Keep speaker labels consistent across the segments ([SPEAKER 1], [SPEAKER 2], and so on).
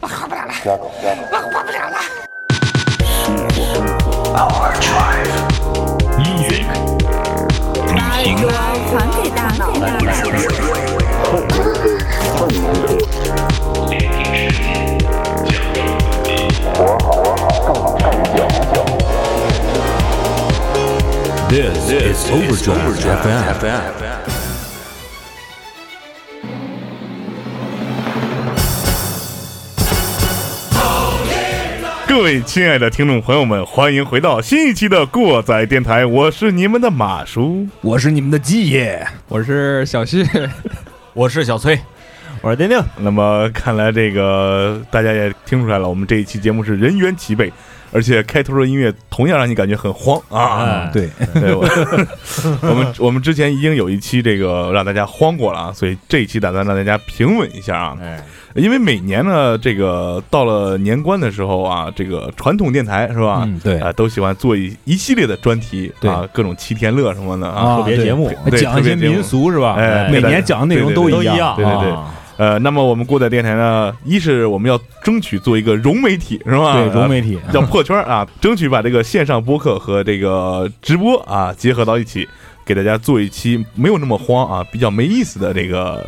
[SPEAKER 1] 我活不了了，
[SPEAKER 2] 加狗加狗。
[SPEAKER 1] 我活不了了。
[SPEAKER 3] Music. Music.
[SPEAKER 4] 传给大脑。
[SPEAKER 3] This is Overdrive FM.
[SPEAKER 5] 各位亲爱的听众朋友们，欢迎回到新一期的过载电台，我是你们的马叔。
[SPEAKER 6] 我是你们的季爷，
[SPEAKER 7] 我是 小旭，
[SPEAKER 8] 我是小崔，
[SPEAKER 6] 我是丁丁，
[SPEAKER 5] 那么看来这个大家也听出来了，我们这一期节目是人员齐备，而且开头的音乐同样让你感觉很慌啊。
[SPEAKER 6] 对，
[SPEAKER 5] 对，我 我们我们之前已经有一期这个让大家慌过了啊，所以这一期打算让大家平稳一下啊。
[SPEAKER 8] 哎，
[SPEAKER 5] 因为每年呢，这个到了年关的时候啊，这个传统电台是吧？
[SPEAKER 6] 嗯对
[SPEAKER 5] 啊、都喜欢做一一系列的专题
[SPEAKER 6] 对
[SPEAKER 5] 啊，各种七天乐什么的啊。
[SPEAKER 6] 啊
[SPEAKER 8] 特别节目
[SPEAKER 5] 对
[SPEAKER 6] 讲一些
[SPEAKER 5] 特别节目
[SPEAKER 6] 民俗是吧？
[SPEAKER 5] 哎
[SPEAKER 6] 每年讲的内容
[SPEAKER 5] 对
[SPEAKER 6] 一
[SPEAKER 8] 都一
[SPEAKER 6] 样，
[SPEAKER 8] 样，
[SPEAKER 5] 对对对
[SPEAKER 8] 啊
[SPEAKER 5] 呃，那么我们过载电台呢，一是我们要争取做一个融媒体，是吧？
[SPEAKER 6] 对融媒体
[SPEAKER 5] 呃要破圈儿啊， 争取把这个线上播客和这个直播啊结合到一起，给大家做一期没有那么慌啊，比较没意思的这个，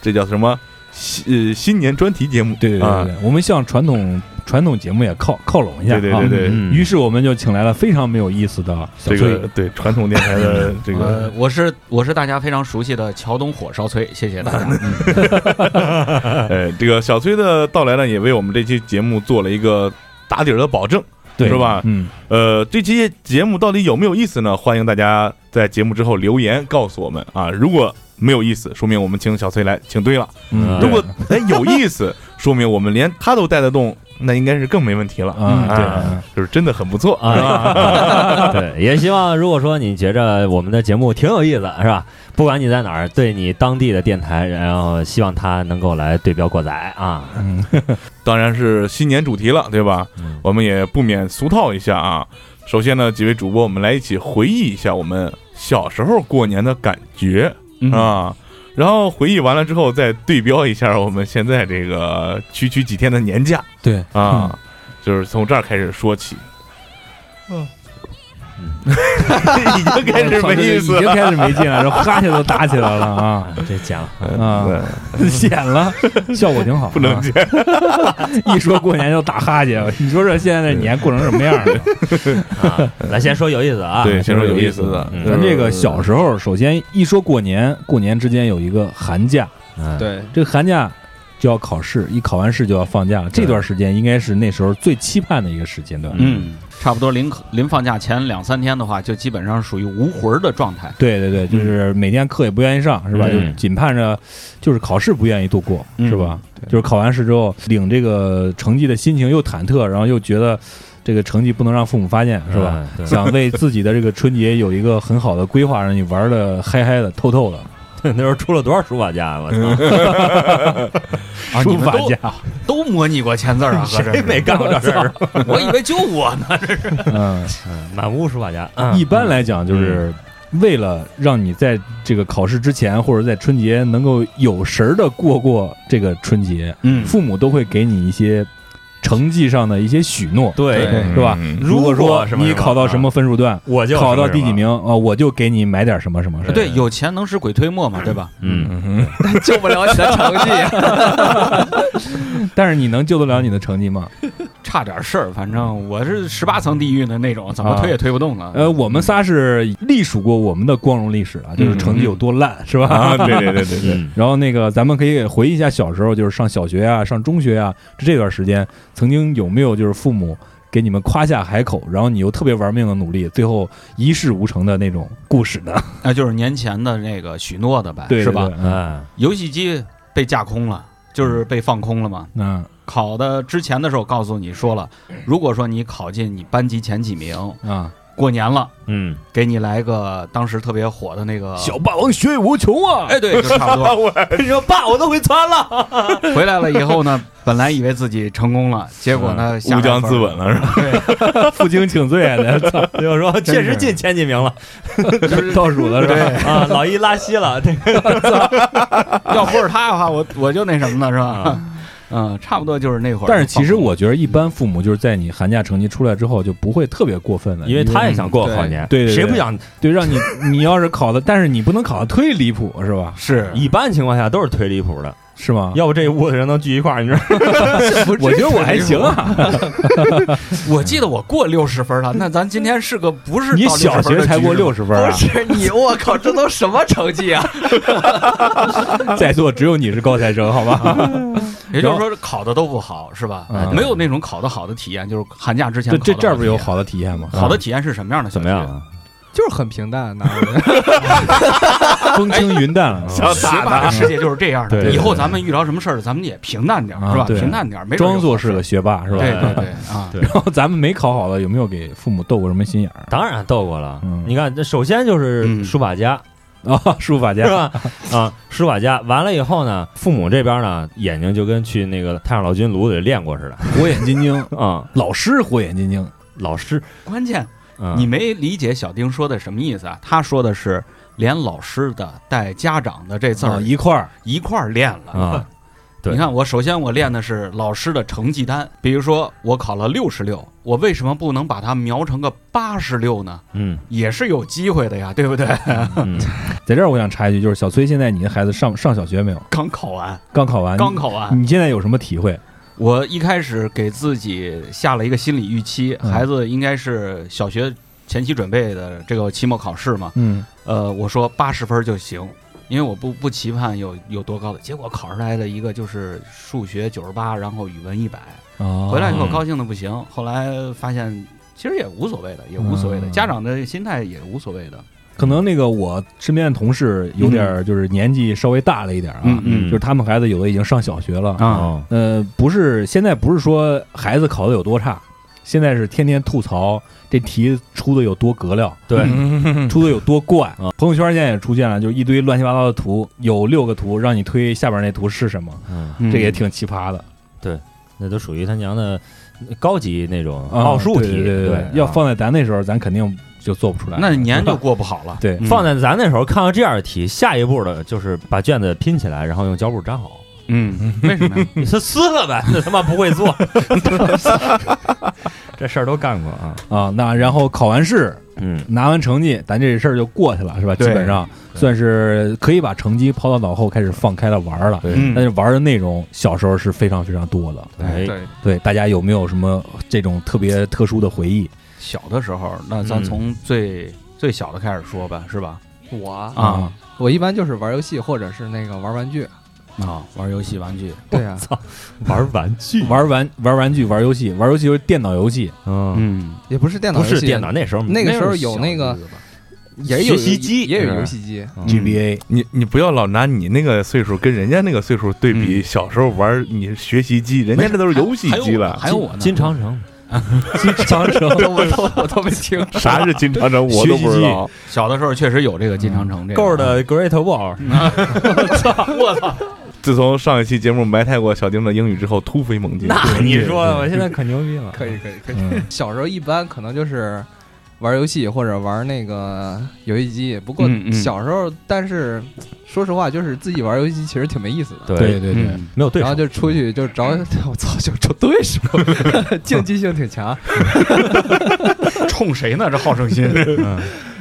[SPEAKER 5] 这叫什么？新呃新年专题节目，
[SPEAKER 6] 对对对
[SPEAKER 5] 啊
[SPEAKER 6] 对，我们向传统传统节目也靠靠拢一下，
[SPEAKER 5] 对对对
[SPEAKER 6] 啊。
[SPEAKER 5] 对，嗯
[SPEAKER 6] 于是我们就请来了非常没有意思的小
[SPEAKER 5] 这
[SPEAKER 6] 崔
[SPEAKER 5] 个，对传统电台的这
[SPEAKER 8] 呃
[SPEAKER 5] 个，
[SPEAKER 8] 我是我是大家非常熟悉的桥东火烧崔，谢谢大 家。
[SPEAKER 5] 呃这个小崔的到来呢，也为我们这期节目做了一个打底儿的保证。
[SPEAKER 6] 对
[SPEAKER 5] 是吧
[SPEAKER 6] 嗯，
[SPEAKER 5] 呃，这期节目到底有没有意思呢？欢迎大家在节目之后留言告诉我们啊。如果没有意思，说明我们请小崔来请对了；
[SPEAKER 6] 嗯
[SPEAKER 5] 如果哎有意思，说明我们连他都带得动，那应该是更没问题了
[SPEAKER 6] 嗯对
[SPEAKER 5] 啊
[SPEAKER 6] 嗯
[SPEAKER 5] 就是真的很不错啊。
[SPEAKER 9] 啊，对， 也希望如果说你觉着我们的节目挺有意思，是吧？不管你在哪儿，对你当地的电台，然后希望它能够来对标过载啊。
[SPEAKER 5] 当然是新年主题了，对吧？
[SPEAKER 6] 嗯
[SPEAKER 5] 我们也不免俗套一下啊。首先呢，几位主播，我们来一起回忆一下我们小时候过年的感觉、
[SPEAKER 6] 嗯
[SPEAKER 5] 啊。然后回忆完了之后，再对标一下我们现在这个区区几天的年假
[SPEAKER 6] 对嗯
[SPEAKER 5] 啊，就是从这儿开始说起。 已经开始没意思
[SPEAKER 6] 已经
[SPEAKER 5] 了，
[SPEAKER 6] 开始没劲了，这哈欠都打起来了啊
[SPEAKER 9] 啊，这讲
[SPEAKER 5] 嗯
[SPEAKER 6] 啊， 显了，效果挺好，
[SPEAKER 5] 不能
[SPEAKER 6] 啊
[SPEAKER 5] 接。
[SPEAKER 6] 一说过年就打哈欠，你说这现在这年过成什么样了？
[SPEAKER 9] 啊，咱先说有意思的啊，
[SPEAKER 5] 对，先说有意
[SPEAKER 9] 意
[SPEAKER 5] 思的，
[SPEAKER 9] 嗯
[SPEAKER 6] 咱这个小时候，首先一说过年，过年之间有一个寒假，
[SPEAKER 9] 嗯，
[SPEAKER 7] 对，
[SPEAKER 6] 这个寒假就要考试，一考完试就要放假了。这段时间应该是那时候最期盼的一个时间段。
[SPEAKER 8] 嗯，差不多临临放假前两三天的话，就基本上属于无魂儿的状态。
[SPEAKER 6] 对对对，就是每天课也不愿意上，是吧？
[SPEAKER 9] 嗯
[SPEAKER 6] 就紧盼着，就是考试不愿意度过，
[SPEAKER 8] 嗯
[SPEAKER 6] 是吧？就是考完试之后领这个成绩的心情又忐忑，然后又觉得这个成绩不能让父母发现，是吧？
[SPEAKER 9] 嗯？对
[SPEAKER 6] 想为自己的这个春节有一个很好的规划，让你玩的嗨嗨的、透透的。
[SPEAKER 9] 那时候出了多少书法家啊，我
[SPEAKER 6] 嗯
[SPEAKER 9] 操，
[SPEAKER 6] 啊，书
[SPEAKER 8] 你们
[SPEAKER 6] 法
[SPEAKER 8] 都
[SPEAKER 6] 家，
[SPEAKER 8] 都模拟过签字儿啊，合着
[SPEAKER 9] 谁没干过这 事儿？
[SPEAKER 8] 我以为就我呢。
[SPEAKER 6] 嗯，
[SPEAKER 9] 满屋书法家，嗯
[SPEAKER 6] 一般来讲，就是为了让你在这个考试之前或者在春节能够有神儿的过过这个春节，
[SPEAKER 8] 嗯
[SPEAKER 6] 父母都会给你一些成绩上的一些许诺，
[SPEAKER 9] 对
[SPEAKER 8] 对，
[SPEAKER 6] 是吧
[SPEAKER 5] 嗯？
[SPEAKER 6] 如果
[SPEAKER 9] 如
[SPEAKER 6] 说
[SPEAKER 9] 果什么嗯
[SPEAKER 6] 你考到什么分数段，
[SPEAKER 9] 我就
[SPEAKER 6] 考到
[SPEAKER 9] 什么
[SPEAKER 6] 第几，名啊，我就给你买点什么什么。是吧
[SPEAKER 8] 对，有钱能使鬼推磨嘛，对 吧？
[SPEAKER 9] 什么嗯，
[SPEAKER 5] 嗯，
[SPEAKER 7] 救不了你的成
[SPEAKER 8] 啊
[SPEAKER 7] 绩。
[SPEAKER 6] 但是你能救得了你的成绩吗？
[SPEAKER 8] 差点事儿，反正我是十八层地狱的那种，怎么推也推不动了。
[SPEAKER 6] 呃，我们仨是历数过我们的光荣历史啊，就是成绩有多烂，是吧？
[SPEAKER 5] 啊，对对对对对，
[SPEAKER 9] 嗯
[SPEAKER 6] 然后那个，咱们可以回忆一下小时候，就是上小学啊、上中学啊这段时间，曾经有没有就是父母给你们夸下海口，然后你又特别玩命的努力，最后一事无成的那种故事呢？
[SPEAKER 8] 那就是年前的那个许诺的呗，
[SPEAKER 6] 对，
[SPEAKER 8] 是吧？
[SPEAKER 6] 嗯
[SPEAKER 9] 啊，
[SPEAKER 8] 游戏机被架空了，就是被放空了嘛。
[SPEAKER 6] 嗯
[SPEAKER 8] 考的之前的时候告诉你说了，如果说你考进你班级前几名，
[SPEAKER 6] 啊，
[SPEAKER 8] 过年了
[SPEAKER 9] 嗯，
[SPEAKER 8] 给你来个当时特别火的那个，
[SPEAKER 6] 霸王学艺无穷啊！
[SPEAKER 8] 哎，对，就差不多。
[SPEAKER 9] 你说爸，我都会穿了，
[SPEAKER 8] 回来了以 后呢，本来以为自己成功了，结果
[SPEAKER 6] 嗯
[SPEAKER 8] 呢，下
[SPEAKER 5] 乌江
[SPEAKER 8] 半分
[SPEAKER 5] 自 刎了是吧？
[SPEAKER 6] 负荆请罪啊，操，
[SPEAKER 9] 嗯就说确实
[SPEAKER 8] 是
[SPEAKER 9] 进前几名了
[SPEAKER 6] 倒 数了是吧？
[SPEAKER 9] 啊，老一拉稀了，这个
[SPEAKER 8] 要不是他的话，我我就那什么了，是吧？ 嗯，差不多就是那会儿。
[SPEAKER 6] 但是其实我觉得，一般父母就是在你寒假成绩出来之后，就不会特别过分了，
[SPEAKER 9] 因为嗯他也想过好年，
[SPEAKER 6] 对对对
[SPEAKER 9] 谁不想？
[SPEAKER 6] 对让你 你要是考的，但是你不能考的忒离谱，是吧？
[SPEAKER 8] 是
[SPEAKER 9] 一般情况下都是忒离谱的，
[SPEAKER 6] 是吗？
[SPEAKER 9] 要不这一屋子人能聚一块儿，你知道吗？
[SPEAKER 6] 我觉得我还行啊，
[SPEAKER 8] 我记得我过六十分了，啊那咱今天是个不是
[SPEAKER 6] 啊 你小学才过六
[SPEAKER 8] 十？
[SPEAKER 6] 十分
[SPEAKER 7] 不
[SPEAKER 6] 啊，
[SPEAKER 7] 是你，我靠，这都什么成绩啊？
[SPEAKER 6] 在座只有你是高材生，好吧？
[SPEAKER 8] 也就是说考的都不好是吧？
[SPEAKER 6] 嗯
[SPEAKER 8] 没有那种考的好的体验，就是寒假之前
[SPEAKER 6] 这
[SPEAKER 8] 考得
[SPEAKER 6] 这
[SPEAKER 8] 好的
[SPEAKER 6] 这儿不是有嗯
[SPEAKER 8] 体验
[SPEAKER 6] 好的体验吗？啊
[SPEAKER 8] 好的体验是什么样的？
[SPEAKER 9] 怎么样？？
[SPEAKER 7] 就是很平淡，哪有
[SPEAKER 6] 风轻云淡
[SPEAKER 5] 哎
[SPEAKER 6] 了，
[SPEAKER 5] 嗯
[SPEAKER 6] 啊
[SPEAKER 8] 学霸的世界就是这样
[SPEAKER 6] 对
[SPEAKER 8] 的。
[SPEAKER 6] 对
[SPEAKER 8] 以
[SPEAKER 6] 对
[SPEAKER 8] 后咱们遇到什么事儿，咱们也平淡点儿
[SPEAKER 6] 啊
[SPEAKER 8] 是吧？
[SPEAKER 6] 对
[SPEAKER 8] 平淡点儿，没准儿
[SPEAKER 6] 装作
[SPEAKER 8] 有好
[SPEAKER 6] 是
[SPEAKER 8] 事
[SPEAKER 6] 个学霸是吧？
[SPEAKER 8] 对
[SPEAKER 6] 然
[SPEAKER 8] 对对啊，
[SPEAKER 9] 对
[SPEAKER 6] 后咱们没考好的，有没有给父母斗过什么心眼 儿
[SPEAKER 9] 当然斗过了
[SPEAKER 6] 嗯。
[SPEAKER 9] 你看，这首先就是
[SPEAKER 8] 嗯
[SPEAKER 9] 书法家，
[SPEAKER 6] 啊？书法
[SPEAKER 9] 是
[SPEAKER 6] 家
[SPEAKER 9] 吧？啊，书法家。完了以后呢，父母这边呢，眼睛就跟去那个太上老君炉子里练过似的
[SPEAKER 6] 火眼金睛，
[SPEAKER 9] 啊。
[SPEAKER 6] 老师火眼金睛，
[SPEAKER 9] 老师，
[SPEAKER 8] 关键
[SPEAKER 9] 啊
[SPEAKER 6] 嗯
[SPEAKER 8] 你没理解小丁说的什么意思啊？他说的是连老师的带家长的这字
[SPEAKER 6] 啊
[SPEAKER 8] 儿
[SPEAKER 6] 一块儿
[SPEAKER 8] 一块儿练了
[SPEAKER 9] 啊，对
[SPEAKER 8] 你看，我首先我练的是老师的成绩单，比如说我考了六十六，我为什么不能把它描成个八十六呢？
[SPEAKER 9] 嗯
[SPEAKER 8] 也是有机会的呀，对不对？
[SPEAKER 9] 嗯，
[SPEAKER 6] 在这儿我想插一句，就是小崔，现在你的孩子上上小学没有？
[SPEAKER 8] 刚考完，
[SPEAKER 6] 刚考完，
[SPEAKER 8] 刚考完，
[SPEAKER 6] 你，你现在有什么体会？
[SPEAKER 8] 我一开始给自己下了一个心理预期，
[SPEAKER 6] 嗯
[SPEAKER 8] 孩子应该是小学前期准备的这个期末考试嘛，
[SPEAKER 6] 嗯，
[SPEAKER 8] 呃，我说八十分就行，因为我不不期盼有有多高的，结果考出来的一个就是数学九十八，然后语文一百，
[SPEAKER 6] 啊，
[SPEAKER 8] 回来以后
[SPEAKER 9] 嗯
[SPEAKER 8] 高兴的不行，后来发现其实也无所谓的，也无所谓的，
[SPEAKER 6] 嗯
[SPEAKER 8] 家长的心态也无所谓的。
[SPEAKER 6] 可能那个我身边的同事有点儿就是年纪稍微大了一点儿啊，
[SPEAKER 8] 嗯啊
[SPEAKER 9] 嗯
[SPEAKER 6] 就是他们孩子有的已经上小学了，
[SPEAKER 9] 哦，
[SPEAKER 6] 呃，不是现在不是说孩子考的有多差，现在是天天吐槽这题出的有多格料，
[SPEAKER 9] 对，
[SPEAKER 5] 嗯
[SPEAKER 6] 出的有多怪
[SPEAKER 9] 啊。
[SPEAKER 6] 朋友圈现在也出现了，就是一堆乱七八糟的图，有六个图让你推下边那图是什么，
[SPEAKER 9] 嗯，
[SPEAKER 6] 这也挺奇葩的。
[SPEAKER 9] 那都属于他娘的高级那种
[SPEAKER 6] 啊
[SPEAKER 9] 奥数题，
[SPEAKER 6] 对对对
[SPEAKER 9] 嗯对，，
[SPEAKER 6] 要
[SPEAKER 9] 啊
[SPEAKER 6] 放在咱那时候，咱肯定就做不出来。
[SPEAKER 8] 那年就过不好了。
[SPEAKER 6] 对
[SPEAKER 8] 嗯
[SPEAKER 9] 放在咱那时候看到这样的题，下一步的就是把卷子拼起来，然后用胶布粘好。
[SPEAKER 8] 嗯，为什么呀？
[SPEAKER 9] 你说撕了呗，那他妈不会做， 这事儿都干过啊。
[SPEAKER 6] 啊，那然后考完试
[SPEAKER 9] 嗯，
[SPEAKER 6] 拿完成绩，咱这事儿就过去了，是吧？基
[SPEAKER 8] 对
[SPEAKER 6] 本上算是可以把成绩抛到脑后，开始放开了玩儿了。
[SPEAKER 8] 嗯
[SPEAKER 6] 但是玩儿的内容，小时候是非常非常多的。
[SPEAKER 9] 哎，
[SPEAKER 7] 对，
[SPEAKER 6] 对，大家有没有什么这种特别特殊的回忆
[SPEAKER 8] 小的时候，那咱
[SPEAKER 9] 嗯
[SPEAKER 8] 从最最小的开始说吧，是吧？
[SPEAKER 7] 我啊
[SPEAKER 8] 啊
[SPEAKER 7] 我一般就是玩游戏或者是那个玩玩具。
[SPEAKER 8] 啊，玩游戏玩具，
[SPEAKER 7] 对啊 呀、
[SPEAKER 9] 玩玩具，
[SPEAKER 6] 玩玩玩玩具、玩游戏、玩游戏就是电脑游戏，
[SPEAKER 9] 嗯，
[SPEAKER 8] 嗯，
[SPEAKER 7] 也不是电脑
[SPEAKER 9] 不
[SPEAKER 7] 游戏，
[SPEAKER 9] 是电脑，那时候
[SPEAKER 7] 那个时候有那个也
[SPEAKER 9] 学
[SPEAKER 7] 有
[SPEAKER 9] 习机
[SPEAKER 7] 也有
[SPEAKER 9] 是
[SPEAKER 7] 游戏机。
[SPEAKER 9] 嗯
[SPEAKER 6] GBA
[SPEAKER 5] 你你不要老拿你那个岁数跟人家那个岁数对比，小时候玩你学习机，人家这都是游戏机了，
[SPEAKER 8] 还有我呢，
[SPEAKER 9] 金长城，
[SPEAKER 6] 金长城
[SPEAKER 7] 我都我都我都没听 过，
[SPEAKER 5] 啥是金长城我都不知道。
[SPEAKER 8] 小的时候确实有这个金长城这个啊
[SPEAKER 9] 够
[SPEAKER 6] 啊
[SPEAKER 9] 的 Great Wall，
[SPEAKER 7] 嗯
[SPEAKER 5] 自从上一期节目埋汰过小丁的英语之后，突飞猛进。
[SPEAKER 9] 那你说的，
[SPEAKER 6] 对
[SPEAKER 9] 我现在可牛逼了。
[SPEAKER 7] 可以可以可以。
[SPEAKER 6] 嗯
[SPEAKER 7] 小时候一般可能就是玩游戏或者玩那个游戏机，不过
[SPEAKER 8] 嗯嗯
[SPEAKER 7] 小时候，但是说实话，就是自己玩游戏机其实挺没意思的。
[SPEAKER 6] 对，对对，
[SPEAKER 8] 嗯
[SPEAKER 9] 没有对
[SPEAKER 7] 然后
[SPEAKER 9] 手，
[SPEAKER 7] 就出去 就找我操，就找对手，竞技性挺强。
[SPEAKER 8] 冲谁呢？这好胜心，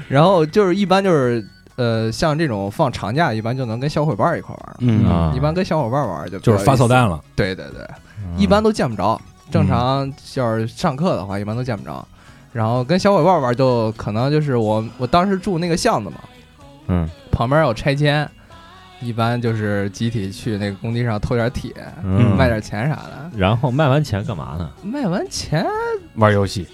[SPEAKER 7] 然后就是一般就是呃，像这种放长假，一般就能跟小伙伴儿一块儿玩儿。
[SPEAKER 8] 嗯
[SPEAKER 9] 啊
[SPEAKER 7] 一般跟小伙伴儿玩儿就比较
[SPEAKER 6] 就是发
[SPEAKER 7] 有意思
[SPEAKER 6] 扫。弹了。
[SPEAKER 7] 对对对，
[SPEAKER 9] 嗯
[SPEAKER 7] 一般都见不着。正常就是上课的话，一般都见不着。然后跟小伙伴玩就可能就是我我当时住那个巷子嘛，
[SPEAKER 9] 嗯，
[SPEAKER 7] 旁边有拆迁，一般就是集体去那个工地上偷点铁，
[SPEAKER 9] 嗯
[SPEAKER 7] 卖点钱啥的。
[SPEAKER 9] 然后卖完钱干嘛呢？
[SPEAKER 7] 卖完钱，
[SPEAKER 8] 玩游戏，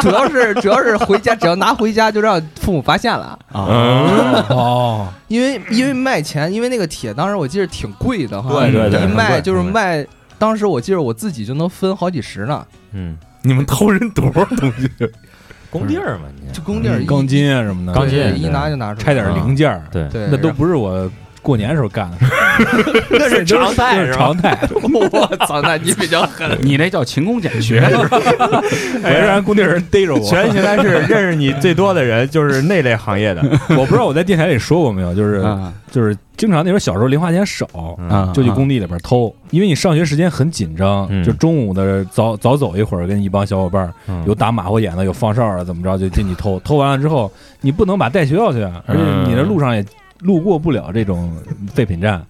[SPEAKER 7] 主要是 主要是回家，只要拿回家就让父母发现了。
[SPEAKER 5] 嗯，
[SPEAKER 6] 哦，
[SPEAKER 7] 因为因为卖钱，因为那个铁当时我记得挺贵的哈，
[SPEAKER 9] 对对对
[SPEAKER 7] 一卖就是
[SPEAKER 9] 很贵
[SPEAKER 7] 卖，当时我记得我自己就能分好几十呢，
[SPEAKER 9] 嗯，
[SPEAKER 5] 你们偷人多少东西？
[SPEAKER 9] 工地儿嘛，你
[SPEAKER 7] 就工地儿一
[SPEAKER 6] 嗯钢筋啊什么的，
[SPEAKER 9] 钢筋
[SPEAKER 7] 对
[SPEAKER 9] 对
[SPEAKER 7] 一拿就拿出来，啊
[SPEAKER 6] 拆点零件儿，
[SPEAKER 9] 对
[SPEAKER 7] 对，
[SPEAKER 6] 那都不是我过年时候干的，
[SPEAKER 8] 这是常态
[SPEAKER 6] 这
[SPEAKER 8] 是
[SPEAKER 6] 是
[SPEAKER 8] 吧？
[SPEAKER 6] 常态。
[SPEAKER 7] 我操，那你比较狠。
[SPEAKER 8] 你那叫勤工俭学，是吧
[SPEAKER 6] 我要让工地人逮着我，
[SPEAKER 1] 全邢台市认识你最多的人就是那类行业的，
[SPEAKER 6] 我不知道我在电台里说过没有，就是
[SPEAKER 8] 啊
[SPEAKER 6] 就是经常那时候小时候零花钱少，
[SPEAKER 9] 嗯
[SPEAKER 8] 啊
[SPEAKER 6] 就去工地里边偷，因为你上学时间很紧张
[SPEAKER 9] 嗯，
[SPEAKER 6] 就中午的早早走一会儿，跟一帮小伙伴儿
[SPEAKER 9] 嗯
[SPEAKER 6] 有打马虎眼的，有放哨的，啊怎么着就进去偷，偷完了之后你不能把带学校去，啊，而且
[SPEAKER 9] 嗯
[SPEAKER 6] 你的路上也路过不了这种废品站，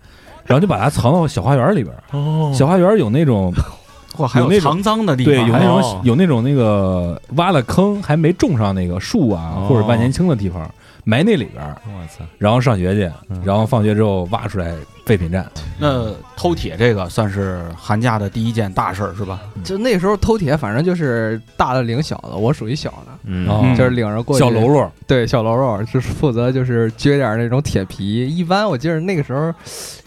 [SPEAKER 6] 然后就把它藏到小花园里边儿，
[SPEAKER 5] 哦
[SPEAKER 6] 小花园有那种
[SPEAKER 8] 哇，还
[SPEAKER 6] 有那种
[SPEAKER 8] 藏赃的地方，
[SPEAKER 6] 对，有那
[SPEAKER 8] 还
[SPEAKER 7] 哦
[SPEAKER 6] 种有那种那个挖了坑还没种上那个树啊，
[SPEAKER 9] 哦
[SPEAKER 6] 或者万年青的地方，埋那里边儿，
[SPEAKER 9] 我操，
[SPEAKER 6] 然后上学去
[SPEAKER 9] 嗯，
[SPEAKER 6] 然后放学之后挖出来废品站。
[SPEAKER 8] 那偷铁这个算是寒假的第一件大事儿是吧？
[SPEAKER 7] 就那时候偷铁，反正就是大的领小的，我属于小的，
[SPEAKER 9] 嗯
[SPEAKER 6] 哦
[SPEAKER 8] 嗯
[SPEAKER 7] 就是领着过去。
[SPEAKER 6] 小喽啰，
[SPEAKER 7] 对小喽啰，就是负责就是撅点那种铁皮。一般我记得那个时候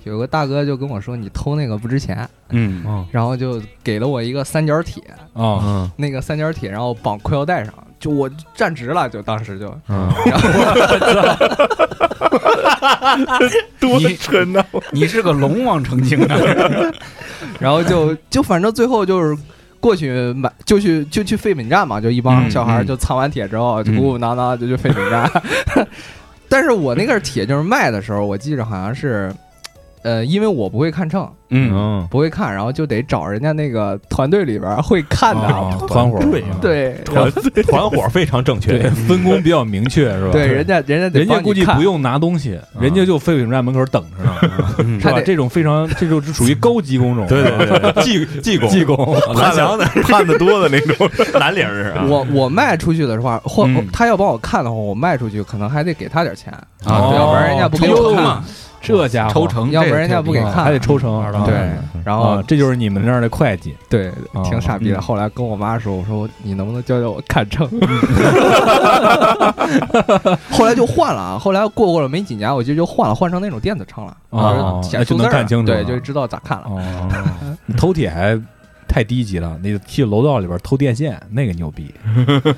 [SPEAKER 7] 有个大哥就跟我说，你偷那个不值钱，
[SPEAKER 8] 嗯
[SPEAKER 7] 然后就给了我一个三角铁，
[SPEAKER 6] 啊，
[SPEAKER 7] 那个三角铁然后绑裤腰带上，就我站直了，就当时就
[SPEAKER 9] 嗯
[SPEAKER 5] 多
[SPEAKER 8] 你
[SPEAKER 5] 沉呐！
[SPEAKER 8] 你是个龙王成精啊 的，
[SPEAKER 7] 然 后就就反正最后就是过去买，就去就去废品站嘛，就一帮
[SPEAKER 8] 嗯
[SPEAKER 7] 小孩儿
[SPEAKER 8] 嗯
[SPEAKER 7] 就藏完铁之后，就
[SPEAKER 8] 嗯
[SPEAKER 7] 鼓鼓囊囊地就去废品 站。但是我那个铁就是卖的时候，我记着好像是，呃，因为我不会看秤，
[SPEAKER 8] 嗯，
[SPEAKER 6] 嗯，
[SPEAKER 7] 不会看，然后就得找人家那个团队里边儿会看的，
[SPEAKER 6] 哦团伙儿
[SPEAKER 9] 对
[SPEAKER 7] 对
[SPEAKER 9] 团团伙非常正
[SPEAKER 6] 对
[SPEAKER 9] 确，，嗯
[SPEAKER 6] 分工比较明确是吧？
[SPEAKER 7] 对，人家人家得
[SPEAKER 6] 人家
[SPEAKER 7] 帮你
[SPEAKER 6] 估计
[SPEAKER 7] 看
[SPEAKER 6] 不用拿东西，
[SPEAKER 9] 嗯
[SPEAKER 6] 人家就废品站门口等 着呢，是
[SPEAKER 7] 他
[SPEAKER 6] 吧？
[SPEAKER 7] 得
[SPEAKER 6] 这种非常这就是属于高级工种，
[SPEAKER 9] 对对 对，技技工
[SPEAKER 6] 技 工。
[SPEAKER 9] 爬墙的
[SPEAKER 5] 盼的多的那种，
[SPEAKER 9] 蓝领儿啊，
[SPEAKER 7] 我我卖出去的话，或
[SPEAKER 8] 嗯
[SPEAKER 7] 他要帮我看的话，我卖出去可能还得给他点钱，
[SPEAKER 6] 哦
[SPEAKER 7] 啊要不然人家不给
[SPEAKER 8] 抽
[SPEAKER 7] 我
[SPEAKER 8] 成
[SPEAKER 7] 看，哦
[SPEAKER 8] 嘛，
[SPEAKER 6] 这家伙
[SPEAKER 8] 抽成，
[SPEAKER 7] 要不然人家不给
[SPEAKER 6] 啊
[SPEAKER 7] 看
[SPEAKER 6] 还得抽成二十八
[SPEAKER 7] 对
[SPEAKER 6] 万。
[SPEAKER 7] 然后
[SPEAKER 6] 啊，这就是你们那儿的会计，
[SPEAKER 7] 对，
[SPEAKER 6] 哦
[SPEAKER 7] 挺傻逼的。
[SPEAKER 8] 嗯
[SPEAKER 7] 后来跟我妈说，我说你能不能教教我看秤？后来就换了啊，后来过过了没几年，我记得就换了，换成那种电子秤了，
[SPEAKER 6] 哦
[SPEAKER 7] 就是显
[SPEAKER 6] 那
[SPEAKER 7] 数
[SPEAKER 6] 就
[SPEAKER 7] 字
[SPEAKER 6] 能
[SPEAKER 7] 儿啊
[SPEAKER 6] 看清楚
[SPEAKER 7] 对，
[SPEAKER 6] 了
[SPEAKER 7] 就知道咋看了。
[SPEAKER 6] 哦， 你偷铁还太低级了，你去楼道里边偷电线，那个牛逼。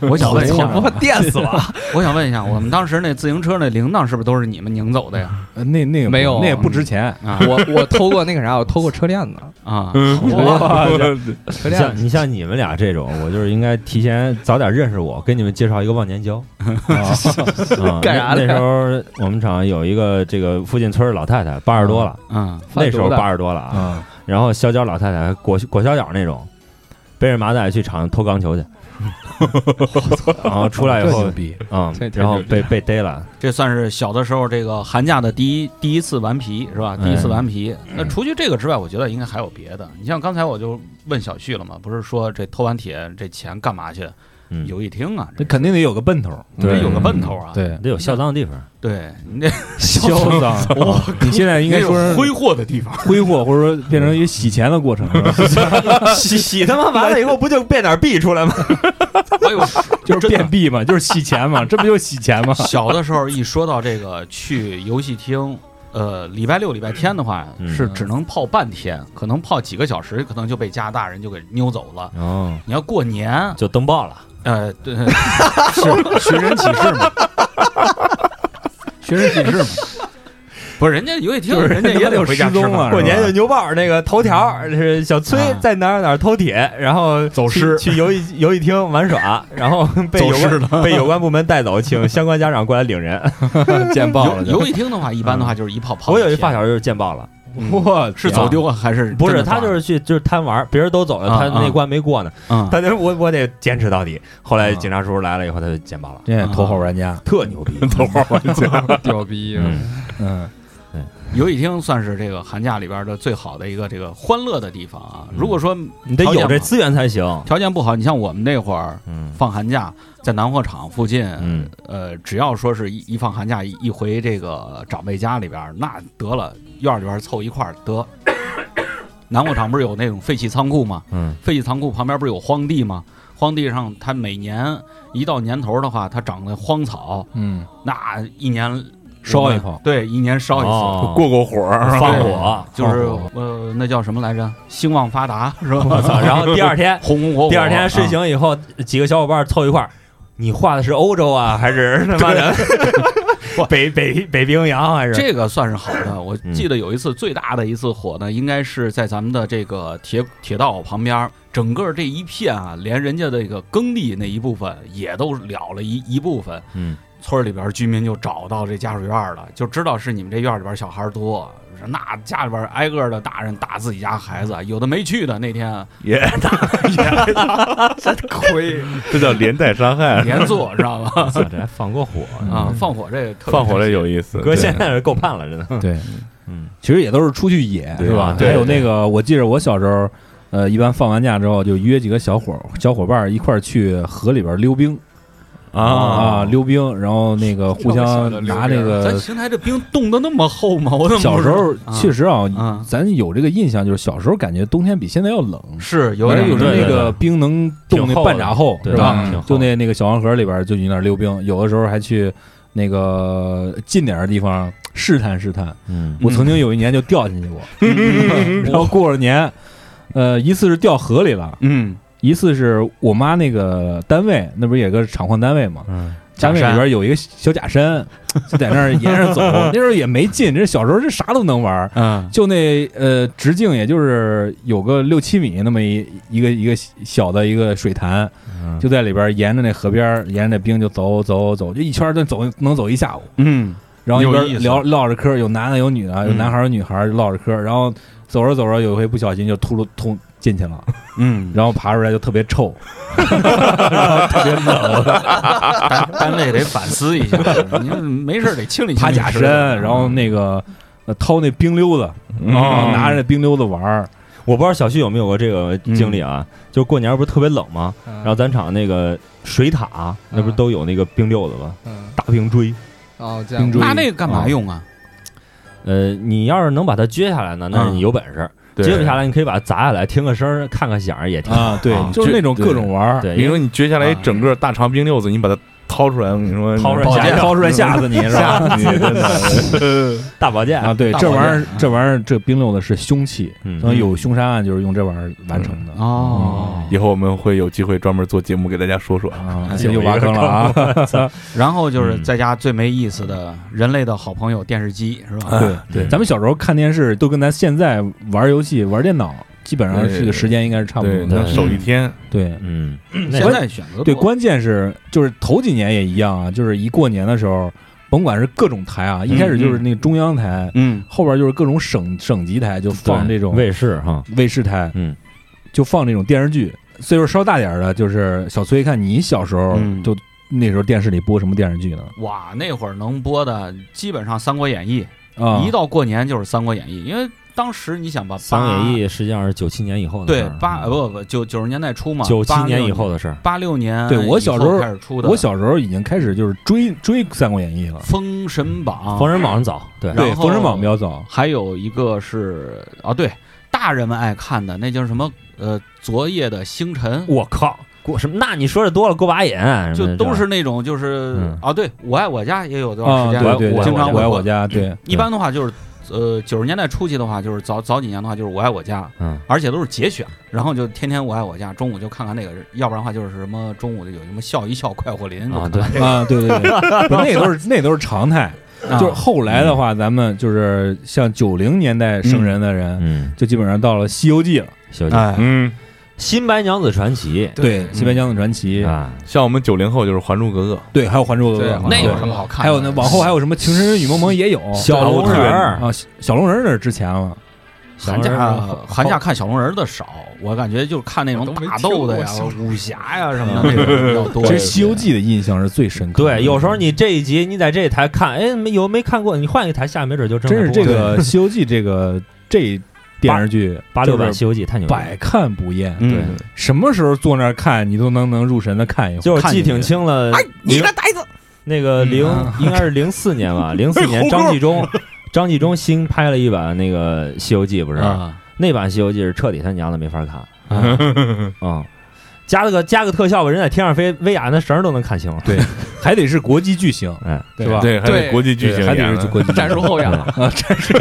[SPEAKER 8] 我想问一
[SPEAKER 7] 我
[SPEAKER 8] 下，
[SPEAKER 7] 不会电啊死我？
[SPEAKER 8] 我想问一下，我们当时那自行车那铃铛是不是都是你们拧走的呀？
[SPEAKER 6] 呃那那个不
[SPEAKER 7] 没有
[SPEAKER 6] 那也不值
[SPEAKER 9] 嗯
[SPEAKER 6] 钱。
[SPEAKER 7] 嗯
[SPEAKER 8] 啊
[SPEAKER 7] 我我偷过那个啥，我偷过车链子，
[SPEAKER 8] 啊，
[SPEAKER 6] 哇
[SPEAKER 7] 车
[SPEAKER 9] 你
[SPEAKER 7] 链
[SPEAKER 9] 像
[SPEAKER 7] 子。
[SPEAKER 9] 你像你们俩这种，我就是应该提前早点认识我，给你们介绍一个忘年交。啊
[SPEAKER 7] 干啥
[SPEAKER 9] 那
[SPEAKER 7] 嘞
[SPEAKER 9] 那时候我们厂有一个这个附近村儿老太太，八十多了，
[SPEAKER 8] 嗯，
[SPEAKER 7] 贩
[SPEAKER 9] 那时候
[SPEAKER 7] 毒的
[SPEAKER 9] 八十多了啊，
[SPEAKER 6] 啊
[SPEAKER 9] 然后小脚老太太裹裹小脚那种，背着麻袋去厂偷钢球去，然
[SPEAKER 6] 啊
[SPEAKER 9] 后出来以
[SPEAKER 6] 这牛
[SPEAKER 9] 后，
[SPEAKER 6] 逼，
[SPEAKER 9] 嗯
[SPEAKER 7] 这，
[SPEAKER 9] 然后被被逮了，
[SPEAKER 8] 这算是小的时候这个寒假的第一第一次顽皮是吧？
[SPEAKER 6] 嗯
[SPEAKER 8] 第一次顽皮。
[SPEAKER 9] 嗯
[SPEAKER 8] 那除去这个之外，我觉得应该还有别的。你像刚才我就问小旭了嘛，不是说这偷完铁这钱干嘛去？
[SPEAKER 9] 嗯，
[SPEAKER 8] 有一听啊，
[SPEAKER 6] 那肯定得有个奔头儿。
[SPEAKER 8] 这
[SPEAKER 9] 对嗯
[SPEAKER 8] 有个奔头啊。
[SPEAKER 6] 对，
[SPEAKER 9] 得有销赃的地方，
[SPEAKER 8] 对，你这
[SPEAKER 6] 销 赃。你现在应该说是
[SPEAKER 8] 挥霍的地方，
[SPEAKER 6] 挥霍，或者说变成一个洗钱的过程，是吧
[SPEAKER 9] 洗洗他妈 完了以后不就变点币出来吗？
[SPEAKER 8] 哎呦，
[SPEAKER 6] 就是
[SPEAKER 8] 真的
[SPEAKER 6] 变币嘛，就是洗钱嘛，这不就是洗钱 吗？
[SPEAKER 8] 小的时候一说到这个去游戏厅，呃，礼拜六、礼拜天的话
[SPEAKER 9] 嗯
[SPEAKER 8] 是只能泡半天，可能泡几个小时，可能就被加拿大人就给溜走了。
[SPEAKER 9] 哦，
[SPEAKER 8] 你要过年，
[SPEAKER 9] 就登报了，
[SPEAKER 8] 呃，对， 寻寻人启事嘛，
[SPEAKER 6] 学生启事嘛，
[SPEAKER 8] 不是人家游戏厅，
[SPEAKER 6] 就是
[SPEAKER 8] 人家也得
[SPEAKER 6] 就
[SPEAKER 8] 回家
[SPEAKER 6] 失
[SPEAKER 8] 吃
[SPEAKER 6] 踪了
[SPEAKER 8] 饭。
[SPEAKER 6] 是吧
[SPEAKER 9] 过年就牛报那个头条，是小崔
[SPEAKER 8] 啊
[SPEAKER 9] 在哪儿哪儿偷铁，然后
[SPEAKER 8] 走
[SPEAKER 9] 去
[SPEAKER 8] 失
[SPEAKER 9] 去游戏游戏厅玩耍，然后被
[SPEAKER 8] 走
[SPEAKER 9] 有
[SPEAKER 8] 失
[SPEAKER 9] 关被有关部门带走，请相关家长过来领人。
[SPEAKER 6] 见报
[SPEAKER 8] 游
[SPEAKER 6] 了就。
[SPEAKER 8] 游戏厅的话，一般的话就是一泡泡。
[SPEAKER 9] 嗯我有一发小就是见报了，
[SPEAKER 6] 我
[SPEAKER 8] 是
[SPEAKER 6] 天
[SPEAKER 8] 走丢了还是
[SPEAKER 9] 不是
[SPEAKER 8] 真的
[SPEAKER 9] 他
[SPEAKER 8] 发
[SPEAKER 9] 就是去就是贪玩，别人都走了，
[SPEAKER 8] 啊
[SPEAKER 9] 他
[SPEAKER 8] 啊
[SPEAKER 9] 那关没过呢，
[SPEAKER 8] 嗯
[SPEAKER 9] 他就我我得坚持到底。后来警察叔叔来了以后，他就见报了，
[SPEAKER 6] 这也头号玩家，
[SPEAKER 9] 特牛逼。
[SPEAKER 5] 头号玩家，
[SPEAKER 7] 屌逼啊！
[SPEAKER 6] 嗯，
[SPEAKER 8] 游戏厅算是这个寒假里边的最好的一个这个欢乐的地方啊。如果说
[SPEAKER 9] 你得有这资源才行。
[SPEAKER 8] 条件不好，你像我们那会儿
[SPEAKER 9] 嗯
[SPEAKER 8] 放寒假在南货场附近，
[SPEAKER 9] 嗯，
[SPEAKER 8] 呃，只要说是一一放寒假一一回这个长辈家里边儿，那得了，院儿里边儿凑一块儿得。南货场不是有那种废弃仓库吗？
[SPEAKER 9] 嗯，
[SPEAKER 8] 废弃仓库旁边不是有荒地吗？荒地上它每年一到年头的话，它长的荒草，
[SPEAKER 6] 嗯，
[SPEAKER 8] 那一年
[SPEAKER 6] 烧一泡，
[SPEAKER 8] 对，一年烧一次。
[SPEAKER 9] 哦
[SPEAKER 5] 过过火儿，
[SPEAKER 9] 放火，
[SPEAKER 8] 就是
[SPEAKER 6] 哦
[SPEAKER 8] 呃，那叫什么来着？兴旺发达是吧？
[SPEAKER 9] 我操！然后第二天
[SPEAKER 8] 红红火火。
[SPEAKER 9] 第二天睡
[SPEAKER 8] 啊
[SPEAKER 9] 醒以 后，几个小伙伴凑一块儿，你画的是欧洲啊，还是他妈的
[SPEAKER 1] 北北北冰洋还是
[SPEAKER 8] 这个算是好的。我
[SPEAKER 9] 嗯
[SPEAKER 8] 记得有一次最大的一次火呢，应该是在咱们的这个铁铁道旁边儿，整个这一片啊，连人家的这个耕地那一部分也都了了一一部分。
[SPEAKER 9] 嗯，
[SPEAKER 8] 村儿里边儿居民就找到这家属院儿了，就知道是你们这院儿里边儿小孩儿多。那家里边儿挨个儿的大人打自己家孩子，有的没去的那天啊
[SPEAKER 5] 也
[SPEAKER 8] 亏
[SPEAKER 5] 这叫连带伤害，
[SPEAKER 8] 连坐，知道 吗？
[SPEAKER 9] 这还放过火
[SPEAKER 8] 啊，放火这个特别
[SPEAKER 5] 放火
[SPEAKER 8] 开
[SPEAKER 5] 这
[SPEAKER 8] 心
[SPEAKER 5] 有意思。
[SPEAKER 9] 哥
[SPEAKER 5] 对
[SPEAKER 9] 现在是够判了，真的。
[SPEAKER 6] 对，
[SPEAKER 9] 嗯，
[SPEAKER 6] 其实也都是出去野
[SPEAKER 5] 对
[SPEAKER 6] 是吧？
[SPEAKER 5] 对
[SPEAKER 6] 还有那个，我记着我小时候，呃，一般放完假之后就约几个小伙小伙伴儿一块儿去河里边儿溜冰
[SPEAKER 5] 啊，
[SPEAKER 6] 溜冰，然后那个互相拿那
[SPEAKER 8] 咱
[SPEAKER 6] 个。
[SPEAKER 8] 邢台这冰冻得那么厚吗？我怎么
[SPEAKER 6] 小时候确
[SPEAKER 8] 实
[SPEAKER 6] 实啊，
[SPEAKER 8] 啊
[SPEAKER 6] 咱有这个印象，就是小时候感觉冬天比现在要冷，
[SPEAKER 8] 是有
[SPEAKER 6] 反
[SPEAKER 8] 点
[SPEAKER 6] 正有时候
[SPEAKER 9] 对
[SPEAKER 6] 那
[SPEAKER 9] 对
[SPEAKER 6] 个冰能冻那
[SPEAKER 9] 挺厚
[SPEAKER 6] 半
[SPEAKER 9] 的
[SPEAKER 6] 拃厚，
[SPEAKER 9] 对
[SPEAKER 6] 是吧？
[SPEAKER 9] 吧？挺好
[SPEAKER 6] 就那那个小黄河里边儿就去那儿溜冰，有的时候还去那个近点儿的地方试探试探。
[SPEAKER 9] 嗯
[SPEAKER 6] 我曾经有一年就掉进去过，
[SPEAKER 8] 嗯
[SPEAKER 6] 然后过了年，呃，一次是掉河里了，
[SPEAKER 8] 嗯
[SPEAKER 6] 一次是我妈那个单位，那不是也有个厂矿单位嘛，
[SPEAKER 9] 嗯
[SPEAKER 6] 单位里边有一个小假山，就在那儿沿着走，那时候也没劲，这小时候这啥都能玩儿。
[SPEAKER 8] 嗯
[SPEAKER 6] 就那呃直径也就是有个六七米那么一一个一个小的一个水潭，
[SPEAKER 8] 嗯
[SPEAKER 6] 就在里边儿沿着那河边儿，沿着那冰就走走走，就一圈儿就走能走一下午，
[SPEAKER 8] 嗯
[SPEAKER 6] 然后一
[SPEAKER 8] 有
[SPEAKER 6] 边
[SPEAKER 8] 意思
[SPEAKER 6] 聊唠着嗑儿，有男的有女的，有
[SPEAKER 8] 嗯
[SPEAKER 6] 男孩儿有女孩儿唠着嗑儿，然后走着走着有一回不小心就秃噜通进去了，
[SPEAKER 8] 嗯，
[SPEAKER 6] 然后爬出来就特别臭，
[SPEAKER 8] 单单位得反思一下，你没事儿得清理
[SPEAKER 6] 爬假
[SPEAKER 8] 身，
[SPEAKER 6] 山，然后那个呃掏那冰溜子，
[SPEAKER 8] 嗯
[SPEAKER 6] 然后拿着那冰溜子玩儿，
[SPEAKER 9] 我不知道小旭有没有过这个经历啊？就是过年不是特别冷吗？
[SPEAKER 7] 然
[SPEAKER 9] 然后咱厂那个水塔那不是都有那个冰溜子吗？
[SPEAKER 7] 嗯，
[SPEAKER 9] 大冰锥。
[SPEAKER 7] 哦，这样
[SPEAKER 6] 冰锥
[SPEAKER 8] 那那个干嘛用啊？
[SPEAKER 9] 呃，你要是能把它撅下来呢，那是你有本事；
[SPEAKER 5] 对
[SPEAKER 9] 撅不下来，你可以把它砸下来，听个声儿，看个响儿也挺好。
[SPEAKER 6] 啊，对，就是那种各种玩儿，
[SPEAKER 9] 对，
[SPEAKER 5] 比
[SPEAKER 9] 因
[SPEAKER 5] 如
[SPEAKER 9] 为
[SPEAKER 5] 你撅下来一整个大长冰溜子，你把它掏出来，你说
[SPEAKER 9] 掏出来
[SPEAKER 6] 保
[SPEAKER 9] 吓
[SPEAKER 6] 健
[SPEAKER 9] 人
[SPEAKER 6] 掏出
[SPEAKER 8] 嗯
[SPEAKER 6] 来吓死你是吧？
[SPEAKER 5] 吓你，真的
[SPEAKER 9] 大保健
[SPEAKER 6] 啊，对，
[SPEAKER 8] 大
[SPEAKER 6] 这
[SPEAKER 8] 保
[SPEAKER 6] 玩意儿
[SPEAKER 8] 健，
[SPEAKER 6] 这玩意儿，这冰溜子是凶器，
[SPEAKER 9] 嗯
[SPEAKER 6] 然后有凶杀案就是用这玩意儿完成的
[SPEAKER 8] 哦，
[SPEAKER 5] 以后我们会有机会专门做节目给大家说说。
[SPEAKER 6] 啊，
[SPEAKER 8] 哎
[SPEAKER 6] 这
[SPEAKER 8] 有
[SPEAKER 6] 就挖坑了啊！
[SPEAKER 8] 然后就是在家最没意思的人类的好朋友电视机是 吧？
[SPEAKER 6] 对
[SPEAKER 5] 对
[SPEAKER 6] 咱们小时候看电视都跟咱现在玩游戏、玩电脑，基本上
[SPEAKER 5] 对
[SPEAKER 6] 这个时间应该是差不
[SPEAKER 5] 对，
[SPEAKER 6] 多
[SPEAKER 5] 能
[SPEAKER 6] 的。
[SPEAKER 5] 守一天，
[SPEAKER 6] 对
[SPEAKER 9] 嗯，
[SPEAKER 8] 现在选择多
[SPEAKER 6] 对，关键是就是头几年也一样啊，就是一过年的时候，甭管是各种台啊，一开始就是那个中央台，
[SPEAKER 8] 嗯
[SPEAKER 6] 后边就是各种省省级台，就放这种
[SPEAKER 9] 卫视哈，
[SPEAKER 6] 卫视台，
[SPEAKER 9] 嗯，
[SPEAKER 6] 就放这种电视剧。岁数稍大点儿的，就是小崔，看你小时候
[SPEAKER 8] 嗯
[SPEAKER 6] 就那时候电视里播什么电视剧呢？
[SPEAKER 8] 哇，那会儿能播的基本上《三国演义》，
[SPEAKER 6] 啊，
[SPEAKER 8] 一到过年就是《三国演义》，因为当时你想吧，
[SPEAKER 9] 《
[SPEAKER 8] 八
[SPEAKER 9] 三国演义》实际上是九七年以后的事
[SPEAKER 8] 对
[SPEAKER 9] 儿
[SPEAKER 8] 八
[SPEAKER 9] 嗯
[SPEAKER 8] 呃不不九九十年代初嘛，
[SPEAKER 9] 九七
[SPEAKER 8] 八
[SPEAKER 9] 年
[SPEAKER 8] 六
[SPEAKER 9] 以后的事儿。
[SPEAKER 8] 八六年，
[SPEAKER 6] 对我小时候
[SPEAKER 8] 开始出的，
[SPEAKER 6] 我小时候已经开始就是追追《三国演义》了，
[SPEAKER 8] 《封神榜》，
[SPEAKER 9] 封神榜上早，对，
[SPEAKER 8] 然
[SPEAKER 6] 对，《
[SPEAKER 8] 后
[SPEAKER 6] 封神榜》比较早，
[SPEAKER 8] 还有一个是啊，对，大人们爱看的那叫什么？呃，昨夜的星辰。
[SPEAKER 6] 嗯
[SPEAKER 9] 我靠，过什么？那你说的多了，过把瘾，什
[SPEAKER 8] 就
[SPEAKER 9] 么
[SPEAKER 8] 都
[SPEAKER 9] 这
[SPEAKER 8] 是那种，就是、
[SPEAKER 9] 嗯
[SPEAKER 8] 啊，对我爱我家也有段
[SPEAKER 6] 啊，
[SPEAKER 8] 时间，
[SPEAKER 6] 对对，对
[SPEAKER 8] 我经常
[SPEAKER 6] 我爱
[SPEAKER 8] 会
[SPEAKER 6] 我
[SPEAKER 8] 播
[SPEAKER 6] 家，嗯对，
[SPEAKER 8] 一般的话就是，呃，九十年代初期的话，就是早早几年的话，就是我爱我家，
[SPEAKER 9] 嗯，
[SPEAKER 8] 而且都是节选，然后就天天我爱我家，中午就看看那个，要不然的话就是什么中午就有什么笑一笑快活林
[SPEAKER 9] 啊，对，
[SPEAKER 6] 啊，对对 对，不那都是那都是常态。
[SPEAKER 8] 啊
[SPEAKER 6] 就是后来的话，咱们就是像九零年代生人的人，
[SPEAKER 9] 嗯，
[SPEAKER 6] 就基本上到了《西游记》了。
[SPEAKER 9] 小姐，
[SPEAKER 8] 哎，
[SPEAKER 5] 嗯，
[SPEAKER 9] 新白娘子传奇
[SPEAKER 6] 对，《西白娘子传奇》
[SPEAKER 8] 嗯
[SPEAKER 9] 啊，
[SPEAKER 8] 哎
[SPEAKER 5] 像我们九零后就是《还珠格格》，
[SPEAKER 6] 对，还有《还珠格格
[SPEAKER 7] 对》，
[SPEAKER 8] 那有
[SPEAKER 6] 对
[SPEAKER 8] 什么好嗯看的？
[SPEAKER 6] 还有呢，往后还有什么《情深深雨蒙蒙》也有，
[SPEAKER 8] 哦
[SPEAKER 9] 小龙人儿
[SPEAKER 6] 啊，小小龙人儿那是之前了。
[SPEAKER 8] 寒假
[SPEAKER 6] 啊
[SPEAKER 8] 寒假看小龙人的少，我感觉就是看那种
[SPEAKER 7] 我都没
[SPEAKER 8] 打斗的呀
[SPEAKER 7] 听过小、
[SPEAKER 8] 武侠呀什么的那种比较多。
[SPEAKER 6] 啊其实《西游记》的印象是最深刻的。
[SPEAKER 9] 对，有时候你这一集你在这一台看，哎，没有没看过，你换一台，下没准就正在
[SPEAKER 6] 真是
[SPEAKER 9] 播
[SPEAKER 6] 这个《西游记》这 个这电视剧
[SPEAKER 9] 八六版嗯
[SPEAKER 6] 就
[SPEAKER 9] 《
[SPEAKER 6] 是
[SPEAKER 9] 西游记》太牛了，
[SPEAKER 6] 百看不厌。
[SPEAKER 9] 对，
[SPEAKER 6] 什么时候坐那儿看，你都能能入神的看一会儿。
[SPEAKER 9] 就是
[SPEAKER 6] 看
[SPEAKER 9] 记
[SPEAKER 6] 进去
[SPEAKER 9] 挺清了。哎你个呆子！哎那个零应该是零四年吧，零四年张纪中，张纪中新拍了一版那个《西游记》，不是
[SPEAKER 8] 啊，
[SPEAKER 9] 那版《西游记》是彻底他娘的没法看， 嗯，加了个加个特效吧，人在天上飞，威亚那绳儿都能看清了。
[SPEAKER 6] 对，还得是国际巨星，
[SPEAKER 9] 哎，
[SPEAKER 6] 是吧？
[SPEAKER 5] 对，还得
[SPEAKER 7] 对
[SPEAKER 5] 国际巨星
[SPEAKER 6] 还
[SPEAKER 5] 演
[SPEAKER 6] 得是
[SPEAKER 5] 的，
[SPEAKER 6] 国际巨啊
[SPEAKER 7] 战
[SPEAKER 6] 星。
[SPEAKER 7] 术后 仰，
[SPEAKER 6] 啊，战术。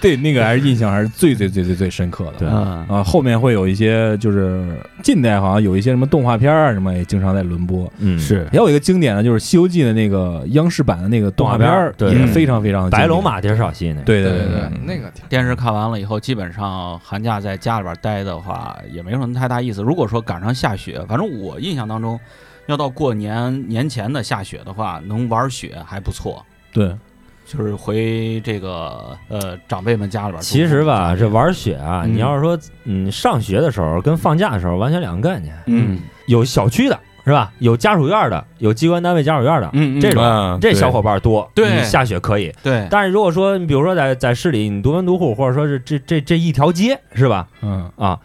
[SPEAKER 6] 对那个还是印象还是最最最最最深刻的。
[SPEAKER 9] 对
[SPEAKER 8] 嗯
[SPEAKER 6] 啊，后面会有一些就是近代好像有一些什么动画片啊什么也经常在轮播。
[SPEAKER 9] 嗯，
[SPEAKER 8] 是
[SPEAKER 6] 也有一个经典的就是《西游记》的那个央视版的那个动画片儿，
[SPEAKER 9] 动画片儿对嗯
[SPEAKER 6] 也非常非常
[SPEAKER 9] 白龙
[SPEAKER 6] 马。
[SPEAKER 9] 马蹄少戏那个，
[SPEAKER 6] 对对
[SPEAKER 7] 对
[SPEAKER 6] 对
[SPEAKER 7] 对
[SPEAKER 6] 对，，
[SPEAKER 7] 那个挺
[SPEAKER 8] 电视看完了以后，基本上寒假在家里边待的话，也没什么太大意思。如果说赶上下雪，反正我印象当中，要到过年年前的下雪的话，能玩雪还不错。
[SPEAKER 6] 对
[SPEAKER 8] 就是回这个呃长辈们家里边。
[SPEAKER 9] 其实，吧，这玩雪啊，
[SPEAKER 8] 嗯
[SPEAKER 9] 你要是说嗯上学的时候跟放假的时候完全两个概念，
[SPEAKER 8] 嗯
[SPEAKER 9] 有小区的是吧？有家属院的，有机关单位家属院的，
[SPEAKER 8] 嗯，嗯
[SPEAKER 9] 这种
[SPEAKER 5] 啊
[SPEAKER 9] 这
[SPEAKER 5] 对
[SPEAKER 9] 小伙伴多，
[SPEAKER 8] 对
[SPEAKER 9] 你下雪可以。
[SPEAKER 8] 对，
[SPEAKER 9] 但是如果说你比如说在在市里，你独门独户，或者说是这这这一条街是吧？
[SPEAKER 6] 嗯，
[SPEAKER 9] 啊，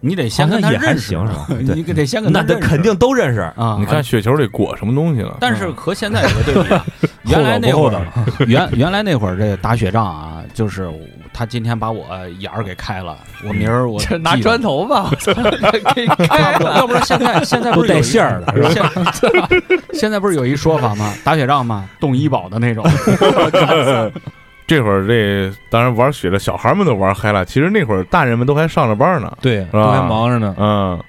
[SPEAKER 8] 你得先
[SPEAKER 9] 好
[SPEAKER 8] 跟
[SPEAKER 9] 像
[SPEAKER 8] 他
[SPEAKER 9] 也还
[SPEAKER 8] 认识，
[SPEAKER 9] 行 是吧？对，
[SPEAKER 8] 你得先跟他
[SPEAKER 9] 那
[SPEAKER 8] 认识
[SPEAKER 9] 他肯定都认识。
[SPEAKER 8] 啊。
[SPEAKER 5] 你看雪球里裹什么东西了？
[SPEAKER 8] 但是和现在有个对比啊， 原来那会儿， 原原来那会儿这个打雪仗啊，就是他今天把我眼儿给开了，我明儿 我
[SPEAKER 7] 这拿砖
[SPEAKER 8] 头，
[SPEAKER 7] 头吧，我操，可以开
[SPEAKER 8] 要不
[SPEAKER 7] 了。
[SPEAKER 8] 要不然现在现在不
[SPEAKER 6] 都
[SPEAKER 8] 是
[SPEAKER 6] 带
[SPEAKER 8] 有一
[SPEAKER 6] 馅儿的
[SPEAKER 8] 现现在不是有一说法吗？打雪仗嘛，动医保的那 种，
[SPEAKER 5] 这会儿这当然玩雪的小孩们都玩嗨了，其实那会儿大人们都还上着班呢。
[SPEAKER 6] 对，都还忙着呢。
[SPEAKER 5] 嗯，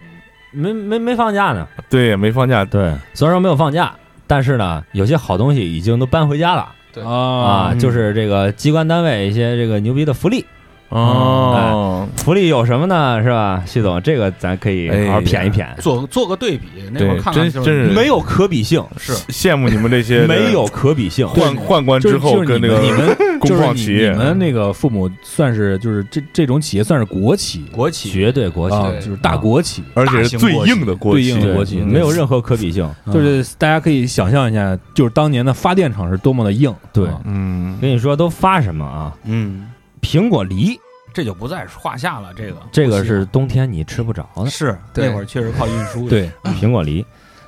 [SPEAKER 9] 没没没放假呢，
[SPEAKER 5] 对，没放假。
[SPEAKER 9] 对，虽然说没有放假，但是呢，有些好东西已经都搬回家了
[SPEAKER 7] 对
[SPEAKER 9] 啊，
[SPEAKER 6] 啊
[SPEAKER 8] 嗯
[SPEAKER 9] 就是是这个机关单位一些这个牛逼的福利，
[SPEAKER 5] 哦，
[SPEAKER 9] 福利有什么呢？是吧，旭总，这个咱可以好好谝一谝，
[SPEAKER 8] 做做个对比，那会儿
[SPEAKER 5] 对
[SPEAKER 8] 看看
[SPEAKER 5] 真真
[SPEAKER 8] 是
[SPEAKER 5] 是
[SPEAKER 9] 没有可比性，
[SPEAKER 8] 是
[SPEAKER 5] 羡慕你们这些
[SPEAKER 9] 没有可比性，
[SPEAKER 5] 宦宦官之
[SPEAKER 6] 就是
[SPEAKER 5] 后
[SPEAKER 6] 就是
[SPEAKER 5] 跟
[SPEAKER 6] 你
[SPEAKER 5] 那
[SPEAKER 6] 们你
[SPEAKER 5] 个
[SPEAKER 6] 们
[SPEAKER 5] 工
[SPEAKER 6] 就是
[SPEAKER 5] 矿
[SPEAKER 6] 你
[SPEAKER 5] 企业
[SPEAKER 6] 你们那个父母算是就是这这种企业算是国企
[SPEAKER 8] 国企
[SPEAKER 9] 绝对国企，
[SPEAKER 6] 啊，就是大国企，
[SPEAKER 5] 而且是最硬的国
[SPEAKER 6] 对
[SPEAKER 5] 企
[SPEAKER 6] 应，的
[SPEAKER 9] 对
[SPEAKER 6] 国企，
[SPEAKER 9] 没有任何可比性。
[SPEAKER 6] 何，就是大家可以想象一下，就是当年的发电厂是多么的硬，
[SPEAKER 9] 对
[SPEAKER 6] 啊
[SPEAKER 5] 嗯，
[SPEAKER 9] 跟你说都发什么啊？
[SPEAKER 8] 嗯，
[SPEAKER 9] 苹果梨，
[SPEAKER 8] 这就不在话下了。这个
[SPEAKER 9] 这个是冬天你吃不着的，
[SPEAKER 8] 是
[SPEAKER 7] 对
[SPEAKER 8] 那会儿确实靠运 输的，
[SPEAKER 6] 对，
[SPEAKER 9] 苹果梨，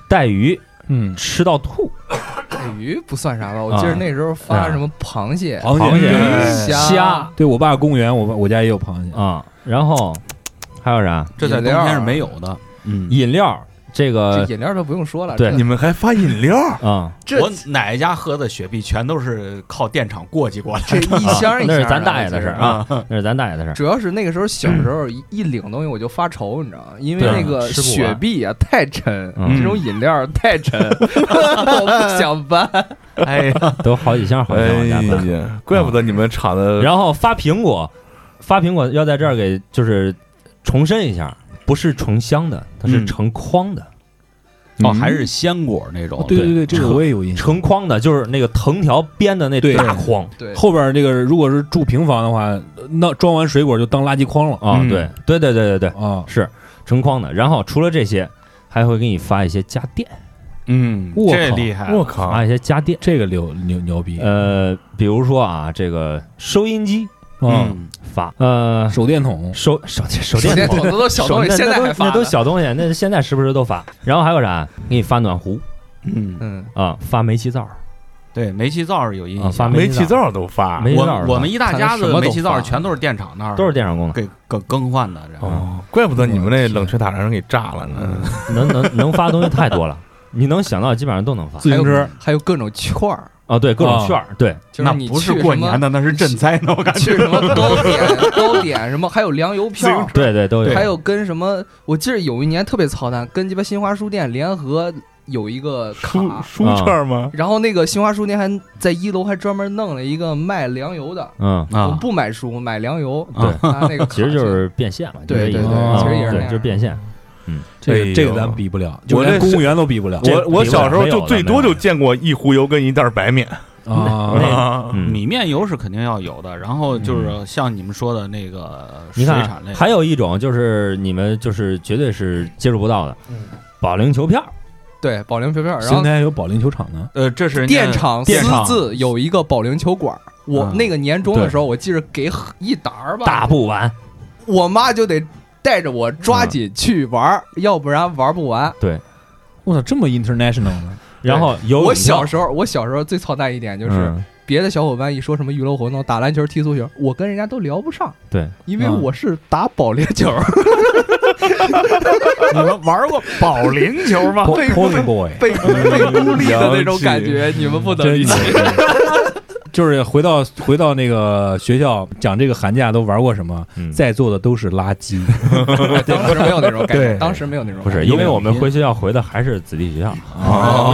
[SPEAKER 9] 带鱼
[SPEAKER 6] 嗯，
[SPEAKER 9] 吃到吐，
[SPEAKER 7] 带鱼不算啥吧？我记得
[SPEAKER 9] 啊
[SPEAKER 7] 那时候
[SPEAKER 9] 啊
[SPEAKER 7] 发什么螃蟹、
[SPEAKER 6] 螃
[SPEAKER 9] 螃蟹
[SPEAKER 7] 虾
[SPEAKER 9] 虾、
[SPEAKER 6] 对我爸公务员，我爸我家也有螃蟹，
[SPEAKER 9] 啊，然后还有啥？
[SPEAKER 8] 这在冬天是没有的。嗯，
[SPEAKER 9] 饮料，这
[SPEAKER 7] 这
[SPEAKER 9] 个
[SPEAKER 7] 饮料都不用说了。
[SPEAKER 9] 对
[SPEAKER 7] 这
[SPEAKER 5] 你们还发饮料？
[SPEAKER 9] 啊，
[SPEAKER 7] 这
[SPEAKER 8] 我哪一家喝的雪碧全都是靠电厂过继过来
[SPEAKER 7] 这一箱
[SPEAKER 9] 啊
[SPEAKER 7] 一箱的，
[SPEAKER 9] 那是咱大爷的
[SPEAKER 7] 其
[SPEAKER 9] 事
[SPEAKER 7] 实
[SPEAKER 9] 儿啊，那是咱大爷的事儿。
[SPEAKER 7] 主要是那个时候小时候一一领东西我就发愁，你知道吗？因为
[SPEAKER 9] 嗯对啊
[SPEAKER 7] 那个
[SPEAKER 9] 吃不完
[SPEAKER 7] 雪碧啊太沉，
[SPEAKER 9] 嗯
[SPEAKER 7] 这种饮料太沉， 我不想 搬。
[SPEAKER 8] 的。哎呀，
[SPEAKER 9] 都好几箱好几箱
[SPEAKER 5] 哎
[SPEAKER 9] 往家搬。
[SPEAKER 5] 呀， 怪不得你们厂子
[SPEAKER 9] 然后发苹果，发苹果要在这儿给就是重申一下，不是成箱的，它是
[SPEAKER 8] 嗯
[SPEAKER 9] 成筐的，
[SPEAKER 5] 嗯
[SPEAKER 8] 哦，还是鲜果那种。
[SPEAKER 6] 对
[SPEAKER 9] 对
[SPEAKER 6] 对对，这个
[SPEAKER 9] 扯
[SPEAKER 6] 我也有印象。
[SPEAKER 9] 成筐的，就是那个藤条编的那
[SPEAKER 6] 对
[SPEAKER 9] 大筐
[SPEAKER 7] 对，
[SPEAKER 6] 后边这个如果是住平房的话，那装完水果就当垃圾筐了
[SPEAKER 9] 啊，
[SPEAKER 5] 嗯
[SPEAKER 9] 对对对对对对，
[SPEAKER 6] 啊！
[SPEAKER 9] 是成筐的。然后除了这些，还会给你发一些家电，
[SPEAKER 8] 嗯，
[SPEAKER 6] 我
[SPEAKER 8] 这
[SPEAKER 6] 靠
[SPEAKER 8] 厉害。
[SPEAKER 5] 我靠
[SPEAKER 9] 哎发，一些家电。
[SPEAKER 6] 这个牛牛牛逼，
[SPEAKER 9] 呃，比如说啊，这个收音机
[SPEAKER 6] 嗯，
[SPEAKER 8] 嗯，
[SPEAKER 9] 发，呃，
[SPEAKER 6] 手电筒，
[SPEAKER 9] 手手手
[SPEAKER 7] 手
[SPEAKER 9] 电
[SPEAKER 7] 电
[SPEAKER 9] 筒
[SPEAKER 7] 筒。都是小东西，
[SPEAKER 9] 手
[SPEAKER 7] 现
[SPEAKER 9] 那
[SPEAKER 7] 在
[SPEAKER 9] 那
[SPEAKER 7] 还
[SPEAKER 9] 都那
[SPEAKER 7] 发呢
[SPEAKER 9] 都小东西，啊那现在时不时都发。然后还有啥？给你发暖壶
[SPEAKER 8] 嗯，
[SPEAKER 7] 嗯，
[SPEAKER 9] 啊，发煤气灶
[SPEAKER 8] 对，煤气灶是有印
[SPEAKER 9] 啊，发
[SPEAKER 8] 象。
[SPEAKER 5] 煤
[SPEAKER 9] 气
[SPEAKER 5] 气灶都
[SPEAKER 7] 啊
[SPEAKER 5] 发
[SPEAKER 9] 煤气
[SPEAKER 8] 我
[SPEAKER 9] 灶是吧
[SPEAKER 8] 我们一大家
[SPEAKER 7] 看来什
[SPEAKER 8] 子
[SPEAKER 7] 么都
[SPEAKER 8] 煤气灶
[SPEAKER 7] 发
[SPEAKER 8] 全都是电厂那儿
[SPEAKER 9] 都是电嗯厂供的，
[SPEAKER 8] 给更更换的，然后
[SPEAKER 5] 哦，怪不得你们那冷却塔让人给炸了呢。
[SPEAKER 9] 能能能发的东西太多了， 你能想到基本上都能发
[SPEAKER 6] 自
[SPEAKER 7] 还
[SPEAKER 6] 行车
[SPEAKER 7] 有，还有各种券儿，
[SPEAKER 9] 啊，对各
[SPEAKER 6] 啊
[SPEAKER 7] 哦
[SPEAKER 9] 种券儿，对
[SPEAKER 7] 就是
[SPEAKER 8] 那
[SPEAKER 7] 你
[SPEAKER 8] 不
[SPEAKER 7] 去
[SPEAKER 8] 是
[SPEAKER 7] 什
[SPEAKER 8] 过
[SPEAKER 7] 么
[SPEAKER 8] 年的，那是赈灾呢，我感觉。
[SPEAKER 7] 去 什么糕点糕点什么，还有粮油票。
[SPEAKER 9] 对对都有，
[SPEAKER 7] 还有跟什么？我记得有一年特别操蛋，跟鸡巴新华书店联合有一个
[SPEAKER 5] 嗯书
[SPEAKER 7] 卡，
[SPEAKER 5] 书券
[SPEAKER 9] 啊
[SPEAKER 5] 吗？
[SPEAKER 7] 然后那个新华书店还在一楼还专门弄了一个卖粮油的，
[SPEAKER 9] 嗯，
[SPEAKER 7] 我
[SPEAKER 8] 啊，
[SPEAKER 7] 不买书，买粮油。
[SPEAKER 9] 对
[SPEAKER 7] 拿 那个卡
[SPEAKER 9] 啊其实就是变现嘛，就这
[SPEAKER 7] 对
[SPEAKER 9] 意
[SPEAKER 7] 对
[SPEAKER 9] 思
[SPEAKER 7] 对，
[SPEAKER 9] 啊
[SPEAKER 7] 其实也是那
[SPEAKER 9] 对，
[SPEAKER 7] 样
[SPEAKER 9] 就是变现。
[SPEAKER 6] 这
[SPEAKER 5] 哎
[SPEAKER 6] 个
[SPEAKER 5] 呦
[SPEAKER 6] 这个咱比不了，就
[SPEAKER 5] 我
[SPEAKER 6] 连
[SPEAKER 5] 这
[SPEAKER 6] 公务员都比不了
[SPEAKER 9] 这
[SPEAKER 5] 我我
[SPEAKER 9] 比不了
[SPEAKER 5] 小时候就最多
[SPEAKER 9] 没有
[SPEAKER 5] 就见过一壶油跟一袋白面
[SPEAKER 6] 啊！
[SPEAKER 5] 啊。
[SPEAKER 9] 嗯，
[SPEAKER 8] 米面油是肯定要有的，然后就是像你们说的那个水
[SPEAKER 9] 你
[SPEAKER 8] 产类
[SPEAKER 9] 看，，啊还有一种就是你们就是绝对是接触不到的，
[SPEAKER 7] 嗯
[SPEAKER 9] 保龄球票，
[SPEAKER 7] 对保龄球票，然
[SPEAKER 6] 邢
[SPEAKER 7] 后
[SPEAKER 6] 台还有保龄球场呢，
[SPEAKER 8] 呃，这是人家
[SPEAKER 7] 电厂私
[SPEAKER 8] 电厂
[SPEAKER 7] 自有一个保龄球馆儿。我
[SPEAKER 9] 啊
[SPEAKER 6] 嗯
[SPEAKER 7] 那个年终的时候，我记着给一沓儿吧，
[SPEAKER 9] 打不完，
[SPEAKER 7] 我妈就得带着我抓紧去玩
[SPEAKER 9] 啊
[SPEAKER 7] 儿，要不然玩不完。
[SPEAKER 6] 我操，这么 international 呢？
[SPEAKER 9] 然后有
[SPEAKER 7] 我小时候，我小时候最操蛋一点就是，
[SPEAKER 9] 嗯
[SPEAKER 7] 别的小伙伴一说什么娱乐活动，打篮球、踢足球，我跟人家都聊不上，
[SPEAKER 9] 对，
[SPEAKER 7] 因为
[SPEAKER 6] 嗯
[SPEAKER 7] 我是打保龄球。
[SPEAKER 8] 你们玩过保龄球吗？
[SPEAKER 7] 被
[SPEAKER 6] Pony Boy，
[SPEAKER 7] 被被孤立的那种感觉，你们不能
[SPEAKER 6] 真
[SPEAKER 7] 理
[SPEAKER 6] 牛
[SPEAKER 7] 解。！
[SPEAKER 6] 就是回到回到那个学校讲这个寒假都玩过什么，
[SPEAKER 9] 嗯
[SPEAKER 6] 在座的都是垃圾，
[SPEAKER 7] 当时没有那种感
[SPEAKER 6] 对
[SPEAKER 7] 觉，当时没有那种
[SPEAKER 9] 不
[SPEAKER 7] 感觉
[SPEAKER 9] 是，因为我们回学校回的还是子弟学校，
[SPEAKER 7] 不是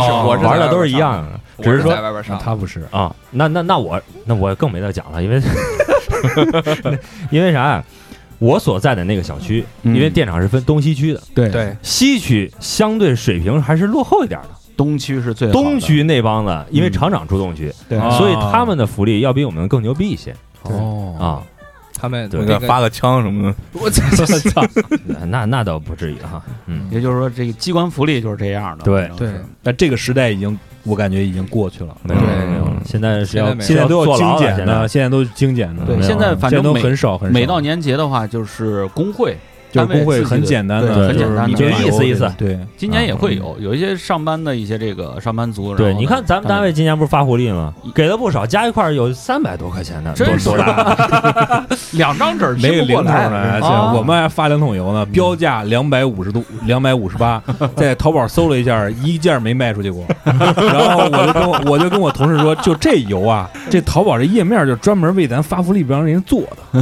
[SPEAKER 7] 哦我
[SPEAKER 9] 哦玩的都是
[SPEAKER 7] 是
[SPEAKER 9] 一
[SPEAKER 7] 在外边
[SPEAKER 9] 样
[SPEAKER 7] 上，
[SPEAKER 9] 的，
[SPEAKER 7] 我
[SPEAKER 9] 只是说
[SPEAKER 7] 在外边上
[SPEAKER 6] 他不是。
[SPEAKER 9] 啊，那那那我那我更没得讲了，因为 因为啥呀？啊我所在的那个小区，因为电厂是分东西区的，
[SPEAKER 6] 对
[SPEAKER 7] 对
[SPEAKER 9] 西区相对水平还是落后一点的。
[SPEAKER 8] 东区是最好的
[SPEAKER 9] 东区那帮子，因为厂长住东区，
[SPEAKER 6] 对啊
[SPEAKER 9] 所以他们的福利要比我们更牛逼一些
[SPEAKER 6] 哦，
[SPEAKER 9] 啊。
[SPEAKER 7] 他们
[SPEAKER 9] 对
[SPEAKER 5] 那
[SPEAKER 7] 那
[SPEAKER 5] 个
[SPEAKER 7] 个
[SPEAKER 5] 发个枪什么的，
[SPEAKER 7] 我操，
[SPEAKER 9] 啊那那倒不至于哈。嗯，
[SPEAKER 8] 也就是说，这个机关福利就是这样的。
[SPEAKER 9] 对
[SPEAKER 8] 反正
[SPEAKER 7] 对
[SPEAKER 8] 是，
[SPEAKER 6] 那这个时代已经，我感觉已经过去了。
[SPEAKER 9] 没有
[SPEAKER 7] 对
[SPEAKER 9] 没有，现在是要
[SPEAKER 7] 现在没有
[SPEAKER 6] 现在都
[SPEAKER 9] 要
[SPEAKER 6] 要
[SPEAKER 9] 坐牢
[SPEAKER 6] 精
[SPEAKER 9] 了
[SPEAKER 6] 简的，
[SPEAKER 9] 现
[SPEAKER 6] 现在都是精简的，
[SPEAKER 9] 没
[SPEAKER 8] 对，
[SPEAKER 9] 有
[SPEAKER 8] 现在反
[SPEAKER 6] 现在
[SPEAKER 8] 正
[SPEAKER 6] 都
[SPEAKER 8] 每
[SPEAKER 6] 很少很少。
[SPEAKER 8] 每到年节的话，就是工会，
[SPEAKER 6] 就是
[SPEAKER 8] 单位
[SPEAKER 6] 工会
[SPEAKER 8] 自己的
[SPEAKER 6] 很简单
[SPEAKER 8] 对
[SPEAKER 6] 的，
[SPEAKER 8] 很
[SPEAKER 6] 就
[SPEAKER 8] 简
[SPEAKER 6] 是
[SPEAKER 8] 单
[SPEAKER 6] 你
[SPEAKER 8] 的
[SPEAKER 6] 就
[SPEAKER 9] 就是是意思意思
[SPEAKER 6] 对，
[SPEAKER 8] 今年也会有有一些上班的一些这个上班族。然后
[SPEAKER 9] 对，
[SPEAKER 8] 呢
[SPEAKER 9] 你看咱们单位今年不是发福利吗？给了不少，加一块儿有三百多块钱的，
[SPEAKER 8] 真是
[SPEAKER 9] 多大？
[SPEAKER 8] 两 张纸
[SPEAKER 6] 没
[SPEAKER 8] 吃
[SPEAKER 6] 有
[SPEAKER 8] 不过
[SPEAKER 6] 零头
[SPEAKER 8] 来，
[SPEAKER 6] 呢，
[SPEAKER 8] 啊嗯
[SPEAKER 6] 这我们还发两桶油呢，标价两百五十度，两百五十八，在淘宝搜了一下，一件没卖出去 过。然后我就跟我我就跟我同事说，就这油啊，这淘宝这页面就专门为咱发福利不让人做 的，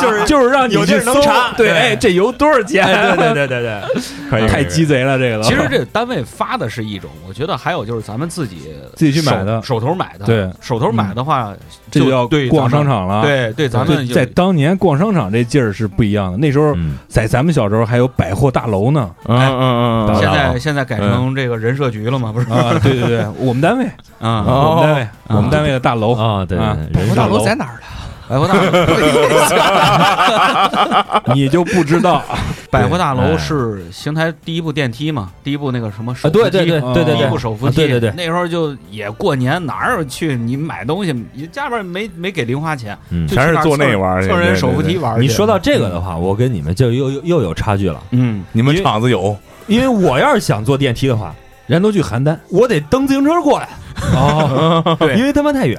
[SPEAKER 6] 就是就是让你
[SPEAKER 9] 有地
[SPEAKER 6] 去
[SPEAKER 9] 儿能
[SPEAKER 6] 搜
[SPEAKER 9] 查，
[SPEAKER 6] 对，
[SPEAKER 9] 对
[SPEAKER 6] 哎，这油多少钱？
[SPEAKER 9] 哎对对对对对，
[SPEAKER 5] 哎
[SPEAKER 9] 可以
[SPEAKER 6] 太鸡。贼了，这个
[SPEAKER 8] 其实这单位发的是一种，我觉得还有就是咱们自己
[SPEAKER 6] 自己去买的
[SPEAKER 8] 手手头买的，
[SPEAKER 6] 对，
[SPEAKER 8] 手头买的话，
[SPEAKER 6] 这就要
[SPEAKER 8] 啊对
[SPEAKER 6] 逛
[SPEAKER 8] 咱
[SPEAKER 6] 商
[SPEAKER 8] 们，
[SPEAKER 6] 场啊了，。
[SPEAKER 8] 对对，咱们就
[SPEAKER 6] 在当年逛商场这劲儿是不一样的，那时候
[SPEAKER 9] 嗯，
[SPEAKER 6] 在咱们小时候还有百货大楼呢，
[SPEAKER 5] 嗯嗯
[SPEAKER 9] 当
[SPEAKER 5] 嗯
[SPEAKER 8] 现
[SPEAKER 9] 然了
[SPEAKER 8] 在现在改成这个人社局了嘛，不是
[SPEAKER 6] 啊， 对对对，我们单位，
[SPEAKER 8] 啊？
[SPEAKER 6] 我们单位，
[SPEAKER 8] 哦
[SPEAKER 6] 我们单位的大楼，
[SPEAKER 9] 啊，对
[SPEAKER 6] 啊
[SPEAKER 9] 对对，人
[SPEAKER 7] 我
[SPEAKER 9] 少
[SPEAKER 7] 大楼在哪儿了？
[SPEAKER 8] 百货大 楼，
[SPEAKER 6] 你就不知道
[SPEAKER 8] 百货大
[SPEAKER 9] 哎
[SPEAKER 8] 楼是邢台第一部电梯嘛，第一部那个什么手
[SPEAKER 9] 啊，
[SPEAKER 8] 扶
[SPEAKER 9] 对
[SPEAKER 8] 梯，嗯
[SPEAKER 9] 对
[SPEAKER 6] 手扶
[SPEAKER 9] 对对对
[SPEAKER 6] 梯
[SPEAKER 8] 第一部
[SPEAKER 9] 对，
[SPEAKER 8] 手扶
[SPEAKER 9] 啊
[SPEAKER 8] 梯，
[SPEAKER 9] 对对对
[SPEAKER 8] 那时候就也过年，哪有去你买东西，你家里边没没给零花钱，
[SPEAKER 9] 嗯
[SPEAKER 8] 就去
[SPEAKER 5] 全是
[SPEAKER 8] 那儿
[SPEAKER 5] 坐
[SPEAKER 8] 蹭
[SPEAKER 5] 那玩儿去
[SPEAKER 8] 蹭人
[SPEAKER 5] 对
[SPEAKER 8] 手扶
[SPEAKER 5] 对
[SPEAKER 8] 梯玩儿去。
[SPEAKER 9] 你说到这个的话，我跟你们就又又又有差距了，
[SPEAKER 8] 嗯，
[SPEAKER 5] 你们
[SPEAKER 9] 因为
[SPEAKER 5] 厂子有
[SPEAKER 9] 因为我要是想坐电梯的话，
[SPEAKER 6] 人都去邯郸
[SPEAKER 9] 我得蹬自行车过来，
[SPEAKER 6] 哦，
[SPEAKER 8] 对
[SPEAKER 9] 因为他妈太远。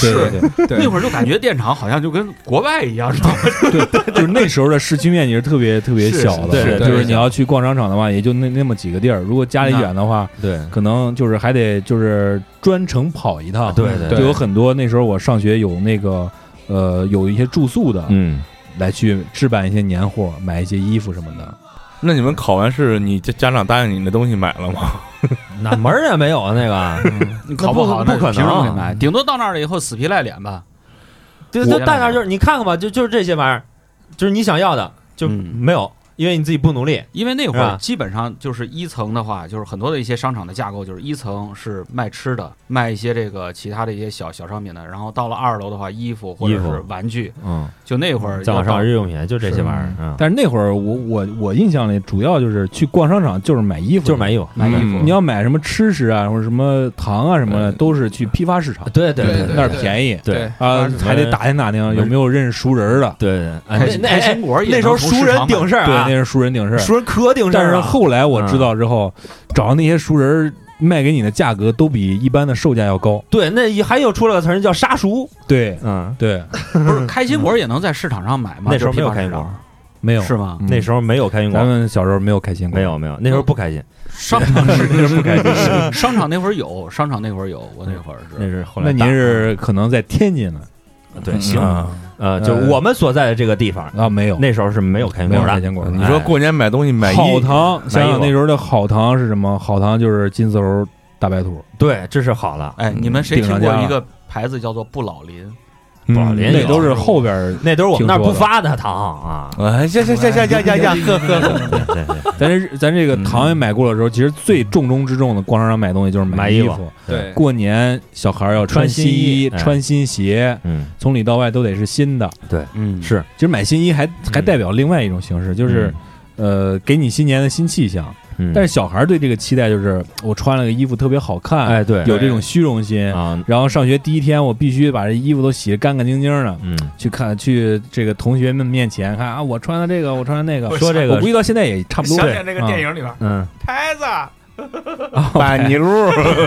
[SPEAKER 6] 对对对
[SPEAKER 8] 那会儿就感觉电厂好像就跟国外一样，知道吗？
[SPEAKER 6] 对，就是那时候的市区面积是特别特别
[SPEAKER 8] 是
[SPEAKER 6] 小的，
[SPEAKER 9] 是是
[SPEAKER 6] 就是
[SPEAKER 8] 对
[SPEAKER 6] 你要去逛商场的话，也就那那么几个地儿，如果家里
[SPEAKER 8] 那
[SPEAKER 6] 远的话，
[SPEAKER 9] 对
[SPEAKER 6] 可能就是还得就是专程跑一趟，
[SPEAKER 9] 对对
[SPEAKER 6] 就有很多那时候我上学有那个呃有一些住宿的，
[SPEAKER 9] 嗯，
[SPEAKER 6] 来去置办一些年货，买一些衣服什么的。
[SPEAKER 5] 那你们考完试，你家家长答应你的东西买了吗？
[SPEAKER 9] 哪门儿也没有啊那个，
[SPEAKER 8] 你考好
[SPEAKER 9] 那
[SPEAKER 8] 那
[SPEAKER 9] 不
[SPEAKER 8] 凭
[SPEAKER 9] 不可能啊
[SPEAKER 8] 什么给买？顶多到那儿了以后死皮赖脸吧。
[SPEAKER 9] 对，
[SPEAKER 8] 我
[SPEAKER 9] 就大概就是你看看吧，就就是这些玩意儿，就是你想要的就
[SPEAKER 8] 嗯
[SPEAKER 9] 没有，因为你自己不努力。
[SPEAKER 8] 因为那会
[SPEAKER 9] 是
[SPEAKER 8] 儿
[SPEAKER 9] 吧
[SPEAKER 8] 基本上就是一层的话，就是很多的一些商场的架构，就是一层是卖吃的，卖一些这个其他的一些小小商品的，然后到了二楼的话，衣服或者
[SPEAKER 9] 衣服
[SPEAKER 8] 是玩具，
[SPEAKER 9] 嗯，
[SPEAKER 8] 就那会儿
[SPEAKER 9] 再往
[SPEAKER 8] 要到
[SPEAKER 9] 上日用品就这些玩意儿，嗯
[SPEAKER 6] 但是那会儿我我我印象里，主要就是去逛商场就是买衣服，
[SPEAKER 9] 就是买。衣服。
[SPEAKER 8] 买衣服
[SPEAKER 5] 嗯
[SPEAKER 6] 你要买什么吃食啊，或者什么糖啊什么的，都是去批发市场，
[SPEAKER 9] 对对
[SPEAKER 7] 对对
[SPEAKER 6] 那儿便宜
[SPEAKER 9] 对
[SPEAKER 7] 对
[SPEAKER 6] 啊，还得打听打听有没有认识熟人的。
[SPEAKER 9] 对对，
[SPEAKER 8] 开
[SPEAKER 9] 哎那
[SPEAKER 8] 心
[SPEAKER 9] 那
[SPEAKER 8] 开
[SPEAKER 9] 哎
[SPEAKER 8] 心果也
[SPEAKER 9] 那时候
[SPEAKER 8] 能从
[SPEAKER 9] 熟
[SPEAKER 8] 市
[SPEAKER 9] 人
[SPEAKER 8] 场买
[SPEAKER 9] 顶事儿
[SPEAKER 6] 对，
[SPEAKER 9] 啊
[SPEAKER 6] 那，是熟人顶事儿。
[SPEAKER 9] 熟人可顶事
[SPEAKER 6] 但
[SPEAKER 9] 儿啊嗯
[SPEAKER 6] 是
[SPEAKER 9] 了。
[SPEAKER 6] 后来我知道之后，找那些熟人卖给你的价格都比一般的售价要高。
[SPEAKER 9] 对，那一还有出了个词儿叫杀熟，
[SPEAKER 6] 对
[SPEAKER 9] 嗯，
[SPEAKER 6] 对，
[SPEAKER 8] 不 是开心果也能在市场上买吗？
[SPEAKER 9] 那时候没有
[SPEAKER 8] 就批发
[SPEAKER 9] 开心
[SPEAKER 8] 市场
[SPEAKER 9] 果，
[SPEAKER 6] 没有
[SPEAKER 8] 是吗？
[SPEAKER 9] 那时候没有开心
[SPEAKER 6] 候
[SPEAKER 9] 果
[SPEAKER 6] 咱，们小时候没有开心果，
[SPEAKER 9] 没有没有，那时候不开心，
[SPEAKER 8] 商场
[SPEAKER 9] 那时候不开心，
[SPEAKER 8] 是商场那会儿有，商场那会儿有，我那会儿
[SPEAKER 9] 那
[SPEAKER 8] 是
[SPEAKER 9] 是后来
[SPEAKER 6] 那
[SPEAKER 9] 大。
[SPEAKER 6] 您是可能在天津呢
[SPEAKER 9] 对行
[SPEAKER 5] 啊
[SPEAKER 9] 呃，就
[SPEAKER 6] 呃
[SPEAKER 9] 我们所在的这个地方，
[SPEAKER 6] 啊？没有，
[SPEAKER 9] 那时候是没有开心
[SPEAKER 6] 没
[SPEAKER 9] 果
[SPEAKER 6] 有开
[SPEAKER 9] 的。
[SPEAKER 6] 心果。
[SPEAKER 5] 你说过年买东西买
[SPEAKER 6] 好
[SPEAKER 5] 衣，
[SPEAKER 6] 糖，想想
[SPEAKER 9] 买衣服
[SPEAKER 6] 那时候的好糖是什么？好糖就是金丝猴大白兔，
[SPEAKER 9] 对，这是好了，
[SPEAKER 8] 哎，你们谁
[SPEAKER 6] 顶嗯
[SPEAKER 8] 听
[SPEAKER 6] 上
[SPEAKER 8] 过
[SPEAKER 6] 家
[SPEAKER 8] 一
[SPEAKER 6] 了
[SPEAKER 8] 个牌子叫做不老林？
[SPEAKER 9] 宝林
[SPEAKER 6] 那
[SPEAKER 9] 也
[SPEAKER 6] 都
[SPEAKER 9] 有
[SPEAKER 6] 是后边 儿。
[SPEAKER 9] 那都是我们那儿不
[SPEAKER 6] 听说的
[SPEAKER 9] 发的 糖啊。
[SPEAKER 5] 哎呀呀呀呀呀呀呀， 呵呵，
[SPEAKER 9] 对对对，
[SPEAKER 6] 咱这咱这个糖也买过了之后，其实最重中之重的逛商场买东西就是
[SPEAKER 9] 买衣
[SPEAKER 6] 衣
[SPEAKER 9] 服
[SPEAKER 6] 服。
[SPEAKER 7] 对，
[SPEAKER 6] 过年小孩儿要穿
[SPEAKER 9] 穿新
[SPEAKER 6] 新衣、
[SPEAKER 9] 衣哎
[SPEAKER 6] 穿新鞋，
[SPEAKER 9] 嗯，
[SPEAKER 6] 从里到外都得是新的。嗯
[SPEAKER 8] 嗯
[SPEAKER 9] 是
[SPEAKER 6] 其实买新衣还还代表另外一种形式，就是呃，给你新年的新气象。
[SPEAKER 9] 嗯，嗯
[SPEAKER 6] 但是小孩儿对这个期待就是，我穿了个衣服特别好看，
[SPEAKER 9] 哎对
[SPEAKER 6] 有这种虚荣心。
[SPEAKER 9] 啊，
[SPEAKER 6] 然后上学第一天，我必须把这衣服都洗得干干净净的，
[SPEAKER 9] 嗯，
[SPEAKER 6] 去看去这个同学们面前看啊，我穿的这个，我穿的那个。
[SPEAKER 9] 说这
[SPEAKER 6] 我
[SPEAKER 9] 个
[SPEAKER 6] 估，计到现在也差不多。啊
[SPEAKER 9] 想起
[SPEAKER 6] 那个电影，
[SPEAKER 9] 嗯，
[SPEAKER 5] 板泥路，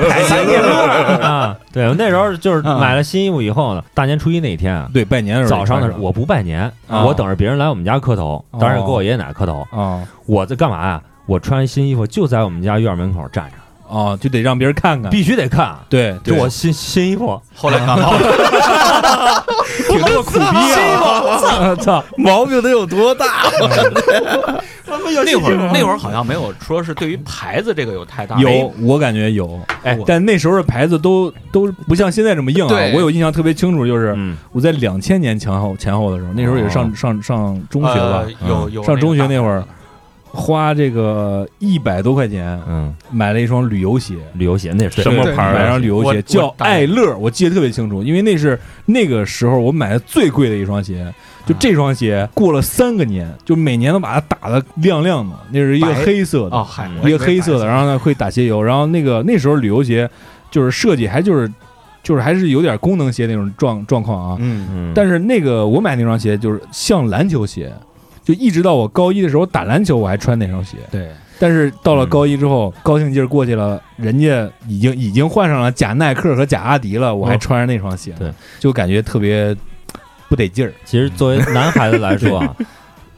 [SPEAKER 9] 啊，对，我那时候就是买了新衣服以后呢，大年初一那一天啊，
[SPEAKER 6] 对，拜年的时候
[SPEAKER 9] 早上的时
[SPEAKER 6] 时
[SPEAKER 9] 候
[SPEAKER 6] 候
[SPEAKER 9] 我不拜年，
[SPEAKER 6] 啊
[SPEAKER 9] 我等着别人来我们家磕头，当然给我爷爷奶奶磕头。
[SPEAKER 6] 啊
[SPEAKER 9] 我在干嘛呀？我穿新衣服就在我们家院门口站着，
[SPEAKER 6] 啊，啊，就得让别人看看。
[SPEAKER 9] 必须得看，
[SPEAKER 6] 对，
[SPEAKER 9] 这
[SPEAKER 6] 对
[SPEAKER 9] 我新新衣服，
[SPEAKER 8] 后来感冒 了，
[SPEAKER 6] 挺他妈苦逼 啊！操，
[SPEAKER 5] 毛病得有多大？
[SPEAKER 8] 那会儿那会儿好像没有说是对于牌子这个有太大
[SPEAKER 6] 有我感觉有，
[SPEAKER 8] 哎
[SPEAKER 6] 但那时候的牌子都都不像现在这么硬啊。
[SPEAKER 7] 对
[SPEAKER 6] 我有印象特别清楚，就是
[SPEAKER 9] 嗯，
[SPEAKER 6] 我在两千年前后前后的时候，那时候也上上上中学吧嗯
[SPEAKER 8] 呃，有有
[SPEAKER 6] 上中学哦那会
[SPEAKER 8] 个
[SPEAKER 6] 儿
[SPEAKER 8] 大牌子，
[SPEAKER 6] 花这个一百多块钱
[SPEAKER 9] 嗯，
[SPEAKER 6] 买了一双旅游鞋，
[SPEAKER 9] 旅游鞋那是
[SPEAKER 5] 什么
[SPEAKER 7] 对
[SPEAKER 5] 牌
[SPEAKER 6] 买
[SPEAKER 5] 儿
[SPEAKER 6] 双
[SPEAKER 5] 啊？
[SPEAKER 6] 旅游
[SPEAKER 8] 我
[SPEAKER 6] 鞋
[SPEAKER 8] 我
[SPEAKER 6] 叫
[SPEAKER 8] 当
[SPEAKER 6] 爱乐，我记得特别清楚，因为那是那个时候我买的最贵的一双鞋。
[SPEAKER 8] 啊
[SPEAKER 6] 就这双鞋过了三个年，就每年都把它打的亮亮的，那是一个
[SPEAKER 8] 白
[SPEAKER 6] 黑色的
[SPEAKER 8] 哦，嗨，我
[SPEAKER 6] 一
[SPEAKER 8] 以
[SPEAKER 6] 个
[SPEAKER 8] 为
[SPEAKER 6] 黑色的，然后呢会打鞋油，然后那个那时候旅游鞋就是设计还就是就是还是有点功能鞋那种状状况啊，
[SPEAKER 5] 嗯，
[SPEAKER 9] 嗯，
[SPEAKER 6] 但是那个我买那双鞋就是像篮球鞋，就一直到我高一的时候打篮球我还穿那双鞋，
[SPEAKER 8] 对，
[SPEAKER 6] 但是到了高一之后、高兴劲儿过去了，人家已经已经换上了假耐克和假阿迪了，我还穿着那双鞋，
[SPEAKER 9] 对，
[SPEAKER 6] 哦就感觉特别不得劲儿，
[SPEAKER 9] 其实作为男孩子来说啊，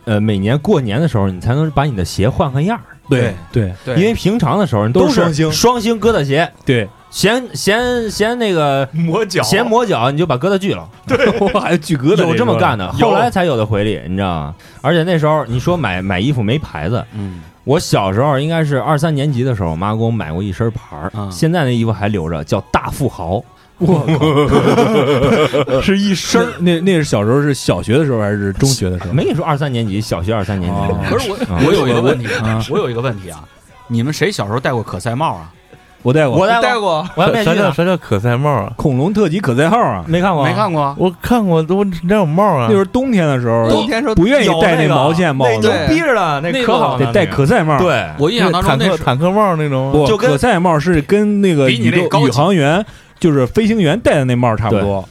[SPEAKER 9] 呃，每年过年的时候，你才能把你的鞋换换样儿，
[SPEAKER 6] 对对
[SPEAKER 7] 对，
[SPEAKER 9] 因为平常的时候你
[SPEAKER 6] 都
[SPEAKER 9] 都
[SPEAKER 6] 是
[SPEAKER 9] 是
[SPEAKER 6] 双星
[SPEAKER 9] 双星疙瘩鞋，
[SPEAKER 6] 对，
[SPEAKER 9] 嫌嫌嫌那个
[SPEAKER 5] 磨脚
[SPEAKER 9] 嫌磨脚，你就把疙瘩锯了，
[SPEAKER 6] 我还有巨疙瘩，
[SPEAKER 9] 有这么干
[SPEAKER 6] 的，
[SPEAKER 9] 的，
[SPEAKER 5] 有
[SPEAKER 9] 后来才有的回礼，你知道吗？而且那时候你说买买衣服没牌子，
[SPEAKER 8] 嗯，
[SPEAKER 9] 我小时候应该是二三年级的时候，我妈给我买过一身牌儿，
[SPEAKER 8] 嗯
[SPEAKER 9] 现在那衣服还留着，叫大富豪。
[SPEAKER 6] 是一身儿，那那是小时候是小学的时候还是中学的时候？
[SPEAKER 9] 没跟你说二三年级，小学二三年级。
[SPEAKER 6] 哦
[SPEAKER 8] 可是我
[SPEAKER 9] 啊
[SPEAKER 8] 我有一个问题
[SPEAKER 6] 啊，
[SPEAKER 8] 我有一个问题啊，你们谁小时候戴过可赛帽啊？
[SPEAKER 6] 我戴过
[SPEAKER 9] 我戴
[SPEAKER 7] 戴
[SPEAKER 9] 过，
[SPEAKER 7] 过，
[SPEAKER 9] 我要面
[SPEAKER 5] 啥
[SPEAKER 9] 具
[SPEAKER 5] 叫
[SPEAKER 9] 呢，
[SPEAKER 5] 啥叫可赛帽啊？
[SPEAKER 6] 恐龙特级可赛号啊，
[SPEAKER 9] 没看过，
[SPEAKER 8] 没看过，
[SPEAKER 5] 我看过，都哪有帽啊
[SPEAKER 6] 那时？候冬天的时候，
[SPEAKER 7] 冬天时候
[SPEAKER 6] 不愿意
[SPEAKER 9] 有
[SPEAKER 6] 戴
[SPEAKER 9] 那个
[SPEAKER 6] 毛线帽
[SPEAKER 7] 那
[SPEAKER 6] 子
[SPEAKER 7] 个，
[SPEAKER 9] 逼着了，那
[SPEAKER 8] 那
[SPEAKER 9] 可好
[SPEAKER 8] 个
[SPEAKER 9] 了
[SPEAKER 6] 得戴可赛帽。，
[SPEAKER 9] 对，
[SPEAKER 8] 我印象当中
[SPEAKER 5] 坦
[SPEAKER 8] 那
[SPEAKER 5] 克
[SPEAKER 8] 是
[SPEAKER 5] 坦克帽那种吗，
[SPEAKER 6] 不，
[SPEAKER 9] 就跟
[SPEAKER 6] 可赛帽是跟那个
[SPEAKER 8] 比你
[SPEAKER 6] 宇
[SPEAKER 8] 那
[SPEAKER 6] 宙
[SPEAKER 8] 高级
[SPEAKER 6] 宇航员就是飞行员戴的那帽差不多。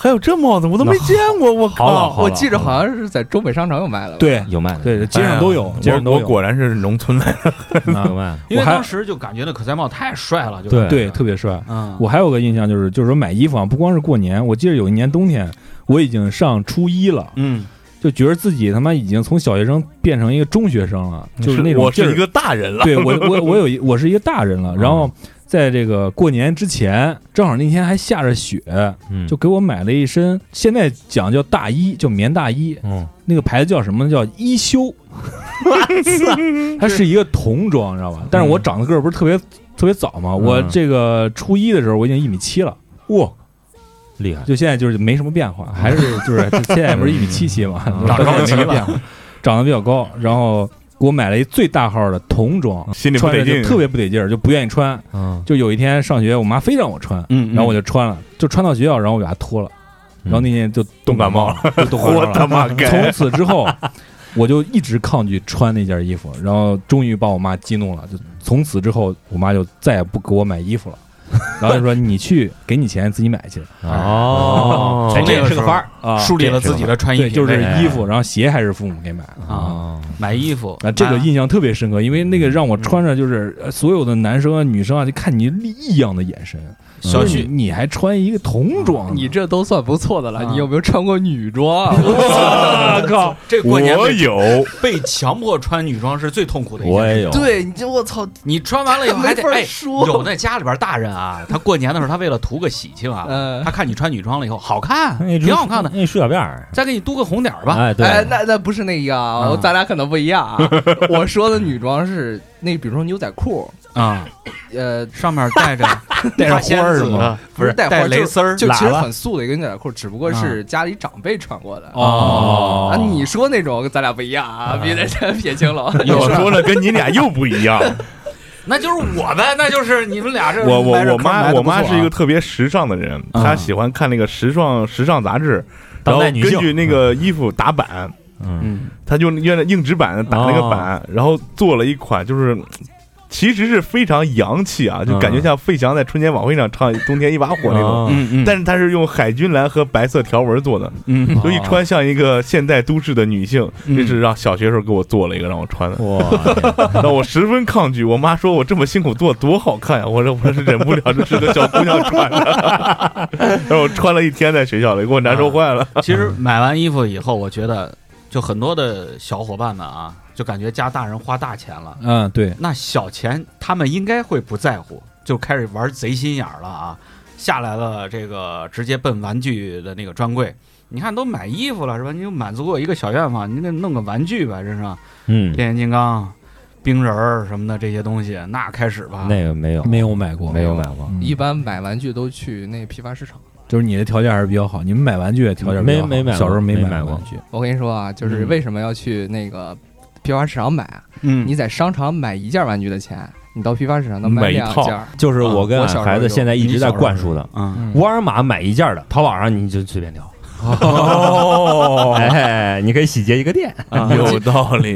[SPEAKER 5] 还有这帽子，我都没见过，我
[SPEAKER 9] 好老
[SPEAKER 5] 靠！
[SPEAKER 9] 好
[SPEAKER 7] 哦我
[SPEAKER 9] 老
[SPEAKER 7] 记着好像是在中北商场有卖的吧，
[SPEAKER 6] 对
[SPEAKER 9] 有卖的，
[SPEAKER 6] 对，街上都有，街上
[SPEAKER 5] 我
[SPEAKER 6] 都
[SPEAKER 5] 我
[SPEAKER 6] 有。
[SPEAKER 5] 果然是农村来的，
[SPEAKER 9] 有卖的。
[SPEAKER 8] 因为
[SPEAKER 6] 我还
[SPEAKER 8] 当时就感觉那可赛帽太帅了，就
[SPEAKER 9] 对
[SPEAKER 6] 对，特别帅。
[SPEAKER 8] 嗯，
[SPEAKER 6] 我还有个印象就是，就是说买衣服啊，不光是过年，我记得有一年冬天，我已经上初一了，
[SPEAKER 8] 嗯，
[SPEAKER 6] 就觉得自己他妈已经从小学生变成一个中学生了，就是那种
[SPEAKER 5] 我
[SPEAKER 6] 劲儿
[SPEAKER 5] 是一个大人了，
[SPEAKER 6] 对我我我有 一我是一个大人了，然
[SPEAKER 9] 嗯
[SPEAKER 6] 后在这个过年之前，正好那天还下着雪，
[SPEAKER 9] 嗯
[SPEAKER 6] 就给我买了一身，现在讲叫大衣，叫棉大衣，
[SPEAKER 9] 嗯，
[SPEAKER 6] 那个牌子叫什么呢？叫一 休，它是一个童装，你知道吧？但是
[SPEAKER 9] 嗯
[SPEAKER 6] 我长得个儿不是特别特别早嘛，我这个初一的时候我已经一米七了。哇，
[SPEAKER 9] 厉害，
[SPEAKER 6] 就现在就是没什么变化， 还是就是就现在不是一米七七嘛，
[SPEAKER 9] 嗯
[SPEAKER 6] 长高级了，长得比较高，然后给我买了一最大号的童装，
[SPEAKER 5] 心里不
[SPEAKER 6] 穿
[SPEAKER 5] 得
[SPEAKER 6] 着
[SPEAKER 5] 劲，啊
[SPEAKER 6] 就特别不得劲儿，就不愿意穿。
[SPEAKER 9] 嗯，
[SPEAKER 6] 就有一天上学，我妈非让我穿，
[SPEAKER 8] 嗯，
[SPEAKER 6] 然后我就穿了，就穿到学校，然后我就把它脱了，
[SPEAKER 9] 嗯
[SPEAKER 6] 然后那天就
[SPEAKER 5] 冻感冒
[SPEAKER 6] 了，就冻感 冒
[SPEAKER 5] 我他
[SPEAKER 6] 了。
[SPEAKER 5] 妈该
[SPEAKER 6] 从此之后，我就一直抗拒穿那件衣服，然后终于把我妈激怒了，就从此之后，我妈就再也不给我买衣服了，然后就说你去给你钱自己买去
[SPEAKER 9] 哦，
[SPEAKER 8] 从那
[SPEAKER 9] 这
[SPEAKER 8] 个
[SPEAKER 9] 是个
[SPEAKER 8] 时候
[SPEAKER 9] 法儿
[SPEAKER 6] 啊。
[SPEAKER 8] 梳理了自己的穿衣
[SPEAKER 6] 对，
[SPEAKER 8] 品
[SPEAKER 6] 就是
[SPEAKER 5] 哎
[SPEAKER 8] 味
[SPEAKER 6] 衣服，然后鞋还是父母给买
[SPEAKER 9] 哦
[SPEAKER 6] 的
[SPEAKER 8] 啊，买衣服
[SPEAKER 6] 啊，这个
[SPEAKER 8] 买
[SPEAKER 6] 印象特别深刻，因为那个让我穿着就是
[SPEAKER 8] 嗯
[SPEAKER 6] 呃所有的男生啊、女生啊，就看你异样的眼神。
[SPEAKER 8] 嗯小嗯
[SPEAKER 6] 就是
[SPEAKER 8] 旭
[SPEAKER 6] 你你还穿一个童装呢，
[SPEAKER 7] 你这都算不错的了，
[SPEAKER 8] 啊
[SPEAKER 7] 你有没有穿过女装啊？
[SPEAKER 6] 我靠！
[SPEAKER 8] 这过年
[SPEAKER 5] 我
[SPEAKER 8] 被
[SPEAKER 5] 有，
[SPEAKER 8] 被强迫穿女装是最痛苦的一件
[SPEAKER 9] 我
[SPEAKER 8] 事。
[SPEAKER 9] 也有，
[SPEAKER 7] 对，你这我操，
[SPEAKER 8] 你穿完了以后还得
[SPEAKER 7] 没法
[SPEAKER 8] 哎，
[SPEAKER 7] 说
[SPEAKER 8] 有那家里边大人 啊，他过年的时候他为了图个喜庆啊，
[SPEAKER 7] 呃
[SPEAKER 8] 他，看你穿女装了以后好看，啊
[SPEAKER 9] 那
[SPEAKER 8] 挺好看的，
[SPEAKER 9] 那梳小辫儿，
[SPEAKER 8] 再给你镀个红点儿吧。
[SPEAKER 9] 哎，对，
[SPEAKER 7] 哎，那那不是那个啊，
[SPEAKER 8] 啊
[SPEAKER 7] 我咱俩可能不一样啊。我说的女装是那，比如说牛仔裤，
[SPEAKER 8] 啊，
[SPEAKER 7] 呃，
[SPEAKER 8] 上面带着
[SPEAKER 6] 带着
[SPEAKER 8] 大仙
[SPEAKER 6] 花儿
[SPEAKER 8] 子
[SPEAKER 6] 是吗？
[SPEAKER 7] 不是带花
[SPEAKER 8] 带蕾丝儿，
[SPEAKER 7] 就其实
[SPEAKER 9] 喇叭
[SPEAKER 7] 很素的一个牛仔裤，只不过是家里长辈穿过的。
[SPEAKER 6] 哦
[SPEAKER 7] 啊，你说那种咱俩不一样啊，别在这撇清了。
[SPEAKER 5] 我说了跟你俩又不一样。
[SPEAKER 8] 那就是我的，那就是你们俩这
[SPEAKER 5] 我我
[SPEAKER 8] 埋着
[SPEAKER 5] 我
[SPEAKER 8] 坑埋
[SPEAKER 5] 妈
[SPEAKER 8] 得
[SPEAKER 5] 我
[SPEAKER 8] 不错啊
[SPEAKER 5] 妈是一个特别时尚的人，
[SPEAKER 8] 啊
[SPEAKER 5] 她喜欢看那个时尚时尚杂志，然
[SPEAKER 9] 嗯当
[SPEAKER 5] 后
[SPEAKER 9] 代女性
[SPEAKER 5] 根据那个衣服打版，
[SPEAKER 9] 嗯
[SPEAKER 8] 嗯
[SPEAKER 5] 她就用那硬纸板打那个
[SPEAKER 9] 哦
[SPEAKER 5] 版，然后做了一款就是。其实是非常洋气啊，就感觉像费翔在春节晚会上唱《冬天一把火》那种，
[SPEAKER 9] 嗯哦
[SPEAKER 8] 嗯嗯，
[SPEAKER 5] 但是它是用海军蓝和白色条纹做的，
[SPEAKER 8] 嗯
[SPEAKER 5] 所以穿像一个现代都市的女性。
[SPEAKER 8] 嗯
[SPEAKER 5] 这是让小学时候给我做了一个让我穿的，
[SPEAKER 9] 哇，
[SPEAKER 5] 让我十分抗拒。我妈说我这么辛苦做多好看呀、我说我是忍不了，这是个小姑娘穿的。 然后我穿了一天在学校里，给我难受坏了。
[SPEAKER 8] 其实买完衣服以后，我觉得就很多的小伙伴们啊，就感觉家大人花大钱了，
[SPEAKER 6] 嗯，对，
[SPEAKER 8] 那小钱他们应该会不在乎，就开始玩贼心眼儿了啊！下来了，这个直接奔玩具的那个专柜。你看都买衣服了是吧？你就满足我一个小愿望，你得弄个玩具吧，真是吧
[SPEAKER 9] 嗯，
[SPEAKER 8] 变形金刚、冰人儿什么的这些东西，那开始吧。
[SPEAKER 9] 那个没有，
[SPEAKER 6] 没有买过，
[SPEAKER 9] 没有买过，
[SPEAKER 6] 嗯
[SPEAKER 7] 一般买玩具都去那批发市场。
[SPEAKER 6] 就是你的条件还是比较好，你们买玩具的条件比较好
[SPEAKER 9] 没没买过
[SPEAKER 6] 小时候没
[SPEAKER 9] 没
[SPEAKER 6] 买
[SPEAKER 9] 买
[SPEAKER 6] 过
[SPEAKER 9] 过
[SPEAKER 6] 玩
[SPEAKER 8] 嗯
[SPEAKER 6] 具，
[SPEAKER 7] 我跟你说啊，就
[SPEAKER 9] 嗯
[SPEAKER 7] 是为什么要去那个批发市场买啊？
[SPEAKER 8] 嗯，
[SPEAKER 7] 你在商场买一件玩具的钱，你到批发市场能买
[SPEAKER 5] 买一
[SPEAKER 7] 两
[SPEAKER 5] 套
[SPEAKER 7] 件儿。
[SPEAKER 9] 就是
[SPEAKER 7] 啊
[SPEAKER 9] 我跟
[SPEAKER 7] 我小时候
[SPEAKER 9] 孩子
[SPEAKER 7] 有
[SPEAKER 9] 现在一
[SPEAKER 8] 你
[SPEAKER 9] 直
[SPEAKER 8] 小
[SPEAKER 9] 在
[SPEAKER 8] 时候
[SPEAKER 9] 灌输的，
[SPEAKER 8] 嗯，
[SPEAKER 9] 沃尔玛买一件儿的，淘宝上你就随便挑，
[SPEAKER 5] 哦，
[SPEAKER 9] 哎，你可以洗劫一个店，
[SPEAKER 5] 啊
[SPEAKER 8] 啊嗯
[SPEAKER 5] 有道理，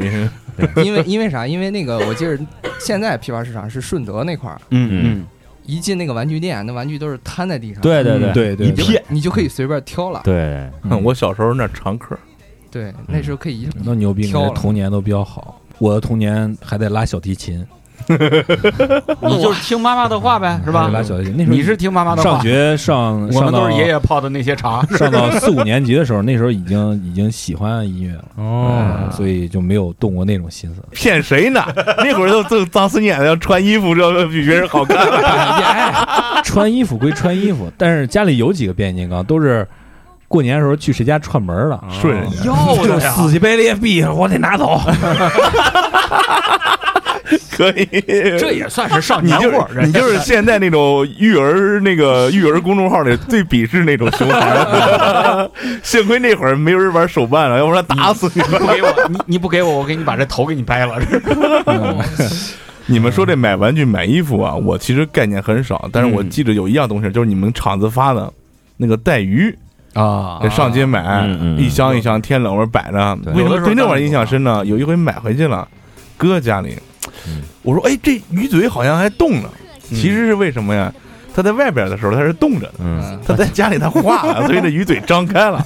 [SPEAKER 7] 因为因为啥？因为那个我记得现在批发市场是顺德那块儿，
[SPEAKER 8] 嗯
[SPEAKER 7] 一进那个玩具店，那玩具都是摊在地上，，
[SPEAKER 9] 对对
[SPEAKER 6] 嗯对对
[SPEAKER 9] 一片，
[SPEAKER 7] 你就可以随便挑了。
[SPEAKER 9] 对，
[SPEAKER 6] 嗯
[SPEAKER 5] 我小时候那常客，
[SPEAKER 7] 对，那时候可以一
[SPEAKER 6] 那牛逼，你
[SPEAKER 7] 挑
[SPEAKER 6] 的
[SPEAKER 7] 了
[SPEAKER 6] 童年都比较好。我的童年还在拉小提琴，
[SPEAKER 8] 嗯，你就是听妈妈的话呗，是吧
[SPEAKER 6] 还？在拉小提琴，那时候
[SPEAKER 8] 你是听妈妈的话，
[SPEAKER 6] 上学上
[SPEAKER 8] 我
[SPEAKER 6] 上
[SPEAKER 8] 们
[SPEAKER 6] 到
[SPEAKER 8] 都是爷爷泡的那些茶。
[SPEAKER 6] 上到四五年级的时候，那时候已经已经喜欢音乐了，
[SPEAKER 8] 哦
[SPEAKER 6] 嗯所以就没有动过那种心思。
[SPEAKER 5] 骗谁呢？那会儿都正脏心眼子，要穿衣服要比别人好看。
[SPEAKER 6] 穿衣服归穿衣服，但是家里有几个变形金刚，都是过年的时候去谁家串门了，
[SPEAKER 8] 嗯
[SPEAKER 5] 顺人家
[SPEAKER 6] 要就
[SPEAKER 8] 啊
[SPEAKER 6] 死乞白赖逼，我得拿 走。
[SPEAKER 5] 可以，
[SPEAKER 8] 这也算是少
[SPEAKER 5] 你
[SPEAKER 8] 年
[SPEAKER 5] 就
[SPEAKER 8] 货，
[SPEAKER 5] 是你就是现在那种育儿那个育儿公众号里最鄙视那种熊孩子， 幸亏那会儿没有人玩手办了，要不然打死你们。
[SPEAKER 8] 不给我，你你不给我，我给你把这头给你掰了。
[SPEAKER 5] 你们说这买玩具买衣服啊，
[SPEAKER 9] 嗯
[SPEAKER 5] 我其实概念很少，但是我记得有一样东西，就是你们厂子发的那个带鱼，
[SPEAKER 6] 啊
[SPEAKER 5] 得上街买
[SPEAKER 9] 嗯嗯嗯
[SPEAKER 5] 一箱一箱，天冷了摆着。
[SPEAKER 9] 对
[SPEAKER 5] 为什么
[SPEAKER 8] 有的时候
[SPEAKER 5] 对那玩意
[SPEAKER 8] 当
[SPEAKER 5] 儿
[SPEAKER 8] 然
[SPEAKER 5] 印象深呢？有一回买回去了，搁家里
[SPEAKER 9] 嗯，
[SPEAKER 5] 我说：“哎，这鱼嘴好像还动呢。”其实是为什么呀？它在外边的时候它是动着的，
[SPEAKER 9] 嗯，
[SPEAKER 5] 它在家里它化 了，所以那鱼嘴张开了。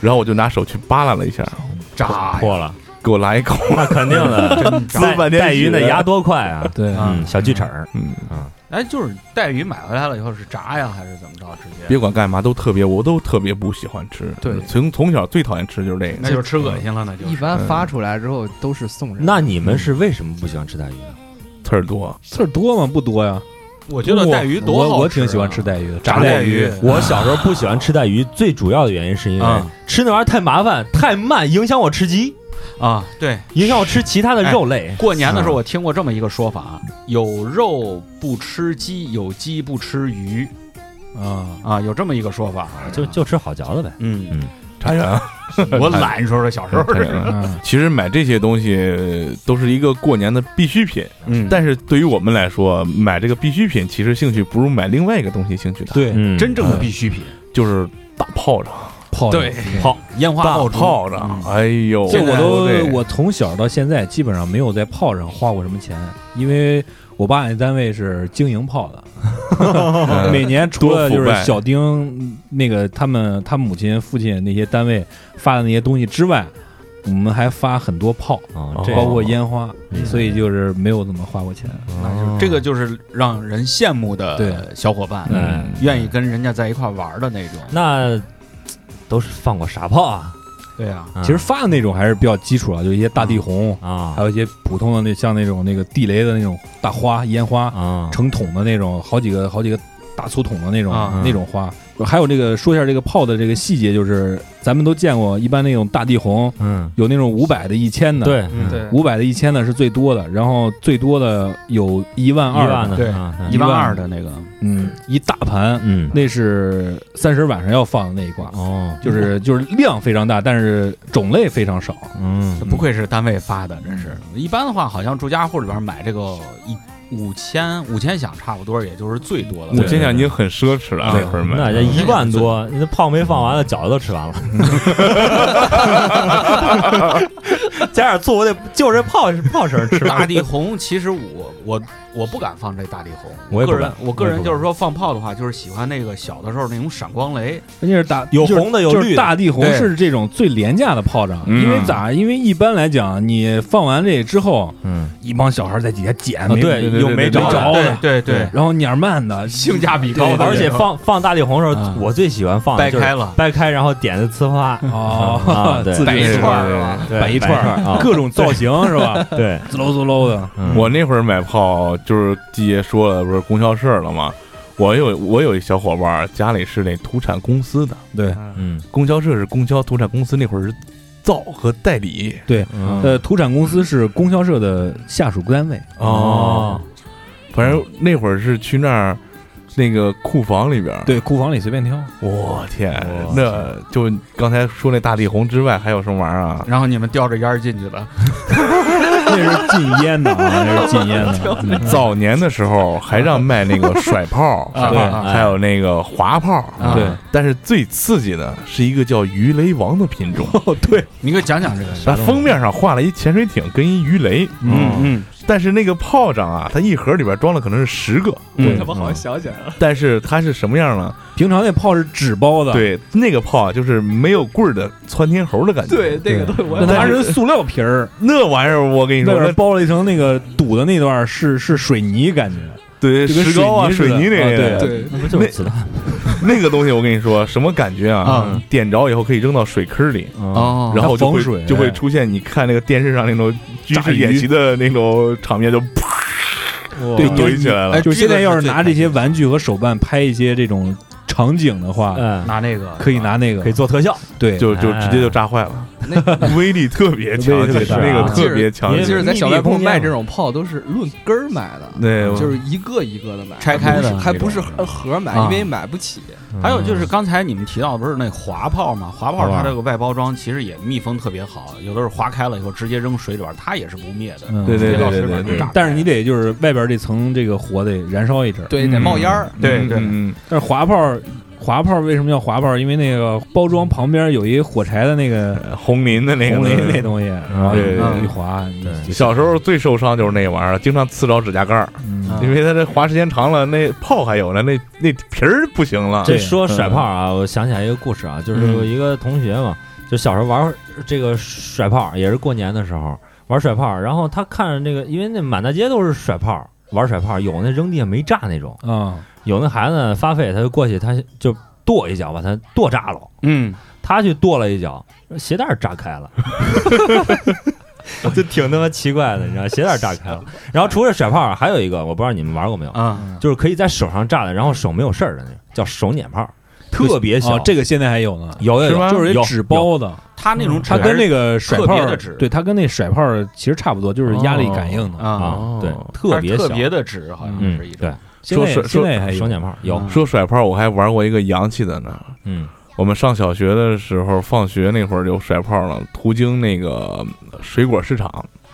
[SPEAKER 5] 然后我就拿手去扒拉了一下，
[SPEAKER 8] 炸
[SPEAKER 9] 破了，
[SPEAKER 5] 给我来一口。
[SPEAKER 9] 那肯定 的，
[SPEAKER 5] 真脏
[SPEAKER 9] 带带鱼那牙多快啊！
[SPEAKER 6] 对
[SPEAKER 8] 啊
[SPEAKER 9] 嗯，小锯齿儿，
[SPEAKER 5] 嗯，
[SPEAKER 8] 哎，就是带鱼买回来了以后是炸呀，还是怎么着？直接
[SPEAKER 5] 别管干嘛都特别，我都特别不喜欢吃。
[SPEAKER 7] 对
[SPEAKER 5] 从从小最讨厌吃就是这个。
[SPEAKER 8] 那就是吃恶心了，那就
[SPEAKER 7] 一般发出来之后都是送人。
[SPEAKER 9] 那你们是为什么不喜欢吃带鱼呢？
[SPEAKER 5] 刺儿多，
[SPEAKER 6] 刺儿多吗？不多呀。
[SPEAKER 8] 我觉得带鱼多好啊
[SPEAKER 6] 我我挺喜欢吃带鱼的，
[SPEAKER 8] 炸带鱼
[SPEAKER 9] 我小时候不喜欢吃带鱼，最主要的原因是因
[SPEAKER 5] 嗯
[SPEAKER 9] 为
[SPEAKER 8] 啊
[SPEAKER 9] 吃那玩意儿太麻烦、太慢，影响我吃鸡，哎
[SPEAKER 8] 啊。对，
[SPEAKER 5] 嗯
[SPEAKER 9] 影响我吃其他的肉类。
[SPEAKER 8] 过年的时候我听过这么一个说法：啊有肉不吃鸡，有鸡不吃鱼
[SPEAKER 6] 啊。
[SPEAKER 8] 啊，有这么一个说法。啊
[SPEAKER 9] 就就吃好嚼的呗。
[SPEAKER 8] 嗯，
[SPEAKER 5] 差远了。
[SPEAKER 8] 我懒，你说说小时候
[SPEAKER 5] 太远了。
[SPEAKER 6] 嗯，
[SPEAKER 5] 其实买这些东西呃都是一个过年的必需品，
[SPEAKER 8] 嗯
[SPEAKER 5] 但是对于我们来说，买这个必需品其实兴趣不如买另外一个东西兴趣大，
[SPEAKER 6] 对，
[SPEAKER 9] 嗯，
[SPEAKER 8] 真正的必需品，
[SPEAKER 5] 就是大炮仗，
[SPEAKER 6] 泡着
[SPEAKER 8] 对烟花
[SPEAKER 5] 嗯大
[SPEAKER 8] 爆竹
[SPEAKER 5] 炮仗，哎呦，
[SPEAKER 6] 这我
[SPEAKER 5] 对
[SPEAKER 6] 都我从小到现在基本上没有在炮上花过什么钱，因为我爸那单位是经营炮的，啊
[SPEAKER 5] 嗯
[SPEAKER 6] 每年除了就
[SPEAKER 5] 多腐
[SPEAKER 6] 是
[SPEAKER 5] 败
[SPEAKER 6] 小丁那个他们他母亲父亲那些单位发的那些东西之外，我们还发很多炮，
[SPEAKER 9] 啊，
[SPEAKER 5] 哦
[SPEAKER 9] 这哦
[SPEAKER 6] 包括烟花，
[SPEAKER 9] 嗯
[SPEAKER 6] 所以就是没有怎么花过钱。
[SPEAKER 8] 这
[SPEAKER 5] 嗯
[SPEAKER 8] 个就是让人羡慕的
[SPEAKER 6] 对
[SPEAKER 8] 小伙伴，
[SPEAKER 9] 嗯
[SPEAKER 8] 愿意跟人家在一块玩儿的那种。
[SPEAKER 9] 那都是放过傻炮啊。
[SPEAKER 8] 对啊，
[SPEAKER 9] 嗯
[SPEAKER 6] 其实发的那种还是比较基础啊，就一些大地红，
[SPEAKER 9] 啊
[SPEAKER 6] 还有一些普通的那像那种那个地雷的那种大花烟花，
[SPEAKER 9] 啊，
[SPEAKER 6] 成桶的那种，好几个好几个大粗桶的那
[SPEAKER 9] 嗯
[SPEAKER 6] 种、
[SPEAKER 8] 啊
[SPEAKER 6] 那种花。还有这个说一下这个炮的这个细节，就是咱们都见过，一般那种大地红
[SPEAKER 9] 嗯，
[SPEAKER 6] 有那种五百的、一千的，
[SPEAKER 9] 对，
[SPEAKER 8] 嗯
[SPEAKER 7] 对
[SPEAKER 6] 五百的、一千的是最多的，然后最多的有一万
[SPEAKER 9] 一
[SPEAKER 6] 二
[SPEAKER 9] 万的，
[SPEAKER 8] 对
[SPEAKER 9] 啊
[SPEAKER 8] 一
[SPEAKER 6] 一
[SPEAKER 8] 万
[SPEAKER 6] 万
[SPEAKER 8] 二的那个，
[SPEAKER 6] 嗯，一大盘，
[SPEAKER 9] 嗯，
[SPEAKER 6] 那是三十晚上要放的那一挂，
[SPEAKER 9] 哦，
[SPEAKER 6] 就是就是量非常大，但是种类非常少。
[SPEAKER 9] 嗯
[SPEAKER 8] 这，不愧是单位发的，真是。一般的话，好像住家户里边买这个一五千五千响，差不多也就是最多的
[SPEAKER 5] 我
[SPEAKER 8] 了。
[SPEAKER 5] 现在已经很奢侈了，啊
[SPEAKER 8] 对
[SPEAKER 5] 那会儿
[SPEAKER 9] 那
[SPEAKER 5] 买
[SPEAKER 9] 这呃一万多，
[SPEAKER 6] 嗯
[SPEAKER 9] 你那炮没放完了，饺子都吃完 了，加点醋，我得就这炮炮声吃
[SPEAKER 8] 大
[SPEAKER 9] 完。
[SPEAKER 8] 地红，其实我我我不敢放这大力红，
[SPEAKER 6] 我也不
[SPEAKER 8] 个
[SPEAKER 6] 敢
[SPEAKER 8] 人我个
[SPEAKER 6] 我也不
[SPEAKER 8] 人
[SPEAKER 6] 敢
[SPEAKER 8] 就是说放炮的话，就是喜欢那个小的时候那种闪光雷，
[SPEAKER 6] 关键是大
[SPEAKER 1] 有
[SPEAKER 6] 就是
[SPEAKER 1] 红的有
[SPEAKER 6] 就是
[SPEAKER 1] 绿的
[SPEAKER 6] 大地红
[SPEAKER 5] 对
[SPEAKER 6] 是这种最廉价的炮仗，
[SPEAKER 5] 嗯
[SPEAKER 6] 因为咋？因为一般来讲，你放完这之后，
[SPEAKER 1] 嗯，
[SPEAKER 6] 一帮小孩在底下捡，
[SPEAKER 1] 啊
[SPEAKER 6] 没
[SPEAKER 1] 对
[SPEAKER 5] 对
[SPEAKER 6] 有
[SPEAKER 5] 对
[SPEAKER 6] 没
[SPEAKER 5] 对
[SPEAKER 6] 着
[SPEAKER 5] 对
[SPEAKER 6] 的，
[SPEAKER 8] 对对对，
[SPEAKER 6] 然后蔫儿慢的，
[SPEAKER 8] 性价比高的，
[SPEAKER 9] 而且放放大力红的时候
[SPEAKER 6] 嗯，
[SPEAKER 9] 我最喜欢放的
[SPEAKER 8] 掰
[SPEAKER 9] 就是
[SPEAKER 8] 开了，
[SPEAKER 9] 掰开，然后点的呲花，
[SPEAKER 6] 哦
[SPEAKER 9] 啊，对
[SPEAKER 6] 自己
[SPEAKER 8] 摆一
[SPEAKER 6] 是
[SPEAKER 8] 串
[SPEAKER 6] 吧
[SPEAKER 8] 儿是
[SPEAKER 5] 嗯
[SPEAKER 8] 吧？
[SPEAKER 9] 对
[SPEAKER 6] 摆一串
[SPEAKER 9] 摆一
[SPEAKER 6] 儿，
[SPEAKER 9] 啊
[SPEAKER 6] 各种造型是 吧？
[SPEAKER 9] 对，
[SPEAKER 6] 滋喽滋喽的，
[SPEAKER 9] 嗯
[SPEAKER 5] 我那会儿买炮就是季爷说了，不是供销社了吗？我有我有一小伙伴儿，家里是那土产公司的，
[SPEAKER 6] 对
[SPEAKER 9] 嗯
[SPEAKER 5] 供销社是供销，土产公司那会儿是造和代理。
[SPEAKER 6] 对。
[SPEAKER 9] 嗯
[SPEAKER 6] 呃，土产公司是供销社的下属单位，
[SPEAKER 9] 哦，
[SPEAKER 5] 反正那会儿是去那儿那个库房里边儿，
[SPEAKER 6] 对，库房里随便挑。
[SPEAKER 5] 我天
[SPEAKER 9] 哇，
[SPEAKER 5] 那就刚才说那大地红之外还有什么玩意儿啊？
[SPEAKER 8] 然后你们叼着烟儿进去的，
[SPEAKER 6] 那是禁烟的啊，那是禁烟 的。嗯
[SPEAKER 5] 早年的时候还让卖那 个甩炮，
[SPEAKER 8] 啊
[SPEAKER 5] 对
[SPEAKER 8] 啊啊
[SPEAKER 5] 还有那个滑炮，
[SPEAKER 8] 啊
[SPEAKER 6] 对，
[SPEAKER 5] 但是最刺激的是一个叫鱼雷王的品种，
[SPEAKER 8] 哦你给我讲讲这个事
[SPEAKER 5] 它封面上画了一潜水艇跟一鱼雷，
[SPEAKER 8] 嗯
[SPEAKER 5] 但是那个炮仗啊，它一盒里边装了可能是十个，
[SPEAKER 6] 嗯
[SPEAKER 7] 怎么好像想起来了？
[SPEAKER 5] 但是它是什么样呢？
[SPEAKER 6] 平常那炮是纸包的，，
[SPEAKER 5] 对，那个炮啊，就是没有棍儿的窜天猴的感觉。
[SPEAKER 7] 对，，那个东西我
[SPEAKER 6] 那
[SPEAKER 7] 也
[SPEAKER 6] 它
[SPEAKER 5] 但
[SPEAKER 6] 是
[SPEAKER 5] 是
[SPEAKER 6] 塑料皮儿，
[SPEAKER 5] 那玩意儿我跟你
[SPEAKER 6] 外
[SPEAKER 5] 说，
[SPEAKER 6] 边
[SPEAKER 5] 那
[SPEAKER 6] 包了一层那个堵的那段是是水泥感觉，
[SPEAKER 5] 对
[SPEAKER 6] 就跟
[SPEAKER 5] 石膏啊、
[SPEAKER 6] 水
[SPEAKER 5] 水
[SPEAKER 6] 泥
[SPEAKER 5] 泥
[SPEAKER 6] 似
[SPEAKER 5] 那
[SPEAKER 6] 的啊
[SPEAKER 5] 个，
[SPEAKER 7] 对，
[SPEAKER 9] 那不就是子弹？
[SPEAKER 5] 那个东西我跟你说，什么感觉啊
[SPEAKER 8] 嗯？
[SPEAKER 5] 点着以后可以扔到水坑里。
[SPEAKER 8] 嗯，哦，
[SPEAKER 5] 然后就
[SPEAKER 6] 它防
[SPEAKER 5] 会
[SPEAKER 6] 水
[SPEAKER 5] 就会出现你看那个电视上那种军事演习的那种场面，就啪就
[SPEAKER 6] 对你
[SPEAKER 5] 哦堆起来了
[SPEAKER 8] 哎。
[SPEAKER 6] 就是现在要是
[SPEAKER 8] 这个是最
[SPEAKER 6] 拿这些玩具和手办拍一些这种场景的话，
[SPEAKER 9] 嗯，
[SPEAKER 8] 拿那个
[SPEAKER 6] 可以拿那个，
[SPEAKER 9] 可以做特效，
[SPEAKER 6] 对，
[SPEAKER 5] 就就直接就炸坏了， 威力特别强
[SPEAKER 6] 威，力特
[SPEAKER 5] 就
[SPEAKER 6] 别
[SPEAKER 5] 是
[SPEAKER 6] 大
[SPEAKER 5] 那个特别强
[SPEAKER 9] 因为
[SPEAKER 7] 就
[SPEAKER 5] 劲。
[SPEAKER 7] 是在小卖部卖这种炮都是论根儿买的，
[SPEAKER 5] 对，我
[SPEAKER 7] 就是一个一个的买，
[SPEAKER 8] 拆开的
[SPEAKER 7] 还不是
[SPEAKER 5] 那
[SPEAKER 7] 还不是盒买，
[SPEAKER 8] 啊
[SPEAKER 7] 因为买不起。
[SPEAKER 8] 还有就是刚才你们提到的不是那滑炮嘛？滑炮它这个外包装其实也密封特别好，有的是划开了以后直接扔水里边儿，它也是不灭的。
[SPEAKER 6] 嗯
[SPEAKER 5] 对对
[SPEAKER 8] 直接
[SPEAKER 5] 对
[SPEAKER 8] 到
[SPEAKER 5] 对
[SPEAKER 8] 水里边儿
[SPEAKER 5] 对
[SPEAKER 8] 就炸
[SPEAKER 5] 对
[SPEAKER 8] 开。
[SPEAKER 6] 但是你得就是外边这层这个火得燃烧一阵儿，
[SPEAKER 7] 对，得冒烟儿。
[SPEAKER 8] 对对
[SPEAKER 5] 嗯
[SPEAKER 6] 但是滑炮。滑炮为什么叫滑炮？因为那个包装旁边有一火柴的那个
[SPEAKER 5] 嗯红林的那个
[SPEAKER 6] 红林那东西，然后
[SPEAKER 5] 对
[SPEAKER 8] 对
[SPEAKER 6] 一滑，你
[SPEAKER 9] 对
[SPEAKER 6] 就
[SPEAKER 5] 小时候最受伤就是那玩意儿，经常刺着指甲盖儿，
[SPEAKER 6] 嗯
[SPEAKER 5] 因为它这滑时间长了，那炮还有呢，那那皮儿不行了。
[SPEAKER 9] 这说甩炮啊，我想起来一个故事啊，就是有一个同学嘛，就小时候玩这个甩炮，也是过年的时候玩甩炮，然后他看着那个，因为那满大街都是甩炮，玩甩炮，有那扔地下没炸那种，
[SPEAKER 6] 啊，
[SPEAKER 9] 有那孩子发费，他就过去，他就跺一脚把他跺炸了，
[SPEAKER 8] 嗯，
[SPEAKER 9] 他去跺了一脚，鞋带儿炸开了。 就挺他妈奇怪的，你知道，鞋带儿炸开了。然后除了甩炮，还有一个我不知道你们玩过没有，
[SPEAKER 6] 嗯
[SPEAKER 8] 啊，
[SPEAKER 9] 就是可以在手上炸的，然后手没有事儿的那种，叫手捻炮，特别小。
[SPEAKER 6] 哦这个现在还有呢，
[SPEAKER 9] 有有
[SPEAKER 5] 是吗
[SPEAKER 9] 有，
[SPEAKER 6] 就是
[SPEAKER 9] 有
[SPEAKER 6] 一纸，包的，
[SPEAKER 8] 它那种
[SPEAKER 6] 它跟那个甩炮
[SPEAKER 8] 特别的
[SPEAKER 6] 儿
[SPEAKER 8] 纸，
[SPEAKER 6] 对，它跟那甩炮儿其实差不多，就是压力感应的。
[SPEAKER 9] 有
[SPEAKER 8] 啊，
[SPEAKER 9] 啊，对，
[SPEAKER 6] 哦
[SPEAKER 8] 它
[SPEAKER 9] 特
[SPEAKER 8] 是
[SPEAKER 9] 别
[SPEAKER 8] 特
[SPEAKER 9] 小，
[SPEAKER 8] 别的纸，好像
[SPEAKER 9] 嗯
[SPEAKER 8] 是一，种
[SPEAKER 9] 对，
[SPEAKER 6] 现在
[SPEAKER 5] 说
[SPEAKER 6] 现
[SPEAKER 5] 说
[SPEAKER 6] 在还
[SPEAKER 9] 手
[SPEAKER 6] 有，嗯
[SPEAKER 9] 捻炮有，
[SPEAKER 5] 说甩炮，我还玩过一个洋气的呢。
[SPEAKER 9] 嗯
[SPEAKER 5] 我们上小学的时候，放学那会儿有甩炮了，途经那个水果市场，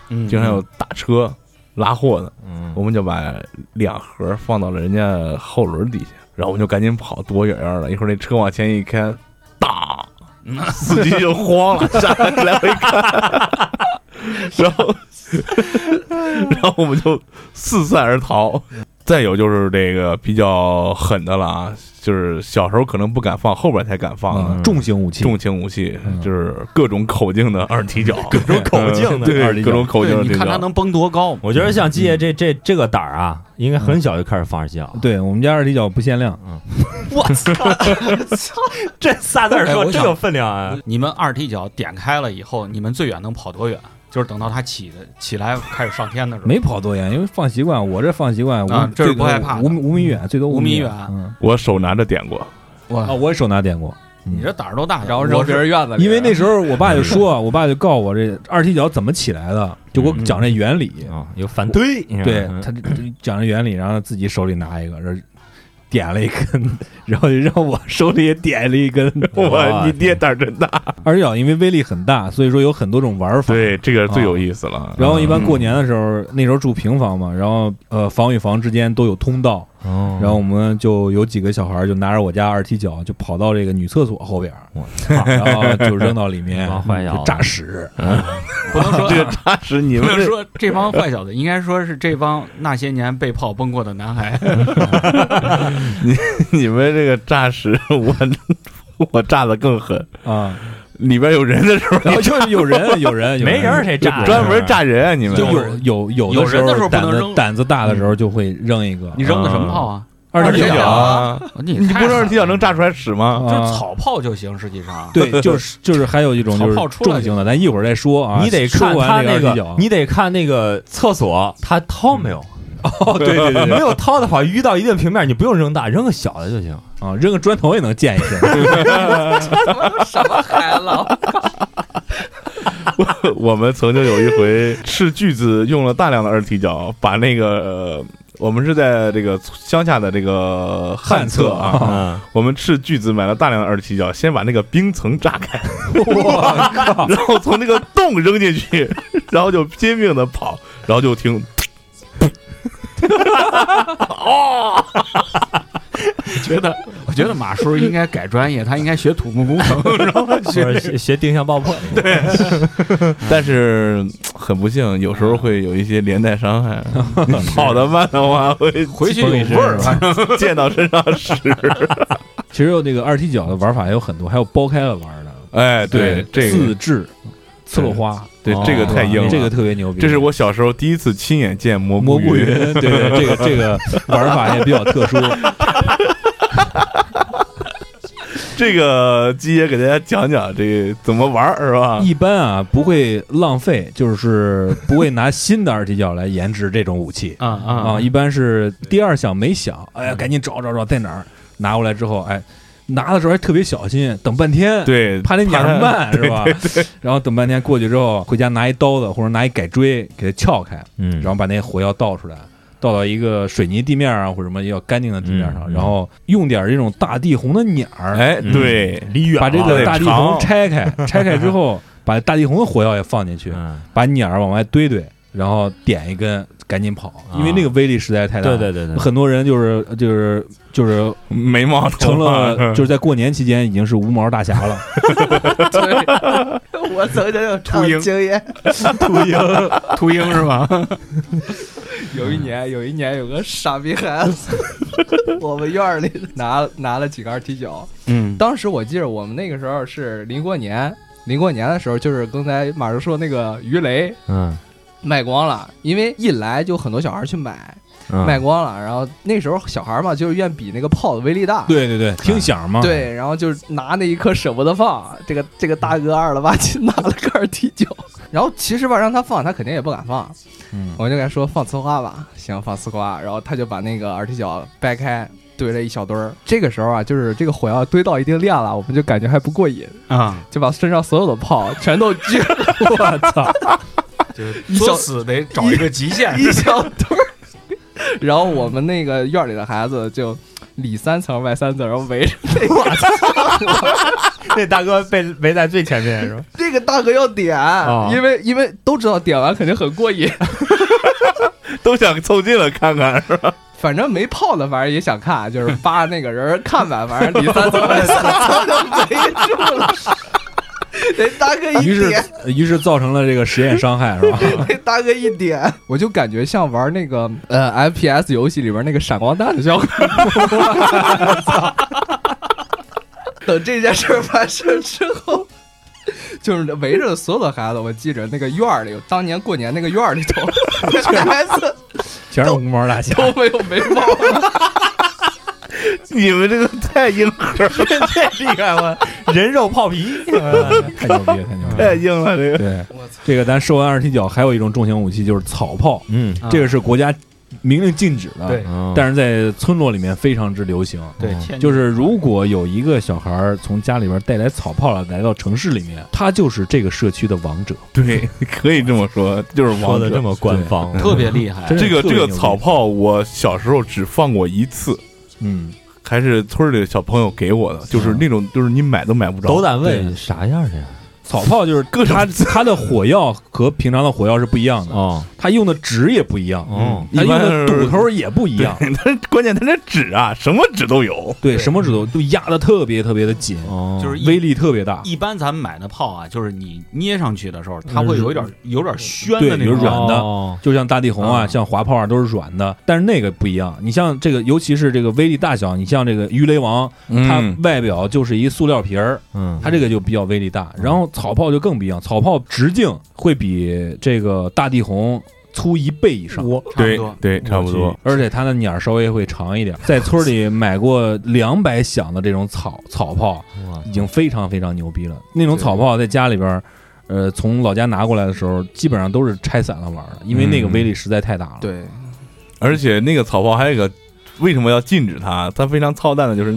[SPEAKER 8] 嗯
[SPEAKER 5] 经常有大车拉货的，我
[SPEAKER 9] 嗯，
[SPEAKER 5] 们就把两盒放到了人家后轮底下，然后我们就赶紧跑，躲远远的。一会儿那车往前一开，当，司机就慌了，下来来回看，然后然后我们就四散而逃。再有就是这个比较狠的了啊，就是小时候可能不敢放，后边才敢放的。
[SPEAKER 6] 嗯重型武器，
[SPEAKER 5] 重型武器
[SPEAKER 6] 嗯
[SPEAKER 5] 就是各种口径的二踢脚， 各
[SPEAKER 9] 种口径的二踢
[SPEAKER 5] 对，
[SPEAKER 9] 脚
[SPEAKER 5] 各种口径的二
[SPEAKER 8] 对，
[SPEAKER 5] 踢
[SPEAKER 8] 你
[SPEAKER 5] 脚。
[SPEAKER 8] 看它能蹦多高
[SPEAKER 9] 我觉得
[SPEAKER 6] 嗯
[SPEAKER 9] 像季爷这这这个胆儿啊，应该很小就开始放二啊踢脚。
[SPEAKER 6] 对我们家二踢脚不限量，
[SPEAKER 9] 我操，这仨字儿
[SPEAKER 8] 哎
[SPEAKER 9] 说
[SPEAKER 8] 我
[SPEAKER 9] 真
[SPEAKER 8] 想
[SPEAKER 9] 有分量啊！
[SPEAKER 8] 你们二踢脚点开了以后，你们最远能跑多远？就是等到它起的起来开始上天的时候，
[SPEAKER 6] 没跑多远，因为放习惯，我这放习惯，
[SPEAKER 8] 啊
[SPEAKER 6] 我
[SPEAKER 8] 这是不害怕的
[SPEAKER 6] 五五米远，最多
[SPEAKER 8] 五
[SPEAKER 6] 米
[SPEAKER 8] 米远
[SPEAKER 6] 嗯
[SPEAKER 5] 我手拿着点过，
[SPEAKER 6] 啊，
[SPEAKER 8] 哇，
[SPEAKER 6] 我也手拿点过，
[SPEAKER 8] 你这胆儿多大呀？
[SPEAKER 7] 然后
[SPEAKER 8] 我
[SPEAKER 7] 扔
[SPEAKER 8] 是
[SPEAKER 7] 别人院子里，
[SPEAKER 6] 因为那时候我
[SPEAKER 9] 嗯
[SPEAKER 6] 爸就说，我爸就告我这二踢脚怎么起来的，就给我讲这原理，
[SPEAKER 9] 啊，有反对，
[SPEAKER 6] 对
[SPEAKER 9] 嗯
[SPEAKER 6] 他这这讲这原理，然后自己手里拿一个，然后点了一根， 然后就让我手里也点了一 根。
[SPEAKER 5] 哇，你爹胆儿真大。
[SPEAKER 6] 二踢脚因为威力很大，所以说有很多种玩法。
[SPEAKER 5] 对，这个最有意思了。
[SPEAKER 9] 嗯
[SPEAKER 6] 然后一般过年的时候，那时候住平房嘛，然后呃，房与房之间都有通道，
[SPEAKER 9] 然
[SPEAKER 6] 然后我们就有几个小孩儿就拿着我家二踢脚，就跑到这个女厕所后边儿，
[SPEAKER 9] 我
[SPEAKER 6] 然后就扔到里 面
[SPEAKER 9] 往坏，咬
[SPEAKER 6] 就炸 屎。
[SPEAKER 8] 不能说
[SPEAKER 5] 这个扎实，你
[SPEAKER 8] 不
[SPEAKER 5] 们
[SPEAKER 8] 能
[SPEAKER 5] 这
[SPEAKER 8] 说这帮坏小子，应该说是这帮那些年被炮崩过的男孩。
[SPEAKER 5] 你们这个诈尸，我我 炸的更狠。
[SPEAKER 6] 啊，
[SPEAKER 5] 里边有人的时候，
[SPEAKER 6] 然后就是有人，有人，有
[SPEAKER 9] 没人儿谁炸呀？
[SPEAKER 5] 专门炸人啊！你们
[SPEAKER 6] 就有有有
[SPEAKER 8] 有人的时候不
[SPEAKER 6] 胆
[SPEAKER 8] 能
[SPEAKER 6] 子
[SPEAKER 8] 扔
[SPEAKER 6] 胆子大的时候就会扔一个
[SPEAKER 8] 你扔的什么炮啊？
[SPEAKER 6] 二踢
[SPEAKER 5] 踢
[SPEAKER 6] 脚
[SPEAKER 5] 脚啊？
[SPEAKER 6] 嗯
[SPEAKER 8] 你
[SPEAKER 5] 你不
[SPEAKER 8] 太
[SPEAKER 5] 是二踢脚
[SPEAKER 8] 狠了
[SPEAKER 5] 能炸出来屎吗？
[SPEAKER 8] 就是
[SPEAKER 6] 啊，
[SPEAKER 8] 草炮就行，实际上。啊
[SPEAKER 6] 对，就是就是还有一种就是
[SPEAKER 8] 草炮出来
[SPEAKER 6] 重型的，咱一会儿再说啊。
[SPEAKER 9] 你得看
[SPEAKER 6] 说
[SPEAKER 9] 他
[SPEAKER 6] 完
[SPEAKER 9] 那
[SPEAKER 6] 这二踢
[SPEAKER 9] 个
[SPEAKER 6] 脚，，
[SPEAKER 9] 你得看那个厕所他掏没有。
[SPEAKER 6] 哦对对对
[SPEAKER 9] 没
[SPEAKER 6] 对
[SPEAKER 9] 有掏的话，遇到一定平面你不用扔大，扔个小的就行。
[SPEAKER 6] 啊，扔个砖头也能溅一身。
[SPEAKER 7] 什么孩子？
[SPEAKER 5] 我们曾经有一回斥巨资用了大量的二踢脚，把那个、呃、我们是在这个乡下的这个旱厕啊，
[SPEAKER 9] 嗯，
[SPEAKER 5] 我们斥巨资买了大量的二踢脚，先把那个冰层炸开，
[SPEAKER 6] 我 靠！
[SPEAKER 5] 然后从那个洞扔进去， 然后就拼命的跑，然后就听。
[SPEAKER 8] 觉得，我觉得马叔应该改专业，他应该学土木工程，然后
[SPEAKER 9] 或 者学学定向爆破。对，
[SPEAKER 5] 但是很不幸，有时候会有一些连带伤害。你跑得慢的话，会
[SPEAKER 8] 回去有味儿。反正
[SPEAKER 5] 溅到身上屎。
[SPEAKER 6] 其实有那个二踢脚的玩法还有很多，还有剥开了玩的。
[SPEAKER 5] 哎，这
[SPEAKER 6] 自
[SPEAKER 5] 个，
[SPEAKER 6] 制刺落花，
[SPEAKER 5] 对
[SPEAKER 9] 哦
[SPEAKER 5] 这个太硬了。
[SPEAKER 6] 这个特别牛逼。
[SPEAKER 5] 这是我小时候第一次亲眼见蘑
[SPEAKER 6] 蘑菇
[SPEAKER 5] 菇
[SPEAKER 6] 云，对对，这个这个玩法也比较特殊。
[SPEAKER 5] 这个鸡爷给大家讲讲这怎么玩儿是吧？
[SPEAKER 6] 一般啊不会浪费，就是不会拿新的二踢脚来研制这种武器
[SPEAKER 8] 啊啊
[SPEAKER 6] 啊，一般是第二响没响，哎呀，赶紧找找找在哪儿，拿过来之后，哎，拿的时候还特别小心，等半天。
[SPEAKER 5] 对，
[SPEAKER 6] 怕那鸟
[SPEAKER 5] 怕它
[SPEAKER 6] 慢是吧？然后等半天过去之后，回家拿一刀子或者拿一改锥给它撬开，
[SPEAKER 9] 嗯
[SPEAKER 6] 然后把那火药倒出来，倒到一个水泥地面啊或者什么要干净的地面上，
[SPEAKER 9] 嗯嗯
[SPEAKER 6] 然后用点这种大地红的捻儿，
[SPEAKER 5] 哎，
[SPEAKER 9] 嗯
[SPEAKER 5] 对，
[SPEAKER 9] 离远
[SPEAKER 6] 把这个
[SPEAKER 5] 得
[SPEAKER 6] 大地
[SPEAKER 5] 长
[SPEAKER 6] 红拆开，拆开之后把大地红的火药也放进去，
[SPEAKER 9] 嗯，
[SPEAKER 6] 把捻儿往外堆堆，然后点一根，赶紧跑，因为那个威力实在太大。
[SPEAKER 9] 对对对对，
[SPEAKER 6] 很多人就是就是就是
[SPEAKER 5] 眉毛头
[SPEAKER 6] 成
[SPEAKER 5] 发
[SPEAKER 6] 了就是在过年期间已经是无毛大侠了，
[SPEAKER 7] 对， 我曾经有这样的经验。
[SPEAKER 8] 秃鹰，秃鹰是吧？
[SPEAKER 7] 有一年，有一年有个傻逼孩子， 我们院儿里 拿拿了几个二踢脚。
[SPEAKER 8] 嗯，
[SPEAKER 7] 当时我记得我们那个时候是临过年，临过年的时候就是刚才马叔说那个鱼雷
[SPEAKER 9] 嗯
[SPEAKER 7] 卖光了，因为一来就很多小孩去买，
[SPEAKER 9] 嗯
[SPEAKER 7] 卖光了。然后那时候小孩嘛，就是愿比那个炮的威力大。
[SPEAKER 6] 对对对，听响嘛，
[SPEAKER 7] 对，然后就是拿那一颗舍不得放， 这个这个大哥二了吧唧拿了个二踢脚， 然后其实吧让他放，他肯定也不敢放，
[SPEAKER 6] 嗯
[SPEAKER 7] 我就跟他说放呲花吧，行放呲花，然后他就把那个二踢脚掰开堆了一小堆儿，这个时候啊就是这个火药堆到一定量了，我们就感觉还不过瘾，
[SPEAKER 6] 嗯
[SPEAKER 8] 啊，
[SPEAKER 7] 就把身上所有的炮全都撅了
[SPEAKER 6] 我操，
[SPEAKER 8] 就是
[SPEAKER 7] 小
[SPEAKER 8] 作死得找一个极限。
[SPEAKER 7] 一小堆儿， 然后我们那个院儿里的孩子就里三层外三层，然后围着那个
[SPEAKER 1] 那大哥被围在最前面是吧？
[SPEAKER 7] 这个大哥要点，因为因为都知道点完肯定很过瘾，
[SPEAKER 5] 都想凑近了看看， 是吧
[SPEAKER 7] 反正没泡的，反正也想看，就是扒那个人看吧，反正里三 层外三层就围住 了。啊那大哥
[SPEAKER 6] 于
[SPEAKER 7] 一
[SPEAKER 6] 是
[SPEAKER 7] 点，
[SPEAKER 6] 于是造成了这个实验伤害是吧？
[SPEAKER 7] 那大哥一点，我就感觉像玩那个呃 FPS 游戏里边那个闪光弹的效果。 等这件事儿完事之后。就是围着所有的孩子，我记着那个院儿里，当年过年那个院儿里 头，那孩子
[SPEAKER 6] 全是无毛大侠，
[SPEAKER 7] 都没有眉毛，
[SPEAKER 5] 你们这个太硬核了，
[SPEAKER 1] 你看我人肉炮 皮，
[SPEAKER 6] 哎太牛逼了，太牛 逼
[SPEAKER 5] 太
[SPEAKER 6] 了！
[SPEAKER 5] 硬了，这个
[SPEAKER 6] 对，这个咱收完二踢脚，还有一种重型武器就是草炮，
[SPEAKER 9] 嗯，哦
[SPEAKER 8] 啊
[SPEAKER 6] 这个是国家明令禁止的，
[SPEAKER 8] 对
[SPEAKER 9] 但
[SPEAKER 6] 但是在村落里面非常之流行。
[SPEAKER 8] 对，
[SPEAKER 6] 哦就是如果有一个小孩儿从家里边带来草炮了，来到城市里面，他就是这个社区的王者。
[SPEAKER 5] 对，可以这么说，就是
[SPEAKER 9] 说
[SPEAKER 5] 王
[SPEAKER 9] 的
[SPEAKER 5] 者
[SPEAKER 9] 这。么官方，
[SPEAKER 8] 特别厉害
[SPEAKER 6] 真。
[SPEAKER 5] 这个
[SPEAKER 6] 特
[SPEAKER 5] 这
[SPEAKER 6] 别
[SPEAKER 5] 个
[SPEAKER 6] 牛逼
[SPEAKER 5] 草炮，我小时候只放过一次，
[SPEAKER 6] 嗯，
[SPEAKER 5] 还是村儿里的小朋友给我的，就是那种就是你买都买不着，
[SPEAKER 9] 斗胆问啥样的呀？
[SPEAKER 6] 草炮就是
[SPEAKER 5] 各种
[SPEAKER 6] 它它的火药和平常的火药是不一样的，
[SPEAKER 9] 哦，
[SPEAKER 6] 它用的纸也不一样，
[SPEAKER 9] 哦
[SPEAKER 6] 它
[SPEAKER 5] 一
[SPEAKER 6] 用
[SPEAKER 5] 般是
[SPEAKER 6] 的堵头也不一样，
[SPEAKER 5] 但是关键它这纸啊，什么纸都有。
[SPEAKER 6] 对，什么纸都都压的特别特别的紧，
[SPEAKER 9] 哦，
[SPEAKER 8] 就是一
[SPEAKER 6] 威力特别大，
[SPEAKER 8] 一般咱们买的炮啊，就是你捏上去的时候，它会有一点有点宣
[SPEAKER 6] 嗯对
[SPEAKER 8] 的那
[SPEAKER 6] 有
[SPEAKER 8] 种
[SPEAKER 6] 软的
[SPEAKER 9] 哦
[SPEAKER 6] 就像大地红啊，
[SPEAKER 8] 啊
[SPEAKER 6] 像滑炮啊，都是软的，但是那个不一样。你像这个，尤其是这个威力大小，你像这个鱼雷王，它
[SPEAKER 5] 嗯
[SPEAKER 6] 外表就是一塑料皮儿，
[SPEAKER 9] 嗯，
[SPEAKER 6] 它这个就比较威力大。然后草炮就更不一样，草炮直径会比这个大地红粗一倍以上，
[SPEAKER 9] 我
[SPEAKER 8] 差不
[SPEAKER 5] 对
[SPEAKER 8] 多。
[SPEAKER 5] 对，差不多。
[SPEAKER 6] 而且它的捻儿稍微会长一点。在村里买过两百响的这种草草炮，已经非常非常牛逼了。那种草炮在家里边儿。呃，从老家拿过来的时候，基本上都是拆散了玩儿的，因为那个
[SPEAKER 5] 嗯
[SPEAKER 6] 威力实在太大了。
[SPEAKER 7] 对，
[SPEAKER 5] 而且那个草炮还有一个，为什么要禁止它？它非常操蛋的就是，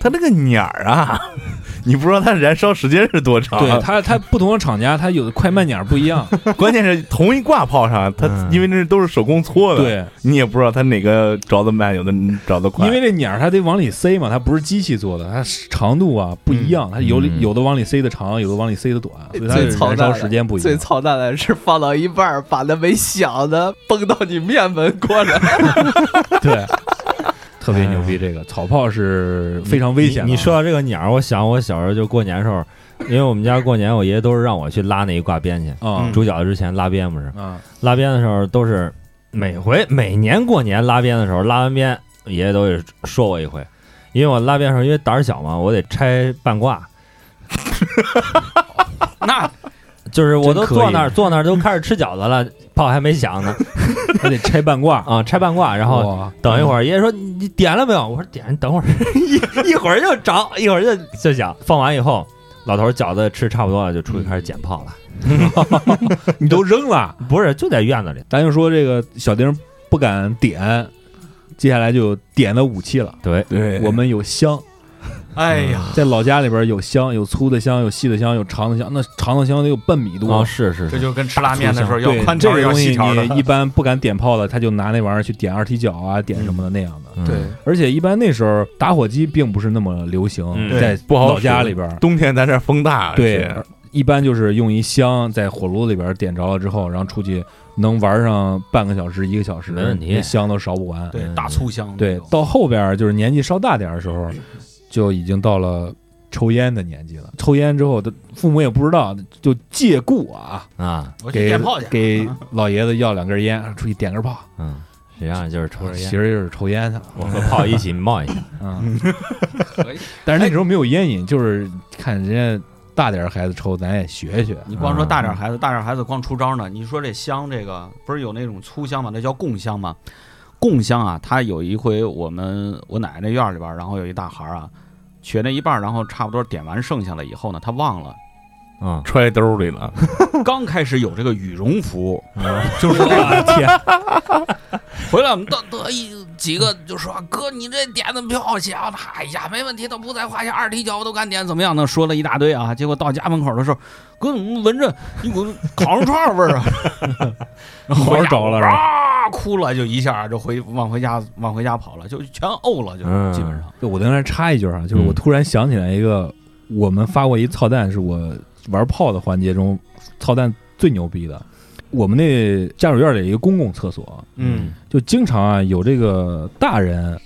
[SPEAKER 5] 它那个捻儿啊， 你不知道它燃烧时间是多长。啊
[SPEAKER 6] 对它，它不同的厂家，它有的快慢点儿不一样。
[SPEAKER 5] 关键是同一挂炮上，它
[SPEAKER 9] 嗯
[SPEAKER 5] 因为那都是手工搓的，
[SPEAKER 6] 对，
[SPEAKER 5] 你也不知道它哪个着的慢，有的着的快。
[SPEAKER 6] 因为这捻儿它得往里塞嘛，它不是机器做的，它长度啊不一样，它有里
[SPEAKER 9] 嗯
[SPEAKER 6] 有的往里塞的长，有的往里塞的短，所以它
[SPEAKER 7] 最操
[SPEAKER 6] 燃烧
[SPEAKER 7] 蛋的
[SPEAKER 6] 时间不一
[SPEAKER 7] 最
[SPEAKER 6] 样。
[SPEAKER 7] 操蛋的是放到一半儿，把那没响的蹦到你面门过来，
[SPEAKER 6] 对，特别牛逼。这个草炮是非常危险的啊
[SPEAKER 9] 你。你说到这个鸟儿，我想我小时候就过年时候，因为我们家过年，我爷爷都是让我去拉那一挂鞭去。
[SPEAKER 6] 啊
[SPEAKER 9] 煮饺子之前拉鞭不是，
[SPEAKER 6] 啊，
[SPEAKER 9] 拉鞭的时候都是每回每年过年拉鞭的时候，拉完鞭爷爷都得说我一回，因为我拉鞭的时候因为胆儿小嘛，我得拆 半挂，
[SPEAKER 8] 那
[SPEAKER 9] 就是我都
[SPEAKER 6] 真可以
[SPEAKER 9] 坐那儿坐那儿都开始吃饺子了，炮还没响呢
[SPEAKER 6] 还得拆半挂，
[SPEAKER 9] 啊，拆半挂，然后
[SPEAKER 6] 后
[SPEAKER 9] 等一会儿，爷爷说你你点了没有？我说点，你等会儿， 一一会儿就着，一会儿就就响。放完以后，老头儿饺子吃差不多了，就出去开始捡炮了。
[SPEAKER 6] 你都扔了，
[SPEAKER 9] 不是，就在院子里。
[SPEAKER 6] 咱就说这个小丁不敢点，接下来就有点的武器了。
[SPEAKER 9] 对，
[SPEAKER 5] 对
[SPEAKER 6] 我们有香，
[SPEAKER 8] 哎呀，
[SPEAKER 6] 在老家里边有香，有粗的香，有细的香，有长的香。那长的香得有半米多，
[SPEAKER 9] 哦，是是
[SPEAKER 8] 这
[SPEAKER 9] 是，
[SPEAKER 8] 就跟吃拉面的时候要
[SPEAKER 6] 对
[SPEAKER 8] 宽
[SPEAKER 6] 这
[SPEAKER 8] 条
[SPEAKER 6] 个
[SPEAKER 8] 要
[SPEAKER 6] 东
[SPEAKER 8] 细
[SPEAKER 6] 西
[SPEAKER 8] 条的。
[SPEAKER 6] 你一般不敢点炮的，他就拿那玩意儿去点二踢脚啊，点什么的那样的。
[SPEAKER 9] 嗯
[SPEAKER 7] 对，
[SPEAKER 6] 而且一般那时候打火机并不是那么流行，
[SPEAKER 5] 嗯
[SPEAKER 6] 在
[SPEAKER 5] 不好
[SPEAKER 6] 老家
[SPEAKER 5] 使
[SPEAKER 6] 里边儿，
[SPEAKER 5] 冬天咱这儿风
[SPEAKER 8] 哎
[SPEAKER 5] 大，
[SPEAKER 6] 对
[SPEAKER 5] 而且，
[SPEAKER 6] 一般就是用一香在火炉里边儿点着了之后，然后出去能玩上半个小时、一个小时，
[SPEAKER 9] 没问题
[SPEAKER 6] 那香都烧不完。
[SPEAKER 8] 对，大粗香。
[SPEAKER 6] 对，到后边儿就是年纪稍大点儿的时候，就已经到了抽烟的年纪了。抽烟之后，他父母也不知道，就借故啊，
[SPEAKER 9] 啊，
[SPEAKER 8] 我去
[SPEAKER 6] 给
[SPEAKER 8] 点炮去。
[SPEAKER 6] 给老爷子要两根烟，出去点根炮。
[SPEAKER 9] 嗯，实际上就是抽着
[SPEAKER 6] 其
[SPEAKER 9] 烟，
[SPEAKER 6] 实就是抽烟去了。
[SPEAKER 9] 我和炮一起冒一 下。
[SPEAKER 6] 嗯，
[SPEAKER 8] 可以哎
[SPEAKER 6] 但是那时候没有烟瘾，就是看人家大点儿孩子抽，咱也学 学。
[SPEAKER 8] 你光说大
[SPEAKER 6] 嗯
[SPEAKER 8] 点孩子，大点孩子光出招呢。你说这香这个不是有那种粗香吗？那叫贡香吗？贡香啊，它有一回我们我奶奶那院里边儿，然后有一大孩儿啊，瘸那一半儿，然后差不多点完剩下了以后呢，他忘了。
[SPEAKER 9] 嗯，
[SPEAKER 5] 揣兜里了。
[SPEAKER 8] 刚开始有这个羽绒服，
[SPEAKER 6] 嗯就是这个天，
[SPEAKER 8] 回来我们到得一几个就说哥，你这点的票香，哎呀，没问题，都不在话下，二踢脚我都敢点，怎么样呢？说了一大堆啊，结果到家门口的时候，哥怎么闻着一股烤肉串味儿啊？ 然后
[SPEAKER 6] 一会儿
[SPEAKER 8] 呀
[SPEAKER 6] 着了是吧
[SPEAKER 8] 啊，哭了就一下就回往回家往回家跑了，就全呕了，就
[SPEAKER 9] 嗯
[SPEAKER 8] 基本上。
[SPEAKER 6] 我在那儿插一句啊，就是我
[SPEAKER 9] 嗯
[SPEAKER 6] 突然想起来一个，我们发过一操蛋，是我玩炮的环节中操蛋最牛逼的。我们那家属院里一个公共厕所，
[SPEAKER 9] 嗯，
[SPEAKER 6] 就经常啊有这个大人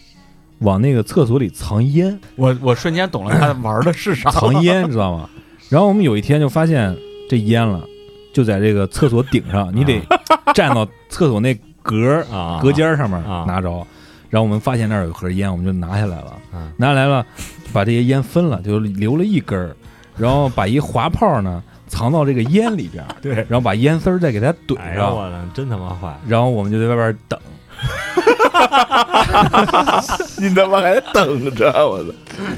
[SPEAKER 6] 往那个厕所里藏烟。
[SPEAKER 8] 我我瞬间懂了他玩的是啥。
[SPEAKER 6] 藏烟，知道吗？然后我们有一天就发现这烟了，就在这个厕所顶上，你得站到厕所那格儿
[SPEAKER 9] 啊，
[SPEAKER 6] 隔间儿上面
[SPEAKER 9] 啊
[SPEAKER 6] 拿着。然后我们发现那儿有盒烟，我们就拿下来了
[SPEAKER 9] 嗯，
[SPEAKER 6] 拿下来了，把这些烟分了，就留了一根儿，然后把一滑炮呢藏到这个烟里边儿，
[SPEAKER 9] 对
[SPEAKER 6] 然后把烟丝儿再给它怼
[SPEAKER 9] 哎呦
[SPEAKER 6] 上，
[SPEAKER 9] 我的，真他妈 坏！
[SPEAKER 6] 然后我们就在外边等。
[SPEAKER 5] 你他妈还等着，我操！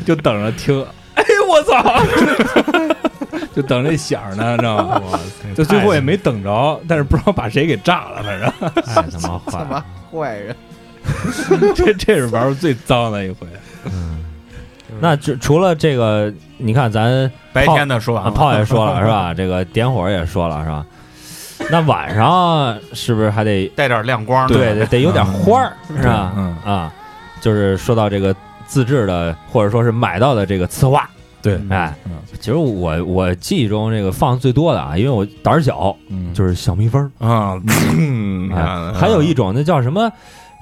[SPEAKER 6] 就等着听。哎呦我操！ 就等这响儿呢，知道吗？就最后也没等着，但是不知道把谁给炸了， 反正
[SPEAKER 9] 太他妈坏
[SPEAKER 7] 他妈
[SPEAKER 9] 了！
[SPEAKER 7] 坏人！
[SPEAKER 6] 这这是玩儿最脏的一回。
[SPEAKER 9] 那就除了这个，你看咱
[SPEAKER 8] 白天的说完
[SPEAKER 9] 啊，
[SPEAKER 8] 了，
[SPEAKER 9] 炮也说了是吧？这个点火也说了是吧？那晚上是不是还得
[SPEAKER 8] 带点亮光的。
[SPEAKER 9] 对，得得有点花儿，是吧？
[SPEAKER 6] 嗯
[SPEAKER 9] 啊，就是说到这个自制的，或者说是买到的这个呲花，
[SPEAKER 6] 对，
[SPEAKER 9] 哎
[SPEAKER 6] 嗯，
[SPEAKER 9] 其实我我记忆中这个放最多的啊，因为我胆儿小，
[SPEAKER 6] 嗯，
[SPEAKER 9] 就是小蜜蜂儿。
[SPEAKER 5] 啊，嗯，
[SPEAKER 9] 哎，还有一种那叫什么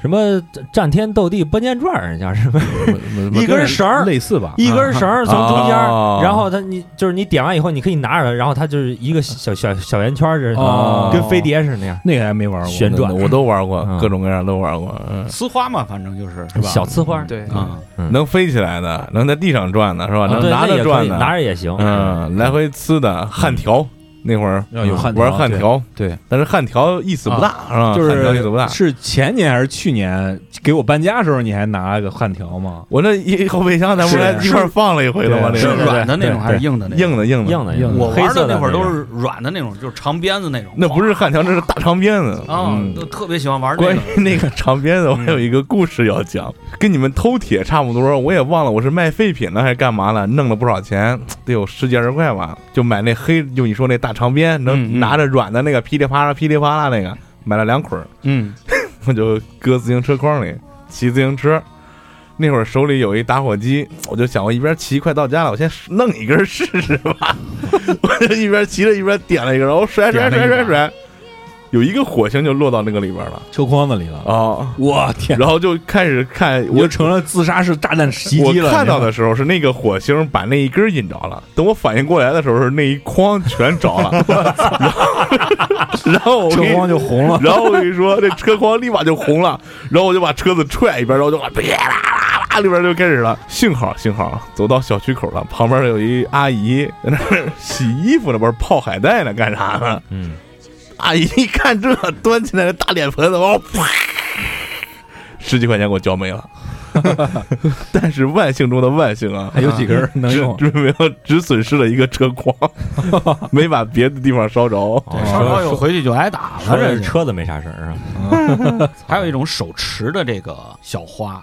[SPEAKER 9] 什么战天斗地拨间转儿，叫
[SPEAKER 8] 啊
[SPEAKER 9] 什么？
[SPEAKER 6] 是
[SPEAKER 9] 一根绳儿
[SPEAKER 6] 类似吧？
[SPEAKER 9] 一根绳儿从中间儿，
[SPEAKER 5] 啊
[SPEAKER 9] 然后它你就是你点完以后，你可以拿着它，然后它就是一个小小小圆圈儿似的，
[SPEAKER 8] 啊
[SPEAKER 6] 哦
[SPEAKER 9] 跟飞碟似的那样。
[SPEAKER 6] 那个还没玩过，
[SPEAKER 9] 旋转
[SPEAKER 5] 我都玩过
[SPEAKER 9] 嗯，
[SPEAKER 5] 各种各样都玩过，嗯
[SPEAKER 8] 呲花嘛，反正就是是吧？
[SPEAKER 9] 小呲花儿，
[SPEAKER 7] 对，
[SPEAKER 8] 啊，
[SPEAKER 5] 能飞起来的，能在地上转的是吧？
[SPEAKER 9] 啊，
[SPEAKER 5] 能
[SPEAKER 9] 对
[SPEAKER 5] 拿
[SPEAKER 9] 那也
[SPEAKER 5] 着
[SPEAKER 9] 可
[SPEAKER 5] 转
[SPEAKER 9] 以
[SPEAKER 5] 的，
[SPEAKER 9] 拿着也行。
[SPEAKER 5] 嗯，来回呲的焊条，那会儿
[SPEAKER 6] 啊有焊条
[SPEAKER 5] 玩焊条，
[SPEAKER 6] 对对，
[SPEAKER 5] 但是焊条意思不大，是吧？
[SPEAKER 6] 就
[SPEAKER 5] 焊条意思不
[SPEAKER 6] 是
[SPEAKER 5] 大。
[SPEAKER 6] 是前年还是去年给我搬家的时候，你还拿了个焊条吗？
[SPEAKER 5] 我那一后备箱，咱不
[SPEAKER 6] 是
[SPEAKER 5] 是还一块儿放了一回了吗？
[SPEAKER 6] 对
[SPEAKER 5] 那
[SPEAKER 8] 是
[SPEAKER 5] 个
[SPEAKER 8] 软的那
[SPEAKER 6] 对
[SPEAKER 8] 种还是硬的那种？
[SPEAKER 5] 硬的硬的
[SPEAKER 9] 硬的硬
[SPEAKER 6] 硬
[SPEAKER 9] 的，
[SPEAKER 8] 我
[SPEAKER 9] 嗯黑
[SPEAKER 8] 玩
[SPEAKER 9] 色
[SPEAKER 8] 的
[SPEAKER 9] 的
[SPEAKER 8] 那会儿都
[SPEAKER 9] 种
[SPEAKER 8] 是软的那种，就是长鞭子那种。
[SPEAKER 5] 那不是焊条，那是大长鞭子。
[SPEAKER 8] 啊
[SPEAKER 5] 嗯，
[SPEAKER 8] 都特别喜欢玩那
[SPEAKER 5] 关于
[SPEAKER 8] 个。
[SPEAKER 5] 那个长鞭子，我还有一个故事要讲，跟你们偷铁差不多。我也忘了我是卖废品呢还是干嘛了，弄了不少钱，得有十几二十块吧。就买那黑，就你说那大长鞭，
[SPEAKER 8] 嗯
[SPEAKER 5] 能
[SPEAKER 8] 嗯
[SPEAKER 5] 拿着软的那个，噼里啪啦噼里啪啦那个，买了两捆儿，
[SPEAKER 8] 嗯，
[SPEAKER 5] 我就搁自行车筐里骑自行车。那会儿手里有一打火机，我就想我一边骑快到家了，我先弄一根试试吧。 我就一边骑着一边点了一根，我甩甩甩甩甩，有一个火星就落到那个里边了。
[SPEAKER 6] 车筐子里了。
[SPEAKER 5] 哦，
[SPEAKER 6] 我天，
[SPEAKER 5] 然后就开始看
[SPEAKER 6] 我
[SPEAKER 5] 我
[SPEAKER 6] 就成了自杀式炸弹袭
[SPEAKER 5] 我
[SPEAKER 6] 击了。
[SPEAKER 5] 看到
[SPEAKER 6] 你
[SPEAKER 5] 的时候是那个火星把那一根引着了，等我反应过来的时候是那一筐全着了， 然后然后我跟你然
[SPEAKER 6] 知道吗，车筐就红了。
[SPEAKER 5] 后我跟你说，这车筐立马就红了，然后我就把车子踹一边，然后就啪啦啦啦，里边就开始了。幸好幸好走到小区口了，旁边有一阿姨在那儿洗衣服呢，不是泡海带呢，干啥呢？
[SPEAKER 9] 嗯，
[SPEAKER 5] 阿姨一看这，端起来的大脸盆子，往我啪，十几块钱给我浇没了。但是万幸中的万幸啊，
[SPEAKER 6] 还有几根儿能
[SPEAKER 5] 只
[SPEAKER 6] 用？
[SPEAKER 5] 只没有只损失了一个车筐，没把别的地方烧着。
[SPEAKER 9] 哦
[SPEAKER 8] 稍稍有
[SPEAKER 9] 说
[SPEAKER 8] 回去就挨打
[SPEAKER 9] 说
[SPEAKER 8] 了。
[SPEAKER 9] 这
[SPEAKER 8] 这是
[SPEAKER 9] 车子没啥事儿啊。
[SPEAKER 8] 还有一种手持的这个小花，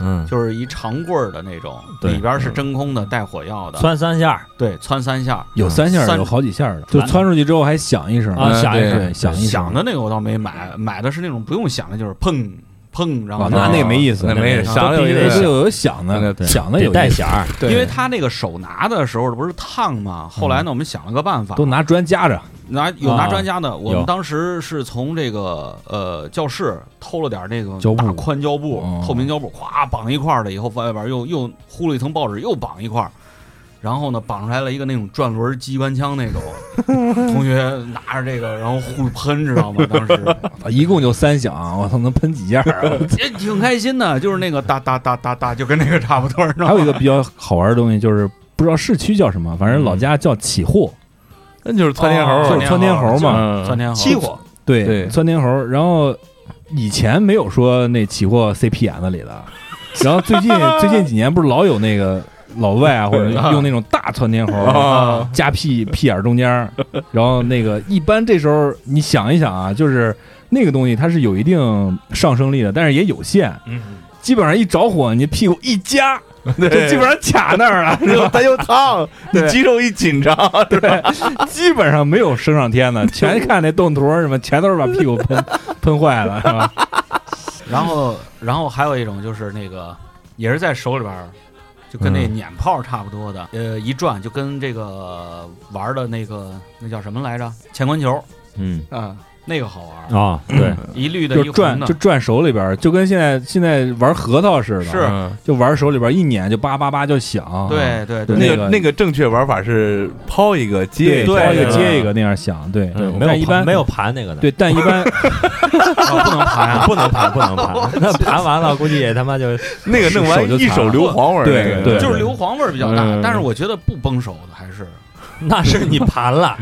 [SPEAKER 9] 嗯，
[SPEAKER 8] 就是一长棍儿的那种，
[SPEAKER 9] 对
[SPEAKER 8] 里边是真空的，带火药的，
[SPEAKER 9] 窜三下儿
[SPEAKER 8] 对，窜三下儿。
[SPEAKER 6] 有三下儿，
[SPEAKER 8] 三
[SPEAKER 6] 有好几下儿的，就窜出去之后还响一声
[SPEAKER 9] 啊，
[SPEAKER 5] 嗯
[SPEAKER 9] 下一
[SPEAKER 5] 对
[SPEAKER 9] 声
[SPEAKER 6] 对，响一
[SPEAKER 8] 响
[SPEAKER 6] 声。
[SPEAKER 8] 的那个我倒没买，买的是那种不用响的，就是砰砰，然后
[SPEAKER 6] 啊，那那没意思，
[SPEAKER 5] 那没意思
[SPEAKER 6] 那
[SPEAKER 5] 想了有
[SPEAKER 6] 必须
[SPEAKER 5] 意
[SPEAKER 6] 得
[SPEAKER 5] 思
[SPEAKER 6] 是有有响的，
[SPEAKER 9] 对
[SPEAKER 6] 响的
[SPEAKER 9] 得
[SPEAKER 6] 有
[SPEAKER 9] 带
[SPEAKER 6] 意思
[SPEAKER 9] 响儿，
[SPEAKER 6] 对
[SPEAKER 8] 因为他那个手拿的时候不是烫嘛，后来呢，我们想了个办法，
[SPEAKER 6] 都拿砖夹着，
[SPEAKER 8] 拿有
[SPEAKER 9] 啊
[SPEAKER 8] 拿专家的，我
[SPEAKER 9] 有
[SPEAKER 8] 们当时是从这个呃教室偷了点那个
[SPEAKER 6] 胶布
[SPEAKER 8] 大宽胶布
[SPEAKER 6] 哦，
[SPEAKER 8] 透明胶布，咵绑一块儿了，以后外边又又糊了一层报纸，又绑一块儿。然后呢，绑出来了一个那种转轮机关 枪那种，同学拿着这个，然后互喷，知道吗？当时
[SPEAKER 6] 啊一共就三响，我操，能喷几下儿啊？
[SPEAKER 8] 也挺开心的，就是那个哒哒哒哒哒，就跟那个差不多，知道
[SPEAKER 6] 还
[SPEAKER 8] 吗
[SPEAKER 6] 有一个比较好玩的东西，就是不知道市区叫什么，反正老家叫起货，
[SPEAKER 5] 那就是窜天猴
[SPEAKER 8] 哦
[SPEAKER 5] 儿，
[SPEAKER 6] 就是窜天猴嘛
[SPEAKER 5] 嗯
[SPEAKER 8] 窜天猴，
[SPEAKER 7] 欺负
[SPEAKER 6] 对，
[SPEAKER 5] 对
[SPEAKER 6] 窜天猴。然后以前没有说那起货 CP 眼子里的，然后 最近最近几年不是老有那个老外啊，或者用那种大窜天猴。
[SPEAKER 5] 啊，
[SPEAKER 6] 夹屁屁眼儿中间儿，然后那个一般这时候你想一想啊，就是那个东西它是有一定上升力的，但是也有限，
[SPEAKER 5] 嗯
[SPEAKER 6] 基本上一着火你屁股一夹， 就
[SPEAKER 5] 对
[SPEAKER 6] 基本上卡那儿 了，
[SPEAKER 5] 又它又烫，你
[SPEAKER 6] 对
[SPEAKER 5] 肌肉一紧张，是吧？
[SPEAKER 6] 基本上没有升上天的，全看那动图儿什么，全都是把屁股喷喷坏了，是吧？
[SPEAKER 8] 然后，然后还有一种就是那个，也是在手里边儿，就跟
[SPEAKER 6] 嗯
[SPEAKER 8] 那撵炮差不多的，呃，一转就跟这个玩儿的那个那叫什么来着？乾坤球，
[SPEAKER 9] 嗯
[SPEAKER 7] 啊
[SPEAKER 8] 嗯，那个好玩儿，
[SPEAKER 9] 啊，对，
[SPEAKER 8] 一绿的，
[SPEAKER 6] 哦就
[SPEAKER 8] 一红
[SPEAKER 6] 转
[SPEAKER 8] 的
[SPEAKER 6] 就，转手里边儿，就跟现在现在玩核桃似的，啊
[SPEAKER 8] 是
[SPEAKER 6] 就玩手里边儿一撵就叭叭叭就响，啊
[SPEAKER 8] 对对
[SPEAKER 6] 哦对
[SPEAKER 8] 对，
[SPEAKER 5] 那
[SPEAKER 6] 那个
[SPEAKER 5] 个那个正确玩法是抛一个接
[SPEAKER 6] 对，
[SPEAKER 5] 一个，
[SPEAKER 6] 抛
[SPEAKER 9] 对
[SPEAKER 6] 一个
[SPEAKER 9] 对
[SPEAKER 6] 接一个那样响，对
[SPEAKER 9] 对，没有
[SPEAKER 6] 但一
[SPEAKER 9] 盘
[SPEAKER 6] 般
[SPEAKER 9] 嗯没有盘那个的，
[SPEAKER 6] 对，但一 般
[SPEAKER 8] 啊不能盘
[SPEAKER 9] 啊，
[SPEAKER 8] 啊，
[SPEAKER 9] 不能盘，不能 盘，那盘完了估计也他妈就
[SPEAKER 5] 那个弄完
[SPEAKER 6] 手就
[SPEAKER 5] 一
[SPEAKER 6] 残
[SPEAKER 5] 手
[SPEAKER 6] 了
[SPEAKER 5] 硫磺味儿，
[SPEAKER 6] 对
[SPEAKER 5] 那个
[SPEAKER 6] 对
[SPEAKER 8] 就是硫磺味儿比较大
[SPEAKER 5] 嗯，
[SPEAKER 8] 但是我觉得不崩手的还是，
[SPEAKER 9] 那是你 盘了，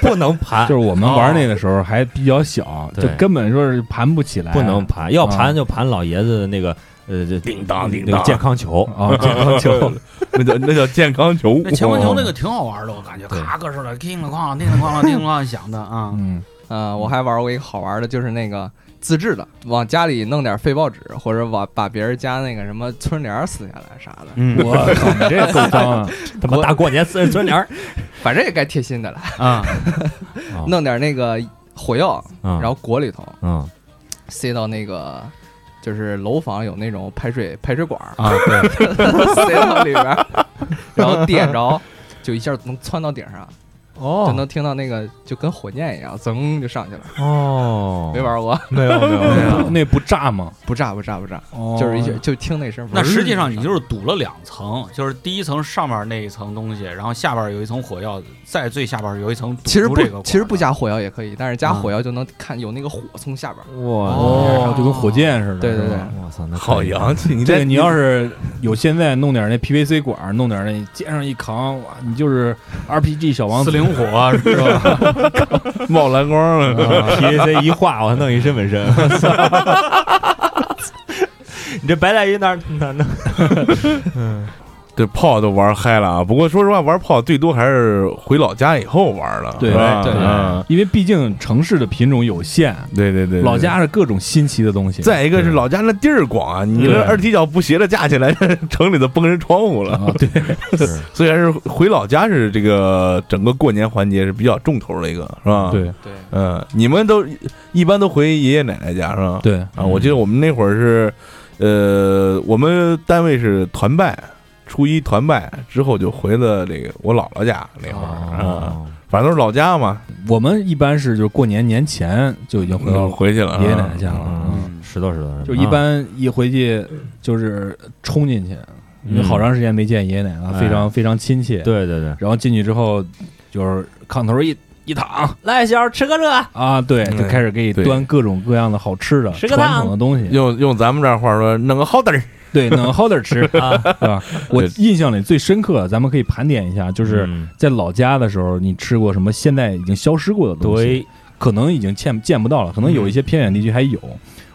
[SPEAKER 9] 不能盘
[SPEAKER 6] 就，是我们玩
[SPEAKER 8] 哦
[SPEAKER 6] 那个时候还比较小，
[SPEAKER 9] 对
[SPEAKER 6] 就根本说是盘不起来，啊
[SPEAKER 9] 不能
[SPEAKER 6] 哎
[SPEAKER 9] 盘，要盘就盘老爷子的那个呃，这
[SPEAKER 5] 叮当叮
[SPEAKER 9] 那个
[SPEAKER 5] 当
[SPEAKER 9] 健康球，
[SPEAKER 6] 啊，健 康球
[SPEAKER 5] 那叫那叫健康球。
[SPEAKER 8] 那乾坤球那个挺好玩儿的，我感觉咔个似的，叮了哐啷，叮了哐啷，叮了哐啷响的啊，
[SPEAKER 6] 嗯，
[SPEAKER 7] 呃，我还玩过一个好玩的，就是那个自制的，往家里弄点废报纸，或者往把别人家那个什么春联儿撕下来啥的，
[SPEAKER 8] 嗯
[SPEAKER 6] 我靠，你这够脏 啊！
[SPEAKER 9] 他妈大过年四十 春联儿，
[SPEAKER 7] 反正也该贴心的了，
[SPEAKER 8] 啊，
[SPEAKER 9] 哦
[SPEAKER 7] 弄点那个火药，
[SPEAKER 9] 嗯
[SPEAKER 7] 然后裹里头，
[SPEAKER 9] 嗯
[SPEAKER 7] 塞到那个就是楼房有那种排水排水管儿，
[SPEAKER 8] 啊，对，
[SPEAKER 7] 塞到里边儿，然后点着，就一下能窜到顶上，就
[SPEAKER 9] 哦
[SPEAKER 7] 能听到那个就跟火箭一样，噌就上去了。
[SPEAKER 9] 哦
[SPEAKER 7] 没，玩过，
[SPEAKER 6] 没有没
[SPEAKER 9] 啊
[SPEAKER 6] 有，那不炸吗？
[SPEAKER 7] 不炸不炸不炸，
[SPEAKER 6] 哦
[SPEAKER 7] 就是一下就听那声。嗯
[SPEAKER 8] 那实际上你就是堵了两层，就是第一层上面那一层东西，然后下边有一层火药，再最下边有一层堵
[SPEAKER 7] 其实
[SPEAKER 8] 住这个
[SPEAKER 7] 不，其实不
[SPEAKER 8] 管
[SPEAKER 7] 加火药也可以，但是加火药就能看有那个火从下边。
[SPEAKER 9] 哇，
[SPEAKER 6] 哦，就跟火箭似的。
[SPEAKER 7] 对对
[SPEAKER 6] 是
[SPEAKER 7] 对
[SPEAKER 6] 吧，
[SPEAKER 9] 我操，那
[SPEAKER 5] 好
[SPEAKER 9] 可以，
[SPEAKER 5] 洋气！你
[SPEAKER 6] 这
[SPEAKER 5] 这
[SPEAKER 6] 个你要是有现在弄点那 PVC 管，弄点那肩上一扛，哇，你就是 RPG 小王
[SPEAKER 8] 的
[SPEAKER 6] 子
[SPEAKER 8] 四灵
[SPEAKER 6] 啊
[SPEAKER 8] 火是吧？
[SPEAKER 5] 冒蓝光 了，
[SPEAKER 9] 啊
[SPEAKER 1] PAC 一画，我还弄一身纹 身。你这白带鱼哪儿哪儿弄？
[SPEAKER 5] 这炮都玩嗨了啊！不过说实话，玩炮最多还是回老家以后玩了，
[SPEAKER 6] 对
[SPEAKER 5] 是吧
[SPEAKER 8] 对对
[SPEAKER 5] 嗯
[SPEAKER 6] 因为毕竟城市的品种有限，
[SPEAKER 5] 对对对，对
[SPEAKER 6] 老。家是各种新奇的东西。
[SPEAKER 5] 再一个是老家那地儿广啊，你
[SPEAKER 6] 对
[SPEAKER 5] 这二踢脚不斜着架起来， 城里头崩人窗户了。
[SPEAKER 6] 啊，对，
[SPEAKER 5] 所以还是回老家是这个整个过年环节是比较重头的一个，是吧？，
[SPEAKER 6] 对
[SPEAKER 7] 对，
[SPEAKER 5] 嗯，你们都一般都回爷爷奶奶家是吧？
[SPEAKER 6] 对，
[SPEAKER 5] 啊，我记得我们那会儿是，呃，我们单位是团拜，初一团拜之后就回了这个我姥姥家那会儿啊，
[SPEAKER 9] 哦，
[SPEAKER 5] 反正都是老家嘛，
[SPEAKER 6] 我们一般是就是过年年前就已经回
[SPEAKER 5] 嗯
[SPEAKER 6] 到
[SPEAKER 5] 回去了啊，
[SPEAKER 6] 爷爷奶奶家了，嗯
[SPEAKER 9] 嗯，石头石头，
[SPEAKER 6] 就一般一回去就是冲进去，
[SPEAKER 5] 嗯
[SPEAKER 6] 因为好长时间没见爷爷奶奶了，
[SPEAKER 9] 哎
[SPEAKER 6] 非常非常亲切。，
[SPEAKER 9] 对对对，
[SPEAKER 6] 然后进去之后就是炕头一一躺
[SPEAKER 9] 来小吃 个这，
[SPEAKER 6] 啊，对，就开始给你
[SPEAKER 5] 嗯对
[SPEAKER 6] 端各种各样的好吃的
[SPEAKER 9] 吃个
[SPEAKER 6] 传
[SPEAKER 9] 汤
[SPEAKER 6] 统的东西，
[SPEAKER 5] 用用咱们这儿话说，弄个好点儿，
[SPEAKER 6] 对，能好 点吃，是
[SPEAKER 9] 啊
[SPEAKER 6] 吧？我印象里最深刻，咱们可以盘点一下，就是
[SPEAKER 9] 嗯
[SPEAKER 6] 在老家的时候，你吃过什么现在已经消失过的东西？
[SPEAKER 9] 对，
[SPEAKER 6] 可能已经见见不到了，可能有一些偏远地区还有。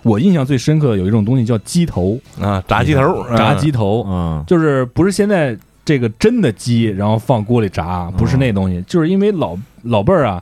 [SPEAKER 6] 我印象最深刻的有一种东西叫鸡头，
[SPEAKER 5] 啊，炸鸡头儿，
[SPEAKER 6] 炸
[SPEAKER 5] 嗯
[SPEAKER 6] 鸡头，
[SPEAKER 9] 嗯，
[SPEAKER 6] 就是不是现在这个真的鸡，然后放锅里炸，不是那东
[SPEAKER 9] 哦
[SPEAKER 6] 西，就是因为老老辈儿啊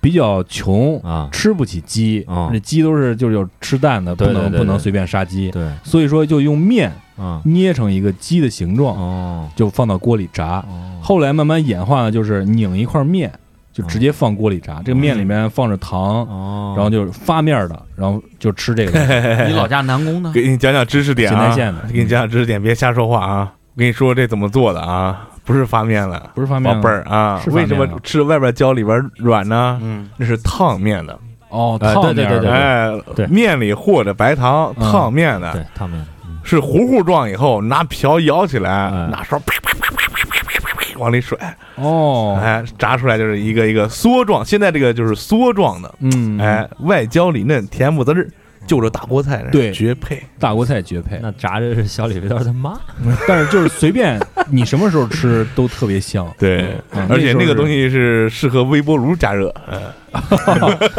[SPEAKER 6] 比较穷，
[SPEAKER 9] 啊，
[SPEAKER 6] 吃不起鸡，
[SPEAKER 9] 嗯
[SPEAKER 6] 那鸡都是就是有吃蛋的，不
[SPEAKER 9] 对
[SPEAKER 6] 能
[SPEAKER 9] 对对
[SPEAKER 6] 不能
[SPEAKER 9] 对
[SPEAKER 6] 随便杀鸡，
[SPEAKER 9] 对，
[SPEAKER 6] 所以说就用面
[SPEAKER 9] 嗯，
[SPEAKER 6] 捏成一个鸡的形状，
[SPEAKER 9] 哦，
[SPEAKER 6] 就放到锅里炸。
[SPEAKER 9] 哦
[SPEAKER 6] 后来慢慢演化呢，就是拧一块面，就直接放锅里
[SPEAKER 5] 嗯
[SPEAKER 6] 炸。这个面里面放着糖，
[SPEAKER 9] 哦，
[SPEAKER 6] 然后就是发面的，然后就 吃这个东西
[SPEAKER 8] 你老家南宫呢？
[SPEAKER 5] 给你讲讲知识点
[SPEAKER 6] 邢
[SPEAKER 5] 啊
[SPEAKER 6] 台，县的，
[SPEAKER 5] 给你讲讲知识点，别瞎说话啊！我跟你说这怎么做的啊，不是发面了，
[SPEAKER 6] 嗯不是发面
[SPEAKER 5] 宝
[SPEAKER 6] 吗
[SPEAKER 5] 贝儿啊，
[SPEAKER 6] 是发
[SPEAKER 5] 为
[SPEAKER 6] 面
[SPEAKER 5] 什么
[SPEAKER 6] 了
[SPEAKER 5] 吃外边焦里边软呢？
[SPEAKER 8] 嗯，
[SPEAKER 5] 那是烫面的，
[SPEAKER 6] 哦，
[SPEAKER 9] 哎
[SPEAKER 6] 烫
[SPEAKER 9] 对对
[SPEAKER 6] 面儿
[SPEAKER 9] 对
[SPEAKER 6] 的
[SPEAKER 5] 哎
[SPEAKER 9] 对，
[SPEAKER 5] 面里和着白糖
[SPEAKER 6] 嗯
[SPEAKER 5] 烫面的，
[SPEAKER 9] 对烫面，
[SPEAKER 5] 是糊糊状以后拿瓢舀起来
[SPEAKER 6] 嗯
[SPEAKER 9] 哎，
[SPEAKER 5] 拿勺啪啪啪啪啪啪啪啪啪往里甩，
[SPEAKER 6] 哦，
[SPEAKER 5] 哎，炸出来就是一个一个梭状，现在这个就是梭状的，
[SPEAKER 6] 嗯，
[SPEAKER 5] 哎，外焦里嫩，甜不滋儿，就着大锅菜那
[SPEAKER 6] 对
[SPEAKER 5] 绝配，
[SPEAKER 6] 大锅菜绝配，
[SPEAKER 9] 那炸着是小李味道他妈，
[SPEAKER 6] 但是就是随便你什么时候吃都特别 香。
[SPEAKER 5] 对
[SPEAKER 6] 嗯
[SPEAKER 5] 而且
[SPEAKER 6] 那
[SPEAKER 5] 那
[SPEAKER 6] 时候
[SPEAKER 5] 个
[SPEAKER 6] 是
[SPEAKER 5] 东西是适合微波炉加热，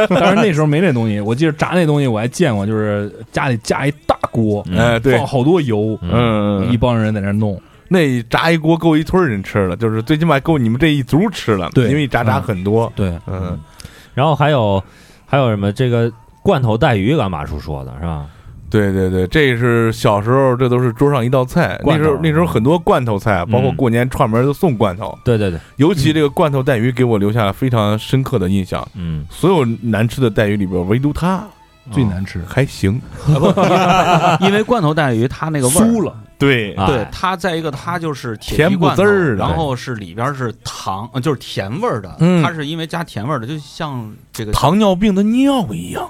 [SPEAKER 6] 当然那时候没那东西，我记得炸那东西我还见过，就是家里架一大锅，
[SPEAKER 5] 哎，对
[SPEAKER 6] 放，好多油，
[SPEAKER 5] 嗯
[SPEAKER 6] 一，帮人在那儿弄。
[SPEAKER 5] 那炸一锅够一村儿人吃了，就是最起码够你们这一族吃了，
[SPEAKER 6] 对
[SPEAKER 5] 因为炸炸
[SPEAKER 6] 嗯
[SPEAKER 5] 很多，
[SPEAKER 6] 对，
[SPEAKER 5] 嗯，
[SPEAKER 9] 然后还有还有什么这个罐头带鱼，刚马叔说的是吧？
[SPEAKER 5] 对对对，这是小时候，这都是桌上一道菜。那
[SPEAKER 9] 罐头
[SPEAKER 5] 时候那时候很多罐头菜，啊包括
[SPEAKER 9] 嗯
[SPEAKER 5] 过年串门都送罐头，
[SPEAKER 9] 对对对，
[SPEAKER 5] 尤其这个罐头带鱼给我留下了非常深刻的印象。
[SPEAKER 9] 嗯，
[SPEAKER 5] 所有难吃的带鱼里边，唯独它嗯
[SPEAKER 6] 最难吃，
[SPEAKER 5] 还行。
[SPEAKER 8] 因为罐头带鱼它那个味儿
[SPEAKER 6] 酥了，
[SPEAKER 5] 对
[SPEAKER 9] 啊
[SPEAKER 7] 哎
[SPEAKER 8] 对，它再一个它就是铁皮
[SPEAKER 5] 甜不
[SPEAKER 8] 罐头
[SPEAKER 5] 滋儿的
[SPEAKER 8] 然后是里边是糖，呃就是甜味儿的，
[SPEAKER 5] 嗯
[SPEAKER 8] 它是因为加甜味儿的，就像这个
[SPEAKER 5] 糖尿病的尿一样。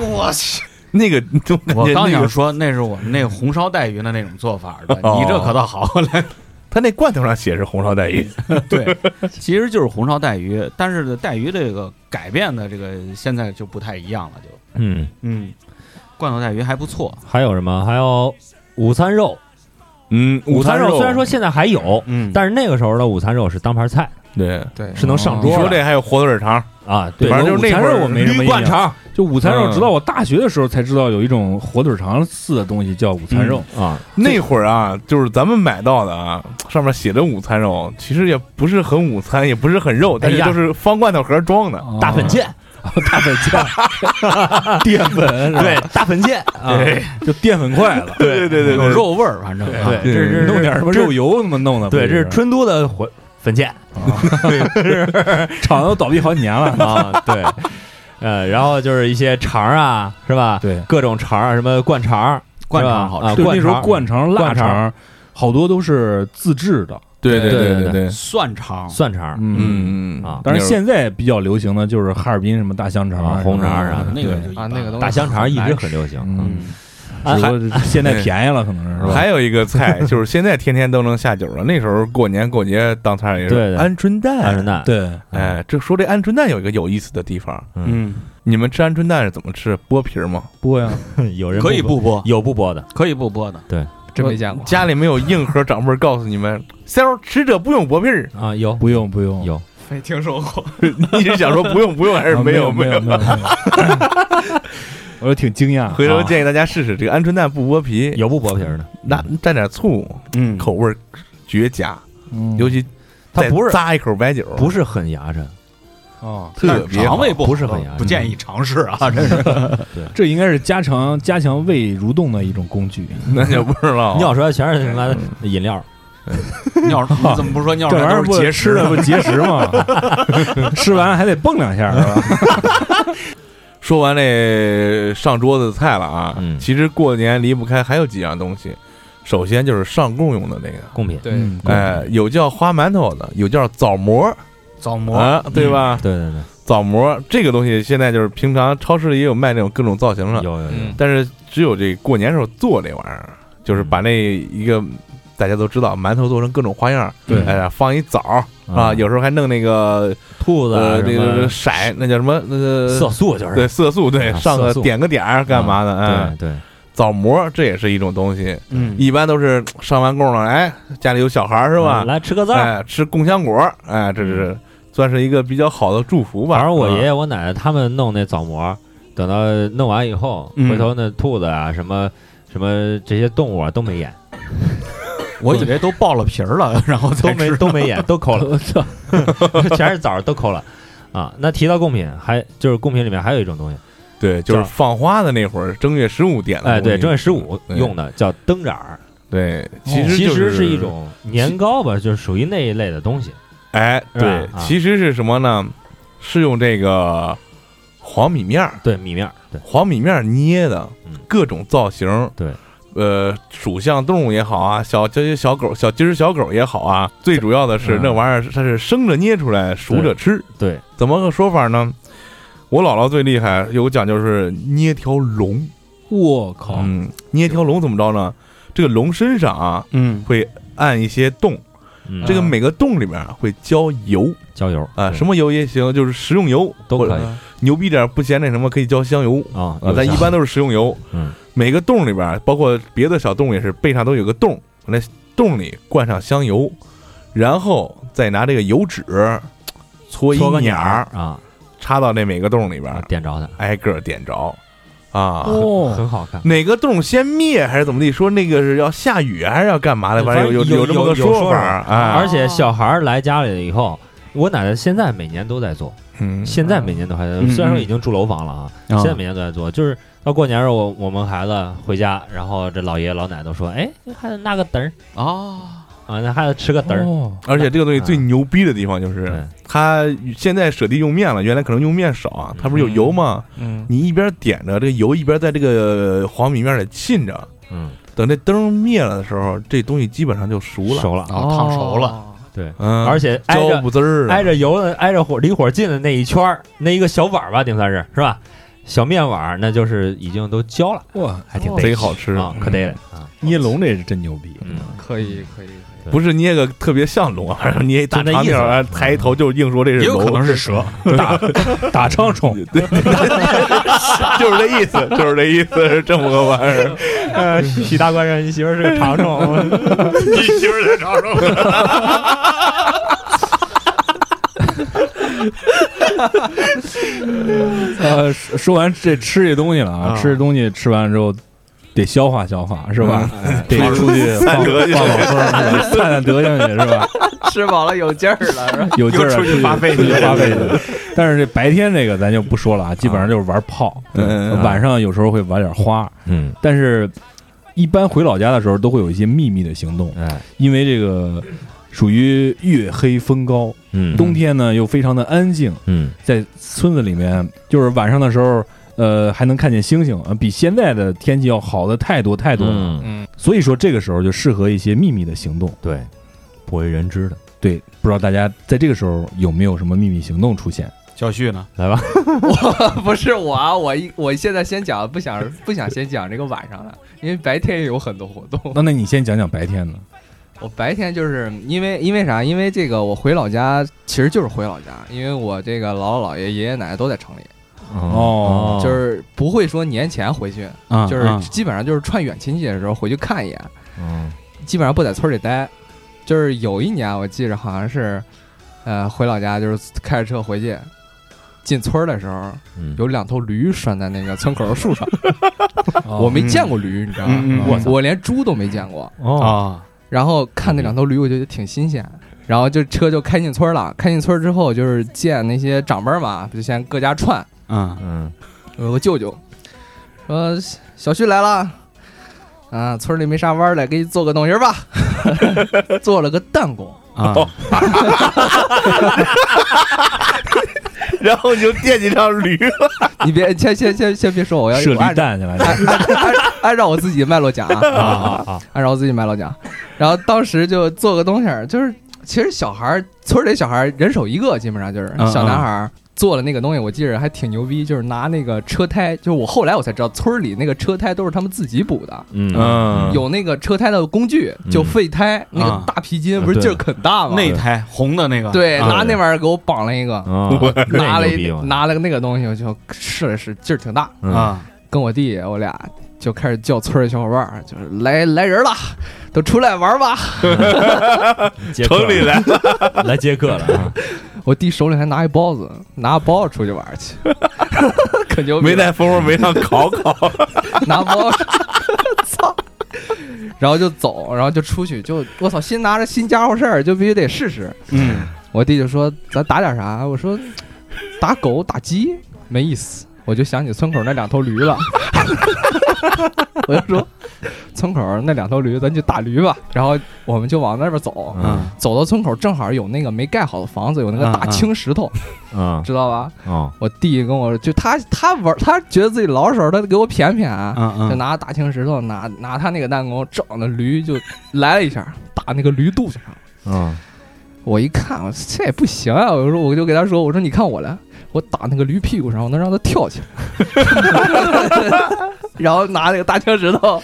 [SPEAKER 8] 我去，
[SPEAKER 5] 那个，就感
[SPEAKER 8] 我
[SPEAKER 5] 觉
[SPEAKER 8] 刚
[SPEAKER 5] 那
[SPEAKER 8] 想
[SPEAKER 5] 个
[SPEAKER 8] 说那是我们那红烧带鱼的那种做法的，
[SPEAKER 5] 哦
[SPEAKER 8] 你这可倒好了。
[SPEAKER 5] 它那罐头上写是红烧 带鱼，
[SPEAKER 8] 对，其实就是红烧带鱼，但是带鱼这个改变的这个现在就不太一样了，就
[SPEAKER 9] 嗯，
[SPEAKER 8] 嗯，罐头带鱼还不错，
[SPEAKER 9] 还有什么？还有午餐肉，
[SPEAKER 5] 嗯，
[SPEAKER 9] 午
[SPEAKER 5] 餐
[SPEAKER 9] 餐肉虽然说现在还有，
[SPEAKER 8] 嗯
[SPEAKER 9] 但是那个时候的午餐肉是当盘菜，
[SPEAKER 5] 对，
[SPEAKER 7] 对，
[SPEAKER 9] 是能
[SPEAKER 6] 啊
[SPEAKER 9] 上
[SPEAKER 5] 你
[SPEAKER 9] 桌
[SPEAKER 5] 说
[SPEAKER 9] 的
[SPEAKER 5] 这还有火腿肠，
[SPEAKER 9] 啊。对，
[SPEAKER 5] 反正
[SPEAKER 6] 我
[SPEAKER 5] 就是那
[SPEAKER 6] 午餐
[SPEAKER 5] 会
[SPEAKER 6] 肉
[SPEAKER 5] 儿
[SPEAKER 6] 我没什么
[SPEAKER 5] 绿
[SPEAKER 6] 印
[SPEAKER 5] 灌
[SPEAKER 6] 象。
[SPEAKER 5] 肠，
[SPEAKER 6] 就午餐肉，
[SPEAKER 5] 嗯
[SPEAKER 6] 直到我大学的时候才知道有一种火腿肠似的东西叫午餐肉。
[SPEAKER 9] 啊，
[SPEAKER 5] 那会儿啊，就是咱们买到的啊，上面写着午餐肉，其实也不是很午餐，也不是很肉，但是
[SPEAKER 9] 哎呀啊
[SPEAKER 5] 就是方罐头盒装的。
[SPEAKER 9] 大粉芡，
[SPEAKER 6] 大粉酱，淀 粉，对，
[SPEAKER 9] 大粉芡啊，
[SPEAKER 6] 就淀粉块了。
[SPEAKER 5] 哎 对对对
[SPEAKER 8] 有
[SPEAKER 5] 对，
[SPEAKER 8] 肉味儿，反正啊
[SPEAKER 9] 对，这是
[SPEAKER 6] 弄点什么肉油怎么弄的？
[SPEAKER 9] 对，这
[SPEAKER 6] 是
[SPEAKER 9] 是春都的火粉芡
[SPEAKER 6] 厂都倒闭好几年 了。
[SPEAKER 9] 啊，对，呃，然后就是一些肠儿啊，是吧？
[SPEAKER 6] 对，
[SPEAKER 9] 各种肠儿啊，什么灌肠儿，
[SPEAKER 8] 灌肠
[SPEAKER 9] 是吧
[SPEAKER 8] 好
[SPEAKER 9] 啊
[SPEAKER 8] 吃，
[SPEAKER 6] 就
[SPEAKER 9] 灌
[SPEAKER 6] 那时候
[SPEAKER 9] 肠
[SPEAKER 6] 灌肠、腊
[SPEAKER 9] 灌肠
[SPEAKER 6] 肠，好多都是自制的，
[SPEAKER 5] 对对
[SPEAKER 9] 对
[SPEAKER 5] 对
[SPEAKER 9] 对
[SPEAKER 5] 对，
[SPEAKER 8] 蒜肠，
[SPEAKER 9] 蒜肠，
[SPEAKER 6] 嗯。
[SPEAKER 5] 嗯嗯
[SPEAKER 9] 啊
[SPEAKER 6] 但是现在比较流行的就是哈尔滨什么大香肠
[SPEAKER 9] 啊
[SPEAKER 6] 啊、
[SPEAKER 9] 红肠
[SPEAKER 6] 什么
[SPEAKER 9] 啊
[SPEAKER 6] 的
[SPEAKER 8] 那个
[SPEAKER 6] 对
[SPEAKER 8] 就一
[SPEAKER 7] 啊
[SPEAKER 8] 般
[SPEAKER 7] 那个东西
[SPEAKER 9] 大香肠一直很流行，
[SPEAKER 6] 嗯只
[SPEAKER 8] 嗯，
[SPEAKER 6] 不过现在便宜了，可能是是吧？
[SPEAKER 5] 还有一个菜就是现在天天都能下酒了，那时候过年过节当菜也是
[SPEAKER 9] 对对
[SPEAKER 5] 鹌鹑
[SPEAKER 9] 鹌鹑
[SPEAKER 5] 蛋。
[SPEAKER 9] 蛋，
[SPEAKER 6] 对，
[SPEAKER 5] 哎，这说这鹌鹑蛋有一个有意思的地方，
[SPEAKER 8] 嗯，
[SPEAKER 5] 你们吃鹌鹑蛋是怎么吃？剥皮儿吗？
[SPEAKER 6] 剥呀，
[SPEAKER 9] 有人
[SPEAKER 8] 可以不播，
[SPEAKER 9] 有不剥的，
[SPEAKER 8] 可以不播的，
[SPEAKER 7] 真没见过。
[SPEAKER 5] 家里没有硬核长辈告诉你们，三儿吃者不用剥皮儿，
[SPEAKER 9] 啊，有
[SPEAKER 6] 不用不用，
[SPEAKER 9] 有
[SPEAKER 7] 没听说过，
[SPEAKER 5] 你是想说不用不用还是
[SPEAKER 6] 啊
[SPEAKER 5] 没
[SPEAKER 6] 有
[SPEAKER 5] 没
[SPEAKER 6] 有没有， 没有我就挺惊讶，
[SPEAKER 5] 回头
[SPEAKER 9] 啊
[SPEAKER 5] 建议大家试试这个鹌鹑蛋不剥皮，
[SPEAKER 9] 有不剥皮儿的，
[SPEAKER 5] 那蘸点醋，
[SPEAKER 8] 嗯
[SPEAKER 5] 口味儿绝佳，
[SPEAKER 6] 嗯
[SPEAKER 5] 尤其
[SPEAKER 9] 它
[SPEAKER 5] 再
[SPEAKER 9] 不是
[SPEAKER 5] 咂一口白酒，
[SPEAKER 9] 不是很牙碜，
[SPEAKER 6] 啊，
[SPEAKER 5] 特别好
[SPEAKER 8] 肠 胃不好
[SPEAKER 9] 不是很牙碜
[SPEAKER 8] 不建议尝试啊，真是
[SPEAKER 6] 这应该是加强加强胃蠕动的一种工具。
[SPEAKER 5] 那就不知道了。
[SPEAKER 9] 尿出来全是他妈的饮料，
[SPEAKER 8] 尿你怎么不说尿
[SPEAKER 6] 这
[SPEAKER 8] 出
[SPEAKER 6] 玩意
[SPEAKER 8] 来
[SPEAKER 6] 儿
[SPEAKER 8] 都是
[SPEAKER 6] 不吃
[SPEAKER 8] 结石
[SPEAKER 6] 的不节食吗？ 吃完还得蹦两下，是吧？
[SPEAKER 5] 说完这上桌子的菜了啊，
[SPEAKER 9] 嗯
[SPEAKER 5] 其实过年离不开还有几样东西，首先就是上供用的那个，
[SPEAKER 9] 贡品，
[SPEAKER 7] 对，
[SPEAKER 6] 嗯
[SPEAKER 5] 哎，有叫花馒头的，有叫枣馍
[SPEAKER 8] 枣馍，
[SPEAKER 5] 啊，对吧？
[SPEAKER 9] 对对对，
[SPEAKER 5] 枣馍这个东西现在就是平常超市里也有卖那种各种造型的，
[SPEAKER 9] 有有有，
[SPEAKER 5] 但是只有这过年时候做这玩意儿，就是把那一个大家都知道馒头做成各种花样，
[SPEAKER 6] 对
[SPEAKER 5] 哎呀，放一枣儿啊，
[SPEAKER 9] 啊
[SPEAKER 5] 有时候还弄那个
[SPEAKER 9] 兔子啊
[SPEAKER 5] 呃那
[SPEAKER 9] 什么
[SPEAKER 5] 个色，那叫什么那个
[SPEAKER 9] 色素就是
[SPEAKER 5] 对色素，对
[SPEAKER 9] 啊
[SPEAKER 5] 上个
[SPEAKER 9] 色素啊
[SPEAKER 5] 点个点儿干嘛的？哎
[SPEAKER 9] 对，对，
[SPEAKER 5] 枣馍这也是一种东西，
[SPEAKER 8] 嗯，
[SPEAKER 5] 一般都是上完供了，哎，家里有小孩儿是吧
[SPEAKER 9] 嗯？来吃个字儿。
[SPEAKER 5] 哎，吃供香果儿，哎，这是算是一个比较好的祝福吧。
[SPEAKER 9] 反正我爷
[SPEAKER 5] 啊
[SPEAKER 9] 爷、我奶奶他们弄那枣馍，等到弄完以后，
[SPEAKER 8] 嗯
[SPEAKER 9] 回头那兔子啊，什么什么这些动物啊都没演，
[SPEAKER 8] 我以为都爆了皮儿了，然后
[SPEAKER 9] 都
[SPEAKER 8] 再
[SPEAKER 9] 没
[SPEAKER 8] 吃
[SPEAKER 9] 都没演，都抠了，全是枣儿都抠了啊。那提到贡品，还就是贡品里面还有一种东西，
[SPEAKER 5] 对，就是
[SPEAKER 9] 叫
[SPEAKER 5] 放花的那会儿，正月十五点的。
[SPEAKER 9] 哎，对，正月十五
[SPEAKER 5] 对
[SPEAKER 9] 用的叫灯盏儿，
[SPEAKER 5] 对，
[SPEAKER 9] 哦其
[SPEAKER 5] 其实就
[SPEAKER 9] 实一种年糕吧，就是属于那一类的东西。
[SPEAKER 5] 哎，
[SPEAKER 9] 是吧
[SPEAKER 5] 对，
[SPEAKER 9] 啊
[SPEAKER 5] 其实是什么呢？是用这个黄米面儿，
[SPEAKER 9] 对，米面儿，对，
[SPEAKER 5] 黄米面儿捏的
[SPEAKER 9] 嗯，
[SPEAKER 5] 各种造型。
[SPEAKER 9] 对。
[SPEAKER 5] 呃，属相动物也好啊，小这些小狗、小鸡儿、小狗也好啊，最主要的是
[SPEAKER 9] 嗯
[SPEAKER 5] 那玩意儿它是生着捏出来，熟着吃。
[SPEAKER 9] 对，
[SPEAKER 5] 怎么个说法呢？我姥姥最厉害，有个讲究是捏条龙。
[SPEAKER 6] 我
[SPEAKER 9] 哦
[SPEAKER 6] 靠，
[SPEAKER 5] 嗯，捏条龙怎么着呢？这个龙身上啊
[SPEAKER 8] 嗯
[SPEAKER 5] 会按一些洞，
[SPEAKER 9] 嗯
[SPEAKER 5] 这个每个洞里面啊会浇油
[SPEAKER 9] 浇油
[SPEAKER 5] 啊，
[SPEAKER 9] 对
[SPEAKER 5] 什么油也行，就是食用油
[SPEAKER 9] 都
[SPEAKER 5] 或
[SPEAKER 9] 可
[SPEAKER 5] 者
[SPEAKER 9] 以
[SPEAKER 5] 牛逼点儿不嫌那什么，可以浇香油
[SPEAKER 9] 啊
[SPEAKER 5] 啊，，
[SPEAKER 9] 有
[SPEAKER 5] 但一
[SPEAKER 9] 香
[SPEAKER 5] 般都是食用油。
[SPEAKER 9] 嗯，
[SPEAKER 5] 每个洞里边儿，包括别的小动物也是，背上都有个洞，那洞里灌上香油，然后再拿这个油纸搓一
[SPEAKER 9] 搓个
[SPEAKER 5] 捻儿，
[SPEAKER 9] 儿啊，
[SPEAKER 5] 插到那每个洞里边
[SPEAKER 9] 啊
[SPEAKER 5] 儿，
[SPEAKER 9] 点着它，
[SPEAKER 5] 挨个儿点着啊。
[SPEAKER 9] 嗯
[SPEAKER 6] 哦，
[SPEAKER 9] 很好看。
[SPEAKER 5] 哪个洞先灭还是怎么地？说那个是要下雨还是要干嘛的？反
[SPEAKER 9] 反
[SPEAKER 5] 正有
[SPEAKER 9] 正有
[SPEAKER 5] 这么个
[SPEAKER 9] 有有
[SPEAKER 5] 说
[SPEAKER 9] 说
[SPEAKER 5] 法
[SPEAKER 9] 法
[SPEAKER 5] 儿啊。
[SPEAKER 9] 而且小孩儿来家里了以后，我奶奶现在每年都在做，
[SPEAKER 5] 嗯，
[SPEAKER 9] 现在每年都还在
[SPEAKER 8] 嗯
[SPEAKER 9] 做，虽然说已经住楼房了啊，
[SPEAKER 8] 嗯
[SPEAKER 9] 现在每年都在做。就是到过年时候，我我们孩子回家，然后这老爷老奶奶都说：“哎，那孩子拿个嘚儿
[SPEAKER 8] 啊，
[SPEAKER 9] 啊，那孩子吃个嘚儿。
[SPEAKER 6] 哦，
[SPEAKER 5] 而且这个东西最牛逼的地方就”
[SPEAKER 9] 对
[SPEAKER 5] 是，它现在舍地用面了，原来可能用面少啊。它不是有油吗？
[SPEAKER 7] 嗯，
[SPEAKER 5] 你一边点着这个油，一边在这个黄米面里浸着，
[SPEAKER 9] 嗯，
[SPEAKER 5] 等这灯灭了的时候，这东西基本上就熟了。
[SPEAKER 9] 熟了，
[SPEAKER 8] 然后烫熟了，
[SPEAKER 7] 哦，
[SPEAKER 5] 嗯，
[SPEAKER 9] 而且挨
[SPEAKER 5] 胶
[SPEAKER 9] 着
[SPEAKER 5] 布滋儿啊的
[SPEAKER 9] 挨着油的挨着火离火近的那一圈儿，那一个小碗儿吧，顶算是是吧？小面碗儿那就是已经都焦了，
[SPEAKER 6] 哇，哦
[SPEAKER 9] 还挺
[SPEAKER 5] 贼
[SPEAKER 9] 得
[SPEAKER 5] 好吃，
[SPEAKER 9] 啊，可得了啊，
[SPEAKER 6] 捏龙这是真牛逼，
[SPEAKER 9] 嗯。
[SPEAKER 7] 可以可以，
[SPEAKER 5] 不是捏个特别像龙啊， 反正捏一大
[SPEAKER 9] 就那
[SPEAKER 5] 长
[SPEAKER 9] 意思
[SPEAKER 5] 条儿，嗯抬头就硬说这是
[SPEAKER 8] 也有可
[SPEAKER 5] 龙，
[SPEAKER 8] 能是蛇，
[SPEAKER 6] 打打苍 虫，
[SPEAKER 5] 就是这意思，就是这意思，是这么个玩意儿。
[SPEAKER 9] 呃，许大官人，你媳妇儿是个长虫，
[SPEAKER 5] 你媳妇在床上。
[SPEAKER 6] 呃，说说完这吃这东西了啊，
[SPEAKER 5] 啊
[SPEAKER 6] 吃这东西吃完之后得消化消化是吧？得出去
[SPEAKER 5] 散
[SPEAKER 6] 放放
[SPEAKER 5] 德
[SPEAKER 6] 放
[SPEAKER 5] 性
[SPEAKER 6] 放风儿，是吧散散德性去是吧？
[SPEAKER 7] 吃饱了有劲儿了，是吧？
[SPEAKER 6] 有劲儿啊
[SPEAKER 8] 又出去发
[SPEAKER 6] 挥去发挥去。但是这白天这个咱就不说了啊，基本上就是玩炮，
[SPEAKER 5] 嗯嗯嗯
[SPEAKER 6] 晚上有时候会玩点花，
[SPEAKER 9] 嗯，
[SPEAKER 6] 但是一般回老家的时候都会有一些秘密的行动，
[SPEAKER 9] 哎，
[SPEAKER 6] 因为这个属于月黑风高，
[SPEAKER 9] 嗯
[SPEAKER 6] 冬天呢又非常的安静，
[SPEAKER 9] 嗯
[SPEAKER 6] 在村子里面就是晚上的时候。呃，还能看见星星，呃，比现在的天气要好的太多太多了。
[SPEAKER 9] 嗯，
[SPEAKER 7] 嗯，
[SPEAKER 6] 所以说这个时候就适合一些秘密的行动。
[SPEAKER 9] 对，不为人知的，
[SPEAKER 6] 对，不知道大家在这个时候有没有什么秘密行动出现？
[SPEAKER 8] 小旭呢？
[SPEAKER 9] 来吧，
[SPEAKER 7] 不是我啊，我一我现在先讲，不想不想先讲这个晚上了，因为白天也有很多活动。
[SPEAKER 6] 那那你先讲讲白天的，
[SPEAKER 7] 我白天就是因为因为啥？因为这个我回老家其实就是回老家，因为我这个姥姥姥爷爷爷奶奶都在城里，
[SPEAKER 6] 哦
[SPEAKER 7] 就是不会说年前回去，
[SPEAKER 8] 啊
[SPEAKER 7] 就是基本上就是串远亲戚的时候回去看一眼，
[SPEAKER 9] 嗯，
[SPEAKER 7] 基本上不在村里待。就是有一年我记着好像是，呃，回老家就是开着车回去，进村儿的时候
[SPEAKER 9] 嗯
[SPEAKER 7] 有两头驴拴在那个村口的树上，
[SPEAKER 6] 啊哦
[SPEAKER 7] 我没
[SPEAKER 5] 嗯
[SPEAKER 7] 见过驴，你知道
[SPEAKER 5] 嗯
[SPEAKER 7] 吗
[SPEAKER 5] 嗯？
[SPEAKER 7] 我我连猪都没见过。
[SPEAKER 9] 哦，
[SPEAKER 8] 啊，
[SPEAKER 7] 然后看那两头驴，我觉得挺新鲜。然后就车就开进村儿了，开进村儿之后就是见那些长辈儿嘛，就先各家串。
[SPEAKER 8] 嗯
[SPEAKER 9] 嗯，
[SPEAKER 7] 有个舅舅说：“小旭来了，啊，村儿里没啥弯儿了，给你做个东西儿吧。” 做了个弹弓，
[SPEAKER 8] 啊，
[SPEAKER 5] 然后你就惦记上驴了，
[SPEAKER 7] 你别先先先先别说，我要
[SPEAKER 6] 射
[SPEAKER 7] 我按
[SPEAKER 6] 驴蛋去了。
[SPEAKER 7] 按按按按照我自己脉络讲啊，
[SPEAKER 9] 啊啊啊，
[SPEAKER 7] 按照我自己脉络讲。然后当时就做个东西儿，就是其实小孩儿村儿里小孩儿人手一个，基本上就是
[SPEAKER 8] 嗯
[SPEAKER 7] 小男孩儿做了那个东西，我记着还挺牛逼，就是拿那个车胎，就是我后来我才知道村儿里那个车胎都是他们自己补的。
[SPEAKER 9] 嗯，
[SPEAKER 5] 嗯，
[SPEAKER 7] 有那个车胎的工具，就废胎那个大皮筋，不是劲儿很大吗？
[SPEAKER 8] 内胎红的那个，
[SPEAKER 7] 对，
[SPEAKER 8] 啊
[SPEAKER 7] 拿那玩意儿给我绑了一个，
[SPEAKER 9] 我
[SPEAKER 7] 拿了一拿了个那个东西，我就试了试，劲儿挺大。
[SPEAKER 9] 啊，
[SPEAKER 8] 啊，
[SPEAKER 7] 跟我弟我俩就开始叫村儿里小伙伴儿，就是来来人了，都出来玩儿吧。
[SPEAKER 9] 接客
[SPEAKER 5] 城里来了，
[SPEAKER 9] 来接客了啊，
[SPEAKER 7] 我弟手里还拿一包子，拿包子出去玩儿去，可牛逼
[SPEAKER 5] 没
[SPEAKER 7] 了，
[SPEAKER 5] 带蜂窝煤上烤烤，
[SPEAKER 7] 拿包子，操！然后就走，然后就出去，就我操，新拿着新家伙事儿，就必须得试试。
[SPEAKER 5] 嗯，
[SPEAKER 7] 我弟就说：“咱打点啥？”我说：“打狗打鸡没意思。”我就想起村口那两头驴了， 我就说：“村口那两头驴，咱就打驴吧。”然后我们就往那边走，
[SPEAKER 9] 嗯
[SPEAKER 7] 走到村口正好有那个没盖好的房子，有那个大青石头，
[SPEAKER 9] 嗯
[SPEAKER 7] 知道吧？
[SPEAKER 9] 哦，
[SPEAKER 7] 我弟跟我就他他玩他觉得自己老手，他给我谝谝啊，
[SPEAKER 8] 嗯
[SPEAKER 7] 就
[SPEAKER 8] 嗯，
[SPEAKER 7] 拿大青石头拿拿他那个弹弓整那驴就来了一下，打那个驴肚子上。
[SPEAKER 9] 嗯
[SPEAKER 7] 我一看，我说这也不行啊！我说，我就给他说，我说你看我来，我打那个驴屁股上，我能让它跳起来。 然后拿那个大青石头，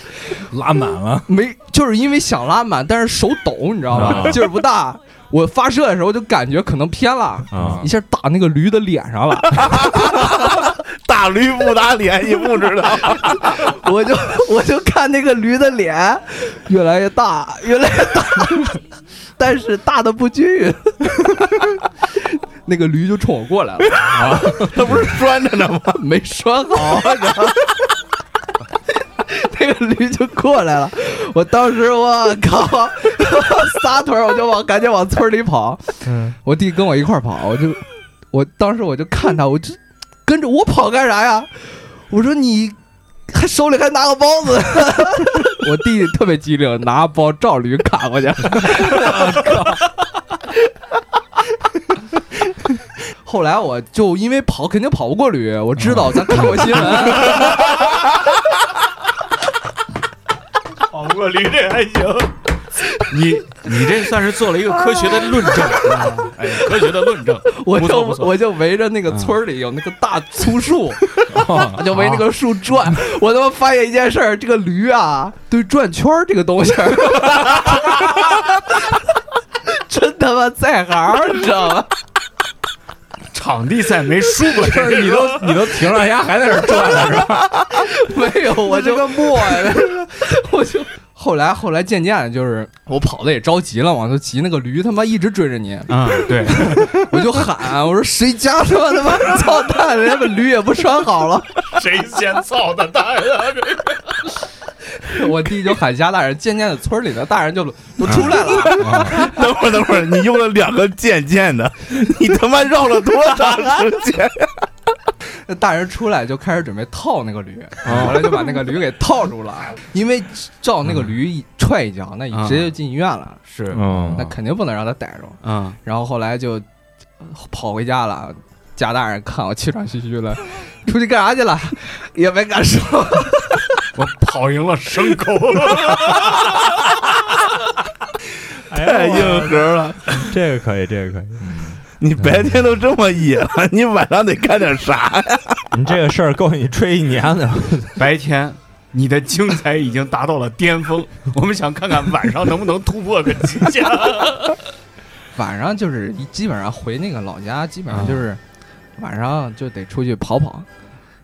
[SPEAKER 6] 拉满 了，
[SPEAKER 7] 没就是因为想拉满，但是手抖，你知道
[SPEAKER 8] 啊
[SPEAKER 7] 吧？劲儿不大。我发射的时候就感觉可能偏了，
[SPEAKER 9] 啊
[SPEAKER 7] 一下打那个驴的脸上了，
[SPEAKER 5] 打驴不打脸，你不知道，
[SPEAKER 7] 我就我就看那个驴的脸越来越大，越来越大， 但是大的不均匀。 那个驴就冲我过来了，啊
[SPEAKER 5] 他不是拴着呢吗？
[SPEAKER 7] 没拴好，啊然后那个驴就过来了。我当时我靠，撒腿儿我就往赶紧往村里跑。我弟跟我一块儿跑，我就我当时我就看他，我就跟着我跑干啥呀？我说你还手里还拿个包子， 我弟特别机灵，拿包照驴砍过去。 后来我就因为跑肯定跑不过驴，我知道咱看过新 闻，
[SPEAKER 5] 跑不过驴这还行，
[SPEAKER 8] 你你这算是做了一个科学的论证，啊哎，科学的论证，
[SPEAKER 7] 我
[SPEAKER 8] 不
[SPEAKER 7] 就
[SPEAKER 8] 错不错
[SPEAKER 7] 我就围着那个村儿里有那个大粗树，我 就围那个树转。 我他妈发现一件事儿，这个驴啊，对转圈儿这个东西 儿，真他妈在行儿，你知道吗？
[SPEAKER 8] 场地赛没输过，
[SPEAKER 6] 就是你都你都停了，人家还在这儿转呢，是吧？
[SPEAKER 7] 没有，我就个磨呀， 我就。后来，后来渐渐的，就是我跑的也着急了嘛，就急那个驴他妈一直追着你，
[SPEAKER 8] 嗯，对，
[SPEAKER 7] 我就喊 我说谁家他妈他妈操蛋，人家把驴也不拴好了，
[SPEAKER 5] 谁先操的蛋啊？
[SPEAKER 7] 我弟就喊家大人，渐渐的村里的大人就 都出来了，
[SPEAKER 5] 等会儿，等会儿，你用了两个渐渐的， 你他妈绕了多长时间？
[SPEAKER 7] 那大人出来就开始准备套那个驴，
[SPEAKER 5] 哦
[SPEAKER 7] 后来就把那个驴给套住 了，因为照那个驴一踹一脚，那
[SPEAKER 5] 啊
[SPEAKER 7] 直接就进医院了，
[SPEAKER 8] 是，
[SPEAKER 6] 嗯
[SPEAKER 7] 那肯定不能让他逮着。
[SPEAKER 8] 嗯
[SPEAKER 7] 然后后来就呃跑回家了，家大人看我气喘吁吁了，出去干啥去了？也没敢说。
[SPEAKER 5] 我跑赢了牲口，
[SPEAKER 1] 哎呦，
[SPEAKER 5] 核了。
[SPEAKER 1] 这个可以，这个可以。
[SPEAKER 5] 你白天都这么野了，你晚上得干点啥呀？
[SPEAKER 9] 你这个事儿够你吹一年的。
[SPEAKER 8] 白天你的精彩已经达到了巅峰，我们想看看晚上能不能突破个极限。
[SPEAKER 7] 晚上就是一基本上回那个老家，基本上就是晚上就得出去跑跑，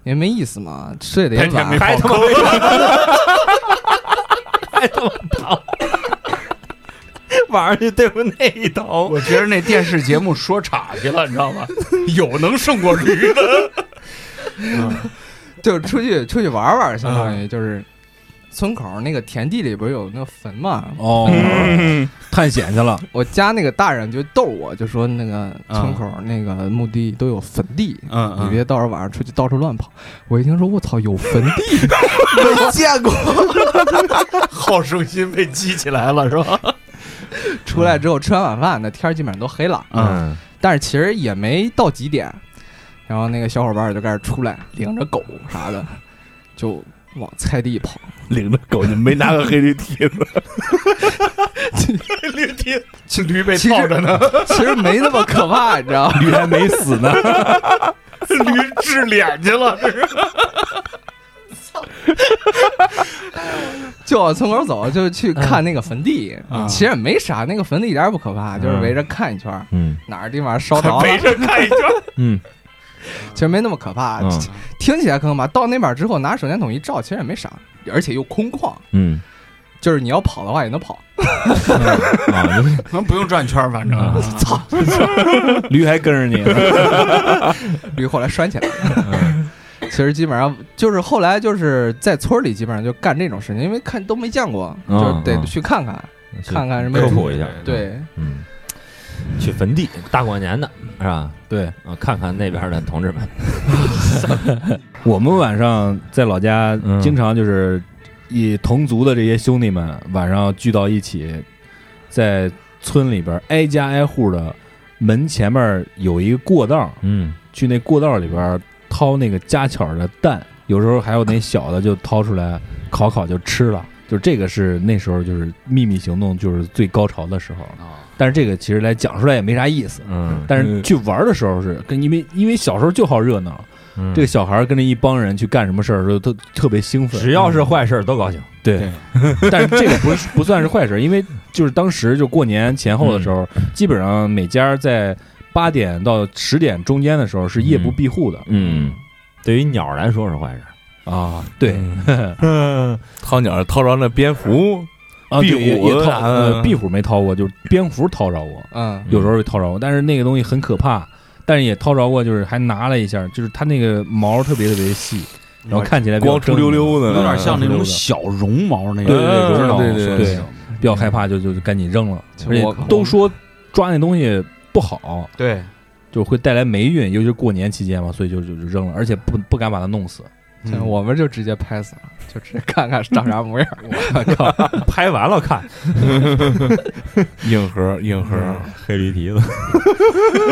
[SPEAKER 7] 因为没意思嘛，睡得也
[SPEAKER 5] 白天没
[SPEAKER 7] 晚。
[SPEAKER 5] 跑够，
[SPEAKER 9] 晚上就对付那一头，
[SPEAKER 8] 我觉得那电视节目说岔去了，你知道吗？ 有能胜过驴的。
[SPEAKER 7] 就是出去出去玩玩，相当于就是村口那个田地里不是有那个坟嘛？
[SPEAKER 6] 哦，
[SPEAKER 8] 嗯
[SPEAKER 6] 探险去了，
[SPEAKER 7] 我家那个大人就逗我，就说那个村口那个墓地都有坟地，
[SPEAKER 8] 嗯
[SPEAKER 7] 你别到时候晚上出去到处乱跑。我一听说我操有坟地，没见过。
[SPEAKER 8] 好胜心被激起来了，是吧？
[SPEAKER 7] 出来之后吃完晚饭，那天儿基本上都黑了，
[SPEAKER 8] 嗯，
[SPEAKER 7] 但是其实也没到几点。然后那个小伙伴儿就开始出来，领着狗啥的，就往菜地跑。
[SPEAKER 5] 领着狗你没拿个黑驴蹄子，
[SPEAKER 8] 驴踢这驴被
[SPEAKER 7] 其实
[SPEAKER 8] 套着呢，
[SPEAKER 7] 其实没那么可怕，你知道吗？
[SPEAKER 6] 驴还没死 呢。
[SPEAKER 8] 驴治脸去 了，这是
[SPEAKER 7] 就往村口走，就去看那个坟地。
[SPEAKER 8] 嗯
[SPEAKER 7] 其实也没啥，那个坟地一点儿也不可怕，就是围着看一圈儿，
[SPEAKER 9] 嗯
[SPEAKER 7] 哪儿地方烧 着了，
[SPEAKER 8] 围着看一圈。
[SPEAKER 9] 嗯
[SPEAKER 7] 其实没那么可怕。
[SPEAKER 9] 嗯
[SPEAKER 7] 听起来可怕，到那边儿之后拿手电筒一照，其实也没啥，而且又空旷，
[SPEAKER 9] 嗯
[SPEAKER 7] 就是你要跑的话也能跑。
[SPEAKER 9] 啊，就是
[SPEAKER 8] 咱不用转圈儿，反正
[SPEAKER 9] 啊
[SPEAKER 8] 操，
[SPEAKER 6] 驴还跟着你呢，
[SPEAKER 7] 驴后来拴起来了。
[SPEAKER 9] 嗯
[SPEAKER 7] 其实基本上就是后来就是在村里基本上就干这种事情，因为看都没见过，
[SPEAKER 9] 嗯
[SPEAKER 7] 就得
[SPEAKER 9] 嗯
[SPEAKER 7] 去看看。
[SPEAKER 9] 去
[SPEAKER 7] 看看什么
[SPEAKER 9] 科普一下，，
[SPEAKER 7] 对，
[SPEAKER 9] 嗯，去坟地，大过年的是吧？
[SPEAKER 6] 对
[SPEAKER 9] 啊，看看那边的同志们，
[SPEAKER 6] 我们晚上在老家
[SPEAKER 9] 嗯
[SPEAKER 6] 经常就是以同族的这些兄弟们晚上聚到一起，在村里边挨家挨户的门前面有一个过道，
[SPEAKER 9] 嗯
[SPEAKER 6] 去那过道里边掏那个家巧的蛋，有时候还有那小的就掏出来烤烤就吃了。就这个是那时候就是秘密行动，就是最高潮的时候。但是这个其实来讲出来也没啥意思，
[SPEAKER 9] 啊嗯，嗯
[SPEAKER 6] 但是去玩的时候是跟因为因为小时候就好热闹，这个小孩儿跟着一帮人去干什么事儿的时候都特别兴奋。嗯
[SPEAKER 9] 只要是坏事儿都高兴，
[SPEAKER 6] 对，但是这个不是不算是坏事，因为就是当时就过年前后的时候，
[SPEAKER 9] 嗯
[SPEAKER 6] 基本上每家在八点到十点中间的时候是夜不闭户的。
[SPEAKER 9] 嗯，对于鸟儿来说是坏事儿，
[SPEAKER 6] 啊，对，
[SPEAKER 5] 掏鸟掏着那蝙蝠，
[SPEAKER 6] 啊
[SPEAKER 5] 壁
[SPEAKER 6] 对也
[SPEAKER 5] 虎
[SPEAKER 6] 也掏
[SPEAKER 5] 啊
[SPEAKER 6] 呃壁虎没掏过，就是蝙蝠掏着过，
[SPEAKER 7] 嗯，
[SPEAKER 6] 有时候会掏着过，但是那个东西很可怕，但是也掏着过，就是还拿了一下，就是它那个毛特别特别细，然后看起来比
[SPEAKER 5] 嗯
[SPEAKER 6] 较
[SPEAKER 5] 光出溜
[SPEAKER 6] 狰狞，
[SPEAKER 5] 溜的，啊
[SPEAKER 8] 有点像那种小绒毛那
[SPEAKER 6] 对
[SPEAKER 8] 种。啊
[SPEAKER 6] 对对，绒毛
[SPEAKER 5] 对对
[SPEAKER 6] 对，比较害怕，就就就赶紧扔了，而且
[SPEAKER 7] 我
[SPEAKER 6] 都说抓那东西不好，
[SPEAKER 8] 对，
[SPEAKER 6] 就会带来霉运，尤其是过年期间嘛，所以就就就扔了，而且不不敢把它弄死，
[SPEAKER 9] 嗯
[SPEAKER 7] 像我们就直接拍死了，就直接看看长啥模样。
[SPEAKER 9] 拍完了看，嗯
[SPEAKER 5] 硬核硬核。
[SPEAKER 1] 黑驴蹄子，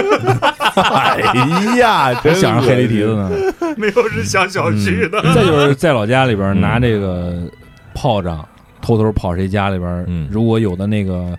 [SPEAKER 5] 哎呀，
[SPEAKER 6] 还
[SPEAKER 5] 真
[SPEAKER 6] 想着黑驴蹄子呢。
[SPEAKER 8] 没有是想小区 的。
[SPEAKER 6] 再就是在老家里
[SPEAKER 9] 嗯
[SPEAKER 6] 边拿这个炮仗，偷偷跑谁家里边，
[SPEAKER 9] 嗯
[SPEAKER 6] 如果有的那个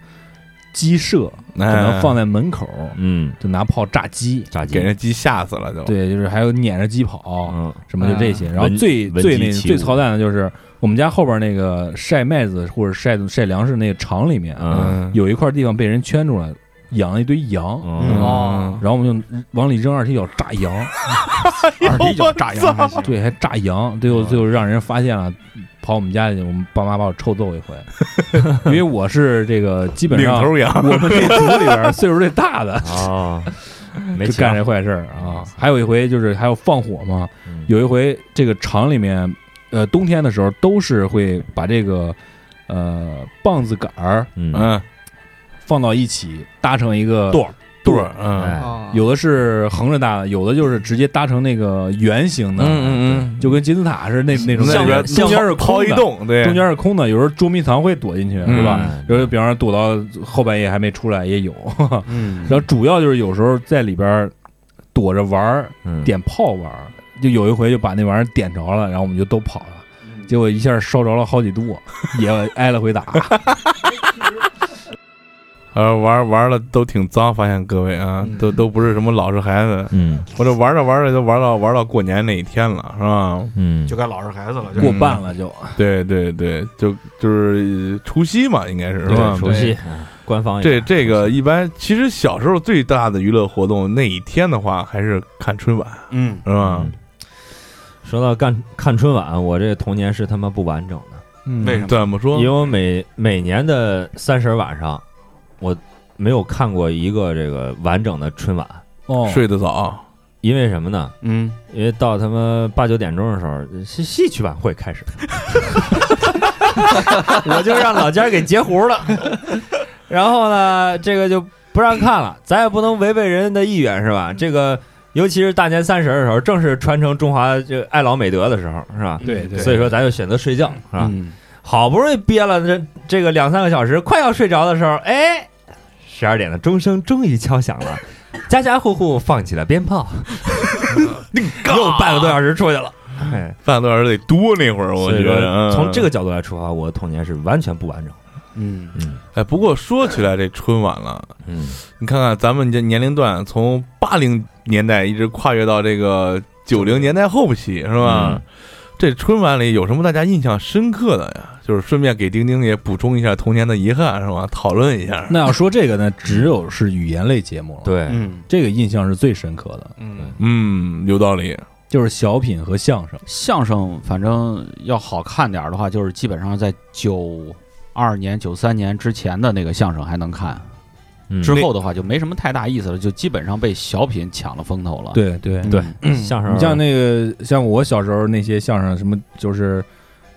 [SPEAKER 6] 鸡舍，
[SPEAKER 5] 哎，
[SPEAKER 6] 可能放在门口，
[SPEAKER 9] 嗯，
[SPEAKER 6] 就拿炮炸鸡。
[SPEAKER 9] 炸鸡
[SPEAKER 5] 给，人鸡吓死了就。
[SPEAKER 6] 对，就是还有撵着鸡跑，
[SPEAKER 9] 嗯
[SPEAKER 6] 什么就这些。然后
[SPEAKER 9] 闻
[SPEAKER 6] 最
[SPEAKER 9] 闻
[SPEAKER 6] 最
[SPEAKER 9] 鸡
[SPEAKER 6] 那
[SPEAKER 9] 起
[SPEAKER 6] 最
[SPEAKER 9] 舞
[SPEAKER 6] 操蛋的就是我们家后边那个晒麦子或者晒晒粮食那个场里面，啊
[SPEAKER 9] 嗯
[SPEAKER 6] 有一块地方被人圈住了，养了一堆羊。
[SPEAKER 9] 嗯，
[SPEAKER 8] 哦，
[SPEAKER 6] 然后我们就往里扔二踢脚炸羊，
[SPEAKER 8] 二踢脚炸羊还行。
[SPEAKER 6] 对，还炸羊，最后最后让人发现了，跑我们家里，我们爸妈把我臭揍一回， 因为我是这个基本
[SPEAKER 5] 领
[SPEAKER 6] 上
[SPEAKER 5] 头羊，
[SPEAKER 6] 我们这组里边儿岁数最大的
[SPEAKER 9] 啊，没
[SPEAKER 6] 就干这坏事儿啊。还有一回就是还有放火嘛，
[SPEAKER 9] 嗯
[SPEAKER 6] 有一回这个厂里面，呃，冬天的时候都是会把这个呃棒子杆儿
[SPEAKER 9] 嗯
[SPEAKER 5] 嗯，
[SPEAKER 6] 放到一起搭成一个
[SPEAKER 9] 垛儿
[SPEAKER 5] 对儿，嗯
[SPEAKER 9] 哎
[SPEAKER 7] 哦
[SPEAKER 6] 有的是横着搭的，有的就是直接搭成那个圆形的，
[SPEAKER 5] 嗯嗯
[SPEAKER 6] 就跟金字塔似的那那种
[SPEAKER 5] 嗯，那
[SPEAKER 6] 感觉，
[SPEAKER 5] 边
[SPEAKER 6] 中间是
[SPEAKER 5] 掏
[SPEAKER 6] 空
[SPEAKER 5] 一
[SPEAKER 6] 的。
[SPEAKER 5] 洞，对，
[SPEAKER 6] 中间是空的，有时候捉迷藏会躲进去，
[SPEAKER 5] 嗯
[SPEAKER 6] 对吧？有时候比方说躲到后半夜还没出来也有，
[SPEAKER 5] 嗯
[SPEAKER 6] 然后主要就是有时候在里边儿躲着玩儿，
[SPEAKER 9] 嗯，
[SPEAKER 6] 点炮玩儿，就有一回就把那玩意儿点着了，然后我们就都跑了，结果一下烧着了好几度，也挨了回打。
[SPEAKER 5] 呃，玩玩了都挺脏，发现各位啊，
[SPEAKER 6] 嗯
[SPEAKER 5] 都都不是什么老实孩子，
[SPEAKER 9] 嗯
[SPEAKER 5] 我这玩着玩着就玩到玩到过年那一天了，是吧？
[SPEAKER 9] 嗯，
[SPEAKER 8] 就该老实孩子了，就
[SPEAKER 6] 过半了就，
[SPEAKER 5] 对对对，就就是呃除夕嘛，应该是是吧？
[SPEAKER 9] 熟悉，哎官
[SPEAKER 8] 哎
[SPEAKER 9] 方
[SPEAKER 5] 这这个一般，其实小时候最大的娱乐活动那一天的话，还是看春晚，
[SPEAKER 8] 嗯，
[SPEAKER 5] 是吧？
[SPEAKER 9] 嗯说到看看春晚，我这童年是他妈不完整的，
[SPEAKER 6] 嗯
[SPEAKER 8] 为什么？
[SPEAKER 5] 怎么说
[SPEAKER 9] 因？为我每每年的三十晚上，我没有看过一个这个完整的春晚，
[SPEAKER 6] 哦，
[SPEAKER 5] 睡得早，
[SPEAKER 9] 因为什么呢？
[SPEAKER 8] 嗯，
[SPEAKER 9] 因为到他妈八九点钟的时候，戏戏曲晚会开始， 我就让老家给截胡了。然后呢，这个就不让看了，咱也不能违背人的意愿，是吧？这个尤其是大年三十的时候，正是传承中华这个爱老美德的时候，是吧？
[SPEAKER 6] 对对，
[SPEAKER 9] 所以说，咱就选择睡觉，是吧？
[SPEAKER 8] 嗯
[SPEAKER 9] 好不容易憋了这这个两三个小时，快要睡着的时候，哎，十二点的钟声终于敲响了，家家户户放起了鞭炮，又半个多小时出去了。哎，
[SPEAKER 5] 半个多小时得多那会儿，我
[SPEAKER 9] 所以
[SPEAKER 5] 觉得
[SPEAKER 9] 说
[SPEAKER 5] 嗯
[SPEAKER 9] 从这个角度来出发，我的童年是完全不完整。
[SPEAKER 8] 嗯，
[SPEAKER 5] 哎，不过说起来这春晚了，
[SPEAKER 9] 嗯，
[SPEAKER 5] 你看看咱们这年龄段从八零年代一直跨越到这个九零年代后期，是吧？
[SPEAKER 9] 嗯
[SPEAKER 5] 这春晚里有什么大家印象深刻的呀？就是顺便给丁丁也补充一下童年的遗憾，是吧？讨论一下。
[SPEAKER 6] 那要说这个呢，只有是语言类节目了，，
[SPEAKER 9] 对，
[SPEAKER 8] 嗯，
[SPEAKER 6] 这个印象是最深刻的，
[SPEAKER 5] 嗯有道理。
[SPEAKER 6] 就是小品和相声。啊
[SPEAKER 8] 相声反正要好看点儿的话，就是基本上在九二年、九三年之前的那个相声还能看，
[SPEAKER 9] 嗯
[SPEAKER 8] 之后的话就没什么太大意思了，就基本上被小品抢了风头了。
[SPEAKER 6] 对对，
[SPEAKER 8] 嗯
[SPEAKER 9] 对相声，
[SPEAKER 6] 你像那个像我小时候那些相声，什么就是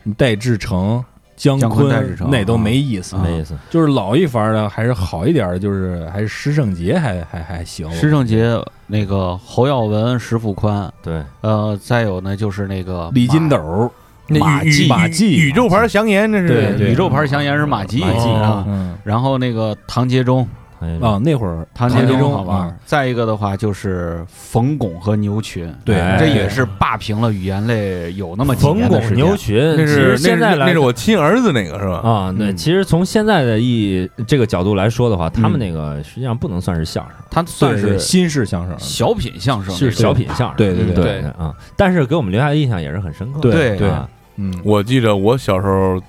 [SPEAKER 6] 什么戴志诚、姜
[SPEAKER 8] 姜昆戴
[SPEAKER 6] 昆
[SPEAKER 8] 志诚
[SPEAKER 6] 那都没意思，
[SPEAKER 8] 啊
[SPEAKER 9] 没意思，
[SPEAKER 6] 就是老一伐的还是好一点的，就是还是施圣杰还还还行。
[SPEAKER 8] 施啊正杰、那个侯耀文、石富宽，
[SPEAKER 9] 对，
[SPEAKER 8] 呃，再有呢就是那个
[SPEAKER 6] 李金
[SPEAKER 8] 马
[SPEAKER 6] 斗儿，
[SPEAKER 5] 那
[SPEAKER 6] 马
[SPEAKER 5] 宇宇
[SPEAKER 6] 季马季
[SPEAKER 5] 宇宙牌祥言，这是
[SPEAKER 6] 对对
[SPEAKER 8] 宇宙牌香烟是马季
[SPEAKER 9] 马季哦
[SPEAKER 8] 啊，
[SPEAKER 6] 嗯
[SPEAKER 8] 然后那个唐杰忠，
[SPEAKER 9] 哎
[SPEAKER 5] 哦
[SPEAKER 6] 啊，那会儿
[SPEAKER 8] 唐
[SPEAKER 6] 杰
[SPEAKER 8] 杰
[SPEAKER 6] 忠
[SPEAKER 8] 好玩
[SPEAKER 6] 啊
[SPEAKER 8] 儿。再一个的话就是冯巩和牛群，
[SPEAKER 6] 对
[SPEAKER 9] 哎
[SPEAKER 8] 这也是霸屏了语言类有那么几
[SPEAKER 9] 冯
[SPEAKER 8] 年的时
[SPEAKER 9] 巩、
[SPEAKER 8] 间
[SPEAKER 9] 牛群，
[SPEAKER 5] 那
[SPEAKER 9] 其
[SPEAKER 5] 是
[SPEAKER 9] 实
[SPEAKER 5] 那是
[SPEAKER 9] 现在来
[SPEAKER 5] 那是我亲儿子那个是吧？
[SPEAKER 9] 啊，对，
[SPEAKER 8] 嗯
[SPEAKER 9] 其实从现在的意义这个角度来说的话，他们那个实际上不能算是相声，
[SPEAKER 8] 他算
[SPEAKER 6] 对对
[SPEAKER 8] 是
[SPEAKER 6] 新式相声，
[SPEAKER 8] 小品相声，
[SPEAKER 9] 是小品相声。
[SPEAKER 6] 对对
[SPEAKER 9] 对
[SPEAKER 6] 对
[SPEAKER 9] 啊，但是给我们留下的印象也是很深刻的。
[SPEAKER 8] 对
[SPEAKER 6] 对
[SPEAKER 9] 啊
[SPEAKER 6] 嗯，
[SPEAKER 5] 我记着我小时候，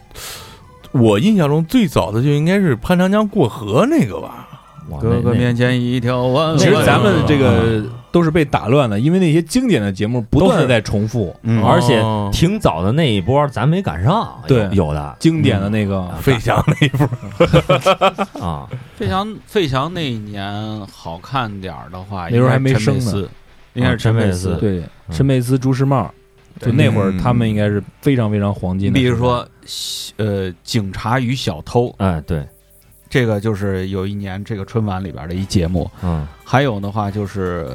[SPEAKER 5] 我印象中最早的就应该是潘长江过河那个吧？
[SPEAKER 9] 哇
[SPEAKER 8] 哥哥
[SPEAKER 9] 那
[SPEAKER 8] 面前一条弯弯。嗯
[SPEAKER 6] 其实咱们这
[SPEAKER 9] 啊
[SPEAKER 6] 个都是被打乱的，因为那些经典的节目不断的在重复，
[SPEAKER 8] 嗯
[SPEAKER 9] 而且
[SPEAKER 5] 哦
[SPEAKER 9] 挺早的那一波，咱没赶上。有
[SPEAKER 6] 对
[SPEAKER 9] 有的
[SPEAKER 6] 经典的那个
[SPEAKER 5] 费翔那一波，
[SPEAKER 9] 啊，
[SPEAKER 8] 费翔费翔那一年好看点儿的话，
[SPEAKER 6] 那时候还没
[SPEAKER 8] 应该是陈
[SPEAKER 6] 生呢啊
[SPEAKER 8] 佩斯，应该是
[SPEAKER 9] 陈
[SPEAKER 8] 佩
[SPEAKER 9] 佩斯
[SPEAKER 6] 对
[SPEAKER 9] 嗯
[SPEAKER 6] 陈佩斯、朱时茂，就那会儿
[SPEAKER 5] 嗯
[SPEAKER 6] 他们应该是非常非常黄
[SPEAKER 8] 你
[SPEAKER 6] 金的
[SPEAKER 8] 比
[SPEAKER 6] 时代。
[SPEAKER 8] 如说，呃，警察与小偷，
[SPEAKER 9] 哎对，
[SPEAKER 8] 这个就是有一年这个春晚里边的一节目。
[SPEAKER 9] 嗯
[SPEAKER 8] 还有的话就是，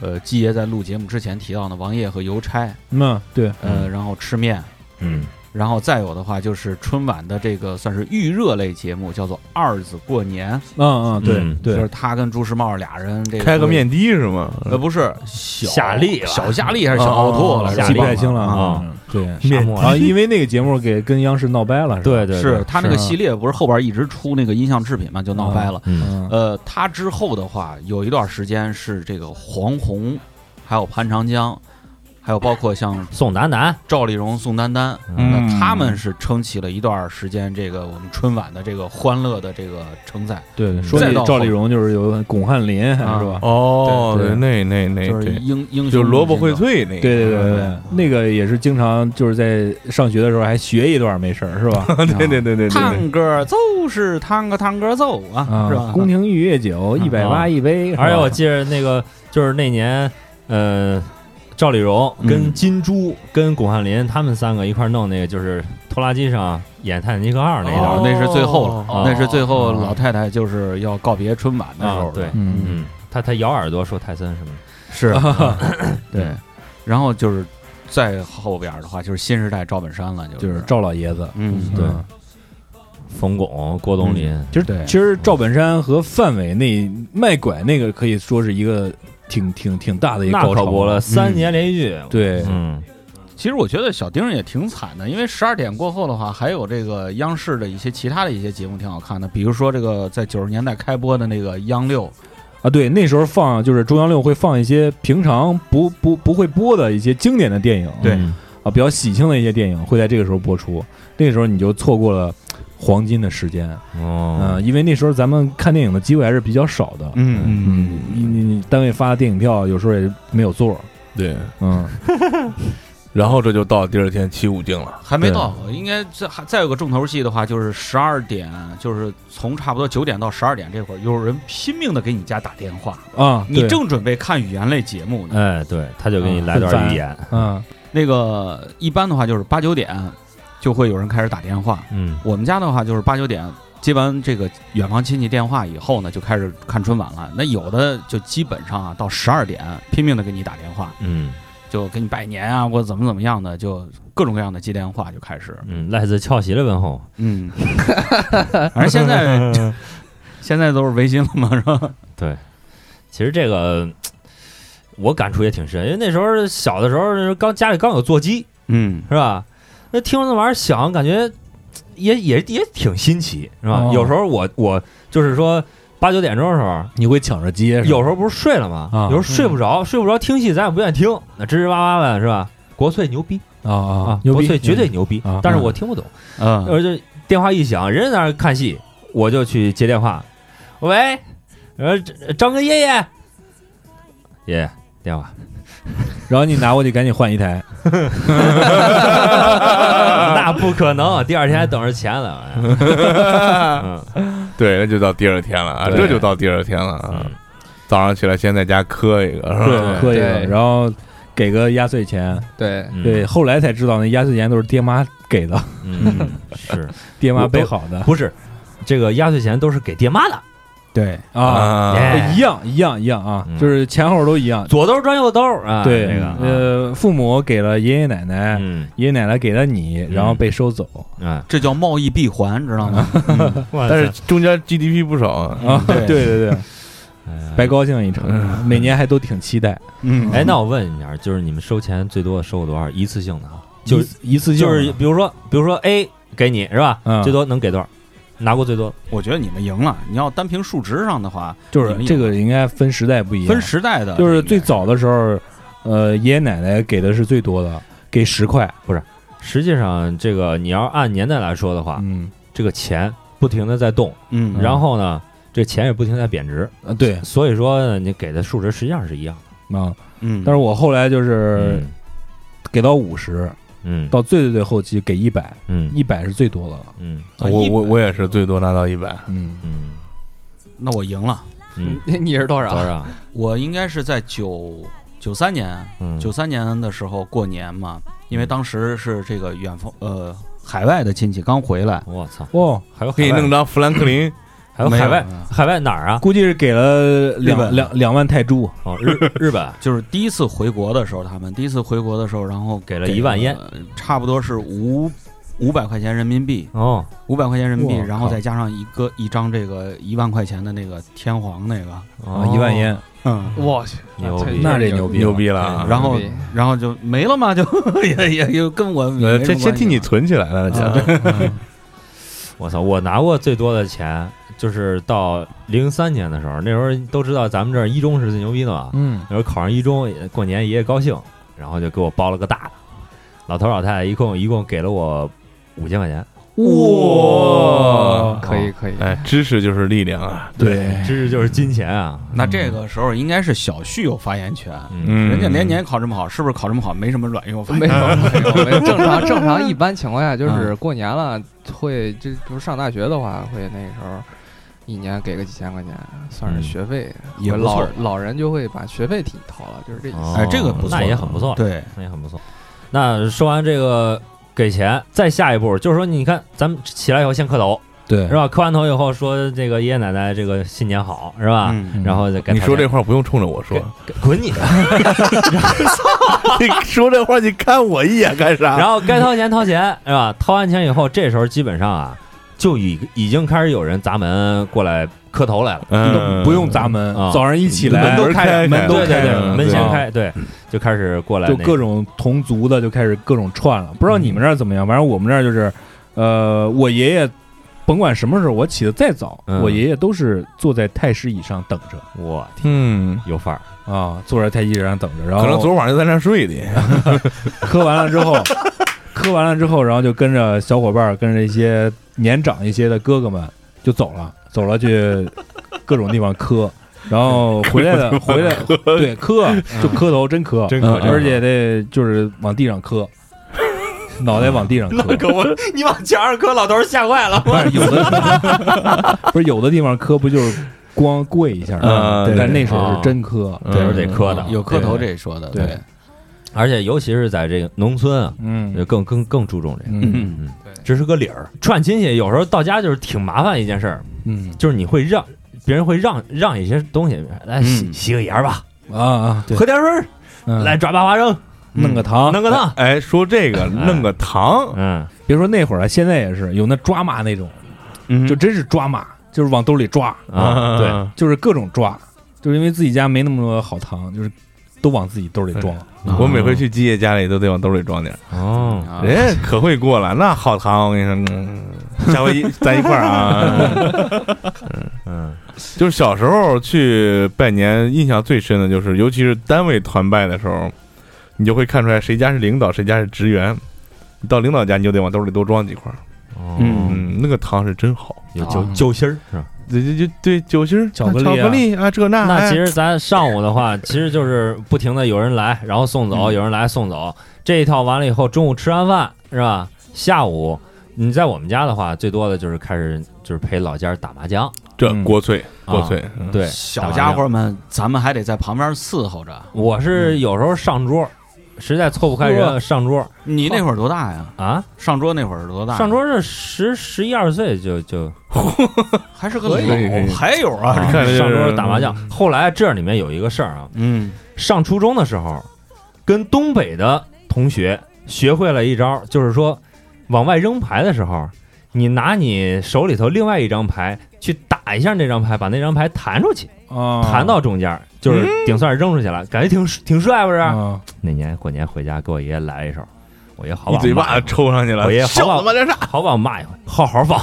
[SPEAKER 8] 呃，季爷在录节目之前提到的王爷和邮差，
[SPEAKER 6] 嗯，对，
[SPEAKER 8] 呃，
[SPEAKER 9] 嗯
[SPEAKER 8] 然后吃面，
[SPEAKER 9] 嗯
[SPEAKER 8] 然后再有的话就是春晚的这个算是预热类节目，叫做《二子过年
[SPEAKER 6] 嗯嗯对
[SPEAKER 9] 嗯
[SPEAKER 8] 就
[SPEAKER 6] 对
[SPEAKER 8] 是，他跟朱时茂俩人这
[SPEAKER 5] 开个，面的是吗？
[SPEAKER 8] 呃，不是小
[SPEAKER 9] 夏利吧
[SPEAKER 8] 小夏利还
[SPEAKER 6] 啊哦
[SPEAKER 8] 是小奥拓了，
[SPEAKER 9] 夏
[SPEAKER 6] 记
[SPEAKER 9] 利
[SPEAKER 6] 不太清了
[SPEAKER 8] 啊。
[SPEAKER 9] 啊
[SPEAKER 6] 嗯对，
[SPEAKER 9] 面
[SPEAKER 6] 啊，因为那个节目给跟央视闹掰了，是吧
[SPEAKER 9] 对对对
[SPEAKER 8] 是他那个
[SPEAKER 6] 是啊
[SPEAKER 8] 系列不是后边一直出那个音像制品嘛，就闹掰了。
[SPEAKER 9] 嗯
[SPEAKER 6] 嗯
[SPEAKER 8] 呃，他之后的话，有一段时间是这个黄宏，还有潘长江，还有包括像
[SPEAKER 9] 宋丹丹
[SPEAKER 8] 赵丽蓉、宋丹丹，
[SPEAKER 5] 嗯
[SPEAKER 8] 那他们是撑起了一段时间这个我们春晚的这个欢乐的这个承载，
[SPEAKER 6] 对，
[SPEAKER 9] 嗯
[SPEAKER 6] 说
[SPEAKER 8] 再
[SPEAKER 6] 起
[SPEAKER 8] 到
[SPEAKER 6] 赵
[SPEAKER 8] 后啊
[SPEAKER 6] 丽蓉就是有巩汉林是吧？
[SPEAKER 5] 哦，
[SPEAKER 6] 对对
[SPEAKER 5] 那那那
[SPEAKER 8] 就是
[SPEAKER 5] 对，
[SPEAKER 8] 英英雄
[SPEAKER 5] 就萝卜
[SPEAKER 8] 之
[SPEAKER 5] 荟
[SPEAKER 8] 间
[SPEAKER 5] 萃那
[SPEAKER 8] 的
[SPEAKER 5] 个，
[SPEAKER 6] 对对对对对，
[SPEAKER 8] 嗯
[SPEAKER 6] 那个也是经常就是在上学的时候还学一段没事儿是 吧？
[SPEAKER 5] 对对对对对对，
[SPEAKER 8] 探戈就是探戈探戈奏啊，是吧啊哎
[SPEAKER 6] 啊，？宫廷玉液酒一百八一杯，是吧
[SPEAKER 9] 而且我记得那个就是那年，呃，赵丽蓉跟金珠、跟巩汉林他们三个一块儿弄那个，就是拖拉机上演《泰坦尼克号》那一段啊
[SPEAKER 8] 哦
[SPEAKER 9] 儿。
[SPEAKER 8] 那是最后了，
[SPEAKER 9] 哦
[SPEAKER 8] 那是最后老太太就是要告别春晚的时候
[SPEAKER 9] 啊
[SPEAKER 8] 了，，
[SPEAKER 9] 对，
[SPEAKER 6] 嗯，
[SPEAKER 9] 嗯，他他咬耳朵说泰森什么
[SPEAKER 8] 是，对。然后就是再后边的话，就是新时代赵本山了，就
[SPEAKER 6] 就是
[SPEAKER 8] 是
[SPEAKER 6] 赵老爷子，
[SPEAKER 8] 嗯，
[SPEAKER 9] 对
[SPEAKER 6] 嗯
[SPEAKER 9] 冯巩、郭冬临，
[SPEAKER 6] 其实
[SPEAKER 8] 对
[SPEAKER 6] 其实赵本山和范伟那卖拐那个可以说是一个挺挺挺大的一个
[SPEAKER 9] 那
[SPEAKER 6] 高
[SPEAKER 9] 可
[SPEAKER 6] 潮啊
[SPEAKER 9] 不了，三年连续剧，
[SPEAKER 6] 对，
[SPEAKER 9] 嗯，
[SPEAKER 8] 其实我觉得小丁儿也挺惨的，因为十二点过后的话，还有这个央视的一些其他的一些节目挺好看的，比如说这个在九十年代开播的那个央六，
[SPEAKER 6] 啊，对，那时候放就是中央六会放一些平常不不不会播的一些经典的电影，
[SPEAKER 8] 对
[SPEAKER 9] 嗯
[SPEAKER 6] 啊，比较喜庆的一些电影会在这个时候播出，那个时候你就错过了黄金的时间，嗯、
[SPEAKER 9] 哦，
[SPEAKER 6] 因为那时候咱们看电影的机会还是比较少的，
[SPEAKER 5] 嗯，
[SPEAKER 6] 嗯，你你你单位发的电影票有时候也没有座儿，
[SPEAKER 5] 对。
[SPEAKER 6] 嗯，
[SPEAKER 5] 然后这就到第二天七五镜 了，
[SPEAKER 8] 还没到，呃应该这还再有个重头戏的话，就是十二点，就是从差不多九点到十二点这会儿，有人拼命的给你家打电话，
[SPEAKER 6] 啊，
[SPEAKER 8] 你
[SPEAKER 6] 对
[SPEAKER 8] 正准备看语言类节目呢。
[SPEAKER 9] 哎，对，他就给你
[SPEAKER 6] 啊
[SPEAKER 9] 来
[SPEAKER 6] 很
[SPEAKER 9] 段
[SPEAKER 6] 烦
[SPEAKER 9] 预言，
[SPEAKER 6] 嗯
[SPEAKER 8] 那个一般的话就是八九点就会有人开始打电话，
[SPEAKER 9] 嗯，
[SPEAKER 8] 我们家的话就是八九点接完这个远房亲戚电话以后呢，就开始看春晚了。那有的就基本上啊到十二点拼命的给你打电话，
[SPEAKER 9] 嗯
[SPEAKER 8] 就给你拜年啊或者怎么怎么样的，就各种各样的接电话就开始。
[SPEAKER 9] 嗯，赖子翘席了问候，
[SPEAKER 8] 嗯，反正现在现在都是微信了嘛，是吧？
[SPEAKER 9] 其实这个我感触也挺深，因为那时候小的时候，那时候刚家里刚有座机，
[SPEAKER 8] 嗯，
[SPEAKER 9] 是吧？那听着那玩意儿响，感觉也也也挺新奇，是吧？
[SPEAKER 6] 哦
[SPEAKER 9] 有时候我我就是说八九点钟的时候，
[SPEAKER 6] 你会抢着接，是吧
[SPEAKER 9] 有时候不是睡了吗？
[SPEAKER 6] 啊
[SPEAKER 9] 有时候睡不着，睡不着听戏咱也不愿意听，那吱吱哇哇的是吧？国粹牛逼
[SPEAKER 6] 啊啊
[SPEAKER 9] 啊
[SPEAKER 6] 啊，，牛
[SPEAKER 9] 国
[SPEAKER 6] 逼，
[SPEAKER 9] 粹绝对牛逼
[SPEAKER 6] 啊，
[SPEAKER 9] 但是我听不懂，
[SPEAKER 8] 嗯，
[SPEAKER 9] 而且电话一响，人家在那儿看戏，我就去接电话，喂，呃，张哥爷爷，爷爷电话，
[SPEAKER 6] 然后你拿过去赶紧换一台，
[SPEAKER 9] 那不可能，第二天还等着钱呢。 嗯
[SPEAKER 5] 对，那就到第二天了啊，
[SPEAKER 9] 对
[SPEAKER 5] 这就到第二天了啊
[SPEAKER 9] 嗯。
[SPEAKER 5] 早上起来先在家磕一个，是吧？
[SPEAKER 6] 喝一个，
[SPEAKER 7] 对
[SPEAKER 6] 然后给个压岁钱，
[SPEAKER 7] 对，
[SPEAKER 9] 嗯
[SPEAKER 6] 对，后来才知道那压岁钱都是爹妈给的，
[SPEAKER 9] 嗯，是
[SPEAKER 6] 爹妈备好的，
[SPEAKER 9] 不是？这个压岁钱都是给爹妈的，
[SPEAKER 6] 对啊，
[SPEAKER 5] 啊，
[SPEAKER 9] 哎
[SPEAKER 6] 一样一样一样啊
[SPEAKER 9] 嗯，
[SPEAKER 6] 就是前后都一样，
[SPEAKER 9] 左兜装右兜啊，
[SPEAKER 6] 对，
[SPEAKER 9] 那个，
[SPEAKER 6] 呃，父母给了爷爷奶奶，
[SPEAKER 9] 嗯，
[SPEAKER 6] 爷爷奶奶给了你，然后被收走，
[SPEAKER 9] 啊，
[SPEAKER 8] 这叫贸易闭环，知道吗？
[SPEAKER 5] 但
[SPEAKER 9] 但
[SPEAKER 5] 是中间 GDP 不少啊。
[SPEAKER 9] 嗯
[SPEAKER 6] 啊，对对对，白
[SPEAKER 9] 白。
[SPEAKER 6] 高兴一
[SPEAKER 9] 嗯
[SPEAKER 6] 场，每年还都挺期待，
[SPEAKER 8] 嗯
[SPEAKER 9] 哎，那我问一下，就是你们收钱最多收过多少一次性的啊？就
[SPEAKER 6] 一
[SPEAKER 9] 是
[SPEAKER 6] 一次性
[SPEAKER 9] 就
[SPEAKER 6] 的
[SPEAKER 9] 是比如说，比如说 A 给你是吧？
[SPEAKER 6] 嗯
[SPEAKER 9] 最多能给多少？拿过最多
[SPEAKER 8] 我觉得你们赢了。你要单凭数值上的话，
[SPEAKER 6] 就是这个应该分时代不一样，
[SPEAKER 8] 分时代的
[SPEAKER 6] 就是最早的时候，呃，爷爷奶奶给的是最多的，给十块，
[SPEAKER 9] 实际上，这个你要按年代来说的话，
[SPEAKER 6] 嗯，
[SPEAKER 9] 这个钱不停的在动，
[SPEAKER 8] 嗯，
[SPEAKER 9] 然后呢，这钱也不停地在贬值，
[SPEAKER 6] 啊对啊
[SPEAKER 9] 所以说呢你给的数值实际上是一样的。，
[SPEAKER 8] 嗯，
[SPEAKER 6] 但是我后来就是
[SPEAKER 9] 嗯
[SPEAKER 6] 给到五十，
[SPEAKER 9] 嗯
[SPEAKER 6] 到最最最后期给一百，
[SPEAKER 9] 嗯
[SPEAKER 6] 一百是最多的了，
[SPEAKER 9] 嗯
[SPEAKER 5] 我我我也是最多拿到一百，
[SPEAKER 6] 嗯，
[SPEAKER 9] 嗯
[SPEAKER 8] 那我赢了。
[SPEAKER 9] 嗯，
[SPEAKER 7] 你是啊多
[SPEAKER 9] 多
[SPEAKER 7] 少？
[SPEAKER 9] 少？
[SPEAKER 8] 我应该是在九九三年，
[SPEAKER 9] 嗯
[SPEAKER 8] 九三年的时候过年嘛，因为当时是这个远方呃海外的亲戚刚回来，
[SPEAKER 9] 我操，
[SPEAKER 6] 哦，
[SPEAKER 9] 还有
[SPEAKER 5] 给你
[SPEAKER 9] 海外
[SPEAKER 5] 弄张富兰克林，
[SPEAKER 9] 还有
[SPEAKER 8] 没有
[SPEAKER 9] 海外
[SPEAKER 8] 嗯
[SPEAKER 9] 海外哪儿啊？
[SPEAKER 6] 估计是给了
[SPEAKER 8] 日
[SPEAKER 6] 两
[SPEAKER 8] 本
[SPEAKER 6] 两两万泰铢，
[SPEAKER 9] 哦，日日本
[SPEAKER 8] 就是第一次回国的时候，他们第一次回国的时候，然后
[SPEAKER 9] 给了一万烟，
[SPEAKER 8] 呃差不多是五五百块钱人民币，
[SPEAKER 9] 哦，
[SPEAKER 8] 五百块钱人民币，
[SPEAKER 6] 哇
[SPEAKER 8] 然后
[SPEAKER 6] 靠
[SPEAKER 8] 再加上一个一张这个一万块钱的那个天皇那个，
[SPEAKER 6] 啊，一万烟，
[SPEAKER 8] 嗯，
[SPEAKER 7] 我去，
[SPEAKER 9] 哦牛逼
[SPEAKER 6] 那这牛逼了
[SPEAKER 5] 牛逼了啊！
[SPEAKER 8] 然后
[SPEAKER 9] 哦
[SPEAKER 7] 牛逼
[SPEAKER 8] 然后就没了嘛，就 也也也跟我没
[SPEAKER 5] 呃，
[SPEAKER 8] 什
[SPEAKER 5] 这
[SPEAKER 8] 么
[SPEAKER 5] 先替你
[SPEAKER 8] 关系
[SPEAKER 5] 存起来了，
[SPEAKER 8] 嘛
[SPEAKER 5] 姐。
[SPEAKER 8] 嗯
[SPEAKER 9] 我操！我拿过最多的钱，就是到零三年的时候，那时候都知道咱们这儿一中是最牛逼的嘛。
[SPEAKER 6] 嗯，
[SPEAKER 9] 那时候考上一中，也过年爷爷高兴，然后就给我包了个大的。老头老太太一共一共给了我五千块钱，
[SPEAKER 5] 哇，
[SPEAKER 7] 可以可以，
[SPEAKER 5] 哎，知识就是力量啊！
[SPEAKER 6] 对，
[SPEAKER 9] 知识就是金钱啊！
[SPEAKER 8] 那这个时候应该是小旭有发言权，
[SPEAKER 9] 嗯
[SPEAKER 5] 嗯，
[SPEAKER 8] 人家连年考这么好，是不是考这么好没什么卵用？
[SPEAKER 7] 没有，
[SPEAKER 9] 哎
[SPEAKER 7] 没有，没有正常正 常，一般情况下就是
[SPEAKER 9] 嗯
[SPEAKER 7] 过年了会，这不是上大学的话会那时候一年给个几千块钱，算是学费。
[SPEAKER 9] 嗯
[SPEAKER 8] 也不
[SPEAKER 7] 老
[SPEAKER 8] 错。
[SPEAKER 7] 老人就会把学费替你掏了，就是这意思。
[SPEAKER 9] 哦
[SPEAKER 8] 哎，这个不错，
[SPEAKER 9] 那也很不错，
[SPEAKER 8] 对，
[SPEAKER 9] 那也很不错。那说完这个给钱，再下一步就是说，你看咱们起来以后先磕头
[SPEAKER 6] 对
[SPEAKER 9] 是，吧？磕完头以后说这个爷爷奶奶这个新年好是吧？
[SPEAKER 8] 嗯，
[SPEAKER 9] 然后再该
[SPEAKER 5] 你
[SPEAKER 9] 掏
[SPEAKER 5] 说
[SPEAKER 9] 钱
[SPEAKER 5] 这话不用冲着我说，
[SPEAKER 9] 滚你！
[SPEAKER 5] 你说这话你看我一眼干
[SPEAKER 6] 啊
[SPEAKER 5] 啥？
[SPEAKER 9] 然后该掏钱掏钱 是吧？掏完钱以后，这时候基本上啊，就已已经开始有人砸门过来磕头来了。
[SPEAKER 5] 嗯，
[SPEAKER 6] 都不用砸门
[SPEAKER 9] 啊，
[SPEAKER 6] 早上一起来
[SPEAKER 5] 门都开开
[SPEAKER 6] 门都
[SPEAKER 9] 对对
[SPEAKER 6] 开
[SPEAKER 9] 对，
[SPEAKER 5] 了
[SPEAKER 9] 门
[SPEAKER 5] 对
[SPEAKER 9] 先
[SPEAKER 6] 啊
[SPEAKER 9] 开，对，就开始过来
[SPEAKER 6] 就
[SPEAKER 9] 那
[SPEAKER 6] 各种同族的就开始各种串了。不知道你们这儿怎么样，反正我们这儿就是，呃，我爷爷甭管什么时候，我起得再早，
[SPEAKER 9] 嗯
[SPEAKER 6] 我爷爷都是坐在太师椅上等着
[SPEAKER 9] 我天
[SPEAKER 5] 嗯，
[SPEAKER 9] 有范儿，
[SPEAKER 6] 啊，坐在太师椅上等着，然
[SPEAKER 5] 可能
[SPEAKER 6] 后
[SPEAKER 5] 昨晚上就在那儿睡的，
[SPEAKER 6] 磕完了之后， 磕完了之后，然后就跟着小伙伴儿，跟着一些年长一些的哥哥们就走了，走了去各种地方磕。然后回来
[SPEAKER 5] 哦
[SPEAKER 6] 的回来，对磕就磕头，真磕，
[SPEAKER 5] 真磕
[SPEAKER 6] 嗯而且得就是往地上磕， 脑袋往地上磕，
[SPEAKER 9] 你往墙上磕，老头吓坏了。
[SPEAKER 6] 不是有的，不是有的地方磕不就是光跪一下
[SPEAKER 5] 嗯
[SPEAKER 6] 吗？
[SPEAKER 5] 对
[SPEAKER 6] 但那时
[SPEAKER 9] 哦
[SPEAKER 6] 候是真磕，
[SPEAKER 9] 这时候得磕的，
[SPEAKER 8] 有磕头这一说的，
[SPEAKER 6] 对
[SPEAKER 8] 对，
[SPEAKER 9] 而且尤其是在这个农村啊，就
[SPEAKER 6] 嗯
[SPEAKER 9] 更更更注重这个。
[SPEAKER 6] 嗯
[SPEAKER 8] 嗯
[SPEAKER 9] 这是个理儿，串亲戚有时候到家就是挺麻烦一件事儿，
[SPEAKER 6] 嗯
[SPEAKER 9] 就是你会让别人会让让一些东西，来洗
[SPEAKER 8] 嗯
[SPEAKER 9] 洗个盐儿吧，
[SPEAKER 6] 啊啊，对
[SPEAKER 9] 喝，点水儿，
[SPEAKER 6] 嗯
[SPEAKER 9] 来抓把花生，
[SPEAKER 6] 弄个糖，
[SPEAKER 9] 弄个汤。
[SPEAKER 5] 哎，说这个弄个糖，
[SPEAKER 9] 嗯，
[SPEAKER 6] 别说那会儿了，现在也是有那抓马那种，就真是抓马，就是往兜里抓，
[SPEAKER 9] 啊，对，
[SPEAKER 6] 就是各种抓，就是因为自己家没那么多好糖，就是都往自己兜里装。
[SPEAKER 5] 我每回去基业家里都得往兜里装点儿，
[SPEAKER 6] 嗯
[SPEAKER 9] 哦，
[SPEAKER 8] 啊
[SPEAKER 5] 人家哎可会过了，那好糖，我跟你说嗯，下回 一咱一块儿啊。
[SPEAKER 9] 嗯
[SPEAKER 5] 就是小时候去拜年，印象最深的就是，尤其是单位团拜的时候，你就会看出来谁家是领导，谁家是职员。你到领导家，你就得往兜里多装几块儿。
[SPEAKER 9] 哦，
[SPEAKER 5] 嗯，那个糖是真好，
[SPEAKER 9] 有酒
[SPEAKER 6] 嗯
[SPEAKER 9] 酒心儿是吧？
[SPEAKER 5] 对对对对，酒心儿、
[SPEAKER 6] 巧克力啊
[SPEAKER 5] 巧克力啊，这那
[SPEAKER 9] 那
[SPEAKER 5] 哎
[SPEAKER 9] 其实咱上午的话，其实就是不停的有人来，然后送
[SPEAKER 5] 嗯
[SPEAKER 9] 走，有人来送走，这一套完了以后，中午吃完饭是吧？下午你在我们家的话，最多的就是开始就是陪老家打麻将，
[SPEAKER 5] 这
[SPEAKER 6] 嗯
[SPEAKER 5] 国粹
[SPEAKER 9] 啊
[SPEAKER 5] 国粹，嗯
[SPEAKER 9] 对，
[SPEAKER 8] 哎小家伙们，咱们还得在旁边伺候着。
[SPEAKER 9] 我
[SPEAKER 5] 嗯
[SPEAKER 9] 是有时候上桌，实在凑不开人上桌
[SPEAKER 8] 你那会儿多大呀？
[SPEAKER 9] 啊，
[SPEAKER 8] 上桌那会儿多大？
[SPEAKER 9] 上桌是十十一二岁就就
[SPEAKER 8] 还是个
[SPEAKER 5] 可以可以可以
[SPEAKER 8] 老牌友啊，
[SPEAKER 9] 啊
[SPEAKER 5] 你看这就是嗯
[SPEAKER 9] 上桌打麻将。后来这里面有一个事儿啊，
[SPEAKER 8] 嗯，
[SPEAKER 9] 上初中的时候，跟东北的同学学会了一招，就是说往外扔牌的时候，你拿你手里头另外一张牌去打一下那张牌，把那张牌弹出去，
[SPEAKER 6] 啊，
[SPEAKER 9] 弹到中间，就是
[SPEAKER 5] 嗯
[SPEAKER 9] 顶算是扔出去了，感觉挺挺帅，不是？
[SPEAKER 6] 啊，
[SPEAKER 9] 那年过年回家给我爷爷来一手，我爷好
[SPEAKER 5] 一
[SPEAKER 9] 把
[SPEAKER 5] 嘴
[SPEAKER 9] 我
[SPEAKER 5] 巴
[SPEAKER 9] 骂一回，
[SPEAKER 5] 抽上去了，
[SPEAKER 9] 我爷好
[SPEAKER 5] 小
[SPEAKER 9] 把
[SPEAKER 5] 他妈这啥？
[SPEAKER 9] 好把我骂一回，好好放。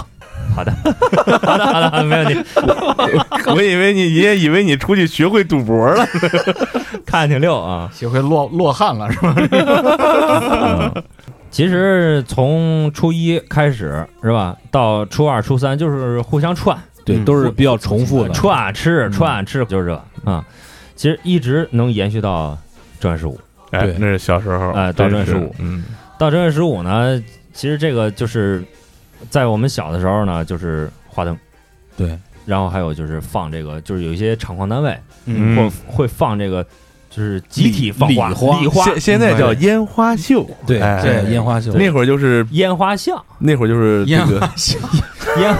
[SPEAKER 9] 好的， 好的，好的，没问题。
[SPEAKER 5] 我以为你爷以为你出去学会赌博了，
[SPEAKER 9] 看着挺溜啊。
[SPEAKER 8] 学会落落汗了是吧？
[SPEAKER 9] 嗯其实从初一开始是吧，到初二、初三就是互相串
[SPEAKER 6] 对，都是比较重复的。
[SPEAKER 9] 串啊吃
[SPEAKER 6] 嗯
[SPEAKER 9] 串啊吃，就是这个啊。其实一直能延续到正月十五。
[SPEAKER 5] 哎
[SPEAKER 6] 对，
[SPEAKER 5] 那是小时候，
[SPEAKER 9] 哎
[SPEAKER 5] 真
[SPEAKER 9] 到正月
[SPEAKER 5] 是
[SPEAKER 9] 十五
[SPEAKER 5] 嗯，
[SPEAKER 9] 到正月十五呢，其实这个就是在我们小的时候呢，就是花灯，
[SPEAKER 6] 对，
[SPEAKER 9] 然后还有就是放这个，就是有一些厂矿单位
[SPEAKER 5] 嗯
[SPEAKER 9] 或会放这个，就是集体放
[SPEAKER 6] 礼
[SPEAKER 9] 花
[SPEAKER 6] 礼花
[SPEAKER 9] 礼花嗯
[SPEAKER 5] 现现在叫烟花秀，
[SPEAKER 6] 对
[SPEAKER 5] 哎
[SPEAKER 6] 对，烟花秀，
[SPEAKER 5] 那会儿就是
[SPEAKER 9] 烟花巷，
[SPEAKER 5] 那会儿就是这个，
[SPEAKER 9] 烟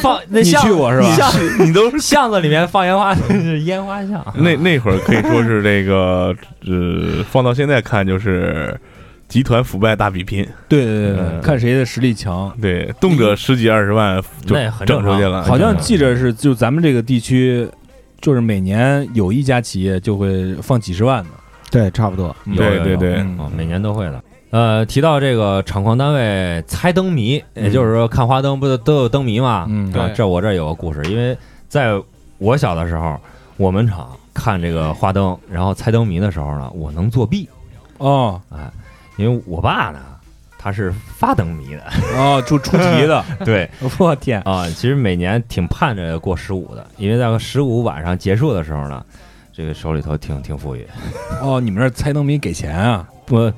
[SPEAKER 9] 放那
[SPEAKER 6] 你
[SPEAKER 9] 巷
[SPEAKER 6] 去过是吧？
[SPEAKER 9] 巷
[SPEAKER 5] 你你都是
[SPEAKER 9] 巷子里面放烟花， 是烟花巷。
[SPEAKER 5] 那那会儿可以说是这个，呃，放到现在看就是集团腐败大比拼，
[SPEAKER 6] 对对对
[SPEAKER 5] 嗯
[SPEAKER 6] 对，看谁的实力强。
[SPEAKER 5] 对，动辄十几二十万就
[SPEAKER 9] 那也很
[SPEAKER 5] 整
[SPEAKER 9] 正啊
[SPEAKER 5] 出
[SPEAKER 9] 常
[SPEAKER 5] 去了，
[SPEAKER 6] 好像
[SPEAKER 5] 嗯
[SPEAKER 6] 记着是，就咱们这个地区，就是每年有一家企业就会放几十万的。
[SPEAKER 8] 对，差不多。
[SPEAKER 6] 嗯
[SPEAKER 9] 有
[SPEAKER 5] 对
[SPEAKER 9] 有
[SPEAKER 5] 对
[SPEAKER 9] 有
[SPEAKER 5] 对，
[SPEAKER 6] 嗯
[SPEAKER 9] 哦，每年都会的。呃，提到这个厂矿单位猜灯谜，也
[SPEAKER 5] 嗯
[SPEAKER 9] 就是说看花灯不都有灯谜吗？
[SPEAKER 6] 嗯
[SPEAKER 9] 啊
[SPEAKER 7] 对，
[SPEAKER 9] 这我这儿有个故事，因为在我小的时候，我们厂看这个花灯，然后猜灯谜的时候呢，我能作弊，
[SPEAKER 6] 哦
[SPEAKER 9] 因为我爸呢他是发灯谜 的，
[SPEAKER 6] 哦，出出题的，
[SPEAKER 9] 对
[SPEAKER 6] 我天，
[SPEAKER 9] 啊，其实每年挺盼着过十五的，因为在十五晚上结束的时候呢，这个手里头挺挺富裕，
[SPEAKER 6] 哦，你们这儿猜灯谜给钱啊？
[SPEAKER 9] 我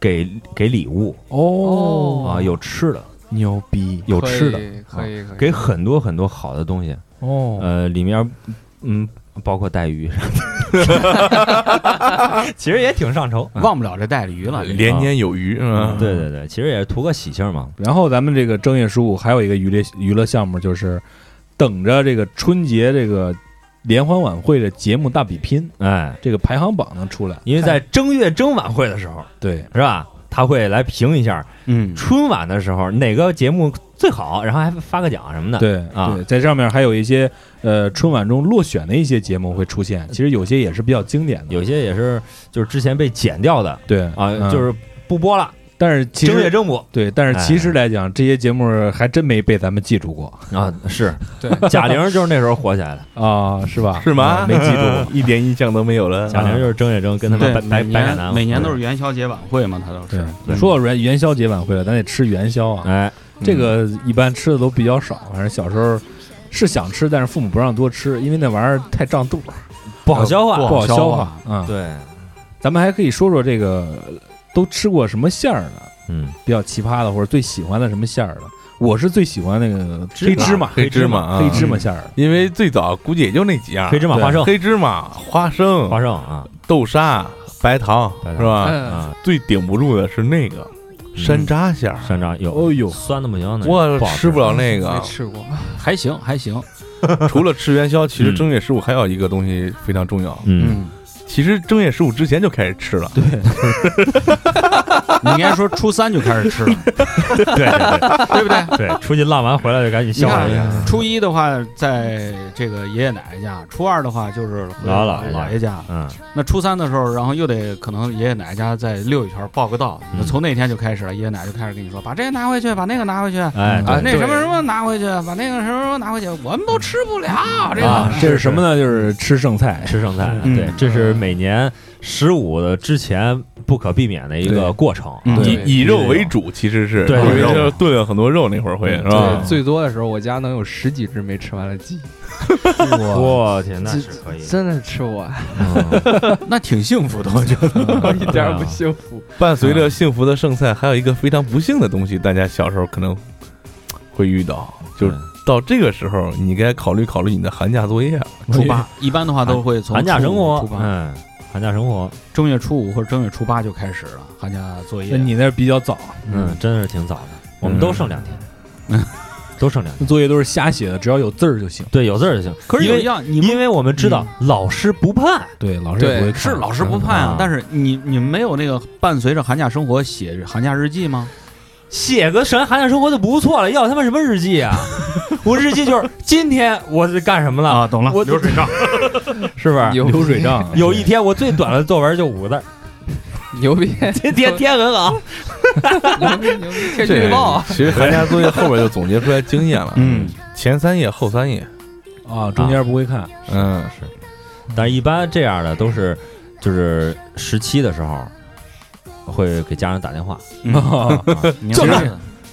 [SPEAKER 9] 给给礼物
[SPEAKER 6] 哦
[SPEAKER 9] 啊，有吃的，
[SPEAKER 6] 牛逼
[SPEAKER 9] 有吃的。哦
[SPEAKER 7] 可以可以，
[SPEAKER 9] 给很多很多好的东西，
[SPEAKER 6] 哦，
[SPEAKER 9] 呃，里面嗯，包括带鱼， 其实也挺上头。
[SPEAKER 8] 忘不了这带驴了，
[SPEAKER 5] 连年有余，嗯，
[SPEAKER 9] 对对对，其实也是图个喜庆嘛。
[SPEAKER 6] 然后咱们这个正月十五还有一个娱乐娱乐项目，就是等着这个春节这个联欢晚会的节目大比拼，
[SPEAKER 9] 哎，
[SPEAKER 6] 这个排行榜能出来。
[SPEAKER 9] 因为在正月征晚会的时候，
[SPEAKER 6] 对，
[SPEAKER 9] 是吧？他会来评一下
[SPEAKER 8] 嗯，
[SPEAKER 9] 春晚的时候哪个节目最好，然后还发个奖什么的。
[SPEAKER 6] 对
[SPEAKER 9] 啊
[SPEAKER 6] 对，在上面还有一些呃春晚中落选的一些节目会出现，其实有些也是比较经典的。
[SPEAKER 9] 有些也是就是之前被剪掉的
[SPEAKER 6] 对
[SPEAKER 9] 啊，
[SPEAKER 6] 嗯
[SPEAKER 9] 就是不播了，
[SPEAKER 6] 但是其
[SPEAKER 9] 争也
[SPEAKER 6] 实
[SPEAKER 9] 争不
[SPEAKER 6] 对，但是其实来讲，这些节目还真没被咱们记住过
[SPEAKER 9] 啊。是，
[SPEAKER 7] 对，
[SPEAKER 9] 贾玲就是那时候火起 来的，
[SPEAKER 6] 啊，是吧？
[SPEAKER 5] 是吗？
[SPEAKER 6] 啊没记 住。，
[SPEAKER 5] 一点印象都没有了。
[SPEAKER 9] 贾玲就是争也争，跟他们
[SPEAKER 8] 对
[SPEAKER 9] 白，白
[SPEAKER 8] 每
[SPEAKER 9] 白啊奶男，
[SPEAKER 8] 年每年都是元宵节晚会嘛，他都是。嗯
[SPEAKER 6] 对，说到元元宵节晚会了，咱得吃元宵啊。
[SPEAKER 9] 哎，
[SPEAKER 6] 这个一般吃的都比较少，反正小时候是想吃，但是父母不让多吃，因为那玩意儿太胀肚，
[SPEAKER 9] 不好消化，
[SPEAKER 6] 不好消
[SPEAKER 8] 消
[SPEAKER 6] 化
[SPEAKER 8] 化。
[SPEAKER 6] 嗯，
[SPEAKER 9] 对，
[SPEAKER 6] 咱们还可以说说这个都吃过什么馅儿的，
[SPEAKER 9] 嗯，
[SPEAKER 6] 比较奇葩的，或者最喜欢的什么馅儿的。我是最喜欢那个黑芝麻，
[SPEAKER 5] 黑芝麻啊
[SPEAKER 6] 黑芝麻馅儿的。
[SPEAKER 5] 因为最早估计也就那几样：
[SPEAKER 9] 黑芝麻、花生、
[SPEAKER 5] 黑芝麻、花生、
[SPEAKER 9] 花生啊，
[SPEAKER 5] 豆沙、白糖，
[SPEAKER 9] 白糖
[SPEAKER 5] 是吧？
[SPEAKER 7] 嗯
[SPEAKER 9] 啊，
[SPEAKER 5] 最顶不住的是那个山楂馅儿，
[SPEAKER 9] 山楂有，
[SPEAKER 6] 哦呦
[SPEAKER 9] 酸的不行，那个
[SPEAKER 5] 我
[SPEAKER 9] 不好
[SPEAKER 5] 吃不了那
[SPEAKER 7] 没
[SPEAKER 5] 个。
[SPEAKER 7] 吃过，
[SPEAKER 8] 还行还行，
[SPEAKER 5] 除了吃元宵，其实
[SPEAKER 9] 嗯
[SPEAKER 5] 正月十五还有一个东西非常重要。
[SPEAKER 9] 嗯，
[SPEAKER 5] 其实正月十五之前就开始吃了，
[SPEAKER 8] 你应该说初三就开始 吃了，
[SPEAKER 9] 对对
[SPEAKER 8] 对不对？
[SPEAKER 9] 对对，出去浪完回来就赶紧消化一下，
[SPEAKER 8] 初一的话，在这个爷爷奶奶家；初二的话就是回
[SPEAKER 9] 姥姥
[SPEAKER 8] 姥爷家。
[SPEAKER 9] 嗯，
[SPEAKER 8] 那初三的时候，然后又得可能爷爷奶奶家再溜一圈报个到。
[SPEAKER 9] 嗯
[SPEAKER 8] 那从那天就开始了，爷爷奶奶就开始跟你说，把这个拿回去，把那个拿回去，
[SPEAKER 9] 哎，
[SPEAKER 8] 把
[SPEAKER 9] 对
[SPEAKER 8] 那
[SPEAKER 7] 对
[SPEAKER 8] 什么什么拿回去，把那个什么什么拿回去，我们都吃不了这
[SPEAKER 9] 啊
[SPEAKER 8] 个。
[SPEAKER 6] 这是什么呢？就是吃剩 菜。
[SPEAKER 9] 吃剩菜，
[SPEAKER 8] 嗯
[SPEAKER 9] 对，这是每年十五的之前不可避免的一个
[SPEAKER 6] 对
[SPEAKER 9] 过程。
[SPEAKER 8] 嗯
[SPEAKER 7] 对
[SPEAKER 5] 以以肉为主，其实是
[SPEAKER 9] 对
[SPEAKER 5] 因为
[SPEAKER 9] 肉
[SPEAKER 5] 就是炖了很多肉，那会儿会是吧
[SPEAKER 7] 对，？最多的时候我家能有十几只没吃完的鸡，
[SPEAKER 6] 哇，
[SPEAKER 9] 我天，那
[SPEAKER 7] 这
[SPEAKER 9] 是可以，
[SPEAKER 7] 真的吃不完，
[SPEAKER 9] 嗯
[SPEAKER 8] 那挺幸福的，我觉得。
[SPEAKER 7] 我一点儿不幸福。
[SPEAKER 5] 伴随着幸福的剩菜，还有一个非常不幸的东西，大家小时候可能会遇到，就是到这个时候，你该考虑考虑你的寒假作业啊 了。
[SPEAKER 8] 初八一般的话都会从
[SPEAKER 9] 寒假
[SPEAKER 8] 初五
[SPEAKER 9] 生活
[SPEAKER 8] 初，八
[SPEAKER 9] 嗯，寒假生活，
[SPEAKER 8] 正月初五或者正月初八就开始了寒假作
[SPEAKER 6] 那
[SPEAKER 8] 业。
[SPEAKER 6] 你那比较早，
[SPEAKER 9] 嗯，真是挺早的，我们都剩两天，
[SPEAKER 8] 嗯
[SPEAKER 9] 都剩两天，
[SPEAKER 6] 那作业都是瞎写的，只要有字儿就行。
[SPEAKER 9] 对，有字儿就行。
[SPEAKER 8] 可是
[SPEAKER 9] 因
[SPEAKER 8] 有
[SPEAKER 9] 为
[SPEAKER 8] 一样，你们
[SPEAKER 9] 因为我们知道老师不判，
[SPEAKER 6] 对，老师也不会看嗯
[SPEAKER 8] 是老师不判
[SPEAKER 9] 啊
[SPEAKER 8] 啊，但是你你们没有那个伴随着寒假生活写寒假日记吗？
[SPEAKER 9] 写个什么寒假生活就不错了，要他妈什么日记啊？我日记就是今天我是干什么
[SPEAKER 5] 啊
[SPEAKER 9] 了，，
[SPEAKER 8] 啊懂
[SPEAKER 9] 我流水账，是不是？
[SPEAKER 7] 牛
[SPEAKER 6] 流水账啊。
[SPEAKER 9] 有一天我最短的作文就五个字儿，
[SPEAKER 7] 牛逼，
[SPEAKER 9] 今天天很好，
[SPEAKER 7] 牛逼，牛逼，天气预报啊，
[SPEAKER 5] 其实寒假作业后边就总结出来经验了，
[SPEAKER 8] 嗯，
[SPEAKER 5] 前三页后三页，
[SPEAKER 6] 啊，中间不会看。
[SPEAKER 5] 嗯，
[SPEAKER 9] 但是一般这样的都是就是十七的时候会给家人打电话，
[SPEAKER 8] 嗯
[SPEAKER 5] 嗯
[SPEAKER 8] 你要是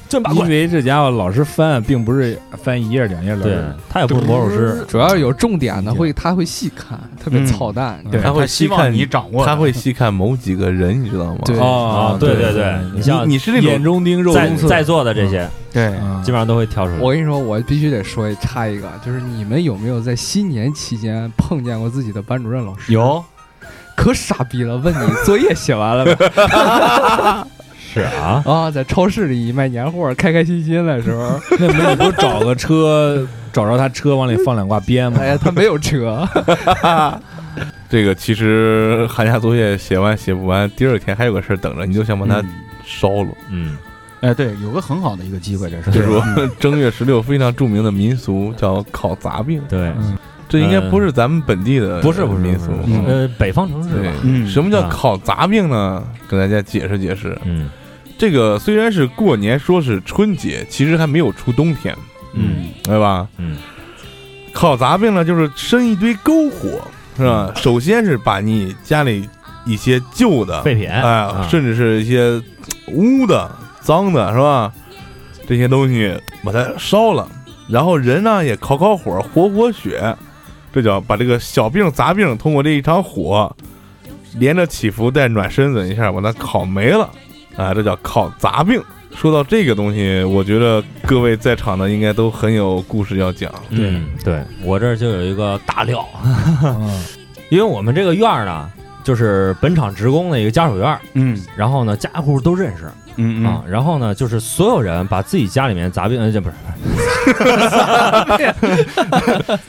[SPEAKER 9] 正八
[SPEAKER 6] 因为这家伙老是翻，并不是翻一页两页两
[SPEAKER 9] 对
[SPEAKER 6] 页。
[SPEAKER 9] 他也不是魔术师，
[SPEAKER 7] 主要是有重点的会，他会细看，特别
[SPEAKER 5] 嗯
[SPEAKER 7] 操蛋。
[SPEAKER 6] 对
[SPEAKER 5] 他会
[SPEAKER 8] 他
[SPEAKER 5] 细
[SPEAKER 8] 希望
[SPEAKER 5] 看
[SPEAKER 8] 你掌握的，
[SPEAKER 5] 他会细看某几个人，你知道吗？
[SPEAKER 7] 对
[SPEAKER 9] 啊对对对你像
[SPEAKER 5] 你是那种
[SPEAKER 6] 眼中钉，肉
[SPEAKER 9] 在
[SPEAKER 6] 中刺，
[SPEAKER 9] 在座的这些
[SPEAKER 8] 对
[SPEAKER 6] 啊
[SPEAKER 9] 基本上都会挑出来。
[SPEAKER 7] 我跟你说，我必须得说插一个，就是你们有没有在新年期间碰见过自己的班主任老师？
[SPEAKER 8] 有
[SPEAKER 7] 可傻逼了，问你作业写完了没？
[SPEAKER 9] 是啊，
[SPEAKER 7] 啊，在超市里卖年货，开开心心的时候，
[SPEAKER 6] 那没有，不找个车，找着他车往里放两挂鞭吗
[SPEAKER 7] 哎？呀，他没有车，
[SPEAKER 5] 这个其实寒假作业写完写不完，第二天还有个事儿等着，你就想把它
[SPEAKER 8] 嗯
[SPEAKER 5] 烧了。
[SPEAKER 9] 嗯，
[SPEAKER 8] 哎对，有个很好的一个机会，
[SPEAKER 9] 啊
[SPEAKER 8] 这是
[SPEAKER 5] 就是我们 正月十六非常著名的民俗叫烤杂病，
[SPEAKER 9] 对，
[SPEAKER 5] 这应该不是咱们本地的
[SPEAKER 9] 嗯不是不是
[SPEAKER 5] 民
[SPEAKER 9] 不
[SPEAKER 5] 俗
[SPEAKER 9] 是。
[SPEAKER 8] 嗯
[SPEAKER 9] 呃，北方城市吧，
[SPEAKER 5] 对，什么叫
[SPEAKER 9] 啊
[SPEAKER 5] 烤杂病呢？跟大家解释解释。
[SPEAKER 9] 嗯
[SPEAKER 5] 这个虽然是过年说是春节，其实还没有出冬天，
[SPEAKER 9] 嗯
[SPEAKER 5] 对吧？
[SPEAKER 9] 嗯，
[SPEAKER 5] 烤杂病呢，就是生一堆篝火，是
[SPEAKER 9] 嗯
[SPEAKER 5] 吧？首先是把你家里一些旧的，
[SPEAKER 9] 废品
[SPEAKER 5] 哎，甚至是一些污的、脏的，是吧？这些东西把它烧了，然后人呢也烤烤火、活活血，这叫把这个小病杂病通过这一场火，连着起伏再暖身子一下，把它烤没了，啊，这叫烤杂病。说到这个东西，我觉得各位在场的应该都很有故事要讲。
[SPEAKER 9] 对、嗯对，我这儿就有一个大料，
[SPEAKER 6] 嗯
[SPEAKER 9] 因为我们这个院儿呢，就是本厂职工的一个家属院儿，
[SPEAKER 8] 嗯
[SPEAKER 9] 然后呢，家家户户都认识
[SPEAKER 8] 嗯
[SPEAKER 9] 啊
[SPEAKER 8] 嗯，，
[SPEAKER 9] 然后呢，就是所有人把自己家里面杂病，呃，这不是，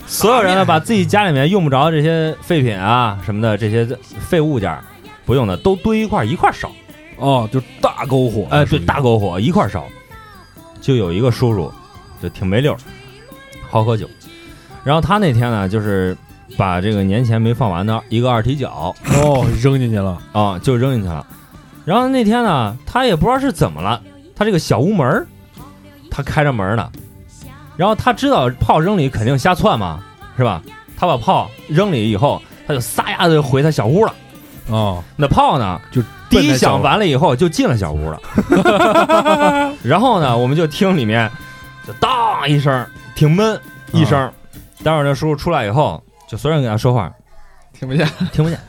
[SPEAKER 9] 所有人呢把自己家里面用不着这些废品啊什么的这些废物件儿不用的都堆一块儿一块儿烧，
[SPEAKER 6] 哦，就大篝火，
[SPEAKER 9] 呃哎、对，大篝火一块儿烧。就有一个叔叔，就挺没溜儿，好喝酒。然后他那天呢，就是把这个年前没放完的一个二踢脚
[SPEAKER 6] 哦，扔进去了，
[SPEAKER 9] 啊，就扔进去了。然后那天呢，他也不知道是怎么了，他这个小屋门儿，他开着门儿呢。然后他知道炮扔里肯定瞎窜嘛，是吧？他把炮扔里以后，他就撒丫子就回他小屋了。
[SPEAKER 6] 哦，
[SPEAKER 9] 那炮呢，
[SPEAKER 6] 就
[SPEAKER 9] 第
[SPEAKER 6] 奔
[SPEAKER 9] 一
[SPEAKER 6] 着小
[SPEAKER 9] 响
[SPEAKER 6] 屋
[SPEAKER 9] 完了以后就进了小屋了。 然后呢，我们就听里面就当一声，挺闷一声。待会儿那叔叔出来以后，就所有人跟他说话，
[SPEAKER 7] 听不见。
[SPEAKER 9] 听不见，